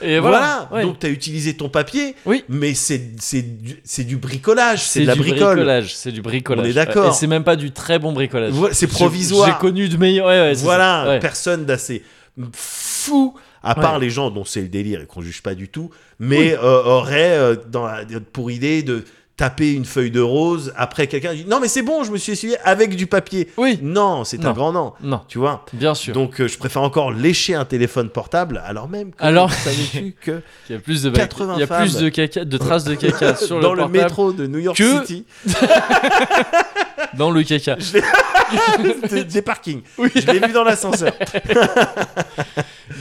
Speaker 1: Et voilà.
Speaker 2: voilà.
Speaker 1: ouais.
Speaker 2: Donc t'as utilisé ton papier,
Speaker 1: Oui.
Speaker 2: mais c'est c'est du, c'est du bricolage, c'est de la
Speaker 1: du
Speaker 2: bricole.
Speaker 1: bricolage. C'est du bricolage.
Speaker 2: On est d'accord.
Speaker 1: Et c'est même pas du très bon bricolage.
Speaker 2: Voilà, C'est
Speaker 1: J'ai-
Speaker 2: provisoire.
Speaker 1: J'ai connu de meilleurs. Ouais, ouais, c'est
Speaker 2: voilà,
Speaker 1: ça. Ouais.
Speaker 2: personne d'assez fou, à part
Speaker 1: Ouais.
Speaker 2: les gens dont c'est le délire et qu'on juge pas du tout, mais euh, aurait euh, dans la- pour idée de taper une feuille de rose après quelqu'un dit non mais c'est bon, je me suis essuyé avec du papier.
Speaker 1: Oui.
Speaker 2: Non, c'est un
Speaker 1: Non.
Speaker 2: grand non,
Speaker 1: Non,
Speaker 2: tu vois.
Speaker 1: bien sûr.
Speaker 2: Donc euh, je préfère encore lécher un téléphone portable alors même que
Speaker 1: Alors-
Speaker 2: savais-tu
Speaker 1: *laughs*
Speaker 2: que
Speaker 1: il y a plus de bac-
Speaker 2: 80
Speaker 1: Il y a plus
Speaker 2: femmes.
Speaker 1: de caca, de traces de
Speaker 2: *laughs*
Speaker 1: caca sur
Speaker 2: dans
Speaker 1: le
Speaker 2: le,
Speaker 1: portable,
Speaker 2: métro de New York
Speaker 1: que-
Speaker 2: City
Speaker 1: dans le caca.
Speaker 2: des, des parkings. Je l'ai vu
Speaker 1: *laughs*
Speaker 2: dans l'ascenseur.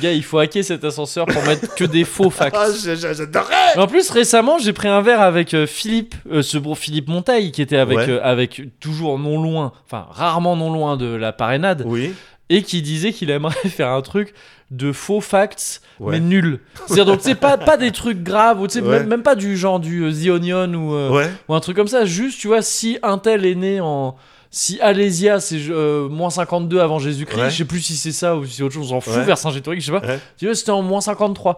Speaker 1: Gars, il faut hacker cet ascenseur pour mettre que des faux facts.
Speaker 2: Ah, je- je- j'adorais.
Speaker 1: Mais En plus, récemment, j'ai pris un verre avec euh, Philippe, euh, ce bon Philippe Montaille, qui était avec,
Speaker 2: Ouais.
Speaker 1: euh, avec toujours non loin, enfin rarement non loin de la parrainade,
Speaker 2: Oui.
Speaker 1: et qui disait qu'il aimerait *laughs* faire un truc de faux facts,
Speaker 2: Ouais.
Speaker 1: mais nul. C'est-à-dire, donc, c'est
Speaker 2: *laughs*
Speaker 1: pas, pas des trucs graves, ou tu sais,
Speaker 2: Ouais.
Speaker 1: même, même pas du genre du euh, The Onion ou, euh,
Speaker 2: Ouais.
Speaker 1: ou un truc comme ça, juste, tu vois, si un tel est né en. Si Alésia c'est euh, moins 52 avant Jésus-Christ,
Speaker 2: Ouais.
Speaker 1: je sais plus si c'est ça ou si c'est autre chose, on s'en fout
Speaker 2: Ouais.
Speaker 1: vers Saint-Gétorique, je sais pas.
Speaker 2: Ouais.
Speaker 1: Tu vois, c'était en moins 53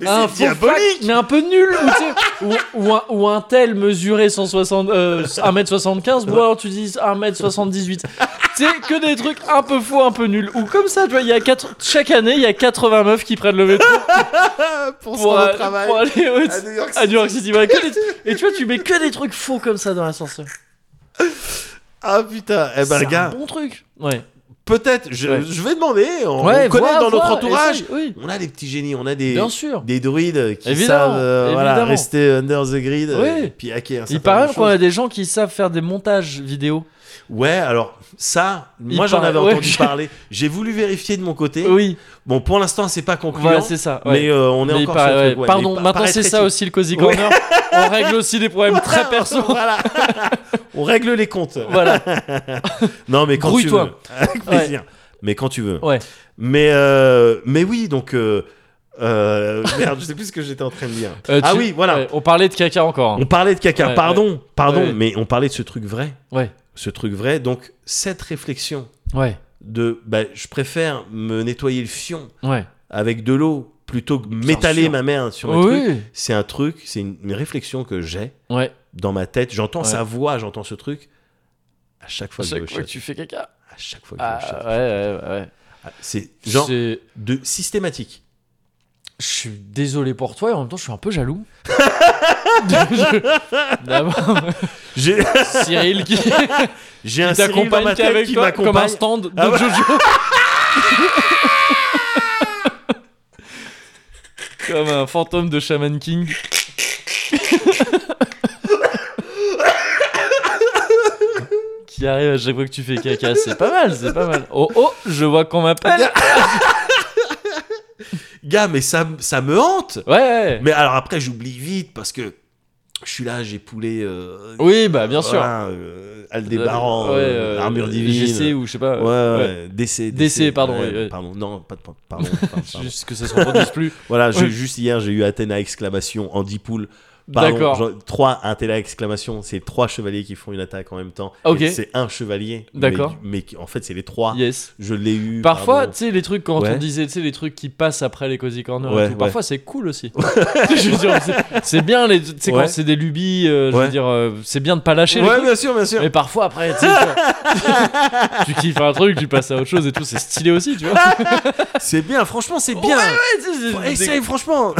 Speaker 2: Mais
Speaker 1: un faux
Speaker 2: c'est
Speaker 1: fact,
Speaker 2: diabolique.
Speaker 1: mais un peu nul ou, tu sais, ou, ou un, ou un tel mesuré 160, euh, 1m75 bon alors tu dis 1m78 c'est que des trucs un peu faux un peu nuls ou comme ça tu vois il y a quatre, chaque année il y a 80 meufs qui prennent le
Speaker 2: *laughs*
Speaker 1: métro
Speaker 2: pour
Speaker 1: pour,
Speaker 2: son
Speaker 1: euh,
Speaker 2: travail Ah,
Speaker 1: pour aller au-
Speaker 2: à New York
Speaker 1: à New
Speaker 2: City.
Speaker 1: York City voilà, que des- et tu vois tu mets que des trucs faux comme ça dans l'ascenseur
Speaker 2: Ah putain. Eh ben
Speaker 1: c'est un
Speaker 2: gars,
Speaker 1: bon truc ouais,
Speaker 2: peut-être. Je,
Speaker 1: Ouais.
Speaker 2: je vais demander. On,
Speaker 1: Ouais,
Speaker 2: on connaît
Speaker 1: vois,
Speaker 2: dans notre
Speaker 1: vois,
Speaker 2: entourage.
Speaker 1: essaye, oui
Speaker 2: On a des petits génies. On a des
Speaker 1: bien sûr
Speaker 2: des druides qui
Speaker 1: Évidemment,
Speaker 2: savent euh, voilà,
Speaker 1: évidemment.
Speaker 2: rester under the grid euh,
Speaker 1: Oui.
Speaker 2: et puis hacker. un
Speaker 1: il
Speaker 2: certain
Speaker 1: paraît
Speaker 2: nombre de
Speaker 1: qu'on
Speaker 2: choses.
Speaker 1: a des gens qui savent faire des montages vidéo
Speaker 2: Ouais, alors ça,
Speaker 1: Il
Speaker 2: moi j'en
Speaker 1: paraît-
Speaker 2: avais
Speaker 1: ouais,
Speaker 2: entendu
Speaker 1: je-
Speaker 2: parler. J'ai voulu vérifier de mon côté.
Speaker 1: Oui,
Speaker 2: Bon, pour l'instant, c'est pas concluant.
Speaker 1: voilà, c'est ça. ouais.
Speaker 2: Mais euh, on est
Speaker 1: Mais il
Speaker 2: encore
Speaker 1: paraît-
Speaker 2: sur le
Speaker 1: ouais.
Speaker 2: truc, ouais,
Speaker 1: Pardon,
Speaker 2: mais pa-
Speaker 1: maintenant c'est
Speaker 2: paraîtrait-il.
Speaker 1: ça aussi le Cozy
Speaker 2: Ouais. *laughs*
Speaker 1: Corner. On règle aussi des problèmes très perso.
Speaker 2: Voilà. *laughs* on règle les comptes.
Speaker 1: voilà.
Speaker 2: Non, mais quand tu
Speaker 1: Grouille-toi.
Speaker 2: veux. *laughs* Avec plaisir. Mais quand tu veux.
Speaker 1: Ouais.
Speaker 2: Mais, euh, mais oui, donc. euh, euh, *laughs* merde, je sais plus ce que j'étais en train de dire.
Speaker 1: Euh,
Speaker 2: ah
Speaker 1: tu-
Speaker 2: oui, voilà.
Speaker 1: ouais, on parlait de caca encore. hein.
Speaker 2: On parlait de caca.
Speaker 1: Ouais,
Speaker 2: pardon, pardon,
Speaker 1: Ouais.
Speaker 2: mais on parlait de ce truc vrai.
Speaker 1: Ouais.
Speaker 2: Ce truc vrai. Donc, cette réflexion
Speaker 1: Ouais,
Speaker 2: de bah, je préfère me nettoyer le fion
Speaker 1: ouais.
Speaker 2: avec de l'eau plutôt que m'étaler
Speaker 1: sûr.
Speaker 2: ma mère sur un truc.
Speaker 1: Oui.
Speaker 2: C'est un truc, c'est une, une réflexion que j'ai
Speaker 1: Ouais.
Speaker 2: dans ma tête. J'entends
Speaker 1: Ouais.
Speaker 2: sa voix, j'entends ce truc. À chaque fois que je vais
Speaker 1: Chaque
Speaker 2: au
Speaker 1: fois que
Speaker 2: chiottes.
Speaker 1: tu fais caca.
Speaker 2: À chaque fois que je vais au
Speaker 1: Ah,
Speaker 2: chiottes.
Speaker 1: ouais, ouais, ouais.
Speaker 2: C'est genre
Speaker 1: C'est-
Speaker 2: de systématique.
Speaker 1: Je suis désolé pour toi et en même temps je suis un peu
Speaker 2: *laughs*
Speaker 1: jaloux. *laughs* Je- D'abord,
Speaker 2: J'ai *laughs*
Speaker 1: Cyril qui, qui
Speaker 2: j'ai un Cyril dans
Speaker 1: t'accompagne
Speaker 2: ma
Speaker 1: qui est
Speaker 2: tête
Speaker 1: avec
Speaker 2: qui
Speaker 1: toi comme un
Speaker 2: m'accompagne.
Speaker 1: stand de
Speaker 2: Ah ouais. *laughs*
Speaker 1: Jojo. comme un fantôme de Shaman King. qui arrive à chaque fois que tu fais caca, c'est pas mal, c'est pas mal. Oh oh, je vois qu'on m'appelle.
Speaker 2: Gars, mais ça, ça me hante.
Speaker 1: Ouais, ouais.
Speaker 2: Mais alors après, j'oublie vite parce que je suis là, j'ai poulé. euh,
Speaker 1: Oui, bah bien sûr.
Speaker 2: voilà, euh, Aldébaran,
Speaker 1: Ouais,
Speaker 2: euh,
Speaker 1: euh,
Speaker 2: Armure Divine.
Speaker 1: GC ou je sais pas.
Speaker 2: Ouais, ouais, DC,
Speaker 1: DC, pardon, oui, oui.
Speaker 2: Pardon, non, pas de
Speaker 1: *laughs*
Speaker 2: pardon. pardon,
Speaker 1: C'est
Speaker 2: pardon.
Speaker 1: Juste que ça se reproduise plus.
Speaker 2: voilà, j'ai-
Speaker 1: Ouais.
Speaker 2: juste hier, j'ai eu Athéna exclamation, Andy Pool.
Speaker 1: D'accord.
Speaker 2: Trois Athéna exclamation, c'est trois chevaliers qui font une attaque en même temps.
Speaker 1: Ok.
Speaker 2: Et C'est un chevalier. mais-
Speaker 1: D'accord.
Speaker 2: Mais, qui- en fait, c'est les trois.
Speaker 1: Yes.
Speaker 2: Je l'ai eu.
Speaker 1: Ah Parfois,
Speaker 2: pardon.
Speaker 1: tu sais, les trucs, quand
Speaker 2: Ouais.
Speaker 1: on disait, tu sais, les trucs qui passent après les Cozy Corner
Speaker 2: Ouais,
Speaker 1: et tout,
Speaker 2: ouais.
Speaker 1: parfois c'est cool aussi. *laughs* je veux dire, c'est- c'est bien, les, tu sais,
Speaker 2: Ouais.
Speaker 1: quand c'est des lubies, euh, je
Speaker 2: Ouais.
Speaker 1: veux dire, euh, c'est bien de pas lâcher les
Speaker 2: Ouais,
Speaker 1: trucs.
Speaker 2: bien sûr, bien sûr.
Speaker 1: Mais parfois, après, tu sais, tu- tu kiffes un truc, tu passes à autre chose et tout, c'est stylé aussi, tu vois.
Speaker 2: Ah C'est bien, franchement, c'est bien. Faut- essaye, franchement.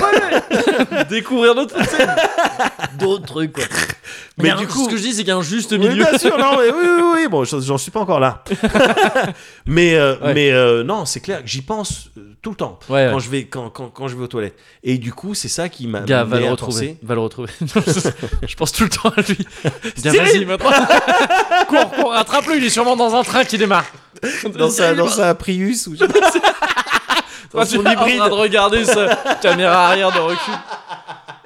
Speaker 1: découvrir
Speaker 2: *laughs*
Speaker 1: d'autres D'autres trucs, quoi. Il
Speaker 2: Mais
Speaker 1: y a
Speaker 2: du
Speaker 1: un-
Speaker 2: coup-
Speaker 1: ce que je dis, c'est qu'il y a un juste
Speaker 2: Oui,
Speaker 1: milieu.
Speaker 2: bien sûr, non, mais oui, oui, oui, bon, j'en j'en suis pas encore
Speaker 1: *laughs*
Speaker 2: là. mais euh,
Speaker 1: Ouais.
Speaker 2: mais euh, non, c'est clair que j'y pense euh, tout le temps
Speaker 1: *laughs* Ouais, ouais.
Speaker 2: quand je vais quand, quand, quand je vais aux toilettes. Et du coup, c'est ça qui m'a
Speaker 1: Gars, va
Speaker 2: mené
Speaker 1: le
Speaker 2: à
Speaker 1: retrouver.
Speaker 2: penser-
Speaker 1: Va le retrouver. *laughs* je pense tout le temps à
Speaker 2: *laughs*
Speaker 1: lui. Gars, vas-y,
Speaker 2: Cyril
Speaker 1: maintenant. *laughs* cours, cours, attrape-le, il est sûrement dans un train qui démarre.
Speaker 2: *laughs* dans sa dans sa Prius ou je
Speaker 1: *laughs*
Speaker 2: sais pas. dans
Speaker 1: Toi, tu
Speaker 2: son
Speaker 1: es en
Speaker 2: hybride.
Speaker 1: train de regarder sa *laughs* caméra arrière de recul.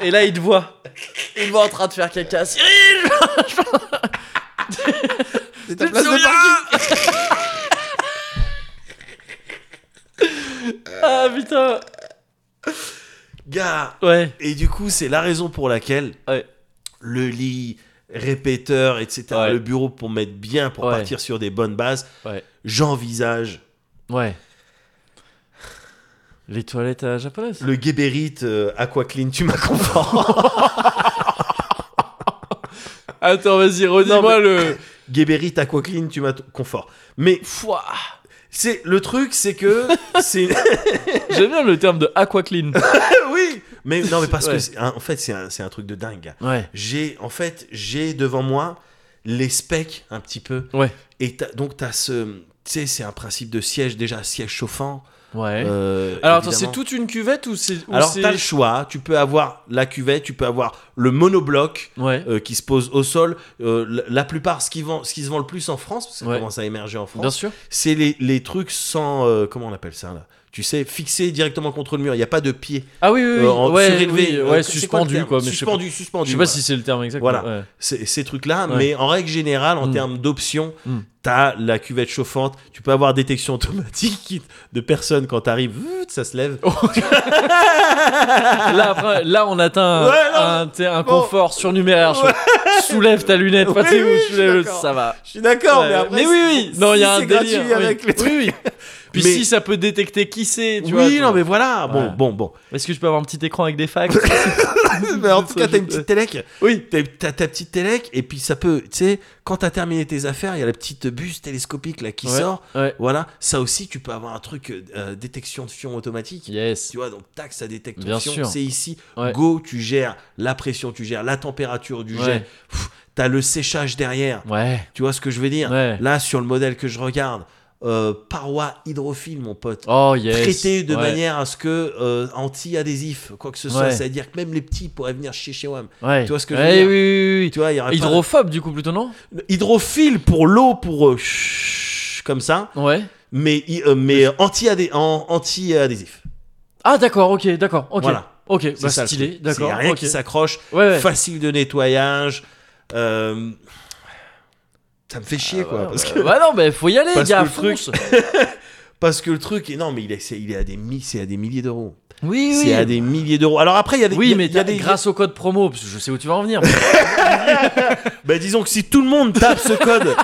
Speaker 1: Et là, il te voit. Il te voit en train de faire caca. Cyril
Speaker 2: C'est
Speaker 1: tu
Speaker 2: ta
Speaker 1: te
Speaker 2: place de
Speaker 1: souviens
Speaker 2: parking.
Speaker 1: *laughs* Ah putain
Speaker 2: Gars,
Speaker 1: Ouais.
Speaker 2: et du coup, c'est la raison pour laquelle
Speaker 1: Ouais.
Speaker 2: le lit répéteur, etc.,
Speaker 1: Ouais.
Speaker 2: le bureau pour mettre bien, pour
Speaker 1: Ouais.
Speaker 2: partir sur des bonnes bases,
Speaker 1: Ouais.
Speaker 2: j'envisage
Speaker 1: Ouais. Les toilettes euh, japonaises
Speaker 2: Le guébérite euh, Aqua Clean, tu m'as *laughs* confondu.
Speaker 1: Attends, vas-y, redis-moi le.
Speaker 2: guébérite Aqua Clean, tu m'as t- confort. Mais
Speaker 1: Fouah.
Speaker 2: c'est le truc,
Speaker 1: *laughs*
Speaker 2: c'est que c'est
Speaker 1: J'aime bien le terme de aqua clean.
Speaker 2: *laughs* oui, mais non, mais parce que
Speaker 1: Ouais.
Speaker 2: c'est un- en fait c'est un, c'est un truc de dingue. gars.
Speaker 1: Ouais.
Speaker 2: J'ai en fait j'ai devant moi les specs un petit peu.
Speaker 1: Ouais.
Speaker 2: Et t'as- donc t'as ce tu sais, c'est un principe de siège déjà siège chauffant.
Speaker 1: Ouais.
Speaker 2: euh,
Speaker 1: Alors attends, c'est
Speaker 2: évidemment.
Speaker 1: toute une cuvette ou c'est. ou
Speaker 2: Alors
Speaker 1: c'est-
Speaker 2: t'as le choix. Tu peux avoir la cuvette, tu peux avoir le monobloc.
Speaker 1: Ouais.
Speaker 2: euh, qui se posent au sol. Euh, la- la plupart, ce qui, vend, ce qui se vend le plus en France, parce que ça
Speaker 1: Ouais.
Speaker 2: commence à émerger en
Speaker 1: Bien
Speaker 2: France,
Speaker 1: sûr.
Speaker 2: c'est les, les trucs sans. euh, comment on appelle ça là Tu sais, fixés directement contre le mur. Il n'y a pas de pied.
Speaker 1: Ah oui, oui, oui.
Speaker 2: euh, en-
Speaker 1: ouais,
Speaker 2: surélevé.
Speaker 1: oui, ouais,
Speaker 2: Euh, c'est quoi le
Speaker 1: suspendu,
Speaker 2: terme
Speaker 1: quoi. Mais je sais pas-
Speaker 2: suspendu, suspendu.
Speaker 1: Je sais pas
Speaker 2: voilà.
Speaker 1: si c'est le terme exact.
Speaker 2: Voilà.
Speaker 1: mais ouais.
Speaker 2: C'est- ces trucs-là,
Speaker 1: Ouais.
Speaker 2: mais en règle générale, en
Speaker 1: Mm.
Speaker 2: termes d'options,
Speaker 1: Mm.
Speaker 2: t'as la cuvette chauffante, tu peux avoir détection automatique *laughs* qui- de personnes quand t'arrives, ça se lève.
Speaker 1: Là, après, là, on atteint un,
Speaker 2: Ouais, non,
Speaker 1: un- t'sais, un
Speaker 2: bon.
Speaker 1: confort surnuméraire. je- *laughs* Soulève ta lunette,
Speaker 2: Oui,
Speaker 1: pas tu sais,
Speaker 2: oui,
Speaker 1: où
Speaker 2: je suis
Speaker 1: soulève-
Speaker 2: d'accord.
Speaker 1: ça va.
Speaker 2: Je suis d'accord,
Speaker 1: Ouais.
Speaker 2: mais après.
Speaker 1: oui, oui. Non, il y a
Speaker 2: si
Speaker 1: un
Speaker 2: c'est gratuit
Speaker 1: délire. oui.
Speaker 2: avec les trucs.
Speaker 1: Oui, oui. Puis
Speaker 2: Mais-
Speaker 1: si ça peut détecter qui c'est, tu vois.
Speaker 2: oui,
Speaker 1: tu
Speaker 2: non,
Speaker 1: vois.
Speaker 2: mais voilà. Bon,
Speaker 1: Ouais.
Speaker 2: bon, bon.
Speaker 1: Est-ce que je peux avoir un petit écran avec des fax
Speaker 2: *laughs* Mais en tout cas, t'as une petite télé
Speaker 1: Oui.
Speaker 2: T'as- T'as ta petite télec et puis ça peut, tu sais, quand t'as terminé tes affaires, il y a la petite buse télescopique là qui
Speaker 1: Ouais.
Speaker 2: sort.
Speaker 1: Ouais.
Speaker 2: Voilà, ça aussi, tu peux avoir un truc euh, euh, détection de fion automatique.
Speaker 1: Yes.
Speaker 2: Tu vois, donc tac, ça détecte ton
Speaker 1: Bien
Speaker 2: fion.
Speaker 1: sûr.
Speaker 2: C'est ici.
Speaker 1: Ouais.
Speaker 2: Go, tu gères la pression, tu gères la température du
Speaker 1: Ouais.
Speaker 2: jet. Pff, T'as le séchage derrière.
Speaker 1: Ouais.
Speaker 2: Tu vois ce que je veux dire
Speaker 1: Ouais.
Speaker 2: Là, sur le modèle que je regarde, euh, paroi hydrophile, mon pote.
Speaker 1: Oh yes.
Speaker 2: traité de
Speaker 1: Ouais.
Speaker 2: manière à ce que euh, anti-adhésif, quoi que ce soit.
Speaker 1: Ouais.
Speaker 2: C'est-à-dire que même les petits pourraient venir chier chez WAM.
Speaker 1: Ouais.
Speaker 2: Tu vois ce que je
Speaker 1: Ouais,
Speaker 2: veux dire
Speaker 1: oui, oui, oui,
Speaker 2: Tu vois, il y aurait
Speaker 1: oui.
Speaker 2: pas de-
Speaker 1: Hydrophobe du coup plutôt non
Speaker 2: hydrophile pour l'eau, pour euh, chut, comme ça,
Speaker 1: Ouais.
Speaker 2: mais, i- euh, mais anti-adhé- en- anti-adhésif.
Speaker 1: Ah d'accord, ok, d'accord, ok.
Speaker 2: Voilà.
Speaker 1: Ok,
Speaker 2: C'est
Speaker 1: bah,
Speaker 2: ça, le
Speaker 1: stylé,
Speaker 2: truc. C'est
Speaker 1: d'accord.
Speaker 2: rien
Speaker 1: ok.
Speaker 2: qui s'accroche,
Speaker 1: Ouais, ouais.
Speaker 2: facile de nettoyage. euh, Ça me fait chier, quoi.
Speaker 1: Ouais,
Speaker 2: parce,
Speaker 1: bah,
Speaker 2: que,
Speaker 1: bah non, mais faut y aller,
Speaker 2: parce
Speaker 1: gars,
Speaker 2: que le truc-
Speaker 1: fonce.
Speaker 2: parce que le truc est. Non, mais il est, c'est- il est à, des, mi- c'est à des milliers d'euros.
Speaker 1: Oui, oui.
Speaker 2: C'est à des milliers d'euros. Alors après, il y a des. il y
Speaker 1: Oui,
Speaker 2: a-
Speaker 1: mais
Speaker 2: il y a
Speaker 1: t'as-
Speaker 2: des-
Speaker 1: grâce au code promo, parce que je sais où tu vas en venir.
Speaker 2: Bah, disons que si tout le monde tape ce
Speaker 1: *laughs*
Speaker 2: code,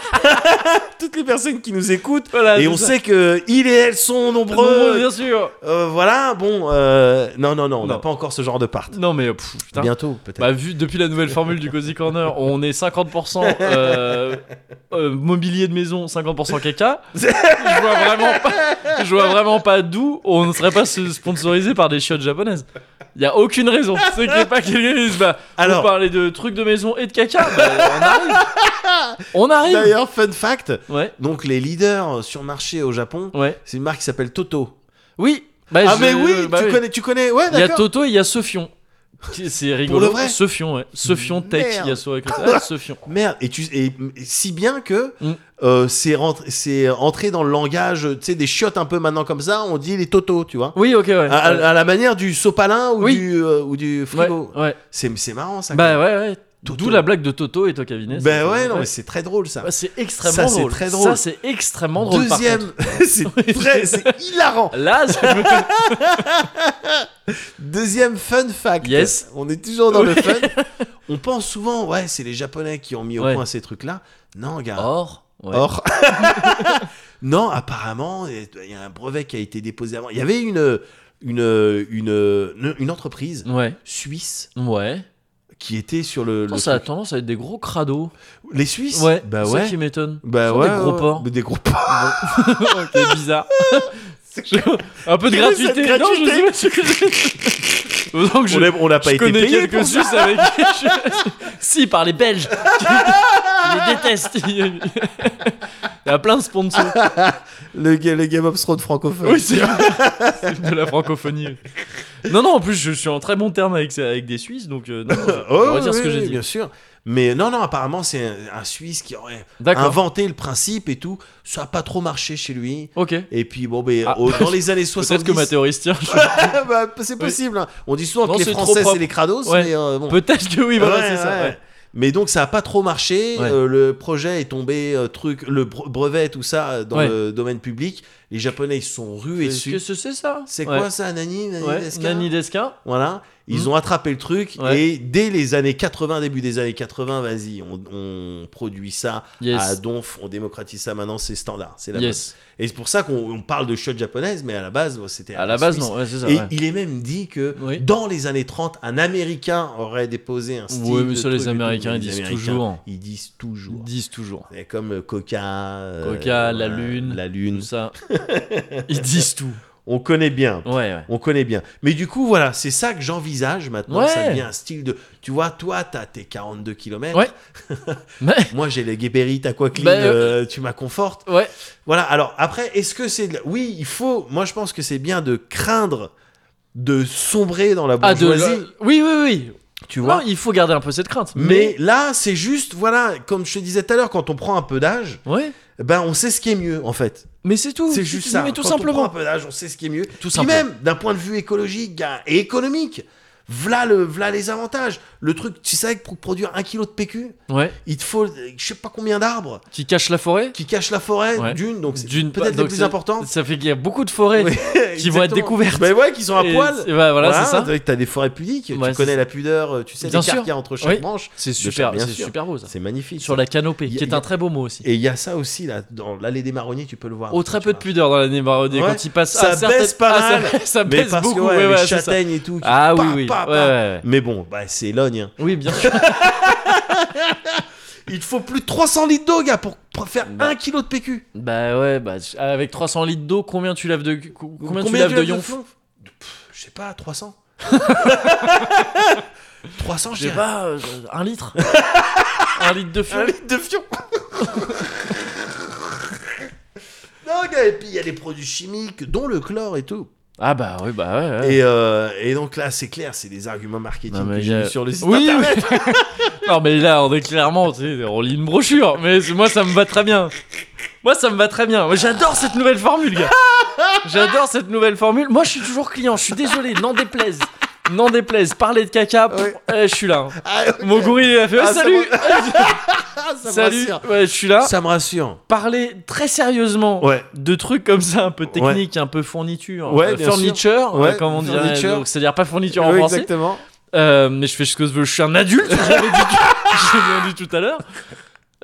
Speaker 2: toutes les personnes qui nous écoutent,
Speaker 1: *laughs* Voilà,
Speaker 2: et
Speaker 1: Ah, c'est
Speaker 2: on
Speaker 1: ça.
Speaker 2: sait que il et elles sont
Speaker 1: Nombreux,
Speaker 2: nombreux.
Speaker 1: bien sûr.
Speaker 2: euh, voilà, bon, euh, non, non, non, on n'a
Speaker 1: Non.
Speaker 2: pas encore ce genre de part.
Speaker 1: Non, mais pff, putain.
Speaker 2: Bientôt, peut-être.
Speaker 1: Bah, vu depuis la nouvelle formule du Cozy Corner, on est 50% *laughs* euh, euh, mobilier de maison, 50% caca. *laughs* Je vois vraiment pas, je vois vraiment pas d'où on ne serait pas se- sponsorisé par des chiottes japonaises. Il y a aucune raison. C'est qu'il n'y ait pas quelqu'un qui dise bah,
Speaker 2: Alors-
Speaker 1: Alors, parler de trucs de maison et de caca, bah, on arrive. *laughs* On arrive.
Speaker 2: D'ailleurs, fun fact,
Speaker 1: Ouais,
Speaker 2: donc les leaders sur le marché au Japon,
Speaker 1: ouais.
Speaker 2: c'est une marque qui s'appelle Toto.
Speaker 1: Oui. bah,
Speaker 2: Ah
Speaker 1: je-
Speaker 2: mais oui,
Speaker 1: bah
Speaker 2: tu connais, tu connais, ouais,
Speaker 1: Il y a
Speaker 2: Ah, d'accord.
Speaker 1: Toto et il y a Sofion. Qui- C'est rigolo.
Speaker 2: le vrai
Speaker 1: Sofion, ouais. Sofion Tech, il y a so- avec le- ah, Sofion.
Speaker 2: Merde, et tu, et, et si bien que
Speaker 1: Mm.
Speaker 2: euh, c'est rentré, c'est entré dans le langage, tu sais, des chiottes un peu maintenant comme ça, on dit les Toto, tu vois.
Speaker 1: Oui, ok, ouais.
Speaker 2: À, à- à la manière du sopalin ou
Speaker 1: Oui.
Speaker 2: du euh, ou du
Speaker 1: Ouais,
Speaker 2: ah, frigo.
Speaker 1: ouais.
Speaker 2: C'est c'est marrant ça.
Speaker 1: Bah ouais, ouais.
Speaker 2: Toto.
Speaker 1: D'où la blague de Toto et toi, Cavinet.
Speaker 2: Ben ouais, non, mais c'est très drôle ça.
Speaker 1: c'est extrêmement
Speaker 2: Ça, c'est
Speaker 1: drôle.
Speaker 2: très drôle.
Speaker 1: Ça, c'est extrêmement drôle. par
Speaker 2: Deuxième, *laughs* c'est très, c'est hilarant.
Speaker 1: contre. Là,
Speaker 2: *laughs*
Speaker 1: c'est-
Speaker 2: Deuxième fun fact.
Speaker 1: Yes.
Speaker 2: On est toujours dans le
Speaker 1: Ouais. *laughs*
Speaker 2: fun. On pense souvent, ouais, c'est les Japonais qui ont mis au
Speaker 1: Ouais.
Speaker 2: point ces trucs-là. Non, gars.
Speaker 1: Or. ouais.
Speaker 2: Or. *laughs* non, apparemment, il y a un brevet qui a été déposé avant. Il y avait une, une, une, une entreprise
Speaker 1: Ouais.
Speaker 2: suisse
Speaker 1: Ouais. Oh,
Speaker 2: qui était sur le. le
Speaker 1: ça a
Speaker 2: truc.
Speaker 1: tendance à être des gros crados.
Speaker 2: Les Suisses
Speaker 1: Ouais.
Speaker 2: Bah
Speaker 1: c'est
Speaker 2: ouais.
Speaker 1: ça qui m'étonne.
Speaker 2: Bah
Speaker 1: Ce sont
Speaker 2: ouais.
Speaker 1: Des gros
Speaker 2: ouais.
Speaker 1: porcs.
Speaker 2: Des gros porcs.
Speaker 1: *laughs* ok,
Speaker 2: *laughs*
Speaker 1: bizarre. Un peu de
Speaker 2: Quelle est cette
Speaker 1: gratuité. Non, je sais pas.
Speaker 2: *laughs*
Speaker 1: ce que- Heureusement que je-
Speaker 2: On l'a- On l'a pas
Speaker 1: je
Speaker 2: été
Speaker 1: connais
Speaker 2: payé pour
Speaker 1: quelques
Speaker 2: *laughs*
Speaker 1: Suisses avec. *laughs* si, par les Belges. *laughs* je les déteste. *laughs* Il y a plein de sponsors.
Speaker 2: le, ga- le Game of Thrones francophone.
Speaker 1: Oui, c'est c'est de la francophonie. Non, non, en plus, je suis en très bon terme avec, avec des Suisses, donc euh, non, non, je-
Speaker 2: Oh,
Speaker 1: on va dire ce
Speaker 2: oui,
Speaker 1: que j'ai
Speaker 2: oui,
Speaker 1: dit.
Speaker 2: Bien sûr. Mais non, non, apparemment, c'est un, un Suisse qui aurait
Speaker 1: D'accord.
Speaker 2: inventé le principe et tout. Ça a pas trop marché chez lui.
Speaker 1: Ok.
Speaker 2: Et puis, bon, ben,
Speaker 1: Ah.
Speaker 2: au-
Speaker 1: *laughs*
Speaker 2: dans les années
Speaker 1: Peut-être
Speaker 2: 70.
Speaker 1: que ma théorie se tient. je-
Speaker 2: *laughs* Bah, c'est possible. hein. On dit souvent
Speaker 1: Non,
Speaker 2: que les
Speaker 1: c'est trop
Speaker 2: Français, c'est
Speaker 1: propre.
Speaker 2: les crados.
Speaker 1: Ouais.
Speaker 2: Mais, euh, bon.
Speaker 1: Peut-être que oui, voilà,
Speaker 2: Ouais,
Speaker 1: c'est ça.
Speaker 2: ouais.
Speaker 1: ouais.
Speaker 2: Mais donc, ça a pas trop marché.
Speaker 1: Ouais.
Speaker 2: euh, le projet est tombé, euh, truc, le bre- brevet, tout ça, euh, dans
Speaker 1: Ouais.
Speaker 2: le domaine public. Les Japonais, ils se sont rués
Speaker 1: Est-ce que ce-
Speaker 2: dessus.
Speaker 1: c'est ça
Speaker 2: C'est
Speaker 1: Ouais.
Speaker 2: quoi ça, Nani, Nani
Speaker 1: Ouais,
Speaker 2: Deska
Speaker 1: Nani Deska.
Speaker 2: Voilà, ils
Speaker 1: Mhm.
Speaker 2: ont attrapé le truc
Speaker 1: Ouais.
Speaker 2: et dès les années 80, début des années 80, vas-y, on, on produit ça à
Speaker 1: Yes.
Speaker 2: Donf, on démocratise ça maintenant, c'est standard, Ah, c'est la mode.
Speaker 1: yes.
Speaker 2: Et c'est pour ça qu'on on parle de shot japonaise, mais à la base, bon, c'était
Speaker 1: À la base,
Speaker 2: Suisse.
Speaker 1: non, ouais, c'est ça.
Speaker 2: Et
Speaker 1: ouais.
Speaker 2: il est même dit que
Speaker 1: Oui.
Speaker 2: dans les années 30, un Américain aurait déposé un style.
Speaker 1: Ouais, mais
Speaker 2: de
Speaker 1: ça, les
Speaker 2: truc et tout,
Speaker 1: Américains,
Speaker 2: mais
Speaker 1: ils
Speaker 2: les
Speaker 1: disent
Speaker 2: Américains,
Speaker 1: toujours.
Speaker 2: Ils disent toujours.
Speaker 1: Disent toujours.
Speaker 2: C'est Comme euh, Coca, euh,
Speaker 1: Coca, la
Speaker 2: voilà,
Speaker 1: Lune.
Speaker 2: la
Speaker 1: Tout
Speaker 2: lune.
Speaker 1: ça. Ils disent tout.
Speaker 2: On connaît bien.
Speaker 1: Ouais, ouais.
Speaker 2: On connaît bien. Mais du coup, voilà, c'est ça que j'envisage maintenant.
Speaker 1: Ouais.
Speaker 2: Ça devient un style de. Tu vois, toi, t'as tes 42 km.
Speaker 1: Ouais. Mais-
Speaker 2: Moi, j'ai les guépéries, t'as quoi clean,
Speaker 1: Bah, euh,
Speaker 2: euh, tu m'as conforte.
Speaker 1: Ouais.
Speaker 2: Voilà, alors après, est-ce que c'est. de la- Oui, il faut. Moi, je pense que c'est bien de craindre de sombrer dans la
Speaker 1: Ah, de.
Speaker 2: bourgeoisie.
Speaker 1: Oui, oui, oui.
Speaker 2: Tu vois
Speaker 1: Non, il faut garder un peu cette crainte.
Speaker 2: mais là, c'est juste, voilà, comme je te disais tout à l'heure, quand on prend un peu d'âge,
Speaker 1: Ouais.
Speaker 2: ben on sait ce qui est mieux, en fait.
Speaker 1: Mais c'est tout.
Speaker 2: C'est
Speaker 1: Tu-
Speaker 2: juste
Speaker 1: tu-
Speaker 2: ça.
Speaker 1: Mais tout
Speaker 2: Quand On prend un
Speaker 1: simplement.
Speaker 2: peu d'âge, on sait ce qui est mieux. Tout
Speaker 1: simplement.
Speaker 2: même d'un point de vue écologique gars, et économique, v'là, le, v'là les avantages. Le truc, tu savais que pour produire un kilo de PQ,
Speaker 1: Ouais.
Speaker 2: il te faut euh, je sais pas combien d'arbres
Speaker 1: Qui cache la forêt
Speaker 2: qui cachent la forêt
Speaker 1: Ouais.
Speaker 2: d'une, donc c'est
Speaker 1: D'une bah,
Speaker 2: peut-être
Speaker 1: donc
Speaker 2: les plus
Speaker 1: ça-
Speaker 2: importants.
Speaker 1: Ça fait qu'il y a beaucoup de forêts.
Speaker 2: *laughs*
Speaker 1: qui vont être découvertes.
Speaker 2: Mais ouais, qui sont à
Speaker 1: Et-
Speaker 2: poil.
Speaker 1: et bah, voilà, c'est ça.
Speaker 2: t'as- T'as des forêts pudiques,
Speaker 1: Ouais,
Speaker 2: tu
Speaker 1: c'est
Speaker 2: connais
Speaker 1: ça.
Speaker 2: la pudeur, euh, tu sais
Speaker 1: Bien
Speaker 2: l'écart
Speaker 1: sûr.
Speaker 2: qu'il y a entre chaque
Speaker 1: Oui.
Speaker 2: branche.
Speaker 1: C'est
Speaker 2: De
Speaker 1: super,
Speaker 2: chaque, bien
Speaker 1: c'est
Speaker 2: sûr.
Speaker 1: super beau ça.
Speaker 2: C'est magnifique.
Speaker 1: Sur la canopée,
Speaker 2: Il y a-
Speaker 1: qui est un très beau mot aussi.
Speaker 2: Et il y a ça aussi là dans l'allée des marronniers, tu peux le voir.
Speaker 1: Au
Speaker 2: Au
Speaker 1: très peu de pudeur dans l'année maraudée
Speaker 2: Ouais.
Speaker 1: quand il passe.
Speaker 2: Ça
Speaker 1: à certaines-
Speaker 2: baisse pas
Speaker 1: Ah,
Speaker 2: mal,
Speaker 1: *laughs* ça, ça
Speaker 2: Mais
Speaker 1: baisse
Speaker 2: parce
Speaker 1: beaucoup.
Speaker 2: que ouais,
Speaker 1: ouais,
Speaker 2: les
Speaker 1: ouais, c'est ça.
Speaker 2: châtaignes et tout. qui-
Speaker 1: Ah oui,
Speaker 2: pa,
Speaker 1: oui.
Speaker 2: pa, pa.
Speaker 1: ouais, ouais, ouais.
Speaker 2: Mais bon, bah, c'est l'ogne. hein.
Speaker 1: Oui, bien
Speaker 2: *laughs*
Speaker 1: sûr.
Speaker 2: Il te faut plus de 300 litres d'eau, gars, pour pour faire
Speaker 1: Bah.
Speaker 2: 1 kilo de PQ.
Speaker 1: bah ouais, bah, avec 300 litres d'eau, combien tu laves de co- combien, tu
Speaker 2: tu
Speaker 1: laves de yonf
Speaker 2: Pff, Je sais pas, 300.
Speaker 1: *laughs*
Speaker 2: 300, je
Speaker 1: Je sais
Speaker 2: dirais.
Speaker 1: pas, euh, un *laughs* litre. un litre de *laughs*
Speaker 2: Un
Speaker 1: fioul.
Speaker 2: litre de fion. non, et puis il y a les produits chimiques, dont le chlore et tout.
Speaker 1: Ah bah oui, bah ouais. ouais.
Speaker 2: Et, euh, et donc là, c'est clair, c'est des arguments marketing
Speaker 1: Non, mais
Speaker 2: que
Speaker 1: y
Speaker 2: j'ai
Speaker 1: a-
Speaker 2: mis sur le site
Speaker 1: Oui,
Speaker 2: internet.
Speaker 1: *laughs* non mais là, on est clairement, tu sais, on lit une brochure. Mais c'est- moi, ça me va très bien. Moi, ça me va très bien. Moi, J'adore cette nouvelle formule, gars. J'adore cette nouvelle formule. Moi, je suis toujours client. Je suis désolé, n'en déplaise. N'en déplaise. Parler de caca, pff,
Speaker 2: Ouais.
Speaker 1: eh, je suis là.
Speaker 2: Ah, ok.
Speaker 1: Mon gorille, il a fait
Speaker 2: Ah,
Speaker 1: ouais,
Speaker 2: ça
Speaker 1: salut.
Speaker 2: Ah, *laughs* ça me
Speaker 1: salut.
Speaker 2: rassure.
Speaker 1: Ouais, je suis là.
Speaker 2: Ça me rassure.
Speaker 1: Parler très sérieusement
Speaker 2: Ouais.
Speaker 1: de trucs comme ça, un peu technique, un peu fourniture,
Speaker 2: Ouais,
Speaker 1: euh,
Speaker 2: bien sûr.
Speaker 1: furniture,
Speaker 2: Ouais,
Speaker 1: euh, comme on dirait.
Speaker 2: furniture.
Speaker 1: donc, C'est-à-dire pas fourniture en
Speaker 2: Oui,
Speaker 1: français.
Speaker 2: exactement.
Speaker 1: Euh, mais je fais ce que je veux, je suis un adulte, j'avais dit, j'ai bien dit tout *laughs* à l'heure.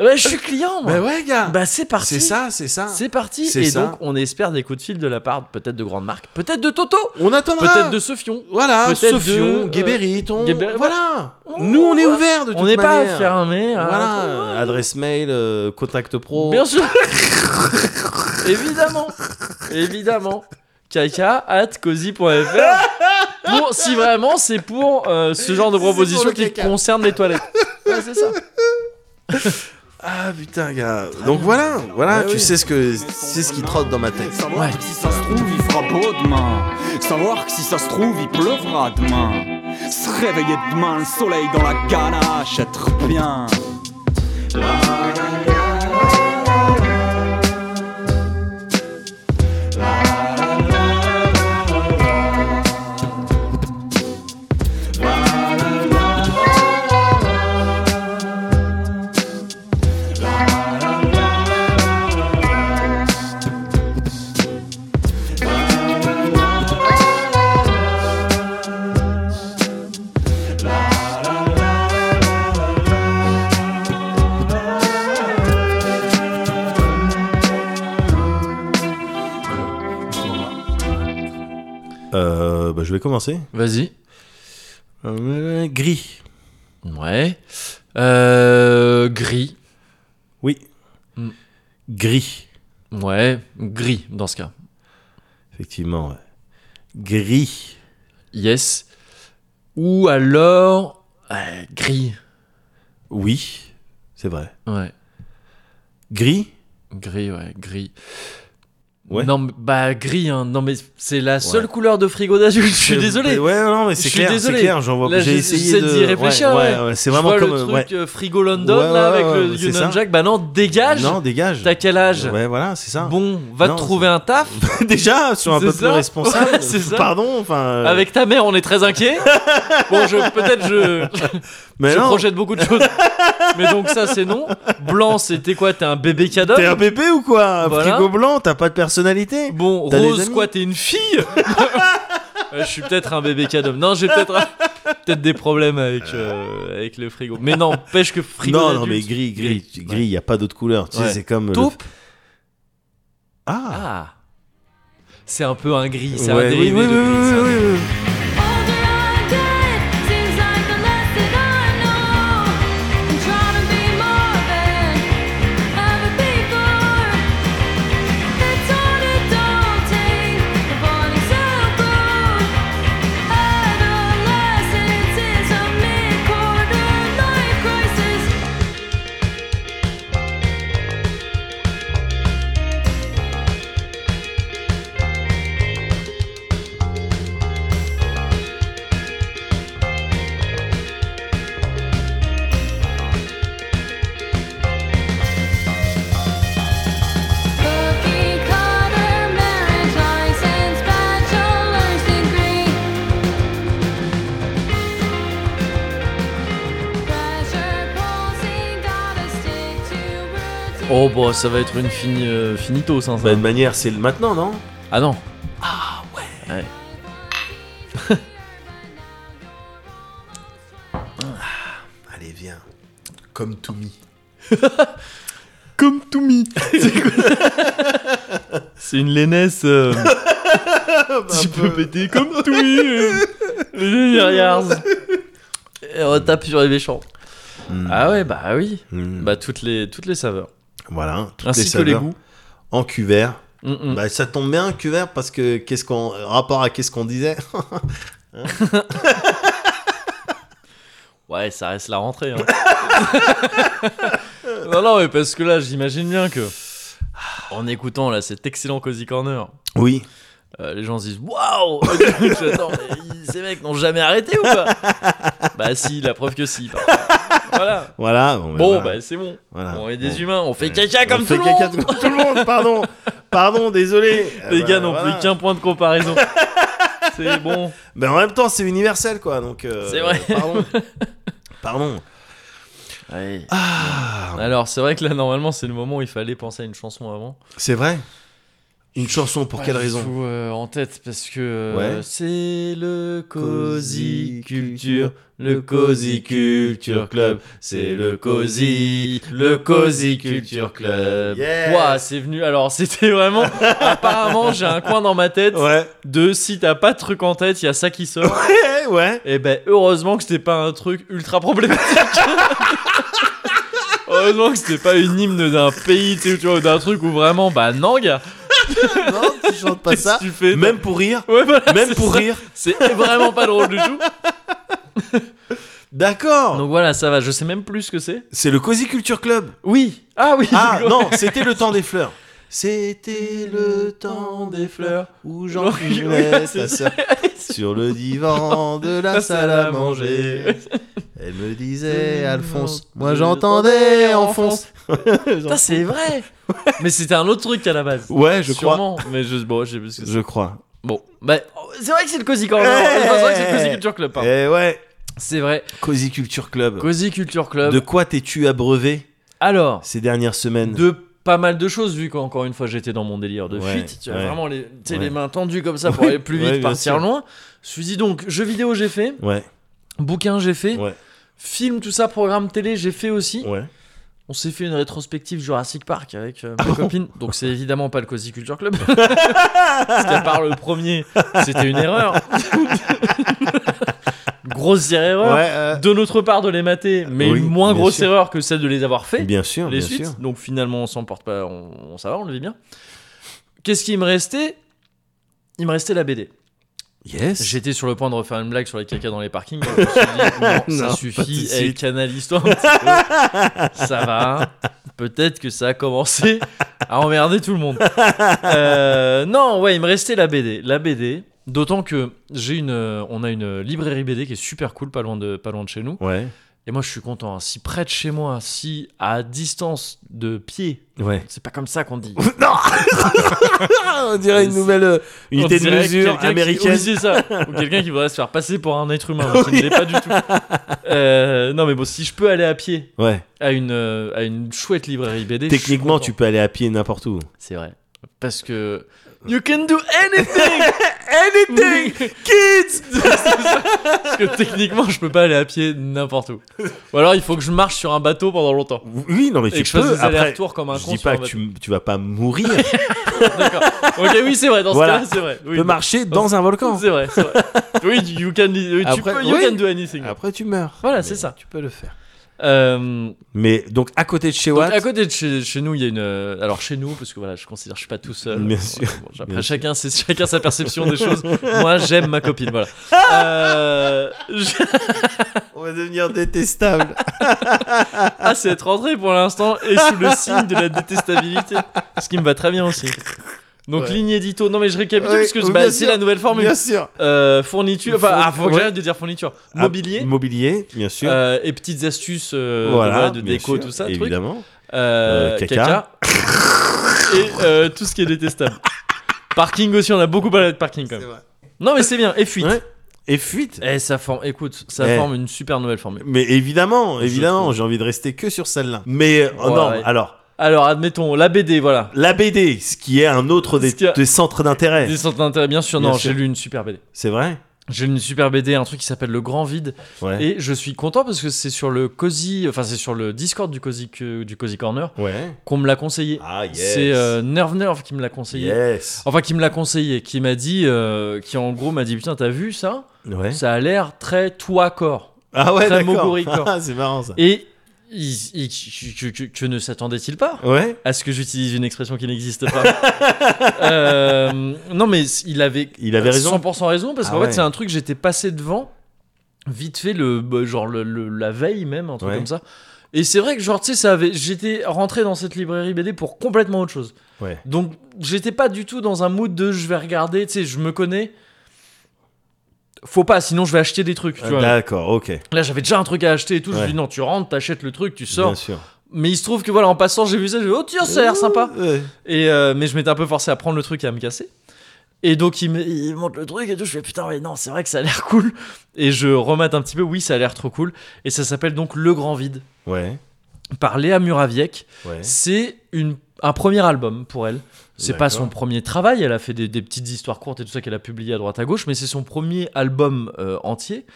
Speaker 1: Ouais, je suis client, moi.
Speaker 2: Bah ouais, gars.
Speaker 1: Bah, c'est parti.
Speaker 2: c'est ça, c'est ça.
Speaker 1: C'est parti.
Speaker 2: C'est
Speaker 1: Et
Speaker 2: ça.
Speaker 1: donc, on espère des coups de fil de la part peut-être de grandes marques, peut-être de Toto,
Speaker 2: On attendra.
Speaker 1: peut-être de Sofion.
Speaker 2: Voilà,
Speaker 1: peut-être
Speaker 2: Sofion,
Speaker 1: de, euh,
Speaker 2: Guébéry, ton.
Speaker 1: Guébéry,
Speaker 2: Voilà.
Speaker 1: Oh,
Speaker 2: Nous, on est
Speaker 1: ouais.
Speaker 2: ouverts de toute
Speaker 1: On n'est pas
Speaker 2: manière.
Speaker 1: fermé. à-
Speaker 2: Voilà, adresse mail, euh, contact pro.
Speaker 1: hein. Bien sûr. *laughs* Évidemment. Évidemment. Caca at cozy.fr pour, si vraiment c'est pour euh, ce genre de
Speaker 2: Si c'est pour
Speaker 1: proposition
Speaker 2: le
Speaker 1: qui
Speaker 2: caca.
Speaker 1: concerne les toilettes. Ouais, c'est ça.
Speaker 2: Ah putain, gars. Donc voilà, voilà,
Speaker 4: Bah
Speaker 2: tu
Speaker 4: oui.
Speaker 2: sais ce que c'est ce qui trotte dans ma tête.
Speaker 4: Savoir
Speaker 1: Ouais.
Speaker 4: que si ça se trouve, il fera beau demain. Savoir que si ça se trouve, il pleuvra demain. Se réveiller demain, le soleil dans la ganache, être bien.
Speaker 2: Euh, bah, je vais commencer.
Speaker 1: Vas-y.
Speaker 2: Euh, gris.
Speaker 1: Ouais. Euh, gris.
Speaker 2: Oui.
Speaker 1: Mm.
Speaker 2: Gris.
Speaker 1: Ouais, gris dans ce cas.
Speaker 2: Effectivement. ouais. Gris.
Speaker 1: Yes. Ou alors euh, gris.
Speaker 2: Oui. C'est vrai.
Speaker 1: Ouais,
Speaker 2: Gris.
Speaker 1: gris, ouais, gris.
Speaker 2: Ouais.
Speaker 1: Non, mais- bah gris. Hein. Non, mais c'est la seule couleur de frigo d'adulte. Je suis désolé.
Speaker 2: Ouais, non, Euh, mais
Speaker 1: Je
Speaker 2: c'est
Speaker 1: suis
Speaker 2: clair. C'est
Speaker 1: désolé.
Speaker 2: clair. J'en vois.
Speaker 1: Là,
Speaker 2: J'ai
Speaker 1: j'ai-
Speaker 2: essayé
Speaker 1: j'essaie
Speaker 2: de.
Speaker 1: d'y réfléchir, ouais.
Speaker 2: C'est
Speaker 1: Je
Speaker 2: vraiment
Speaker 1: vois
Speaker 2: comme.
Speaker 1: le truc
Speaker 2: ouais.
Speaker 1: euh, frigo London
Speaker 2: Ouais,
Speaker 1: là
Speaker 2: ouais,
Speaker 1: avec
Speaker 2: ouais,
Speaker 1: le
Speaker 2: c'est ça.
Speaker 1: Union Jack. Bah non, dégage.
Speaker 2: Non, dégage.
Speaker 1: T'as quel âge
Speaker 2: Ouais, voilà, c'est ça.
Speaker 1: Bon, *laughs* va
Speaker 2: Non, Bah
Speaker 1: te trouver un taf.
Speaker 2: *laughs* Déjà, sois un
Speaker 1: C'est
Speaker 2: peu
Speaker 1: ça. *laughs*
Speaker 2: plus responsable.
Speaker 1: Ouais, c'est ça.
Speaker 2: Pardon. Enfin. euh,
Speaker 1: Avec ta mère, on est très inquiet. bon, je peut-être je.
Speaker 2: *laughs* Mais
Speaker 1: je
Speaker 2: non.
Speaker 1: projette beaucoup
Speaker 2: *laughs*
Speaker 1: de choses. mais donc ça c'est non. Blanc c'était quoi T'es un bébé cadeau
Speaker 2: T'es un bébé ou quoi Un
Speaker 1: Voilà.
Speaker 2: Frigo blanc. T'as pas de personnalité.
Speaker 1: Bon,
Speaker 2: T'as des
Speaker 1: rose
Speaker 2: amis
Speaker 1: quoi T'es une fille
Speaker 2: *laughs*
Speaker 1: Euh, Je suis peut-être un bébé cadeau. Non, j'ai peut-être peut-être des problèmes avec euh, avec le frigo. Mais non, pêche que frigo.
Speaker 2: non, non,
Speaker 1: d'adulte.
Speaker 2: mais gris, gris,
Speaker 1: Gris,
Speaker 2: gris. Il y a pas d'autre couleur. Tu
Speaker 1: Ouais.
Speaker 2: sais, c'est comme. le-
Speaker 1: Taupe.
Speaker 2: Ah.
Speaker 1: Ah. C'est un peu un gris, c'est
Speaker 2: Ouais,
Speaker 1: un dérivé
Speaker 2: oui,
Speaker 1: de
Speaker 2: oui,
Speaker 1: gris.
Speaker 2: oui,
Speaker 1: c'est un
Speaker 2: oui,
Speaker 1: dérivé.
Speaker 2: oui, oui.
Speaker 5: Older I get, seems like the less that I know. I'm trying to be more than other people. It's all it don't take the morning circle. Adolescence is a mid-quarter life crisis. Cookie cutter marriage license, bachelor's degree. Pressure pulsing, gotta stick to
Speaker 1: Oh
Speaker 5: routine.
Speaker 1: bah ça va être une fini, euh, finito ça. ça.
Speaker 2: Bah, de manière, c'est le maintenant, non
Speaker 1: Ah non.
Speaker 2: Allez, viens. Comme to me.
Speaker 1: Comme to *laughs* me. C'est une lainesse. *laughs* euh, *laughs* tu peux péter comme to me. *laughs* Les regarde. Et on tape sur les méchants. Ah ouais, bah oui. Bah toutes les, toutes les saveurs.
Speaker 2: Hmm. Voilà. toutes
Speaker 1: Ainsi que les
Speaker 2: saveurs
Speaker 1: goûts.
Speaker 2: En cuvert.
Speaker 1: Mm, mm.
Speaker 2: Bah, ça tombe bien, cuvert, parce que qu'est-ce qu'on. Rapport à qu'est-ce qu'on disait
Speaker 1: Ouais, ça reste la rentrée. *laughs* hein. non, non, mais parce que là, j'imagine bien que. en écoutant là cet excellent Cozy Corner,
Speaker 2: Oui.
Speaker 1: euh, les gens se disent Waouh *laughs* Attends, mais ils- ces mecs n'ont jamais arrêté ou
Speaker 2: *laughs*
Speaker 1: pas Bah si, la preuve que si. Voilà.
Speaker 2: Voilà. Bon, ben,
Speaker 1: Bon,
Speaker 2: voilà.
Speaker 1: bah c'est bon.
Speaker 2: Voilà.
Speaker 1: On est
Speaker 2: Bon.
Speaker 1: des humains, on fait caca comme
Speaker 2: On
Speaker 1: tout
Speaker 2: fait
Speaker 1: le
Speaker 2: caca
Speaker 1: monde
Speaker 2: comme tout le monde, pardon. Pardon, désolé.
Speaker 1: *laughs* Les
Speaker 2: Euh,
Speaker 1: gars
Speaker 2: bah,
Speaker 1: n'ont
Speaker 2: voilà.
Speaker 1: plus qu'un point de
Speaker 2: *laughs*
Speaker 1: comparaison. c'est bon.
Speaker 2: Mais en même temps, c'est universel, quoi. Donc. euh,
Speaker 1: C'est vrai. *laughs*
Speaker 2: Pardon. pardon. Ah,
Speaker 1: Alors, c'est vrai que là, normalement, c'est le moment où il fallait penser à une chanson avant.
Speaker 2: c'est vrai. Une chanson pour quelle
Speaker 1: Pas du
Speaker 2: raison
Speaker 1: tout, euh, en tête, parce que euh,
Speaker 2: Ouais.
Speaker 1: c'est le Cozy
Speaker 2: Cozy
Speaker 1: Culture,
Speaker 2: Culture,
Speaker 1: le Cozy Culture Club, c'est le Cozy, le Cozy Culture Club.
Speaker 2: Yes.
Speaker 1: Ouah, c'est venu, alors *laughs* c'était vraiment, apparemment j'ai un coin dans ma tête
Speaker 2: Ouais. *laughs*
Speaker 1: de si t'as pas de truc en tête, il y a ça qui sort.
Speaker 2: Ouais, ouais.
Speaker 1: Et ben heureusement que c'était pas un truc ultra problématique. heureusement que c'était pas une hymne d'un pays, tu sais, tu vois, d'un truc où vraiment, bah non gars,
Speaker 2: Non, tu chantes pas
Speaker 1: qu'est-ce
Speaker 2: ça.
Speaker 1: que tu fais
Speaker 2: Même pour rire.
Speaker 1: Ouais, voilà,
Speaker 2: Même
Speaker 1: c'est
Speaker 2: pour
Speaker 1: ça.
Speaker 2: rire.
Speaker 1: C'est vraiment pas drôle du tout.
Speaker 2: D'accord.
Speaker 1: Donc voilà, ça va, je sais même plus ce que c'est.
Speaker 2: C'est le Cozy Culture Club.
Speaker 1: Oui Ah oui
Speaker 2: Ah
Speaker 1: d'accord.
Speaker 2: non, c'était le temps des fleurs. C'était le temps des fleurs où *laughs* j'enculais
Speaker 1: Oui, c'est
Speaker 2: ta
Speaker 1: ça.
Speaker 2: sœur sur le divan de la salle à manger. Elle me disait Alphonse, moi j'entendais Enfonce.
Speaker 1: Putain, c'est vrai Mais c'était un autre truc à la base.
Speaker 2: Ouais, je crois.
Speaker 1: Sûrement, mais je, bon, je sais plus ce que c'est.
Speaker 2: Je crois.
Speaker 1: Bon, bah, oh, c'est vrai que c'est le Cozy Corner.
Speaker 2: Hey
Speaker 1: C'est vrai que c'est le Cozy Culture Club. pardon.
Speaker 2: Eh ouais,
Speaker 1: C'est vrai,
Speaker 2: Cozy Culture Club.
Speaker 1: Cozy Culture Club.
Speaker 2: De quoi t'es-tu abreuvé
Speaker 1: Alors,
Speaker 2: ces dernières semaines
Speaker 1: de pas mal de choses, vu qu'encore une fois j'étais dans mon délire de
Speaker 2: Ouais,
Speaker 1: fuite. Tu as
Speaker 2: ouais.
Speaker 1: vraiment les, tu sais,
Speaker 2: Ouais.
Speaker 1: les mains tendues comme ça pour aller plus vite,
Speaker 2: ouais, bien
Speaker 1: partir
Speaker 2: sûr.
Speaker 1: loin. Je me suis dit donc, jeux vidéo j'ai fait,
Speaker 2: Ouais,
Speaker 1: bouquin j'ai fait,
Speaker 2: ouais,
Speaker 1: film tout ça, programme télé j'ai fait aussi.
Speaker 2: ouais.
Speaker 1: On s'est fait une rétrospective Jurassic Park avec
Speaker 2: Ah
Speaker 1: euh, ma copine, donc c'est évidemment pas le Cozy Culture
Speaker 2: *laughs*
Speaker 1: Club. Parce qu'à part le premier, c'était une
Speaker 2: *laughs*
Speaker 1: erreur. Grosse erreur.
Speaker 2: Ouais, euh,
Speaker 1: De notre part de les mater, mais
Speaker 2: Oui,
Speaker 1: une moins
Speaker 2: bien
Speaker 1: grosse
Speaker 2: sûr.
Speaker 1: erreur que celle de les avoir fait,
Speaker 2: Bien sûr,
Speaker 1: les
Speaker 2: bien
Speaker 1: suites.
Speaker 2: sûr.
Speaker 1: Donc finalement, on s'en porte pas, on, on- ça va, on le vit bien. Qu'est-ce qui me restait Il me restait la BD.
Speaker 2: Yes.
Speaker 1: J'étais sur le point de refaire une blague sur les caca dans les parkings. Je me suis
Speaker 2: *laughs*
Speaker 1: dit, non, ça
Speaker 2: Non, pas tout de
Speaker 1: suffit,
Speaker 2: suite.
Speaker 1: elle canale l'histoire. un petit peu. ça va. Peut-être que ça a commencé à emmerder tout le monde. Euh, non, ouais, il me restait la BD. La BD. D'autant que j'ai une, euh, on a une librairie BD qui est super cool, pas loin de, pas loin de chez nous.
Speaker 2: Ouais,
Speaker 1: Et moi, je suis content. hein. Si près de chez moi, si à distance de pied,
Speaker 2: ouais.
Speaker 1: c'est pas comme ça qu'on dit.
Speaker 2: Non
Speaker 1: Ah,
Speaker 2: On dirait une nouvelle euh,
Speaker 1: On
Speaker 2: unité de
Speaker 1: dirait quelqu'un
Speaker 2: mesure
Speaker 1: qui-
Speaker 2: américaine.
Speaker 1: oui, c'est ça. Ou quelqu'un qui voudrait se faire passer pour un être
Speaker 2: *laughs*
Speaker 1: humain, mais qui ne l'est pas du tout. Euh, non, mais bon, si je peux aller à pied
Speaker 2: Ouais.
Speaker 1: à une, euh, à une chouette librairie BD. je suis
Speaker 2: Techniquement,
Speaker 1: content.
Speaker 2: tu peux aller à pied n'importe où.
Speaker 1: C'est vrai. Parce que. You can do anything!
Speaker 2: *laughs* Anything
Speaker 1: *laughs*
Speaker 2: Kids
Speaker 1: Parce que techniquement, je peux pas aller à pied n'importe où. Ou alors, il faut que je marche sur un bateau pendant longtemps.
Speaker 2: Oui, non, mais
Speaker 1: Et
Speaker 2: tu
Speaker 1: que je fasse
Speaker 2: peux.
Speaker 1: des
Speaker 2: Après,
Speaker 1: allers-retours comme un
Speaker 2: je
Speaker 1: con.
Speaker 2: dis
Speaker 1: sur un
Speaker 2: pas que
Speaker 1: bateau.
Speaker 2: tu, tu vas
Speaker 1: *laughs*
Speaker 2: pas mourir.
Speaker 1: D'accord. Ok, oui, c'est vrai. Dans
Speaker 2: Voilà.
Speaker 1: ce cas-là, c'est vrai.
Speaker 2: tu
Speaker 1: Oui,
Speaker 2: peux marcher dans un volcan.
Speaker 1: C'est vrai, c'est vrai. Oui, you can, oui, tu
Speaker 2: Après-
Speaker 1: peux, you
Speaker 2: oui. Ah,
Speaker 1: can do anything.
Speaker 2: *laughs* Après, tu meurs.
Speaker 1: Voilà,
Speaker 2: Mais
Speaker 1: c'est ça.
Speaker 2: Tu peux le faire.
Speaker 1: Euh,
Speaker 2: Mais donc, à côté de chez
Speaker 1: Donc,
Speaker 2: Watt.
Speaker 1: à côté de chez, chez nous, il y a une. euh, Alors chez nous, parce que voilà, je considère que je suis pas tout seul.
Speaker 2: Bien
Speaker 1: Bon,
Speaker 2: sûr.
Speaker 1: bon, après,
Speaker 2: Bien
Speaker 1: chacun, c'est chacun sa perception des
Speaker 2: *laughs*
Speaker 1: choses. Moi, j'aime ma copine, voilà. Euh, je-
Speaker 2: On va devenir détestable.
Speaker 1: Ah, c'est être rentré pour l'instant et sous le signe de la détestabilité, ce qui me va très bien aussi. Donc
Speaker 2: Ouais.
Speaker 1: ligne édito. Non, mais je récapitule
Speaker 2: Ouais,
Speaker 1: parce que
Speaker 2: bien
Speaker 1: bah,
Speaker 2: sûr,
Speaker 1: c'est la nouvelle *laughs* formule.
Speaker 2: Bien sûr.
Speaker 1: Euh, fourniture. Enfin,
Speaker 2: Four-
Speaker 1: ah, faut que
Speaker 2: ouais. Ah,
Speaker 1: j'arrête de dire fourniture. Mobilier.
Speaker 2: Mobilier, bien sûr.
Speaker 1: euh, et petites astuces euh, voilà,
Speaker 2: voilà,
Speaker 1: de
Speaker 2: bien
Speaker 1: déco,
Speaker 2: sûr,
Speaker 1: tout ça, truc.
Speaker 2: Évidemment.
Speaker 1: Euh,
Speaker 2: Euh,
Speaker 1: caca.
Speaker 2: caca.
Speaker 1: et euh, tout ce qui est détestable. Parking aussi, on a beaucoup parlé de parking quand même. Non mais c'est bien, et fuite.
Speaker 2: Ouais. Et fuite.
Speaker 1: Eh, ça forme, écoute, ça
Speaker 2: Eh.
Speaker 1: forme une super nouvelle formule.
Speaker 2: Mais évidemment,
Speaker 1: Je
Speaker 2: évidemment,
Speaker 1: trouve.
Speaker 2: j'ai envie de rester que sur celle-là. Mais euh,
Speaker 1: Ouais,
Speaker 2: non,
Speaker 1: ouais.
Speaker 2: alors,
Speaker 1: Alors admettons, la BD, voilà.
Speaker 2: la BD, ce qui est un autre des,
Speaker 1: Ce qui a-
Speaker 2: des centres
Speaker 1: Des
Speaker 2: d'intérêt,
Speaker 1: centres d'intérêt, bien sûr,
Speaker 2: Eh. Bien
Speaker 1: non,
Speaker 2: sûr.
Speaker 1: j'ai lu une super BD.
Speaker 2: c'est vrai
Speaker 1: J'ai lu une super BD, un truc qui s'appelle Le Grand Vide.
Speaker 2: Ouais.
Speaker 1: Et je suis content parce que c'est sur le Cozy, enfin c'est sur le Discord du Cozy, que- du Cozy Corner
Speaker 2: Ouais.
Speaker 1: qu'on me l'a conseillé.
Speaker 2: Ah, yes.
Speaker 1: C'est euh, Nerve Nerve qui me l'a conseillé.
Speaker 2: Yes.
Speaker 1: Enfin, qui me l'a conseillé, qui m'a dit, euh, qui en gros m'a dit, putain, t'as vu ça
Speaker 2: Ouais.
Speaker 1: Ça a l'air très toi corps.
Speaker 2: Ah ouais,
Speaker 1: Très
Speaker 2: d'accord.
Speaker 1: moguri, quoi.
Speaker 2: Ah, c'est marrant ça.
Speaker 1: Et il- il- que, que- que ne s'attendait-il pas
Speaker 2: Ouais.
Speaker 1: à ce que j'utilise une expression qui n'existe
Speaker 2: *laughs*
Speaker 1: pas Euh, Non, mais il avait,
Speaker 2: Il avait raison.
Speaker 1: 100% raison parce
Speaker 2: Ah
Speaker 1: qu'en fait,
Speaker 2: ouais.
Speaker 1: c'est un truc j'étais passé devant vite fait le bah, genre le, le- la veille même un truc
Speaker 2: Ouais.
Speaker 1: comme ça. Et c'est vrai que genre, tu sais, ça avait... j'étais rentré dans cette librairie BD pour complètement autre chose.
Speaker 2: Ouais.
Speaker 1: Donc j'étais pas du tout dans un mood de je vais regarder, tu sais, je me connais. Faut pas, sinon je vais acheter des
Speaker 2: Euh,
Speaker 1: trucs. Tu vois. Là,
Speaker 2: D'accord, ok.
Speaker 1: j'avais déjà un truc à acheter et tout. Je
Speaker 2: Ouais.
Speaker 1: me dis non, tu rentres, t'achètes le truc, tu
Speaker 2: Bien
Speaker 1: sors.
Speaker 2: sûr.
Speaker 1: Mais il se trouve que voilà, en passant, j'ai vu ça, j'ai dit oh tiens, ça a l'air sympa.
Speaker 2: Ouais.
Speaker 1: Et euh, mais je m'étais un peu forcé à prendre le truc et à me casser. Et donc il me il monte le truc et tout. Je fais putain, mais non, c'est vrai que ça a l'air cool. Et je remate un petit peu. Oui, ça a l'air trop cool. Et ça s'appelle donc Le Grand Vide
Speaker 2: Ouais.
Speaker 1: par Léa Muraviec.
Speaker 2: Ouais.
Speaker 1: C'est une, un premier album pour elle. C'est pas
Speaker 2: D'accord.
Speaker 1: son premier travail, elle a fait des, des petites histoires courtes et tout ça qu'elle a publié à droite à gauche, mais c'est son premier album euh, entier.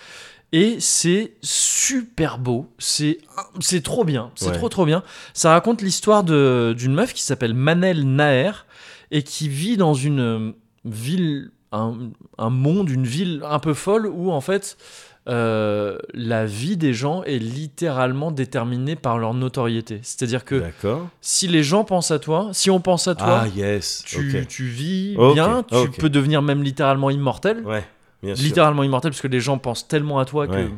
Speaker 1: Et c'est super beau, c'est c'est trop bien, c'est
Speaker 2: Ouais.
Speaker 1: trop trop bien. Ça raconte l'histoire de- d'une meuf qui s'appelle Manel Naher et qui vit dans une euh, ville, un, un monde, une ville un peu folle où en fait euh, la vie des gens est littéralement déterminée par leur notoriété. C'est-à-dire que
Speaker 2: D'accord.
Speaker 1: si les gens pensent à toi, si on pense à toi,
Speaker 2: Ah, yes.
Speaker 1: tu,
Speaker 2: ok.
Speaker 1: tu vis
Speaker 2: Ok,
Speaker 1: bien, tu
Speaker 2: ok.
Speaker 1: peux devenir même littéralement immortel.
Speaker 2: Ouais, bien sûr.
Speaker 1: littéralement immortel, parce que les gens pensent tellement à toi
Speaker 2: Ouais.
Speaker 1: que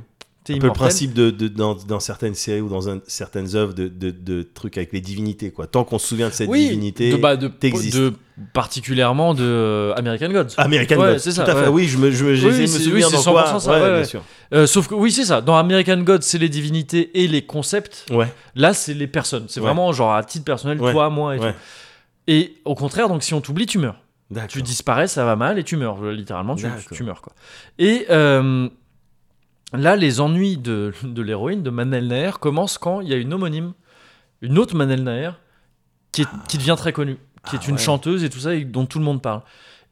Speaker 1: t'es
Speaker 2: Un peu le
Speaker 1: immortel.
Speaker 2: principe de, de- dans, dans certaines séries ou dans un- certaines œuvres de, de- de trucs avec les divinités, quoi. Tant qu'on se souvient de cette
Speaker 1: oui,
Speaker 2: divinité.
Speaker 1: de, bah, de,
Speaker 2: t'existes.
Speaker 1: de- particulièrement de euh, American Gods.
Speaker 2: American
Speaker 1: Ouais,
Speaker 2: Gods,
Speaker 1: c'est
Speaker 2: tout
Speaker 1: ça,
Speaker 2: à fait.
Speaker 1: ouais.
Speaker 2: Oui, je me, je me,
Speaker 1: Oui,
Speaker 2: j'essaie de me
Speaker 1: c'est- oui,
Speaker 2: souvenir
Speaker 1: c'est
Speaker 2: dans quoi.
Speaker 1: 100% ça, ouais, ouais.
Speaker 2: bien sûr.
Speaker 1: Euh, sauf que oui, c'est ça. Dans American Gods, c'est les divinités et les concepts.
Speaker 2: Ouais,
Speaker 1: Là, c'est les personnes. C'est
Speaker 2: Ouais.
Speaker 1: vraiment genre à titre personnel,
Speaker 2: Ouais.
Speaker 1: toi, moi et
Speaker 2: ouais.
Speaker 1: tout. Et au contraire, donc si on t'oublie, tu meurs.
Speaker 2: D'accord.
Speaker 1: tu disparais, ça va mal et tu meurs. Littéralement, tu,
Speaker 2: D'accord.
Speaker 1: tu meurs. Quoi. Et euh, là, les ennuis de, de l'héroïne, de Manel Nair, commencent quand il y a une homonyme, une autre Manel Nair, qui, est- qui devient très connue, qui
Speaker 2: Ah
Speaker 1: est une
Speaker 2: ouais.
Speaker 1: chanteuse et tout ça, et dont tout le monde parle.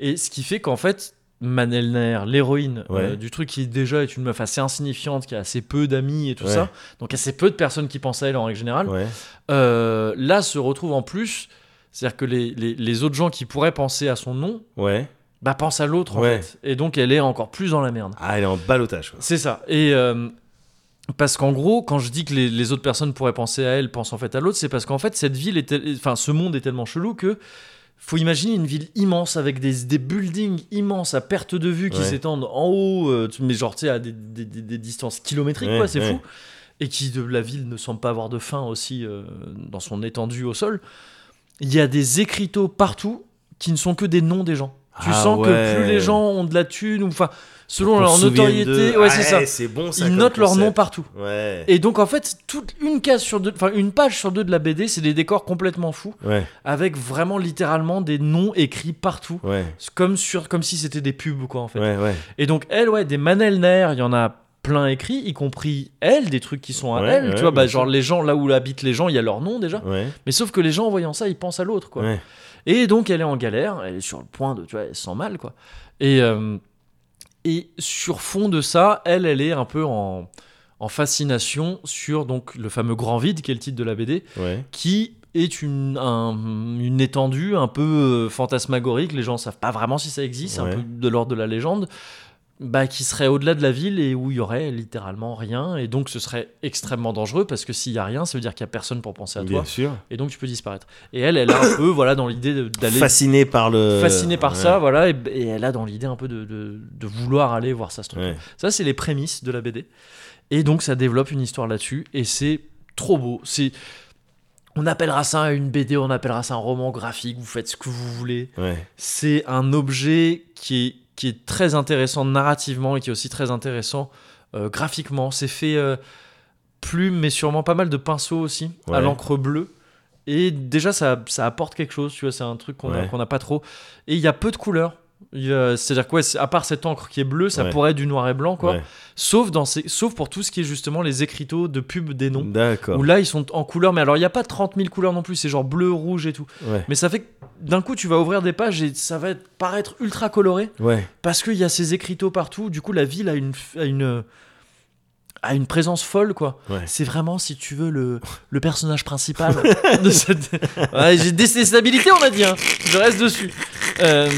Speaker 1: Et ce qui fait qu'en fait, Manel Nair, l'héroïne euh,
Speaker 2: Ouais.
Speaker 1: du truc qui déjà est une meuf assez insignifiante, qui a assez peu d'amis et tout
Speaker 2: Ouais.
Speaker 1: ça, donc assez peu de personnes qui pensent à elle en règle générale,
Speaker 2: Ouais,
Speaker 1: euh, là se retrouve en plus. C'est-à-dire que les- les- les autres gens qui pourraient penser à son nom
Speaker 2: ouais.
Speaker 1: bah pense à l'autre en
Speaker 2: Ouais.
Speaker 1: fait. Et donc elle est encore plus dans la merde.
Speaker 2: Ah, elle est en balotage, quoi.
Speaker 1: C'est ça. Et euh, parce qu'en gros, quand je dis que les, les autres personnes pourraient penser à elle, pensent en fait à l'autre, c'est parce qu'en fait cette ville est, tel- enfin ce monde est tellement chelou que faut imaginer une ville immense avec des, des buildings immenses à perte de vue qui
Speaker 2: Ouais.
Speaker 1: s'étendent en haut, euh, tu- mais genre tu sais à des, des- des- des distances kilométriques
Speaker 2: Ouais,
Speaker 1: quoi, c'est
Speaker 2: ouais.
Speaker 1: fou. Et qui de la ville ne semble pas avoir de fin aussi euh, dans son étendue au sol. Il y a des écriteaux partout qui ne sont que des noms des gens. Tu
Speaker 2: Ah
Speaker 1: sens
Speaker 2: ouais.
Speaker 1: que plus les gens ont de la thune, ou enfin selon
Speaker 2: Qu'on
Speaker 1: leur
Speaker 2: se souvienne
Speaker 1: notoriété,
Speaker 2: d'eux.
Speaker 1: ouais
Speaker 2: Ah,
Speaker 1: c'est ça.
Speaker 2: C'est bon, ça.
Speaker 1: Ils
Speaker 2: comme
Speaker 1: notent leur nom
Speaker 2: concept.
Speaker 1: partout.
Speaker 2: Ouais.
Speaker 1: Et donc en fait, toute une case sur deux, enfin une page sur deux de la BD, c'est des décors complètement fous,
Speaker 2: Ouais,
Speaker 1: avec vraiment littéralement des noms écrits partout.
Speaker 2: ouais.
Speaker 1: C'est Comme, sur, comme si c'était des pubs, quoi, en fait.
Speaker 2: Ouais, ouais.
Speaker 1: Et donc, elle, ouais, des Manel Nair, il y en a plein écrits, y compris elle, des trucs qui sont à
Speaker 2: Ouais,
Speaker 1: elle.
Speaker 2: ouais,
Speaker 1: tu vois, bah,
Speaker 2: bien sûr.
Speaker 1: genre, les gens, là où habitent les gens, il y a leur nom déjà.
Speaker 2: Ouais.
Speaker 1: Mais sauf que les gens, en voyant ça, ils pensent à l'autre, *laughs* quoi.
Speaker 2: Ouais.
Speaker 1: Et donc elle est en galère, elle est sur le point de, tu vois, elle sent mal quoi. Et, euh, et sur fond de ça, elle, elle est un peu en, en fascination sur donc le fameux grand vide qui est le titre de la BD,
Speaker 2: Ouais.
Speaker 1: qui est une, un- une étendue un peu euh, fantasmagorique, les gens savent pas vraiment si ça existe,
Speaker 2: Ouais.
Speaker 1: un peu de l'ordre de la légende, bah, qui serait au-delà de la ville et où il y aurait littéralement rien, et donc ce serait extrêmement dangereux parce que s'il y a rien, ça veut dire qu'il y a personne pour penser à toi,
Speaker 2: Bien sûr.
Speaker 1: et donc tu peux disparaître. Et elle, elle a un peu voilà dans l'idée de- d'aller
Speaker 2: Fasciné par le.
Speaker 1: fascinée par
Speaker 2: Euh, Ouais.
Speaker 1: ça, voilà, et, et elle a dans l'idée un peu de, de- de vouloir aller voir ça, ce truc.
Speaker 2: Ouais.
Speaker 1: Ça, c'est les prémices de la BD. Et donc, ça développe une histoire là-dessus, et c'est trop beau. C'est, on appellera ça une BD, on appellera ça un roman graphique, vous faites ce que vous voulez.
Speaker 2: Ouais.
Speaker 1: C'est un objet qui est, qui est très intéressant narrativement et qui est aussi très intéressant euh, graphiquement. C'est fait euh, plume, mais sûrement pas mal de pinceaux aussi,
Speaker 2: Ouais.
Speaker 1: à l'encre bleue. Et déjà, ça, ça apporte quelque chose, tu vois, c'est un truc qu'on a-
Speaker 2: Ouais.
Speaker 1: qu'on n'a pas trop. Et il y a peu de couleurs. Il y a- C'est-à-dire quoi, à part cette encre qui est bleue, ça
Speaker 2: Ouais.
Speaker 1: pourrait être du noir et blanc, quoi.
Speaker 2: Ouais.
Speaker 1: Sauf, dans ces, sauf pour tout ce qui est justement les écriteaux de pub des noms.
Speaker 2: D'accord.
Speaker 1: Où là, ils sont en couleur, mais alors il n'y a pas 30 000 couleurs non plus, c'est genre bleu, rouge et tout.
Speaker 2: Ouais.
Speaker 1: Mais ça fait que d'un coup, tu vas ouvrir des pages et ça va être- paraître ultra coloré
Speaker 2: Ouais.
Speaker 1: parce qu'il y a ces écriteaux partout. Du coup, la ville a une, a une, a une présence folle, quoi.
Speaker 2: Ouais.
Speaker 1: C'est vraiment, si tu veux, le, le personnage principal de cette. Ouais, J'ai déstabilité, on a dit. hein. Je reste dessus. Euh,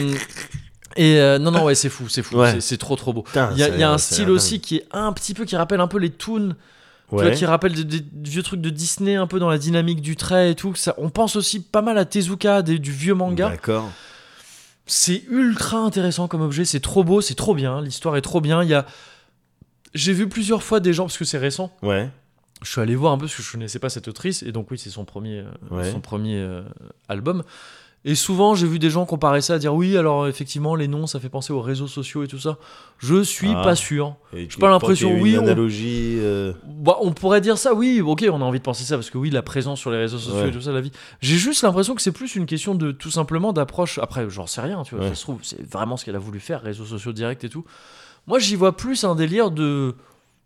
Speaker 1: et euh, non, non, ouais, c'est fou, c'est fou.
Speaker 2: Ouais. Ah,
Speaker 1: C'est- C'est trop, trop beau.
Speaker 2: Putain,
Speaker 1: Il y a,
Speaker 2: ça-
Speaker 1: il y a un
Speaker 2: ça a
Speaker 1: style
Speaker 2: l'air
Speaker 1: aussi qui est un petit peu, qui rappelle un peu les toons tu vois,
Speaker 2: Ouais.
Speaker 1: qui rappelle des, des vieux trucs de Disney un peu dans la dynamique du trait et tout. Ça, on pense aussi pas mal à Tezuka, des- du vieux manga.
Speaker 2: D'accord.
Speaker 1: C'est ultra intéressant comme objet, c'est trop beau, c'est trop bien, l'histoire est trop bien. Il y a... J'ai vu plusieurs fois des gens, parce que c'est récent,
Speaker 2: Ouais.
Speaker 1: je suis allé voir un peu parce que je connaissais pas cette autrice et donc oui c'est son premier euh,
Speaker 2: Ouais.
Speaker 1: son premier euh, album et souvent j'ai vu des gens comparer ça à dire oui alors effectivement les noms ça fait penser aux réseaux sociaux et tout ça je suis
Speaker 2: Ah.
Speaker 1: pas sûr
Speaker 2: J'ai
Speaker 1: pas l'impression, oui,
Speaker 2: Une
Speaker 1: on-
Speaker 2: analogie. euh,
Speaker 1: bah, on pourrait dire ça oui ok on a envie de penser ça parce que oui la présence sur les réseaux sociaux
Speaker 2: Ouais.
Speaker 1: et tout ça la vie j'ai juste l'impression que c'est plus une question de tout simplement d'approche après j'en sais rien tu vois
Speaker 2: Ouais.
Speaker 1: ça se trouve c'est vraiment ce qu'elle a voulu faire réseaux sociaux directs et tout moi j'y vois plus un délire de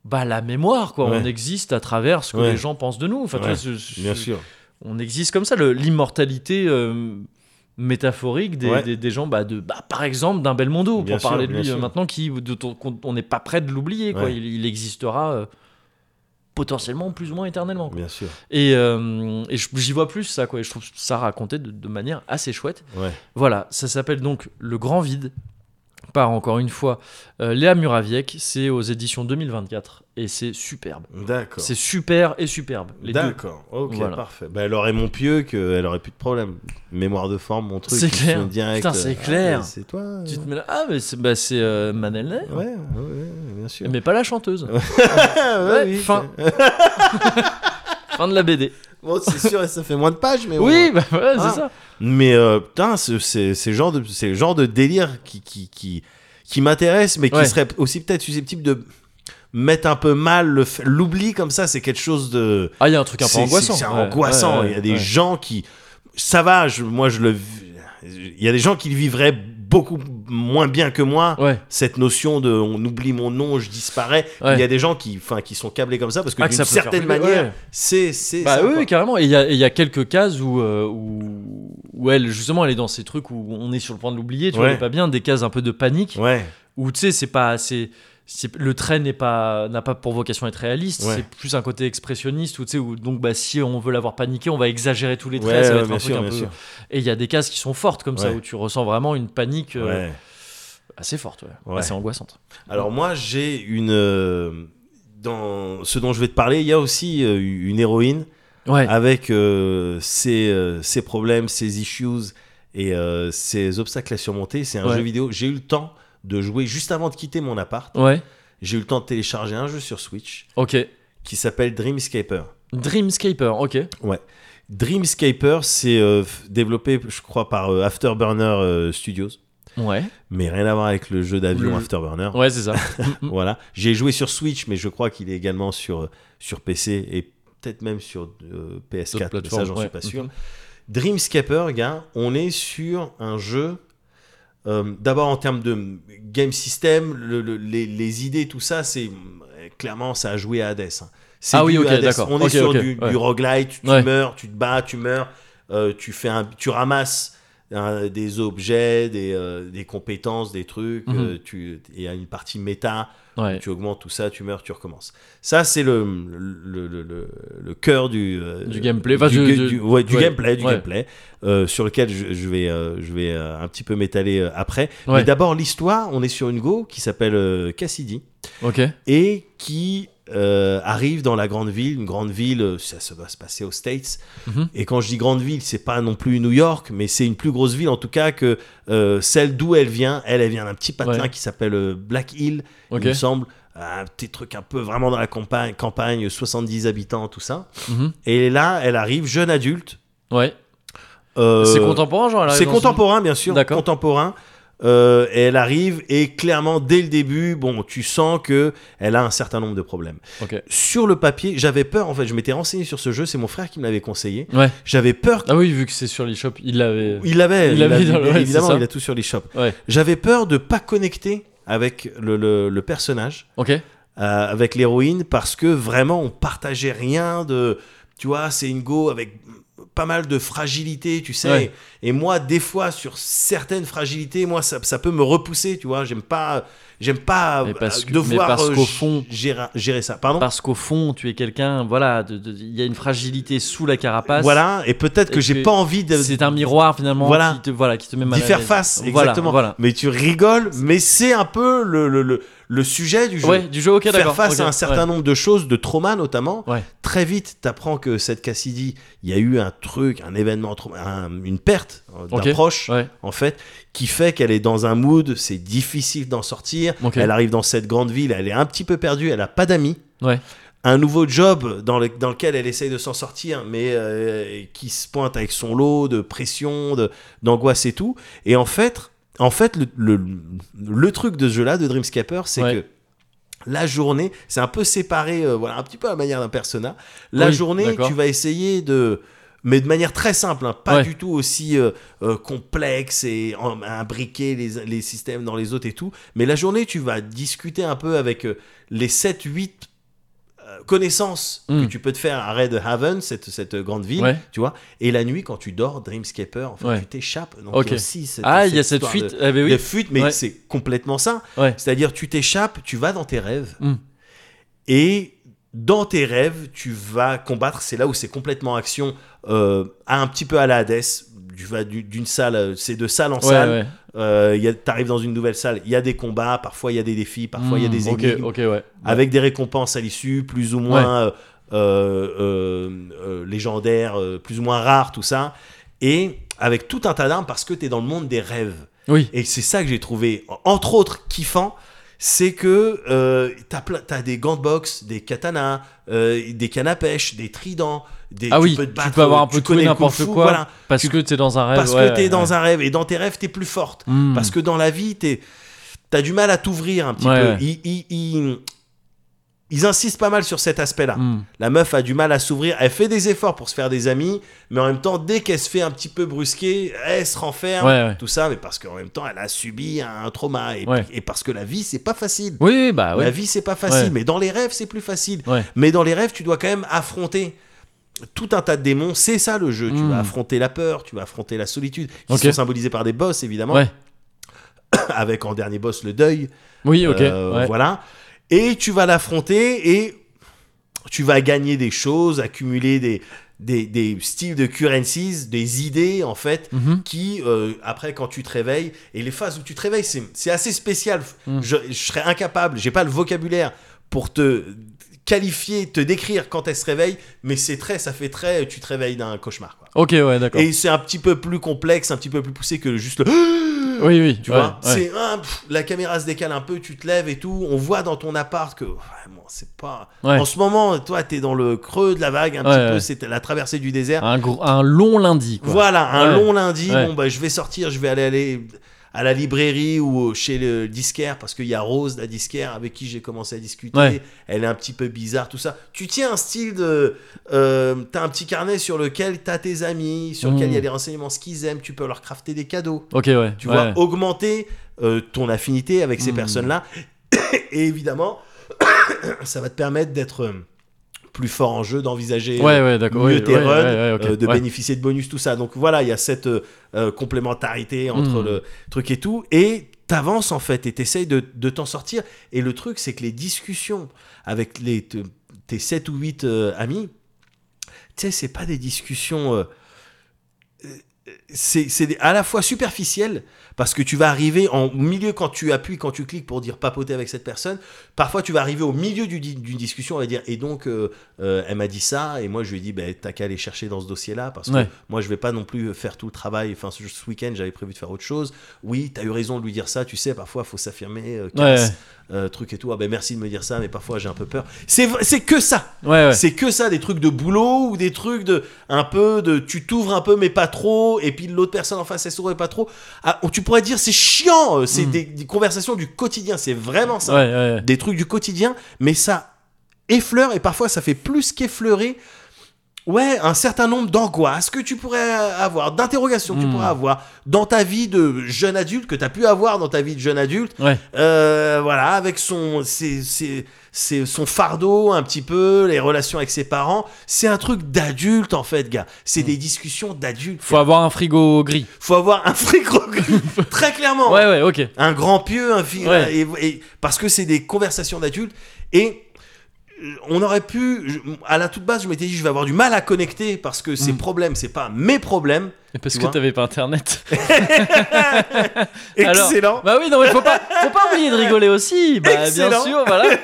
Speaker 1: bah la mémoire quoi
Speaker 2: Ouais.
Speaker 1: on existe à travers ce que
Speaker 2: Ouais.
Speaker 1: les gens pensent de nous enfin tu
Speaker 2: Ouais,
Speaker 1: vois, ce- ce-
Speaker 2: Bien sûr.
Speaker 1: on existe comme ça, le- l'immortalité euh, métaphorique des,
Speaker 2: Ouais.
Speaker 1: des, des gens, bah, de, bah, par exemple, d'un Belmondo,
Speaker 2: Bien
Speaker 1: pour parler
Speaker 2: sûr,
Speaker 1: de
Speaker 2: bien
Speaker 1: lui euh,
Speaker 2: sûr.
Speaker 1: maintenant, qui, dont on- on n'est pas prêt de l'oublier. quoi.
Speaker 2: Ouais.
Speaker 1: Il, il existera euh, potentiellement plus ou moins éternellement. quoi.
Speaker 2: Bien sûr.
Speaker 1: Et, euh, et je- j'y vois plus ça, quoi. Et je trouve ça raconté de, de manière assez chouette.
Speaker 2: Ouais.
Speaker 1: Voilà, ça s'appelle donc Le Grand Vide par encore une fois euh, Léa Muraviec, c'est aux éditions 2024 et c'est superbe.
Speaker 2: D'accord.
Speaker 1: C'est super et superbe. Les deux.
Speaker 2: D'accord, ok,
Speaker 1: Voilà.
Speaker 2: parfait. Bah, elle aurait mon pieu, que elle aurait plus de problème. Mémoire de forme, mon truc.
Speaker 1: C'est
Speaker 2: ils
Speaker 1: clair.
Speaker 2: sont Direct,
Speaker 1: Putain, c'est
Speaker 2: Ah,
Speaker 1: clair.
Speaker 2: mais c'est toi. euh.
Speaker 1: Tu te mets là, ah mais c'est bah, c'est, euh, Manel Ney.
Speaker 2: Ouais, ouais, ouais, bien sûr.
Speaker 1: Mais pas la chanteuse.
Speaker 2: Ah, ouais,
Speaker 1: Ouais,
Speaker 2: oui.
Speaker 1: fin. fin de la BD.
Speaker 2: Bon, c'est sûr, ça fait moins de pages, mais bon.
Speaker 1: Oui, bah voilà,
Speaker 2: Ah.
Speaker 1: c'est ça.
Speaker 2: Mais euh, putain, c'est- c'est c'est le genre de c'est le genre de délire qui qui qui, qui m'intéresse, mais qui
Speaker 1: Ouais.
Speaker 2: serait aussi peut-être susceptible de mettre un peu mal le f- l'oubli comme ça. C'est quelque chose de
Speaker 1: Ah, il y a un truc un peu
Speaker 2: c'est-
Speaker 1: angoissant.
Speaker 2: C'est c'est
Speaker 1: Ouais,
Speaker 2: angoissant.
Speaker 1: ouais,
Speaker 2: il y a des
Speaker 1: ouais.
Speaker 2: gens qui. Ça va, je- moi je le. vis- Il y a des gens qui le vivraient beaucoup moins bien que moi.
Speaker 1: Ouais.
Speaker 2: Cette notion de on oublie mon nom, je disparais.
Speaker 1: Ouais.
Speaker 2: Il y a des gens qui, enfin, qui sont câblés comme ça parce que
Speaker 1: Ah, que
Speaker 2: d'une
Speaker 1: ça peut faire
Speaker 2: certaine
Speaker 1: flipper,
Speaker 2: manière,
Speaker 1: ouais.
Speaker 2: c'est c'est.
Speaker 1: Bah
Speaker 2: ça,
Speaker 1: oui,
Speaker 2: quoi.
Speaker 1: oui, carrément. Et il y, a- et il y a quelques cases où, euh, où, où elle, justement, elle est dans ces trucs où on est sur le point de l'oublier, tu vois,
Speaker 2: Ouais.
Speaker 1: elle est pas bien, des cases un peu de panique,
Speaker 2: Ouais,
Speaker 1: où tu sais, c'est pas. C'est, c'est- le trait n'est pas, n'a pas pour vocation d'être réaliste,
Speaker 2: Ouais.
Speaker 1: c'est plus un côté expressionniste, où tu sais, où donc bah, si on veut l'avoir paniqué, on va exagérer tous les
Speaker 2: ouais,
Speaker 1: traits, ça va
Speaker 2: ouais,
Speaker 1: être un
Speaker 2: bien
Speaker 1: truc
Speaker 2: sûr,
Speaker 1: un
Speaker 2: bien
Speaker 1: peu.
Speaker 2: sûr.
Speaker 1: Et il y a des cases qui sont fortes comme ça,
Speaker 2: Ouais.
Speaker 1: où tu ressens vraiment une panique euh,
Speaker 2: Ouais.
Speaker 1: assez forte, ouais.
Speaker 2: Ouais.
Speaker 1: assez angoissante.
Speaker 2: Alors moi j'ai une euh, dans ce dont je vais te parler, il y a aussi euh, une héroïne
Speaker 1: Ouais,
Speaker 2: avec euh, ses, euh, ses problèmes, ses issues et euh, ses obstacles à surmonter. C'est un
Speaker 1: Ouais.
Speaker 2: jeu vidéo. J'ai eu le temps de jouer juste avant de quitter mon appart.
Speaker 1: ouais,
Speaker 2: J'ai eu le temps de télécharger un jeu sur Switch
Speaker 1: ok.
Speaker 2: qui s'appelle Dreamscaper.
Speaker 1: Dreamscaper, ok.
Speaker 2: Dreamscaper, c'est euh, f- développé, je crois, par euh, Afterburner euh, Studios,
Speaker 1: Ouais,
Speaker 2: mais rien à voir avec le jeu d'avion
Speaker 1: Le-
Speaker 2: Afterburner.
Speaker 1: ouais, c'est
Speaker 2: *laughs*
Speaker 1: ça.
Speaker 2: Voilà. J'ai joué sur Switch, mais je crois qu'il est également sur, sur PC et peut-être même sur euh, PS4.
Speaker 1: D'autres
Speaker 2: mais ça, j'en
Speaker 1: plateformes,
Speaker 2: suis
Speaker 1: ouais. Mm-hmm.
Speaker 2: pas sûr. Dreamscaper, gars, on est sur un jeu. euh, D'abord en termes de game system, le- le- les, les idées, tout ça, c'est euh, clairement ça a joué à Hades. hein. C'est
Speaker 1: Ah oui,
Speaker 2: du
Speaker 1: ok,
Speaker 2: Hades.
Speaker 1: d'accord.
Speaker 2: On est
Speaker 1: Ok,
Speaker 2: sur
Speaker 1: ok,
Speaker 2: du,
Speaker 1: ouais.
Speaker 2: du roguelite, tu, tu
Speaker 1: Ouais.
Speaker 2: meurs, tu te bats, tu meurs, euh, tu fais un, tu ramasses hein, des objets, des, euh, des compétences, des trucs.
Speaker 1: Mhm.
Speaker 2: euh, tu, il y a une partie méta
Speaker 1: Ouais,
Speaker 2: tu augmentes tout ça, tu meurs, tu recommences. Ça, c'est le, le, le, le- le cœur du, euh,
Speaker 1: Du gameplay, enfin,
Speaker 2: du,
Speaker 1: du-
Speaker 2: du-
Speaker 1: du-
Speaker 2: ouais, du
Speaker 1: ouais,
Speaker 2: gameplay, du
Speaker 1: ouais.
Speaker 2: gameplay, euh, sur lequel je, je vais, euh, je vais euh, un petit peu m'étaler euh, après. Mais
Speaker 1: Ouais.
Speaker 2: d'abord, l'histoire, on est sur une go qui s'appelle euh, Cassidy
Speaker 1: ok.
Speaker 2: et qui euh, arrive dans la grande ville, une grande ville, euh, ça, ça va se passer aux States.
Speaker 1: Mhm.
Speaker 2: Et quand je dis grande ville, c'est pas non plus New York, mais c'est une plus grosse ville en tout cas que euh, celle d'où elle vient. Elle, elle vient d'un petit patelin
Speaker 1: Ouais.
Speaker 2: qui s'appelle euh, Black Hill,
Speaker 1: Ok.
Speaker 2: il me semble. Un petit truc un peu vraiment dans la campagne, campagne 70 habitants, tout ça.
Speaker 1: Mhm.
Speaker 2: Et là, elle arrive jeune adulte.
Speaker 1: Ouais.
Speaker 2: euh,
Speaker 1: C'est contemporain, genre elle arrive
Speaker 2: c'est
Speaker 1: dans une-
Speaker 2: contemporain, bien sûr.
Speaker 1: D'accord.
Speaker 2: Contemporain. Euh, et elle arrive et clairement dès le début, bon, tu sens que elle a un certain nombre de problèmes.
Speaker 1: Ok.
Speaker 2: Sur le papier, j'avais peur. En fait, je m'étais renseigné sur ce jeu. C'est mon frère qui me l'avait conseillé.
Speaker 1: Ouais.
Speaker 2: J'avais peur.
Speaker 1: Ah oui, vu que c'est sur l'eShop, il l'avait.
Speaker 2: Il l'avait.
Speaker 1: Il l'avait dans le- ouais, c'est
Speaker 2: évidemment,
Speaker 1: ça.
Speaker 2: il a tout sur les shops.
Speaker 1: Ouais,
Speaker 2: J'avais peur de pas connecter avec le, le- le personnage,
Speaker 1: ok.
Speaker 2: euh, avec l'héroïne, parce que vraiment, on partageait rien de. Tu vois, c'est une go avec pas mal de fragilité, tu sais.
Speaker 1: Ouais.
Speaker 2: Et moi, des fois, sur certaines fragilités, moi, ça, ça peut me repousser, tu vois. J'aime pas, j'aime pas
Speaker 1: Mais parce que- mais
Speaker 2: devoir
Speaker 1: parce
Speaker 2: euh,
Speaker 1: qu'au fond-
Speaker 2: gérer, gérer ça. Pardon.
Speaker 1: Parce qu'au fond, tu es quelqu'un, voilà, de- de- il y a une fragilité sous la carapace.
Speaker 2: Voilà, et peut-être que
Speaker 1: Et
Speaker 2: j'ai
Speaker 1: que
Speaker 2: pas envie de
Speaker 1: C'est un miroir finalement
Speaker 2: Voilà.
Speaker 1: qui, te, voilà, qui te met mal
Speaker 2: d'y
Speaker 1: à
Speaker 2: faire
Speaker 1: l'aise.
Speaker 2: face,
Speaker 1: Voilà,
Speaker 2: exactement.
Speaker 1: Voilà.
Speaker 2: Mais tu rigoles, mais c'est un peu le, le, le, le sujet du jeu.
Speaker 1: Ouais, du jeu, ok,
Speaker 2: faire
Speaker 1: d'accord.
Speaker 2: face
Speaker 1: ok,
Speaker 2: à un certain
Speaker 1: ouais.
Speaker 2: nombre de choses, de traumas notamment.
Speaker 1: Ouais.
Speaker 2: Très vite, t'apprends que cette Cassidy, il y a eu un truc, un événement, trauma- un- une perte euh, d'un
Speaker 1: Ok,
Speaker 2: proche,
Speaker 1: Ouais,
Speaker 2: en fait, qui fait qu'elle est dans un mood, c'est difficile d'en sortir.
Speaker 1: Ok.
Speaker 2: Elle arrive dans cette grande ville, elle est un petit peu perdue, elle a pas d'amis.
Speaker 1: ouais.
Speaker 2: un nouveau job dans, le- dans lequel elle essaye de s'en sortir, mais euh, qui se pointe avec son lot de pression, de- d'angoisse et tout. Et en fait, en fait le, le- le truc de ce jeu-là, de Dreamscaper, c'est
Speaker 1: Ouais.
Speaker 2: que la journée, c'est un peu séparé, euh, voilà, un petit peu à la manière d'un persona. La
Speaker 1: Oui,
Speaker 2: journée,
Speaker 1: d'accord.
Speaker 2: tu vas essayer de. Mais de manière très simple, hein, pas
Speaker 1: Ouais.
Speaker 2: du tout aussi euh, euh, complexe et en- imbriquer les, les systèmes dans les autres et tout. Mais la journée, tu vas discuter un peu avec euh, les 7-8 connaissances
Speaker 1: Mm.
Speaker 2: que tu peux te faire à Red Haven, cette, cette grande ville,
Speaker 1: Ouais.
Speaker 2: tu vois. Et la nuit, quand tu dors, Dreamscaper, en fait,
Speaker 1: Ouais.
Speaker 2: tu t'échappes. Donc,
Speaker 1: Ok.
Speaker 2: il y a aussi cette-
Speaker 1: Ah, il y a cette
Speaker 2: histoire
Speaker 1: fuite.
Speaker 2: De,
Speaker 1: Ah, bah
Speaker 2: de
Speaker 1: oui.
Speaker 2: fuite, mais
Speaker 1: Ouais.
Speaker 2: c'est complètement ça.
Speaker 1: Ouais.
Speaker 2: C'est-à-dire, tu t'échappes, tu vas dans tes rêves.
Speaker 1: Mm.
Speaker 2: Et dans tes rêves, tu vas combattre. C'est là où c'est complètement action, euh, à un petit peu à la Hades. Tu vas du- d'une salle, euh, c'est de salle en
Speaker 1: Ouais,
Speaker 2: salle.
Speaker 1: ouais.
Speaker 2: Euh, il y a- T'arrives dans une nouvelle salle, il y a des combats, parfois il y a des défis, parfois il y a
Speaker 1: Hmm,
Speaker 2: des Ah,
Speaker 1: ok,
Speaker 2: énigmes
Speaker 1: Ok, ouais.
Speaker 2: avec des récompenses à l'issue, plus ou moins euh, euh, euh, légendaires, euh, plus ou moins rares, tout ça, et avec tout un tas d'armes parce que tu es dans le monde des rêves.
Speaker 1: Oui.
Speaker 2: Et c'est ça que j'ai trouvé, entre autres, kiffant, c'est que euh, t'as plein- t'as des gants de boxe, des katanas, euh, des cannes à pêche, des tridents, des,
Speaker 1: Ah oui,
Speaker 2: peux te
Speaker 1: tu
Speaker 2: battre,
Speaker 1: peux avoir un peu
Speaker 2: tu
Speaker 1: de tout
Speaker 2: connais
Speaker 1: et
Speaker 2: le
Speaker 1: n'importe
Speaker 2: kung-fu,
Speaker 1: quoi.
Speaker 2: voilà,
Speaker 1: Parce
Speaker 2: Tu-
Speaker 1: que t'es dans un rêve.
Speaker 2: parce
Speaker 1: ouais,
Speaker 2: que t'es
Speaker 1: ouais,
Speaker 2: dans
Speaker 1: ouais.
Speaker 2: un rêve et dans tes rêves t'es plus forte.
Speaker 1: Hmm.
Speaker 2: Parce que dans la vie, t'es- t'as du mal à t'ouvrir un petit
Speaker 1: Ouais.
Speaker 2: peu. Ils, ils- ils- ils insistent pas mal sur cet aspect-là.
Speaker 1: Hmm.
Speaker 2: La meuf a du mal à s'ouvrir. Elle fait des efforts pour se faire des amis, mais en même temps, dès qu'elle se fait un petit peu brusquer, elle se renferme.
Speaker 1: Ouais, ouais.
Speaker 2: Tout ça, mais parce qu'en même temps, elle a subi un trauma. Et,
Speaker 1: Ouais.
Speaker 2: et parce que la vie, c'est pas facile.
Speaker 1: Oui, oui, bah
Speaker 2: La
Speaker 1: ouais.
Speaker 2: vie, c'est pas facile.
Speaker 1: Ouais.
Speaker 2: Mais dans les rêves, c'est plus facile.
Speaker 1: Ouais.
Speaker 2: Mais dans les rêves, tu dois quand même affronter tout un tas de démons. C'est ça le jeu. Tu
Speaker 1: Mm.
Speaker 2: vas affronter la peur, tu vas affronter la solitude, qui
Speaker 1: Ok.
Speaker 2: sont symbolisés par des boss, évidemment,
Speaker 1: Ouais.
Speaker 2: avec en dernier boss le deuil.
Speaker 1: Oui, ok.
Speaker 2: Euh,
Speaker 1: ouais.
Speaker 2: Voilà. Et tu vas l'affronter et tu vas gagner des choses, accumuler des, des, des styles de currencies, des idées en fait,
Speaker 1: Mhm.
Speaker 2: qui euh, après quand tu te réveilles, et les phases où tu te réveilles, c'est c'est assez spécial.
Speaker 1: Mm.
Speaker 2: Je, je serais incapable, j'ai pas le vocabulaire pour te qualifier, te décrire quand elle se réveille, mais c'est très, ça fait très, tu te réveilles d'un cauchemar. quoi.
Speaker 1: Ok, ouais, d'accord.
Speaker 2: Et c'est un petit peu plus complexe, un petit peu plus poussé que juste le...
Speaker 1: Oui, oui.
Speaker 2: Tu
Speaker 1: ouais,
Speaker 2: vois,
Speaker 1: ouais.
Speaker 2: c'est ah, pff, la caméra se décale un peu, tu te lèves et tout. On voit dans ton appart que vraiment, c'est pas.
Speaker 1: Ouais.
Speaker 2: En ce moment, toi, t'es dans le creux de la vague un
Speaker 1: Ouais,
Speaker 2: petit peu.
Speaker 1: ouais.
Speaker 2: C'était la traversée du désert.
Speaker 1: Un, gros, un long lundi, quoi.
Speaker 2: Voilà, un
Speaker 1: Ouais.
Speaker 2: long lundi.
Speaker 1: Ouais.
Speaker 2: Bon, bah, je vais sortir, je vais aller, aller à la librairie ou euh, chez le disquaire parce qu'il y a Rose, la disquaire, avec qui j'ai commencé à discuter.
Speaker 1: Ouais.
Speaker 2: Elle est un petit peu bizarre, tout ça. Tu tiens un style de. euh, t'as un petit carnet sur lequel t'as tes amis, sur lequel
Speaker 1: Mm.
Speaker 2: il y a les renseignements, ce qu'ils aiment. Tu peux leur crafter des cadeaux
Speaker 1: Ok, ouais.
Speaker 2: tu
Speaker 1: ouais.
Speaker 2: vois, augmenter euh, ton affinité avec ces
Speaker 1: Mm.
Speaker 2: personnes-là. *coughs* Et évidemment, *coughs* ça va te permettre d'être euh, plus fort en jeu, d'envisager euh,
Speaker 1: Ouais, ouais, d'accord.
Speaker 2: mieux
Speaker 1: ouais,
Speaker 2: tes
Speaker 1: ouais,
Speaker 2: runs,
Speaker 1: ouais, ouais, ok,
Speaker 2: euh, de
Speaker 1: ouais.
Speaker 2: bénéficier de bonus, tout ça. Donc voilà, il y a cette euh, euh, complémentarité entre
Speaker 1: Mm.
Speaker 2: le truc et tout. Et t'avances en fait et t'essayes de, de t'en sortir. Et le truc, c'est que les discussions avec les, te- tes 7 ou 8 amis, tu sais, c'est pas des discussions. euh, euh, c'est c'est des- à la fois superficielles parce que tu vas arriver en au milieu quand tu appuies, quand tu cliques pour dire papoter avec cette personne. Parfois, tu vas arriver au milieu du di- d'une discussion, on va dire, et donc, euh, euh, elle m'a dit ça, et moi, je lui ai dit, ben t'as qu'à aller chercher dans ce dossier-là, parce que
Speaker 1: Ouais.
Speaker 2: moi, je vais pas non plus faire tout le travail. Enfin, ce, ce week-end, j'avais prévu de faire autre chose. Oui, t'as eu raison de lui dire ça, tu sais, parfois, faut s'affirmer, euh, casse,
Speaker 1: Ouais.
Speaker 2: euh, truc et tout. Ah, ben merci de me dire ça, mais parfois, j'ai un peu peur. C'est v- c'est que ça!
Speaker 1: Ouais, ouais.
Speaker 2: C'est que ça, des trucs de boulot ou des trucs de un peu de tu t'ouvres un peu mais pas trop, et puis l'autre personne en face elle s'ouvre mais pas trop. Ah, tu pourrais dire c'est chiant, euh, c'est
Speaker 1: Mm.
Speaker 2: des, des conversations du quotidien, c'est vraiment ça,
Speaker 1: Ouais, ouais, ouais.
Speaker 2: des trucs du quotidien, mais ça effleure et parfois ça fait plus qu'effleurer. Ouais, un certain nombre d'angoisses que tu pourrais avoir, d'interrogations que tu
Speaker 1: Mm.
Speaker 2: pourrais avoir dans ta vie de jeune adulte, que tu as pu avoir dans ta vie de jeune adulte,
Speaker 1: Ouais.
Speaker 2: euh, voilà, avec son, ses- ses- ses- son fardeau un petit peu, les relations avec ses parents. C'est un truc d'adulte en fait, gars.
Speaker 1: Mm.
Speaker 2: C'est des discussions d'adultes.
Speaker 1: Faut
Speaker 2: Faut,
Speaker 1: avoir un frigo gris.
Speaker 2: faut avoir un
Speaker 1: *laughs*
Speaker 2: fric gris, très clairement.
Speaker 1: Ouais, ouais, ok.
Speaker 2: Un grand pieu, un fi-
Speaker 1: Ouais.
Speaker 2: et, et- parce que c'est des conversations d'adultes. Et euh, on aurait pu, je- à la toute base, je m'étais dit, je vais avoir du mal à connecter parce que ces
Speaker 1: Mm.
Speaker 2: problèmes, c'est pas mes problèmes.
Speaker 1: Et parce
Speaker 2: Tu
Speaker 1: que
Speaker 2: vois
Speaker 1: t'avais pas internet. Alors-
Speaker 2: Excellent.
Speaker 1: Bah oui, non, mais faut pas, faut pas oublier de rigoler aussi. Bah, bien
Speaker 2: Excellent.
Speaker 1: sûr, voilà.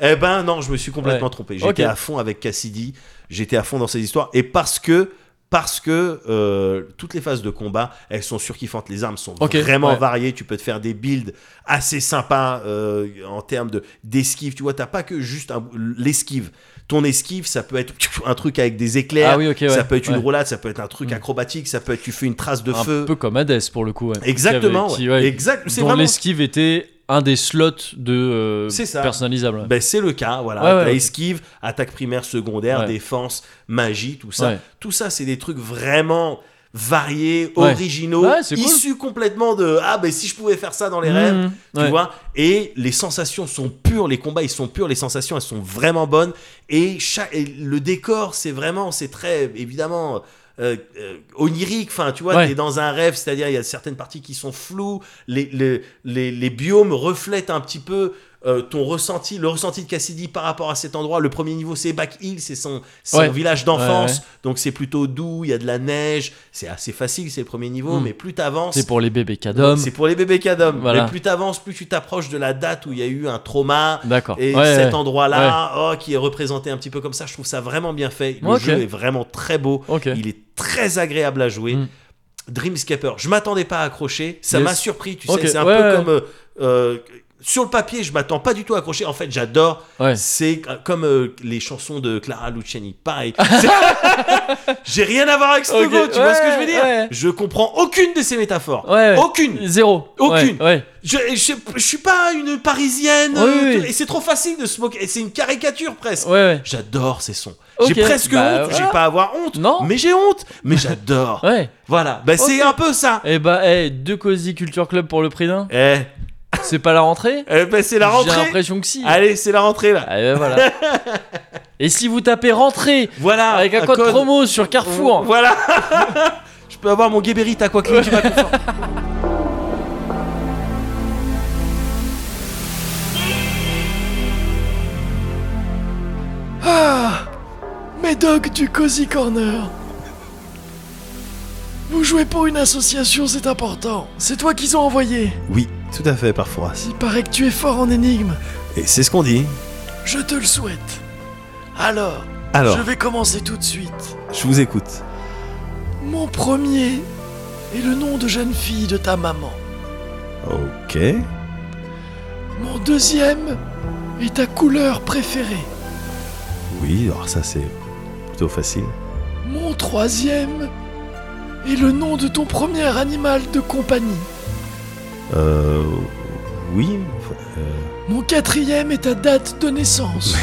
Speaker 2: Eh ben non, je me suis complètement
Speaker 1: Ouais.
Speaker 2: trompé. J'étais
Speaker 1: Ok.
Speaker 2: à fond avec Cassidy, j'étais à fond dans ces histoires, et parce que parce que euh, toutes les phases de combat, elles sont surkiffantes. Les armes sont
Speaker 1: Ok,
Speaker 2: vraiment
Speaker 1: ouais.
Speaker 2: variées. Tu peux te faire des builds assez sympas euh, en termes de d'esquive. Tu vois, t'as pas que juste un- l'esquive. Ton esquive, ça peut être un truc avec des éclairs.
Speaker 1: Ah oui, ok, ouais.
Speaker 2: Ça peut être une
Speaker 1: Ouais.
Speaker 2: roulade, ça peut être un truc
Speaker 1: Mm.
Speaker 2: acrobatique, ça peut être tu fais une trace de
Speaker 1: un
Speaker 2: feu.
Speaker 1: peu comme Hades pour le coup. ouais.
Speaker 2: Exactement.
Speaker 1: Qui
Speaker 2: ouais.
Speaker 1: avait- qui, ouais,
Speaker 2: Exact. C'est
Speaker 1: dont
Speaker 2: vraiment.
Speaker 1: l'esquive était un des slots de euh,
Speaker 2: C'est ça.
Speaker 1: personnalisable. ouais.
Speaker 2: Ben, c'est le cas, voilà.
Speaker 1: Ouais, ouais,
Speaker 2: T'as
Speaker 1: ok.
Speaker 2: esquive, attaque primaire, secondaire,
Speaker 1: Ouais.
Speaker 2: défense, magie, tout ça.
Speaker 1: Ouais.
Speaker 2: Tout ça, c'est des trucs vraiment variés,
Speaker 1: Ouais.
Speaker 2: originaux,
Speaker 1: Ouais, c'est cool.
Speaker 2: issus complètement de ah ben si je pouvais faire ça dans les
Speaker 1: Mmh,
Speaker 2: rêves, tu
Speaker 1: ouais.
Speaker 2: vois. Et les sensations sont pures, les combats ils sont purs, les sensations elles sont vraiment bonnes. Et, cha- et le décor c'est vraiment c'est très évidemment. euh, euh, onirique, enfin tu vois,
Speaker 1: Ouais.
Speaker 2: t'es dans un rêve, c'est-à-dire il y a certaines parties qui sont floues, les, les, les, les biomes reflètent un petit peu euh, ton ressenti, le ressenti de Cassidy par rapport à cet endroit. Le premier niveau, c'est Back Hill, c'est son, son
Speaker 1: Ouais.
Speaker 2: village d'enfance.
Speaker 1: Ouais, ouais.
Speaker 2: Donc c'est plutôt doux, il y a de la neige. C'est assez facile, c'est le premier niveau,
Speaker 1: Mm.
Speaker 2: mais plus t'avances.
Speaker 1: C'est pour les bébés cadom.
Speaker 2: C'est pour les bébés cadom.
Speaker 1: Voilà.
Speaker 2: Mais plus t'avances, plus tu t'approches de la date où il y a eu un trauma.
Speaker 1: D'accord.
Speaker 2: Et
Speaker 1: Oh. Ouais,
Speaker 2: cet
Speaker 1: ouais.
Speaker 2: endroit-là, oh, qui est représenté un petit peu comme ça, je trouve ça vraiment bien fait. Le
Speaker 1: Ok.
Speaker 2: jeu est vraiment très beau.
Speaker 1: Ok.
Speaker 2: Il est très agréable à jouer.
Speaker 1: Mm.
Speaker 2: Dreamscaper, je m'attendais pas à accrocher, ça
Speaker 1: Yes.
Speaker 2: m'a surpris, tu
Speaker 1: Ok,
Speaker 2: sais, c'est un
Speaker 1: ouais,
Speaker 2: peu
Speaker 1: ouais.
Speaker 2: comme euh, euh, sur le papier, je m'attends pas du tout à accrocher. En fait, j'adore.
Speaker 1: Ouais.
Speaker 2: C'est euh, comme euh, les chansons de Clara Luciani, pareil.
Speaker 1: *laughs*
Speaker 2: *laughs* J'ai rien à voir avec ce
Speaker 1: Ok,
Speaker 2: logo, tu vois ce que
Speaker 1: ouais,
Speaker 2: je veux dire
Speaker 1: ouais.
Speaker 2: Je comprends aucune de ces métaphores,
Speaker 1: Ah Ouais, ouais.
Speaker 2: aucune.
Speaker 1: Zéro.
Speaker 2: Aucune.
Speaker 1: Ouais, ouais.
Speaker 2: Je, je, je suis pas une parisienne,
Speaker 1: Oui,
Speaker 2: euh,
Speaker 1: oui, oui.
Speaker 2: et c'est trop facile de se moquer. C'est une caricature presque.
Speaker 1: ouais, ouais.
Speaker 2: J'adore ces sons.
Speaker 1: Ok,
Speaker 2: J'ai presque
Speaker 1: bah,
Speaker 2: honte.
Speaker 1: voilà.
Speaker 2: J'ai pas à avoir honte.
Speaker 1: Non.
Speaker 2: Mais j'ai honte.
Speaker 1: *laughs*
Speaker 2: Mais j'adore.
Speaker 1: Ouais.
Speaker 2: Voilà. Bah, c'est
Speaker 1: Ok.
Speaker 2: un peu ça.
Speaker 1: Et bah, eh, deux Cozy Culture Club pour le prix d'un.
Speaker 2: Eh,
Speaker 1: C'est pas la rentrée
Speaker 2: eh, bah, c'est *laughs* la
Speaker 1: J'ai
Speaker 2: rentrée.
Speaker 1: l'impression que si.
Speaker 2: Allez, c'est la rentrée là.
Speaker 1: Ah, bah,
Speaker 2: *laughs*
Speaker 1: voilà. Et si vous tapez rentrée
Speaker 2: Voilà.
Speaker 1: avec un, code, promo sur Carrefour,
Speaker 2: Voilà. *laughs* Je peux avoir mon guébérite à quoi que tu m'as confort.
Speaker 6: Médoc du Cozy Corner. Vous jouez pour une association, c'est important. C'est toi qu'ils ont envoyé.
Speaker 2: Oui, tout à fait, parfois.
Speaker 6: Il paraît que tu es fort en énigmes.
Speaker 2: Et c'est ce qu'on dit.
Speaker 6: Je te le souhaite. Alors, je vais commencer tout de suite.
Speaker 2: je vous *laughs* écoute.
Speaker 6: Mon premier est le nom de jeune fille de ta maman.
Speaker 2: Ok.
Speaker 6: Mon deuxième est ta couleur préférée.
Speaker 2: Oui, alors ça, c'est plutôt facile.
Speaker 6: Mon troisième est le nom de ton premier animal de compagnie.
Speaker 2: Euh. Oui.
Speaker 6: Mon quatrième est ta date de naissance.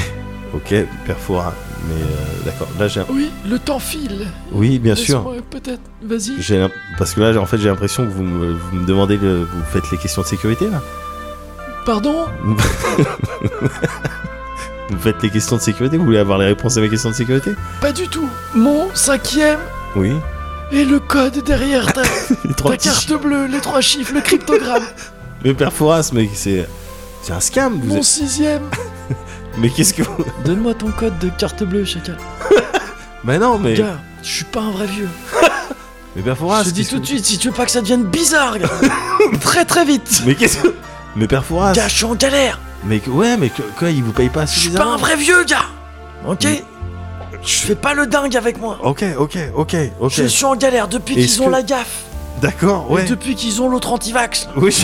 Speaker 2: ok, perfora. Mais euh, d'accord, là, j'ai
Speaker 6: Oui, le temps file.
Speaker 2: Oui, bien
Speaker 6: Laisse-moi Peut-être. Vas-y.
Speaker 2: J'ai l'im- parce que là, j'ai- en fait, j'ai l'impression que vous me, vous me demandez, le- vous faites les questions de sécurité là.
Speaker 6: Pardon
Speaker 2: Vous faites les questions de sécurité. Vous voulez avoir les réponses à mes questions de sécurité
Speaker 6: Pas du tout. Mon cinquième
Speaker 2: Oui. *laughs*
Speaker 6: est le code derrière ta,
Speaker 2: Les trois
Speaker 6: ta
Speaker 2: petits
Speaker 6: carte bleue, les trois chiffres, le cryptogramme.
Speaker 2: chi- Mais Perforas, mais c'est c'est un scam. Vous
Speaker 6: Mon
Speaker 2: êtes-
Speaker 6: sixième.
Speaker 2: Mais qu'est-ce que vous
Speaker 6: Donne-moi ton code de carte bleue, chacun.
Speaker 2: Mais non, mais
Speaker 6: Gars, je suis pas un vrai vieux.
Speaker 2: mais Perforas.
Speaker 6: je te dis
Speaker 2: qu'est-ce
Speaker 6: tout de
Speaker 2: que-
Speaker 6: suite, si tu veux pas que ça devienne
Speaker 2: *laughs*
Speaker 6: bizarre, gars. très très vite.
Speaker 2: Mais qu'est-ce que Mais Perforas.
Speaker 6: Gars, je suis en galère.
Speaker 2: Ah. Mais que- ouais, mais que- quoi, il vous paye pas
Speaker 6: Je suis pas
Speaker 2: suffisamment
Speaker 6: un vrai vieux, gars. Ok
Speaker 2: Mais-
Speaker 6: Je fais pas le dingue avec moi.
Speaker 2: Ok, ok, ok, ok.
Speaker 6: Je suis en galère depuis
Speaker 2: Est-ce
Speaker 6: qu'ils ont
Speaker 2: que-
Speaker 6: la gaffe.
Speaker 2: D'accord,
Speaker 6: Et
Speaker 2: ouais.
Speaker 6: depuis qu'ils ont l'autre antivax.
Speaker 2: Oui,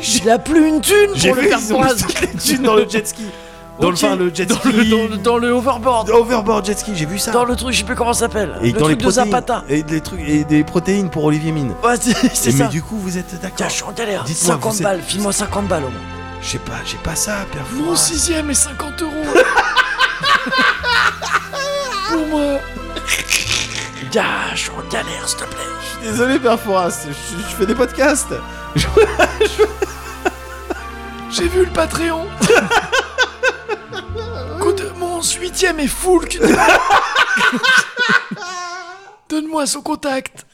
Speaker 2: j'ai
Speaker 6: Il a plus une thune
Speaker 2: j'ai
Speaker 6: pour
Speaker 2: vu
Speaker 6: le
Speaker 2: ils ont
Speaker 6: Carpoise.
Speaker 2: mis toutes les thunes dans le
Speaker 1: *laughs*
Speaker 2: jet ski. Dans le
Speaker 6: Ok.
Speaker 2: enfin, le jet
Speaker 6: Dans
Speaker 2: ski.
Speaker 6: le, dans, le- dans le hoverboard,
Speaker 2: Overboard jet ski, j'ai vu ça.
Speaker 6: dans le truc, je sais plus comment ça s'appelle.
Speaker 2: Et
Speaker 6: le
Speaker 2: dans
Speaker 6: truc
Speaker 2: les
Speaker 6: de
Speaker 2: protéines.
Speaker 6: *laughs* Zapata.
Speaker 2: Et des trucs et des protéines pour Olivier Mine.
Speaker 6: Ouais, c'est c'est
Speaker 2: Et
Speaker 6: ça.
Speaker 2: Mais du coup, vous êtes d'accord
Speaker 6: Tiens, je suis en galère.
Speaker 2: Dites-moi,
Speaker 6: 50
Speaker 2: vous êtes-
Speaker 6: balles, file-moi 50 balles au moins.
Speaker 2: Je sais pas, j'ai pas ça, père
Speaker 6: Mon
Speaker 2: Fouras.
Speaker 6: sixième est 50 euros. *laughs* Pour moi. Gars, je suis en galère, s'il te plaît.
Speaker 2: Je suis désolé, père Fouras, je, je fais des podcasts.
Speaker 6: J'ai vu le *laughs* Patreon. Écoute, mon huitième est full. *laughs* Donne-moi son contact.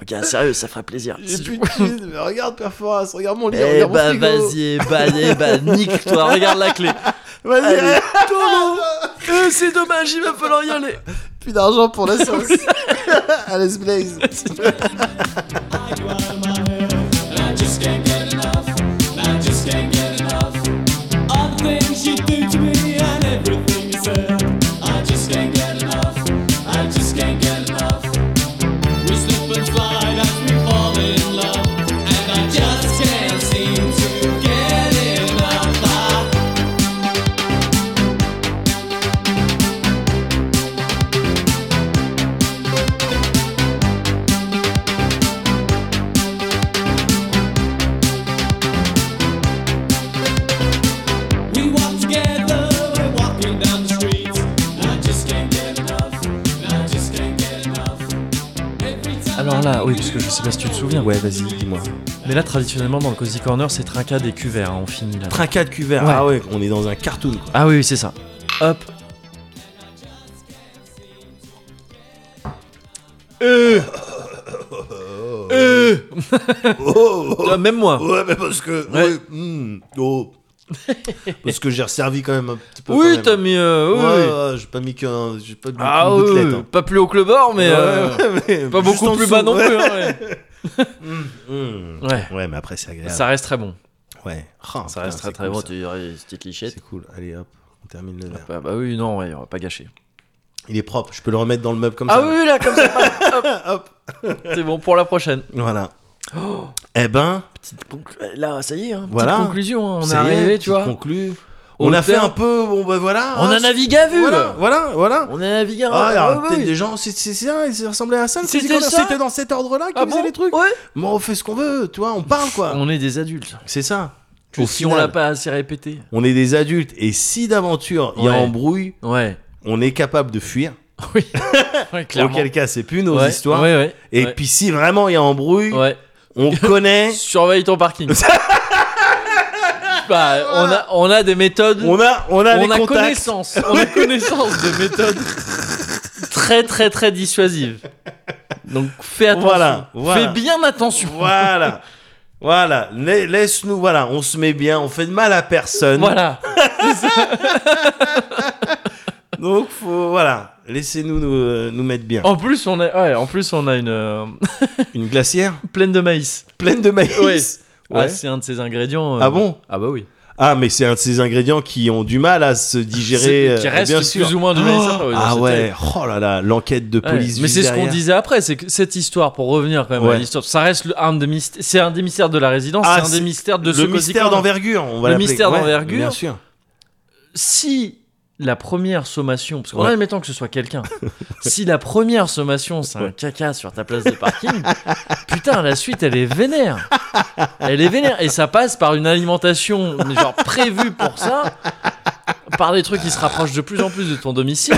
Speaker 1: Regarde, sérieux, ça fera plaisir.
Speaker 2: J'ai plus de thunes, *laughs* mais regarde, père Fouras, regarde mon lit,
Speaker 1: Eh
Speaker 2: regarde mon
Speaker 1: bah
Speaker 2: frigo.
Speaker 1: vas-y, eh bah, eh
Speaker 2: *laughs*
Speaker 1: bah nique-toi, regarde la clé.
Speaker 2: Vas-y,
Speaker 1: Allez.
Speaker 6: Tolo
Speaker 2: *laughs*
Speaker 6: Euh, C'est dommage, il va falloir y aller.
Speaker 2: plus d'argent pour la sauce. *laughs* Allez, se Blaze.
Speaker 7: All the things you do to me and everything you said, I just can't get enough.
Speaker 1: là, oui, parce que je sais pas si tu te souviens.
Speaker 2: Ouais, vas-y, dis-moi.
Speaker 1: Mais là, traditionnellement, dans le Cozy Corner, c'est trinquade et cuvert, hein, on finit là.
Speaker 2: Trinca de cuvert.
Speaker 1: Ouais.
Speaker 2: Ah ouais, on est dans un cartoon. Quoi.
Speaker 1: Ah oui, oui, c'est ça. Hop. Euh. Euh.
Speaker 2: Oh, oh,
Speaker 1: Ah, Même moi.
Speaker 2: Ouais, mais parce que.
Speaker 1: Ouais.
Speaker 2: ouais, hmm, oh. *laughs* parce que j'ai resservi quand même un petit peu.
Speaker 1: Oui,
Speaker 2: quand
Speaker 1: t'as
Speaker 2: même.
Speaker 1: mis. euh, oui, oui.
Speaker 2: Ouais, ouais, j'ai pas mis qu'un. J'ai pas mis
Speaker 1: Ah
Speaker 2: qu'une
Speaker 1: oui,
Speaker 2: gouttelette.
Speaker 1: oui, pas plus haut que le bord, *laughs* mais euh,
Speaker 2: hein. Ouais,
Speaker 1: pas
Speaker 2: mais juste en
Speaker 1: beaucoup plus
Speaker 2: dessous,
Speaker 1: bas non
Speaker 2: ouais.
Speaker 1: plus. hein,
Speaker 2: *laughs*
Speaker 1: ouais.
Speaker 2: Hmm.
Speaker 1: Ouais.
Speaker 2: Ouais, mais après, c'est agréable.
Speaker 1: Ça reste très bon.
Speaker 2: Ouais. Ah,
Speaker 1: Ça reste
Speaker 2: putain,
Speaker 1: très
Speaker 2: c'est
Speaker 1: très
Speaker 2: cool,
Speaker 1: bon.
Speaker 2: ça.
Speaker 1: Tu aurais une petite lichette.
Speaker 2: C'est cool. Allez, hop, on termine le verre.
Speaker 1: Bah, bah oui, non, ouais, on va pas gâcher.
Speaker 2: Il est propre, je peux le remettre dans le meuble comme
Speaker 1: Ah
Speaker 2: ça.
Speaker 1: oui, là, comme ça,
Speaker 2: *laughs* Hop.
Speaker 1: c'est bon pour la prochaine.
Speaker 2: Voilà.
Speaker 1: Oh.
Speaker 2: eh ben,
Speaker 1: Là, ça y est, hein,
Speaker 2: Voilà.
Speaker 1: petite conclusion. hein, on est,
Speaker 2: ça y
Speaker 1: arrivé, tu
Speaker 2: petite
Speaker 1: vois.
Speaker 2: Conclu.
Speaker 1: On
Speaker 2: On a
Speaker 1: fait
Speaker 2: fait
Speaker 1: un-
Speaker 2: un peu. Bon, bah voilà.
Speaker 1: On a
Speaker 2: hein,
Speaker 1: navigué à vue.
Speaker 2: Voilà, voilà, voilà.
Speaker 1: On a navigué à vue.
Speaker 2: Ah, il y
Speaker 1: ouais,
Speaker 2: a
Speaker 1: ouais,
Speaker 2: peut-être
Speaker 1: ouais.
Speaker 2: des gens, c'est c'est ça, ils ressemblaient à ça. le
Speaker 1: C'était
Speaker 2: Cozy Corner,
Speaker 1: ça
Speaker 2: C'était dans cet ordre-là qu'ils
Speaker 1: Ah
Speaker 2: faisaient
Speaker 1: bon
Speaker 2: les trucs.
Speaker 1: Ouais.
Speaker 2: Bon, on fait ce qu'on veut, tu vois, on parle quoi.
Speaker 1: On est des adultes.
Speaker 2: C'est ça.
Speaker 1: Que
Speaker 2: Au
Speaker 1: si on
Speaker 2: final,
Speaker 1: l'a pas assez répété.
Speaker 2: on est des adultes et si d'aventure il y a
Speaker 1: Ouais.
Speaker 2: embrouille,
Speaker 1: Ouais.
Speaker 2: on est capable de fuir.
Speaker 1: *laughs* Oui. ouais, clairement.
Speaker 2: Auquel cas, c'est plus nos
Speaker 1: Ouais,
Speaker 2: histoires.
Speaker 1: Ouais, ouais.
Speaker 2: Et
Speaker 1: ouais.
Speaker 2: puis si vraiment il y a embrouille,
Speaker 1: Ouais. *laughs*
Speaker 2: on connaît,
Speaker 1: Surveille ton
Speaker 2: *laughs*
Speaker 1: parking. bah, on a, on a des méthodes.
Speaker 2: on a, on a
Speaker 1: on
Speaker 2: les
Speaker 1: a
Speaker 2: contacts.
Speaker 1: connaissance. On a connaissance de méthodes très, très, très dissuasives. Donc fais attention.
Speaker 2: Voilà, voilà.
Speaker 1: Fais bien attention.
Speaker 2: Voilà. Voilà, La- laisse-nous, voilà, on se met bien, on fait de mal à personne.
Speaker 1: Voilà.
Speaker 2: Donc, faut, voilà, laissez-nous nous, euh, nous mettre bien.
Speaker 1: En plus, on a, ouais, en plus, on a une euh, *laughs*
Speaker 2: Une glacière
Speaker 1: pleine de maïs.
Speaker 2: pleine de maïs.
Speaker 1: Ouais.
Speaker 2: Ouais.
Speaker 1: Ah, c'est un de ses ingrédients. euh,
Speaker 2: Ah bon
Speaker 1: Ah bah oui.
Speaker 2: Ah, mais c'est un de ces ingrédients qui ont du mal à se digérer.
Speaker 1: C'est- qui
Speaker 2: euh,
Speaker 1: reste euh,
Speaker 2: bien
Speaker 1: plus
Speaker 2: sûr.
Speaker 1: ou moins du maïs
Speaker 2: Oh,
Speaker 1: après, oui, non,
Speaker 2: ah
Speaker 1: c'est
Speaker 2: ouais,
Speaker 1: terrible.
Speaker 2: oh là là, l'enquête de
Speaker 1: Ouais.
Speaker 2: police.
Speaker 1: Mais c'est ce qu'on
Speaker 2: derrière.
Speaker 1: disait après, c'est que cette histoire, pour revenir quand même à
Speaker 2: Ouais.
Speaker 1: l'histoire, ça reste le- un des mystères, c'est un des mystères de la résidence,
Speaker 2: Ah,
Speaker 1: c'est un
Speaker 2: c'est
Speaker 1: des mystères de ce
Speaker 2: le
Speaker 1: Cozy
Speaker 2: mystère
Speaker 1: Corner.
Speaker 2: d'envergure, on va
Speaker 1: Le
Speaker 2: l'appeler.
Speaker 1: mystère
Speaker 2: Ouais,
Speaker 1: d'envergure.
Speaker 2: Bien sûr.
Speaker 1: Si la première sommation, parce qu'en
Speaker 2: Ouais.
Speaker 1: admettant que ce soit quelqu'un, si la première sommation c'est un caca sur ta place de parking, putain la suite elle est vénère, elle est vénère et ça passe par une alimentation mais genre prévue pour ça, par des trucs qui se rapprochent de plus en plus de ton domicile.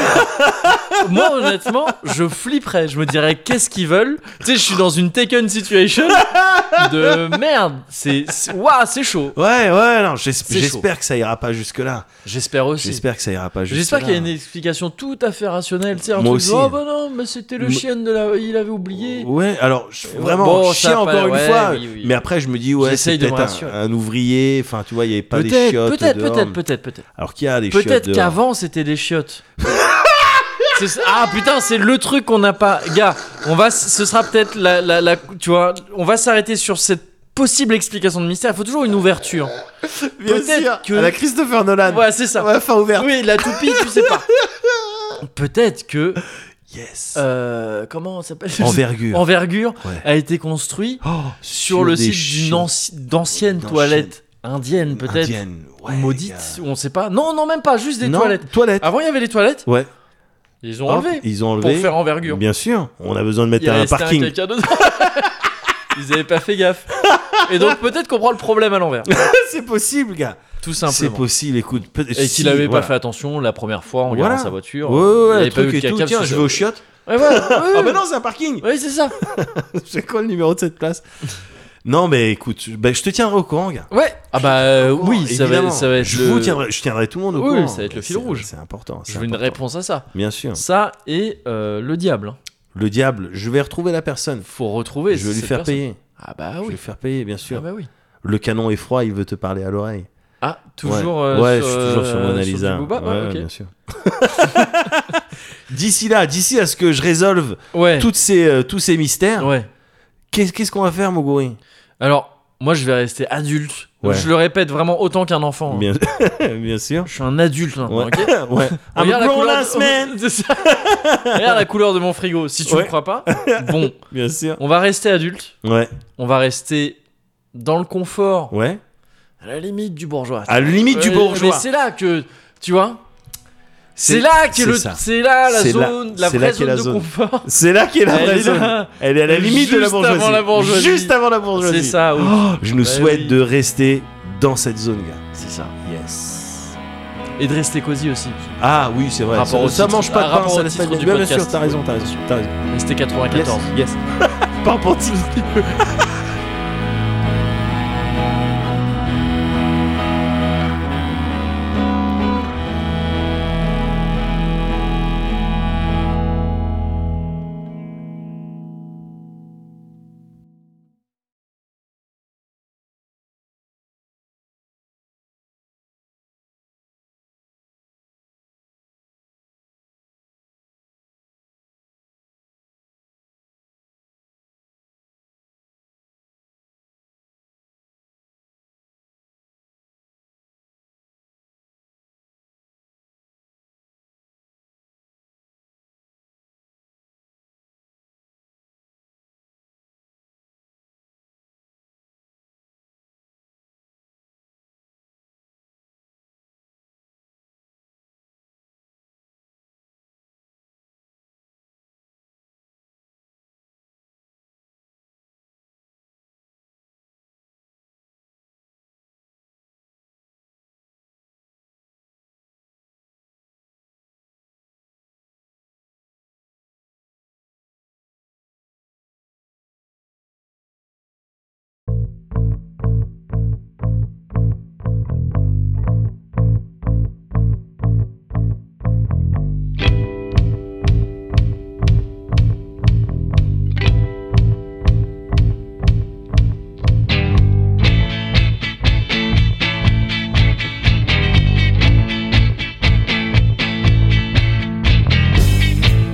Speaker 1: Moi honnêtement, je flipperais, je me dirais qu'est-ce qu'ils veulent. Tu sais, je suis dans une taken situation de merde. C'est c'est- waouh, c'est chaud.
Speaker 2: Ouais, ouais, non, j'es-
Speaker 1: chaud.
Speaker 2: j'espère que ça ira pas jusque-là.
Speaker 1: J'espère aussi.
Speaker 2: J'espère que ça ira pas jusque-là.
Speaker 1: J'espère qu'il y a une explication tout à fait rationnelle. Tu sais, un
Speaker 2: Moi
Speaker 1: truc de,
Speaker 2: aussi. Oh,
Speaker 1: Oh bah non, mais c'était le
Speaker 2: Moi-
Speaker 1: chien de la. Il avait oublié.
Speaker 2: Ouais, alors je-
Speaker 1: Ouais,
Speaker 2: vraiment
Speaker 1: bon, ça
Speaker 2: chien
Speaker 1: va,
Speaker 2: encore une
Speaker 1: ouais,
Speaker 2: fois,
Speaker 1: oui, oui.
Speaker 2: mais après je me dis ouais,
Speaker 1: J'essaye
Speaker 2: c'est
Speaker 1: de me
Speaker 2: peut-être
Speaker 1: rassurer.
Speaker 2: un, un ouvrier, enfin tu vois, il y avait pas des
Speaker 1: Peut-être,
Speaker 2: chiottes
Speaker 1: peut-être,
Speaker 2: dehors.
Speaker 1: peut-être, peut-être, peut-être.
Speaker 2: Alors qu'il y a des chiottes
Speaker 1: Peut-être
Speaker 2: dehors.
Speaker 1: qu'avant c'était des chiottes. *laughs* C'est- ah putain, c'est le truc qu'on n'a pas. Gars, on va, ce sera peut-être la, la, la- Tu vois, on va s'arrêter sur cette possible explication de mystère. Il faut toujours une ouverture.
Speaker 2: *laughs* Bien
Speaker 1: peut-être
Speaker 2: sûr,
Speaker 1: que-
Speaker 2: à la Christopher Nolan.
Speaker 1: Ouais, c'est ça.
Speaker 2: Ouais, fin ouverte.
Speaker 1: Oui, la toupie, tu sais
Speaker 2: *laughs*
Speaker 1: pas. Peut-être que.
Speaker 2: Yes.
Speaker 1: euh, comment ça s'appelle *laughs*
Speaker 2: Envergure.
Speaker 1: Envergure
Speaker 2: Ouais.
Speaker 1: a été construit
Speaker 2: Oh,
Speaker 1: sur le site
Speaker 2: des
Speaker 1: d'une
Speaker 2: chiottes.
Speaker 1: anci- d'ancienne
Speaker 2: D'ancienne.
Speaker 1: toilette indienne peut-être
Speaker 2: Indienne, ouais, gars.
Speaker 1: maudite ou on sait pas non non même pas juste des
Speaker 2: Non,
Speaker 1: toilettes
Speaker 2: Toilettes.
Speaker 1: avant il y avait les toilettes
Speaker 2: Ouais.
Speaker 1: ils ont
Speaker 2: Hop,
Speaker 1: enlevé
Speaker 2: Ils ont
Speaker 1: pour
Speaker 2: enlevé.
Speaker 1: faire envergure
Speaker 2: Bien sûr, on a besoin de mettre
Speaker 1: il
Speaker 2: un
Speaker 1: restait
Speaker 2: parking.
Speaker 1: caca dedans. *laughs* ils avaient pas fait gaffe et donc peut-être qu'on prend le problème à l'envers
Speaker 2: *laughs* c'est possible, gars.
Speaker 1: tout
Speaker 2: C'est
Speaker 1: simplement
Speaker 2: possible, écoute. peut-
Speaker 1: et
Speaker 2: si,
Speaker 1: qu'il avait
Speaker 2: voilà.
Speaker 1: pas fait attention la première fois en
Speaker 2: Voilà.
Speaker 1: regardant sa voiture
Speaker 2: Ouais,
Speaker 1: euh,
Speaker 2: ouais,
Speaker 1: il
Speaker 2: ouais,
Speaker 1: avait
Speaker 2: le
Speaker 1: pas
Speaker 2: truc
Speaker 1: eu
Speaker 2: et
Speaker 1: de
Speaker 2: tout.
Speaker 1: caca
Speaker 2: Tiens,
Speaker 1: parce
Speaker 2: je
Speaker 1: que-
Speaker 2: vais aux chiottes.
Speaker 1: Ouais, voilà, ouais,
Speaker 2: Ah,
Speaker 1: ouais.
Speaker 2: bah non, c'est un parking.
Speaker 1: oui c'est ça
Speaker 2: *laughs* C'est quoi le numéro de cette place Non, mais écoute, bah, je te tiendrai au courant, gars.
Speaker 1: ouais ah bah euh,
Speaker 2: Au courant,
Speaker 1: oui ça va,
Speaker 2: évidemment.
Speaker 1: ça va être
Speaker 2: je
Speaker 1: le-
Speaker 2: vous tiendrai, je tiendrai tout le monde au
Speaker 1: Oui,
Speaker 2: courant.
Speaker 1: ça va être le fil
Speaker 2: C'est-
Speaker 1: rouge.
Speaker 2: C'est important. c'est
Speaker 1: je veux une
Speaker 2: important.
Speaker 1: réponse à ça
Speaker 2: Bien sûr.
Speaker 1: ça et euh, le diable hein.
Speaker 2: Le diable, je vais retrouver la personne.
Speaker 1: faut retrouver
Speaker 2: je vais lui
Speaker 1: cette
Speaker 2: faire
Speaker 1: personne.
Speaker 2: payer.
Speaker 1: Ah bah
Speaker 2: Je vais
Speaker 1: oui.
Speaker 2: lui faire payer, bien sûr.
Speaker 1: Ah bah oui.
Speaker 2: Le canon est froid, il veut te parler à l'oreille.
Speaker 1: Ah, toujours.
Speaker 2: Ouais,
Speaker 1: euh,
Speaker 2: Ouais,
Speaker 1: sur,
Speaker 2: je suis toujours sur
Speaker 1: euh,
Speaker 2: Mona
Speaker 1: du
Speaker 2: Lisa.
Speaker 1: Booba
Speaker 2: Ouais,
Speaker 1: ouais, ok.
Speaker 2: bien sûr. *laughs* d'ici là, d'ici à ce que je résolve
Speaker 1: Ouais.
Speaker 2: toutes ces, euh, tous ces mystères,
Speaker 1: ouais.
Speaker 2: qu'est- qu'est-ce qu'on va faire, Moguri
Speaker 1: Alors, moi, je vais rester adulte. Donc,
Speaker 2: Ouais.
Speaker 1: Je le répète vraiment autant qu'un enfant. hein.
Speaker 2: bien... bien sûr.
Speaker 1: Je suis un adulte maintenant.
Speaker 2: Ouais.
Speaker 1: ok
Speaker 2: *laughs* ouais. I'm a
Speaker 1: Regarde la
Speaker 2: grown
Speaker 1: couleur de-
Speaker 2: ass man.
Speaker 1: *laughs* C'est ça. Regarde la couleur de mon frigo. Si tu ne
Speaker 2: Ouais.
Speaker 1: crois
Speaker 2: *laughs*
Speaker 1: pas. Bon,
Speaker 2: Bien sûr.
Speaker 1: on va rester adulte.
Speaker 2: Ouais.
Speaker 1: On va rester dans le confort,
Speaker 2: Ouais.
Speaker 1: à la limite du bourgeois.
Speaker 2: À la limite du
Speaker 1: Ouais,
Speaker 2: bourgeois.
Speaker 1: Mais c'est là que, tu vois. C'est là qu'est
Speaker 2: c'est
Speaker 1: le,
Speaker 2: ça.
Speaker 1: c'est là la
Speaker 2: C'est là-
Speaker 1: zone, la
Speaker 2: c'est
Speaker 1: vraie
Speaker 2: là qu'est
Speaker 1: zone
Speaker 2: la
Speaker 1: de
Speaker 2: zone.
Speaker 1: confort.
Speaker 2: C'est là qu'est la
Speaker 1: Elle
Speaker 2: vraie
Speaker 1: est
Speaker 2: zone.
Speaker 1: là.
Speaker 2: Elle est à la limite de la
Speaker 1: Juste
Speaker 2: bourgeoisie.
Speaker 1: avant la bourgeoisie.
Speaker 2: Juste avant la bourgeoisie.
Speaker 1: C'est ça. oui.
Speaker 2: Je nous
Speaker 1: Bah
Speaker 2: souhaite
Speaker 1: oui.
Speaker 2: Oh, de rester dans cette zone, gars.
Speaker 1: C'est ça.
Speaker 2: Yes.
Speaker 1: Et de rester cosy aussi.
Speaker 2: Ah oui, c'est vrai.
Speaker 1: Rapport
Speaker 2: Ça-
Speaker 1: au
Speaker 2: ça
Speaker 1: titre-
Speaker 2: mange pas
Speaker 1: ah,
Speaker 2: de pain,
Speaker 1: rapport au
Speaker 2: ça laisse pas
Speaker 1: titre
Speaker 2: de
Speaker 1: du
Speaker 2: Bien
Speaker 1: podcast.
Speaker 2: sûr, t'as raison, t'as raison. T'as raison.
Speaker 1: Rester 94.
Speaker 2: Yes. yes.
Speaker 8: Parpentier.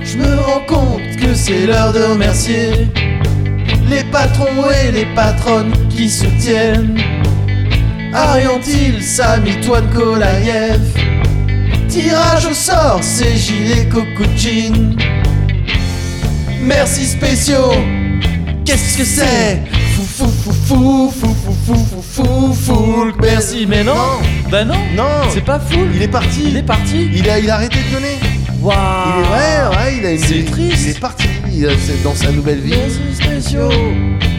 Speaker 3: Je me rends compte que c'est l'heure de remercier les patrons et les patronnes qui soutiennent. Arion Thiel, Samy Toine Kolaïev, tirage au sort, c'est Gilet Kokuchin. Merci spéciaux, qu'est-ce que c'est Fou fou fou fou fou fou fou fou fou fou
Speaker 1: Merci, mais non Bah non
Speaker 3: Non,
Speaker 1: C'est pas fou
Speaker 3: il est parti,
Speaker 1: Il est parti
Speaker 3: il a, il a arrêté de donner.
Speaker 1: Waouh
Speaker 3: Il est ouais, ouais, il a une.
Speaker 1: C'est triste.
Speaker 3: Il est parti. Il a- c'est dans sa nouvelle vie.
Speaker 1: Merci spéciaux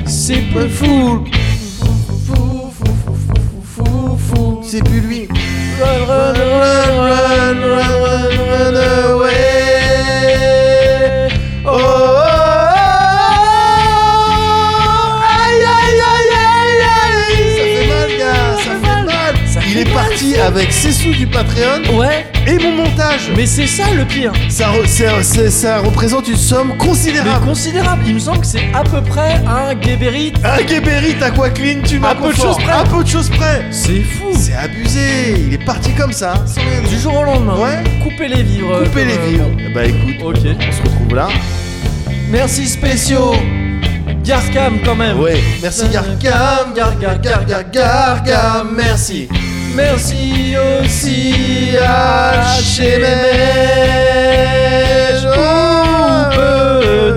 Speaker 1: C'est pas fou Fou, fou, fou, fou, fou, fou, fou.
Speaker 3: C'est plus lui.
Speaker 1: Run, run, run, run, run, run, run away. Oh, oh, oh. Aïe, aïe, aïe, aïe, aïe.
Speaker 3: Ça fait mal, gars. Ça fait mal. il est parti avec ses sous du Patreon
Speaker 1: Ouais,
Speaker 3: et mon montage.
Speaker 1: mais c'est ça le pire.
Speaker 3: Ça, re- c'est- c'est- ça représente une somme
Speaker 1: Mais
Speaker 3: considérable.
Speaker 1: considérable, il me semble que c'est à peu près un guébérite.
Speaker 3: Un Ah, Guébéry, t'as quoi, clean Tu m'as
Speaker 1: Un peu de
Speaker 3: confort.
Speaker 1: choses près.
Speaker 3: Un peu de choses près.
Speaker 1: C'est fou.
Speaker 3: C'est abusé. Il est parti comme ça. sans rien dire.
Speaker 1: Du jour au lendemain.
Speaker 3: Ouais.
Speaker 1: Couper les vivres.
Speaker 3: Couper les
Speaker 1: Euh,
Speaker 3: vivres. Eh Bah écoute,
Speaker 1: Ok.
Speaker 3: on se retrouve là.
Speaker 1: Merci spéciaux. Garcam quand même.
Speaker 3: Ouais. Merci Gargam, Gargam, Gargam, Gargam, merci.
Speaker 1: Merci aussi à HMH
Speaker 3: HMH,
Speaker 1: ou Oh,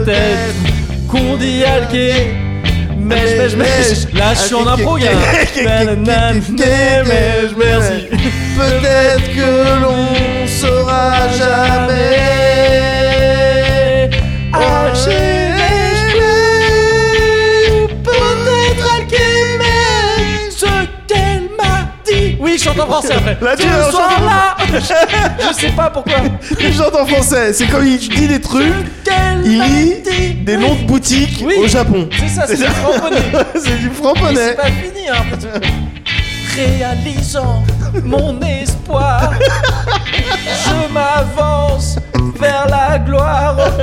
Speaker 1: peut-être qu'on dit alqué. Mèche, mèche, mèche, là je suis en impro, gars. Nanana, mèche, Merci.
Speaker 3: Peut-être que l'on saura jamais.
Speaker 1: HMH peut-être alqué, ce qu'elle m'a dit. Oui, je chante en français après.
Speaker 3: Là, tu
Speaker 1: Ce
Speaker 3: vas en
Speaker 1: soir-là, je sais pas pourquoi.
Speaker 3: *laughs* Les gens en français, c'est quand il dit des trucs,
Speaker 1: Qu'elle
Speaker 3: il
Speaker 1: m'a
Speaker 3: lit
Speaker 1: dit.
Speaker 3: des
Speaker 1: Oui.
Speaker 3: noms de boutiques
Speaker 1: Oui.
Speaker 3: au Japon.
Speaker 1: C'est ça, c'est
Speaker 3: C'est
Speaker 1: du
Speaker 3: ça.
Speaker 1: cramponné.
Speaker 3: *laughs* c'est du
Speaker 1: Mais
Speaker 3: franc-ponais.
Speaker 1: c'est pas fini, hein. parce que- Réalisant mon espoir, je m'avance vers la gloire. Ok.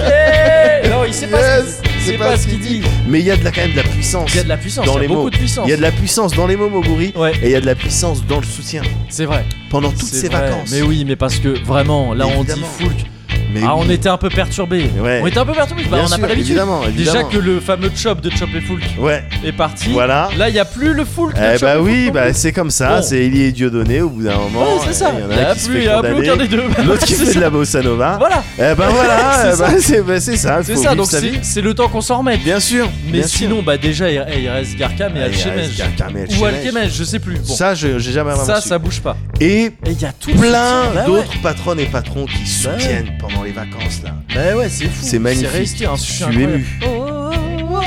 Speaker 1: Non, il sait pas
Speaker 3: Yes,
Speaker 1: ce qu'il- il sait pas ce qu'il dit.
Speaker 3: Mais il y a de la, quand même de la puissance.
Speaker 1: Il y a de la Oh. puissance,
Speaker 3: dans
Speaker 1: il y
Speaker 3: les
Speaker 1: a beaucoup
Speaker 3: mots.
Speaker 1: de puissance.
Speaker 3: Il y a de la puissance dans les mots, Moguri.
Speaker 1: Ouais.
Speaker 3: Et il y a de la puissance dans le soutien.
Speaker 1: C'est vrai.
Speaker 3: Pendant toutes
Speaker 1: c'est
Speaker 3: ces
Speaker 1: vrai.
Speaker 3: vacances.
Speaker 1: Mais oui, mais parce que vraiment, là
Speaker 3: Mais
Speaker 1: on dit
Speaker 3: évidemment.
Speaker 1: Foulk.
Speaker 3: Mais
Speaker 1: Ah,
Speaker 3: oui.
Speaker 1: on était un peu perturbés.
Speaker 3: Ouais.
Speaker 1: On était un peu perturbés. Bah,
Speaker 3: Bien
Speaker 1: on n'a
Speaker 3: sûr,
Speaker 1: pas l'habitude.
Speaker 3: évidemment,
Speaker 1: Déjà
Speaker 3: évidemment.
Speaker 1: que le fameux chop de Chop et Foulk
Speaker 3: Ouais.
Speaker 1: est parti.
Speaker 3: Voilà.
Speaker 1: Là, il n'y a plus le Foulk. de
Speaker 3: Eh
Speaker 1: Chop et
Speaker 3: bah oui,
Speaker 1: Foulk
Speaker 3: bah
Speaker 1: non plus.
Speaker 3: c'est comme ça,
Speaker 1: Bon.
Speaker 3: c'est Élie et Dieudonné au bout d'un moment. euh,
Speaker 1: Ouais, c'est ça.
Speaker 3: Il y en
Speaker 1: Il y
Speaker 3: a,
Speaker 1: a
Speaker 3: qui
Speaker 1: plus- il y
Speaker 3: se
Speaker 1: a
Speaker 3: fait
Speaker 1: plus
Speaker 3: condamner,
Speaker 1: aucun des deux.
Speaker 3: L'autre qui
Speaker 1: *laughs* C'est
Speaker 3: fait
Speaker 1: ça.
Speaker 3: de la bossa nova.
Speaker 1: Voilà.
Speaker 3: Eh bah voilà,
Speaker 1: *laughs* C'est
Speaker 3: eh bah, c'est bah, c'est ça.
Speaker 1: C'est
Speaker 3: faut
Speaker 1: ça,
Speaker 3: vivre
Speaker 1: donc
Speaker 3: sa vie.
Speaker 1: c'est c'est le temps qu'on s'en remette.
Speaker 3: Bien sûr.
Speaker 1: Mais
Speaker 3: bien sûr.
Speaker 1: sinon, bah déjà, il, eh, il reste Garkam et
Speaker 3: Ah, il reste
Speaker 1: Alchemège.
Speaker 3: Garkam et
Speaker 1: Ou
Speaker 3: Alchemège.
Speaker 1: Alchemège, je sais plus. Bon, ça,
Speaker 3: Ça, je- j'ai jamais vraiment
Speaker 1: ça,
Speaker 3: su.
Speaker 1: bouge pas.
Speaker 3: Et
Speaker 1: Et il y a tout le soutien, bah
Speaker 3: plein
Speaker 1: ouais.
Speaker 3: d'autres patronnes et patrons qui
Speaker 1: Bah ouais.
Speaker 3: soutiennent pendant les vacances là.
Speaker 1: Bah ouais, c'est fou.
Speaker 3: C'est magnifique.
Speaker 1: resté un
Speaker 3: Je
Speaker 1: soutien
Speaker 3: suis
Speaker 1: incroyable.
Speaker 3: ému.
Speaker 1: Oh, oh, oh, oh,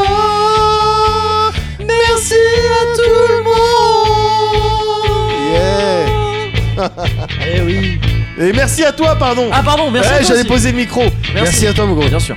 Speaker 1: oh, oh. Merci à tout le monde.
Speaker 3: Yeah.
Speaker 1: *laughs* Eh oui.
Speaker 3: Et merci à toi, pardon.
Speaker 1: Ah pardon, merci. à
Speaker 3: Ouais,
Speaker 1: toi
Speaker 3: j'avais
Speaker 1: aussi.
Speaker 3: posé le micro. Merci, à toi, mon gros.
Speaker 1: Bien sûr.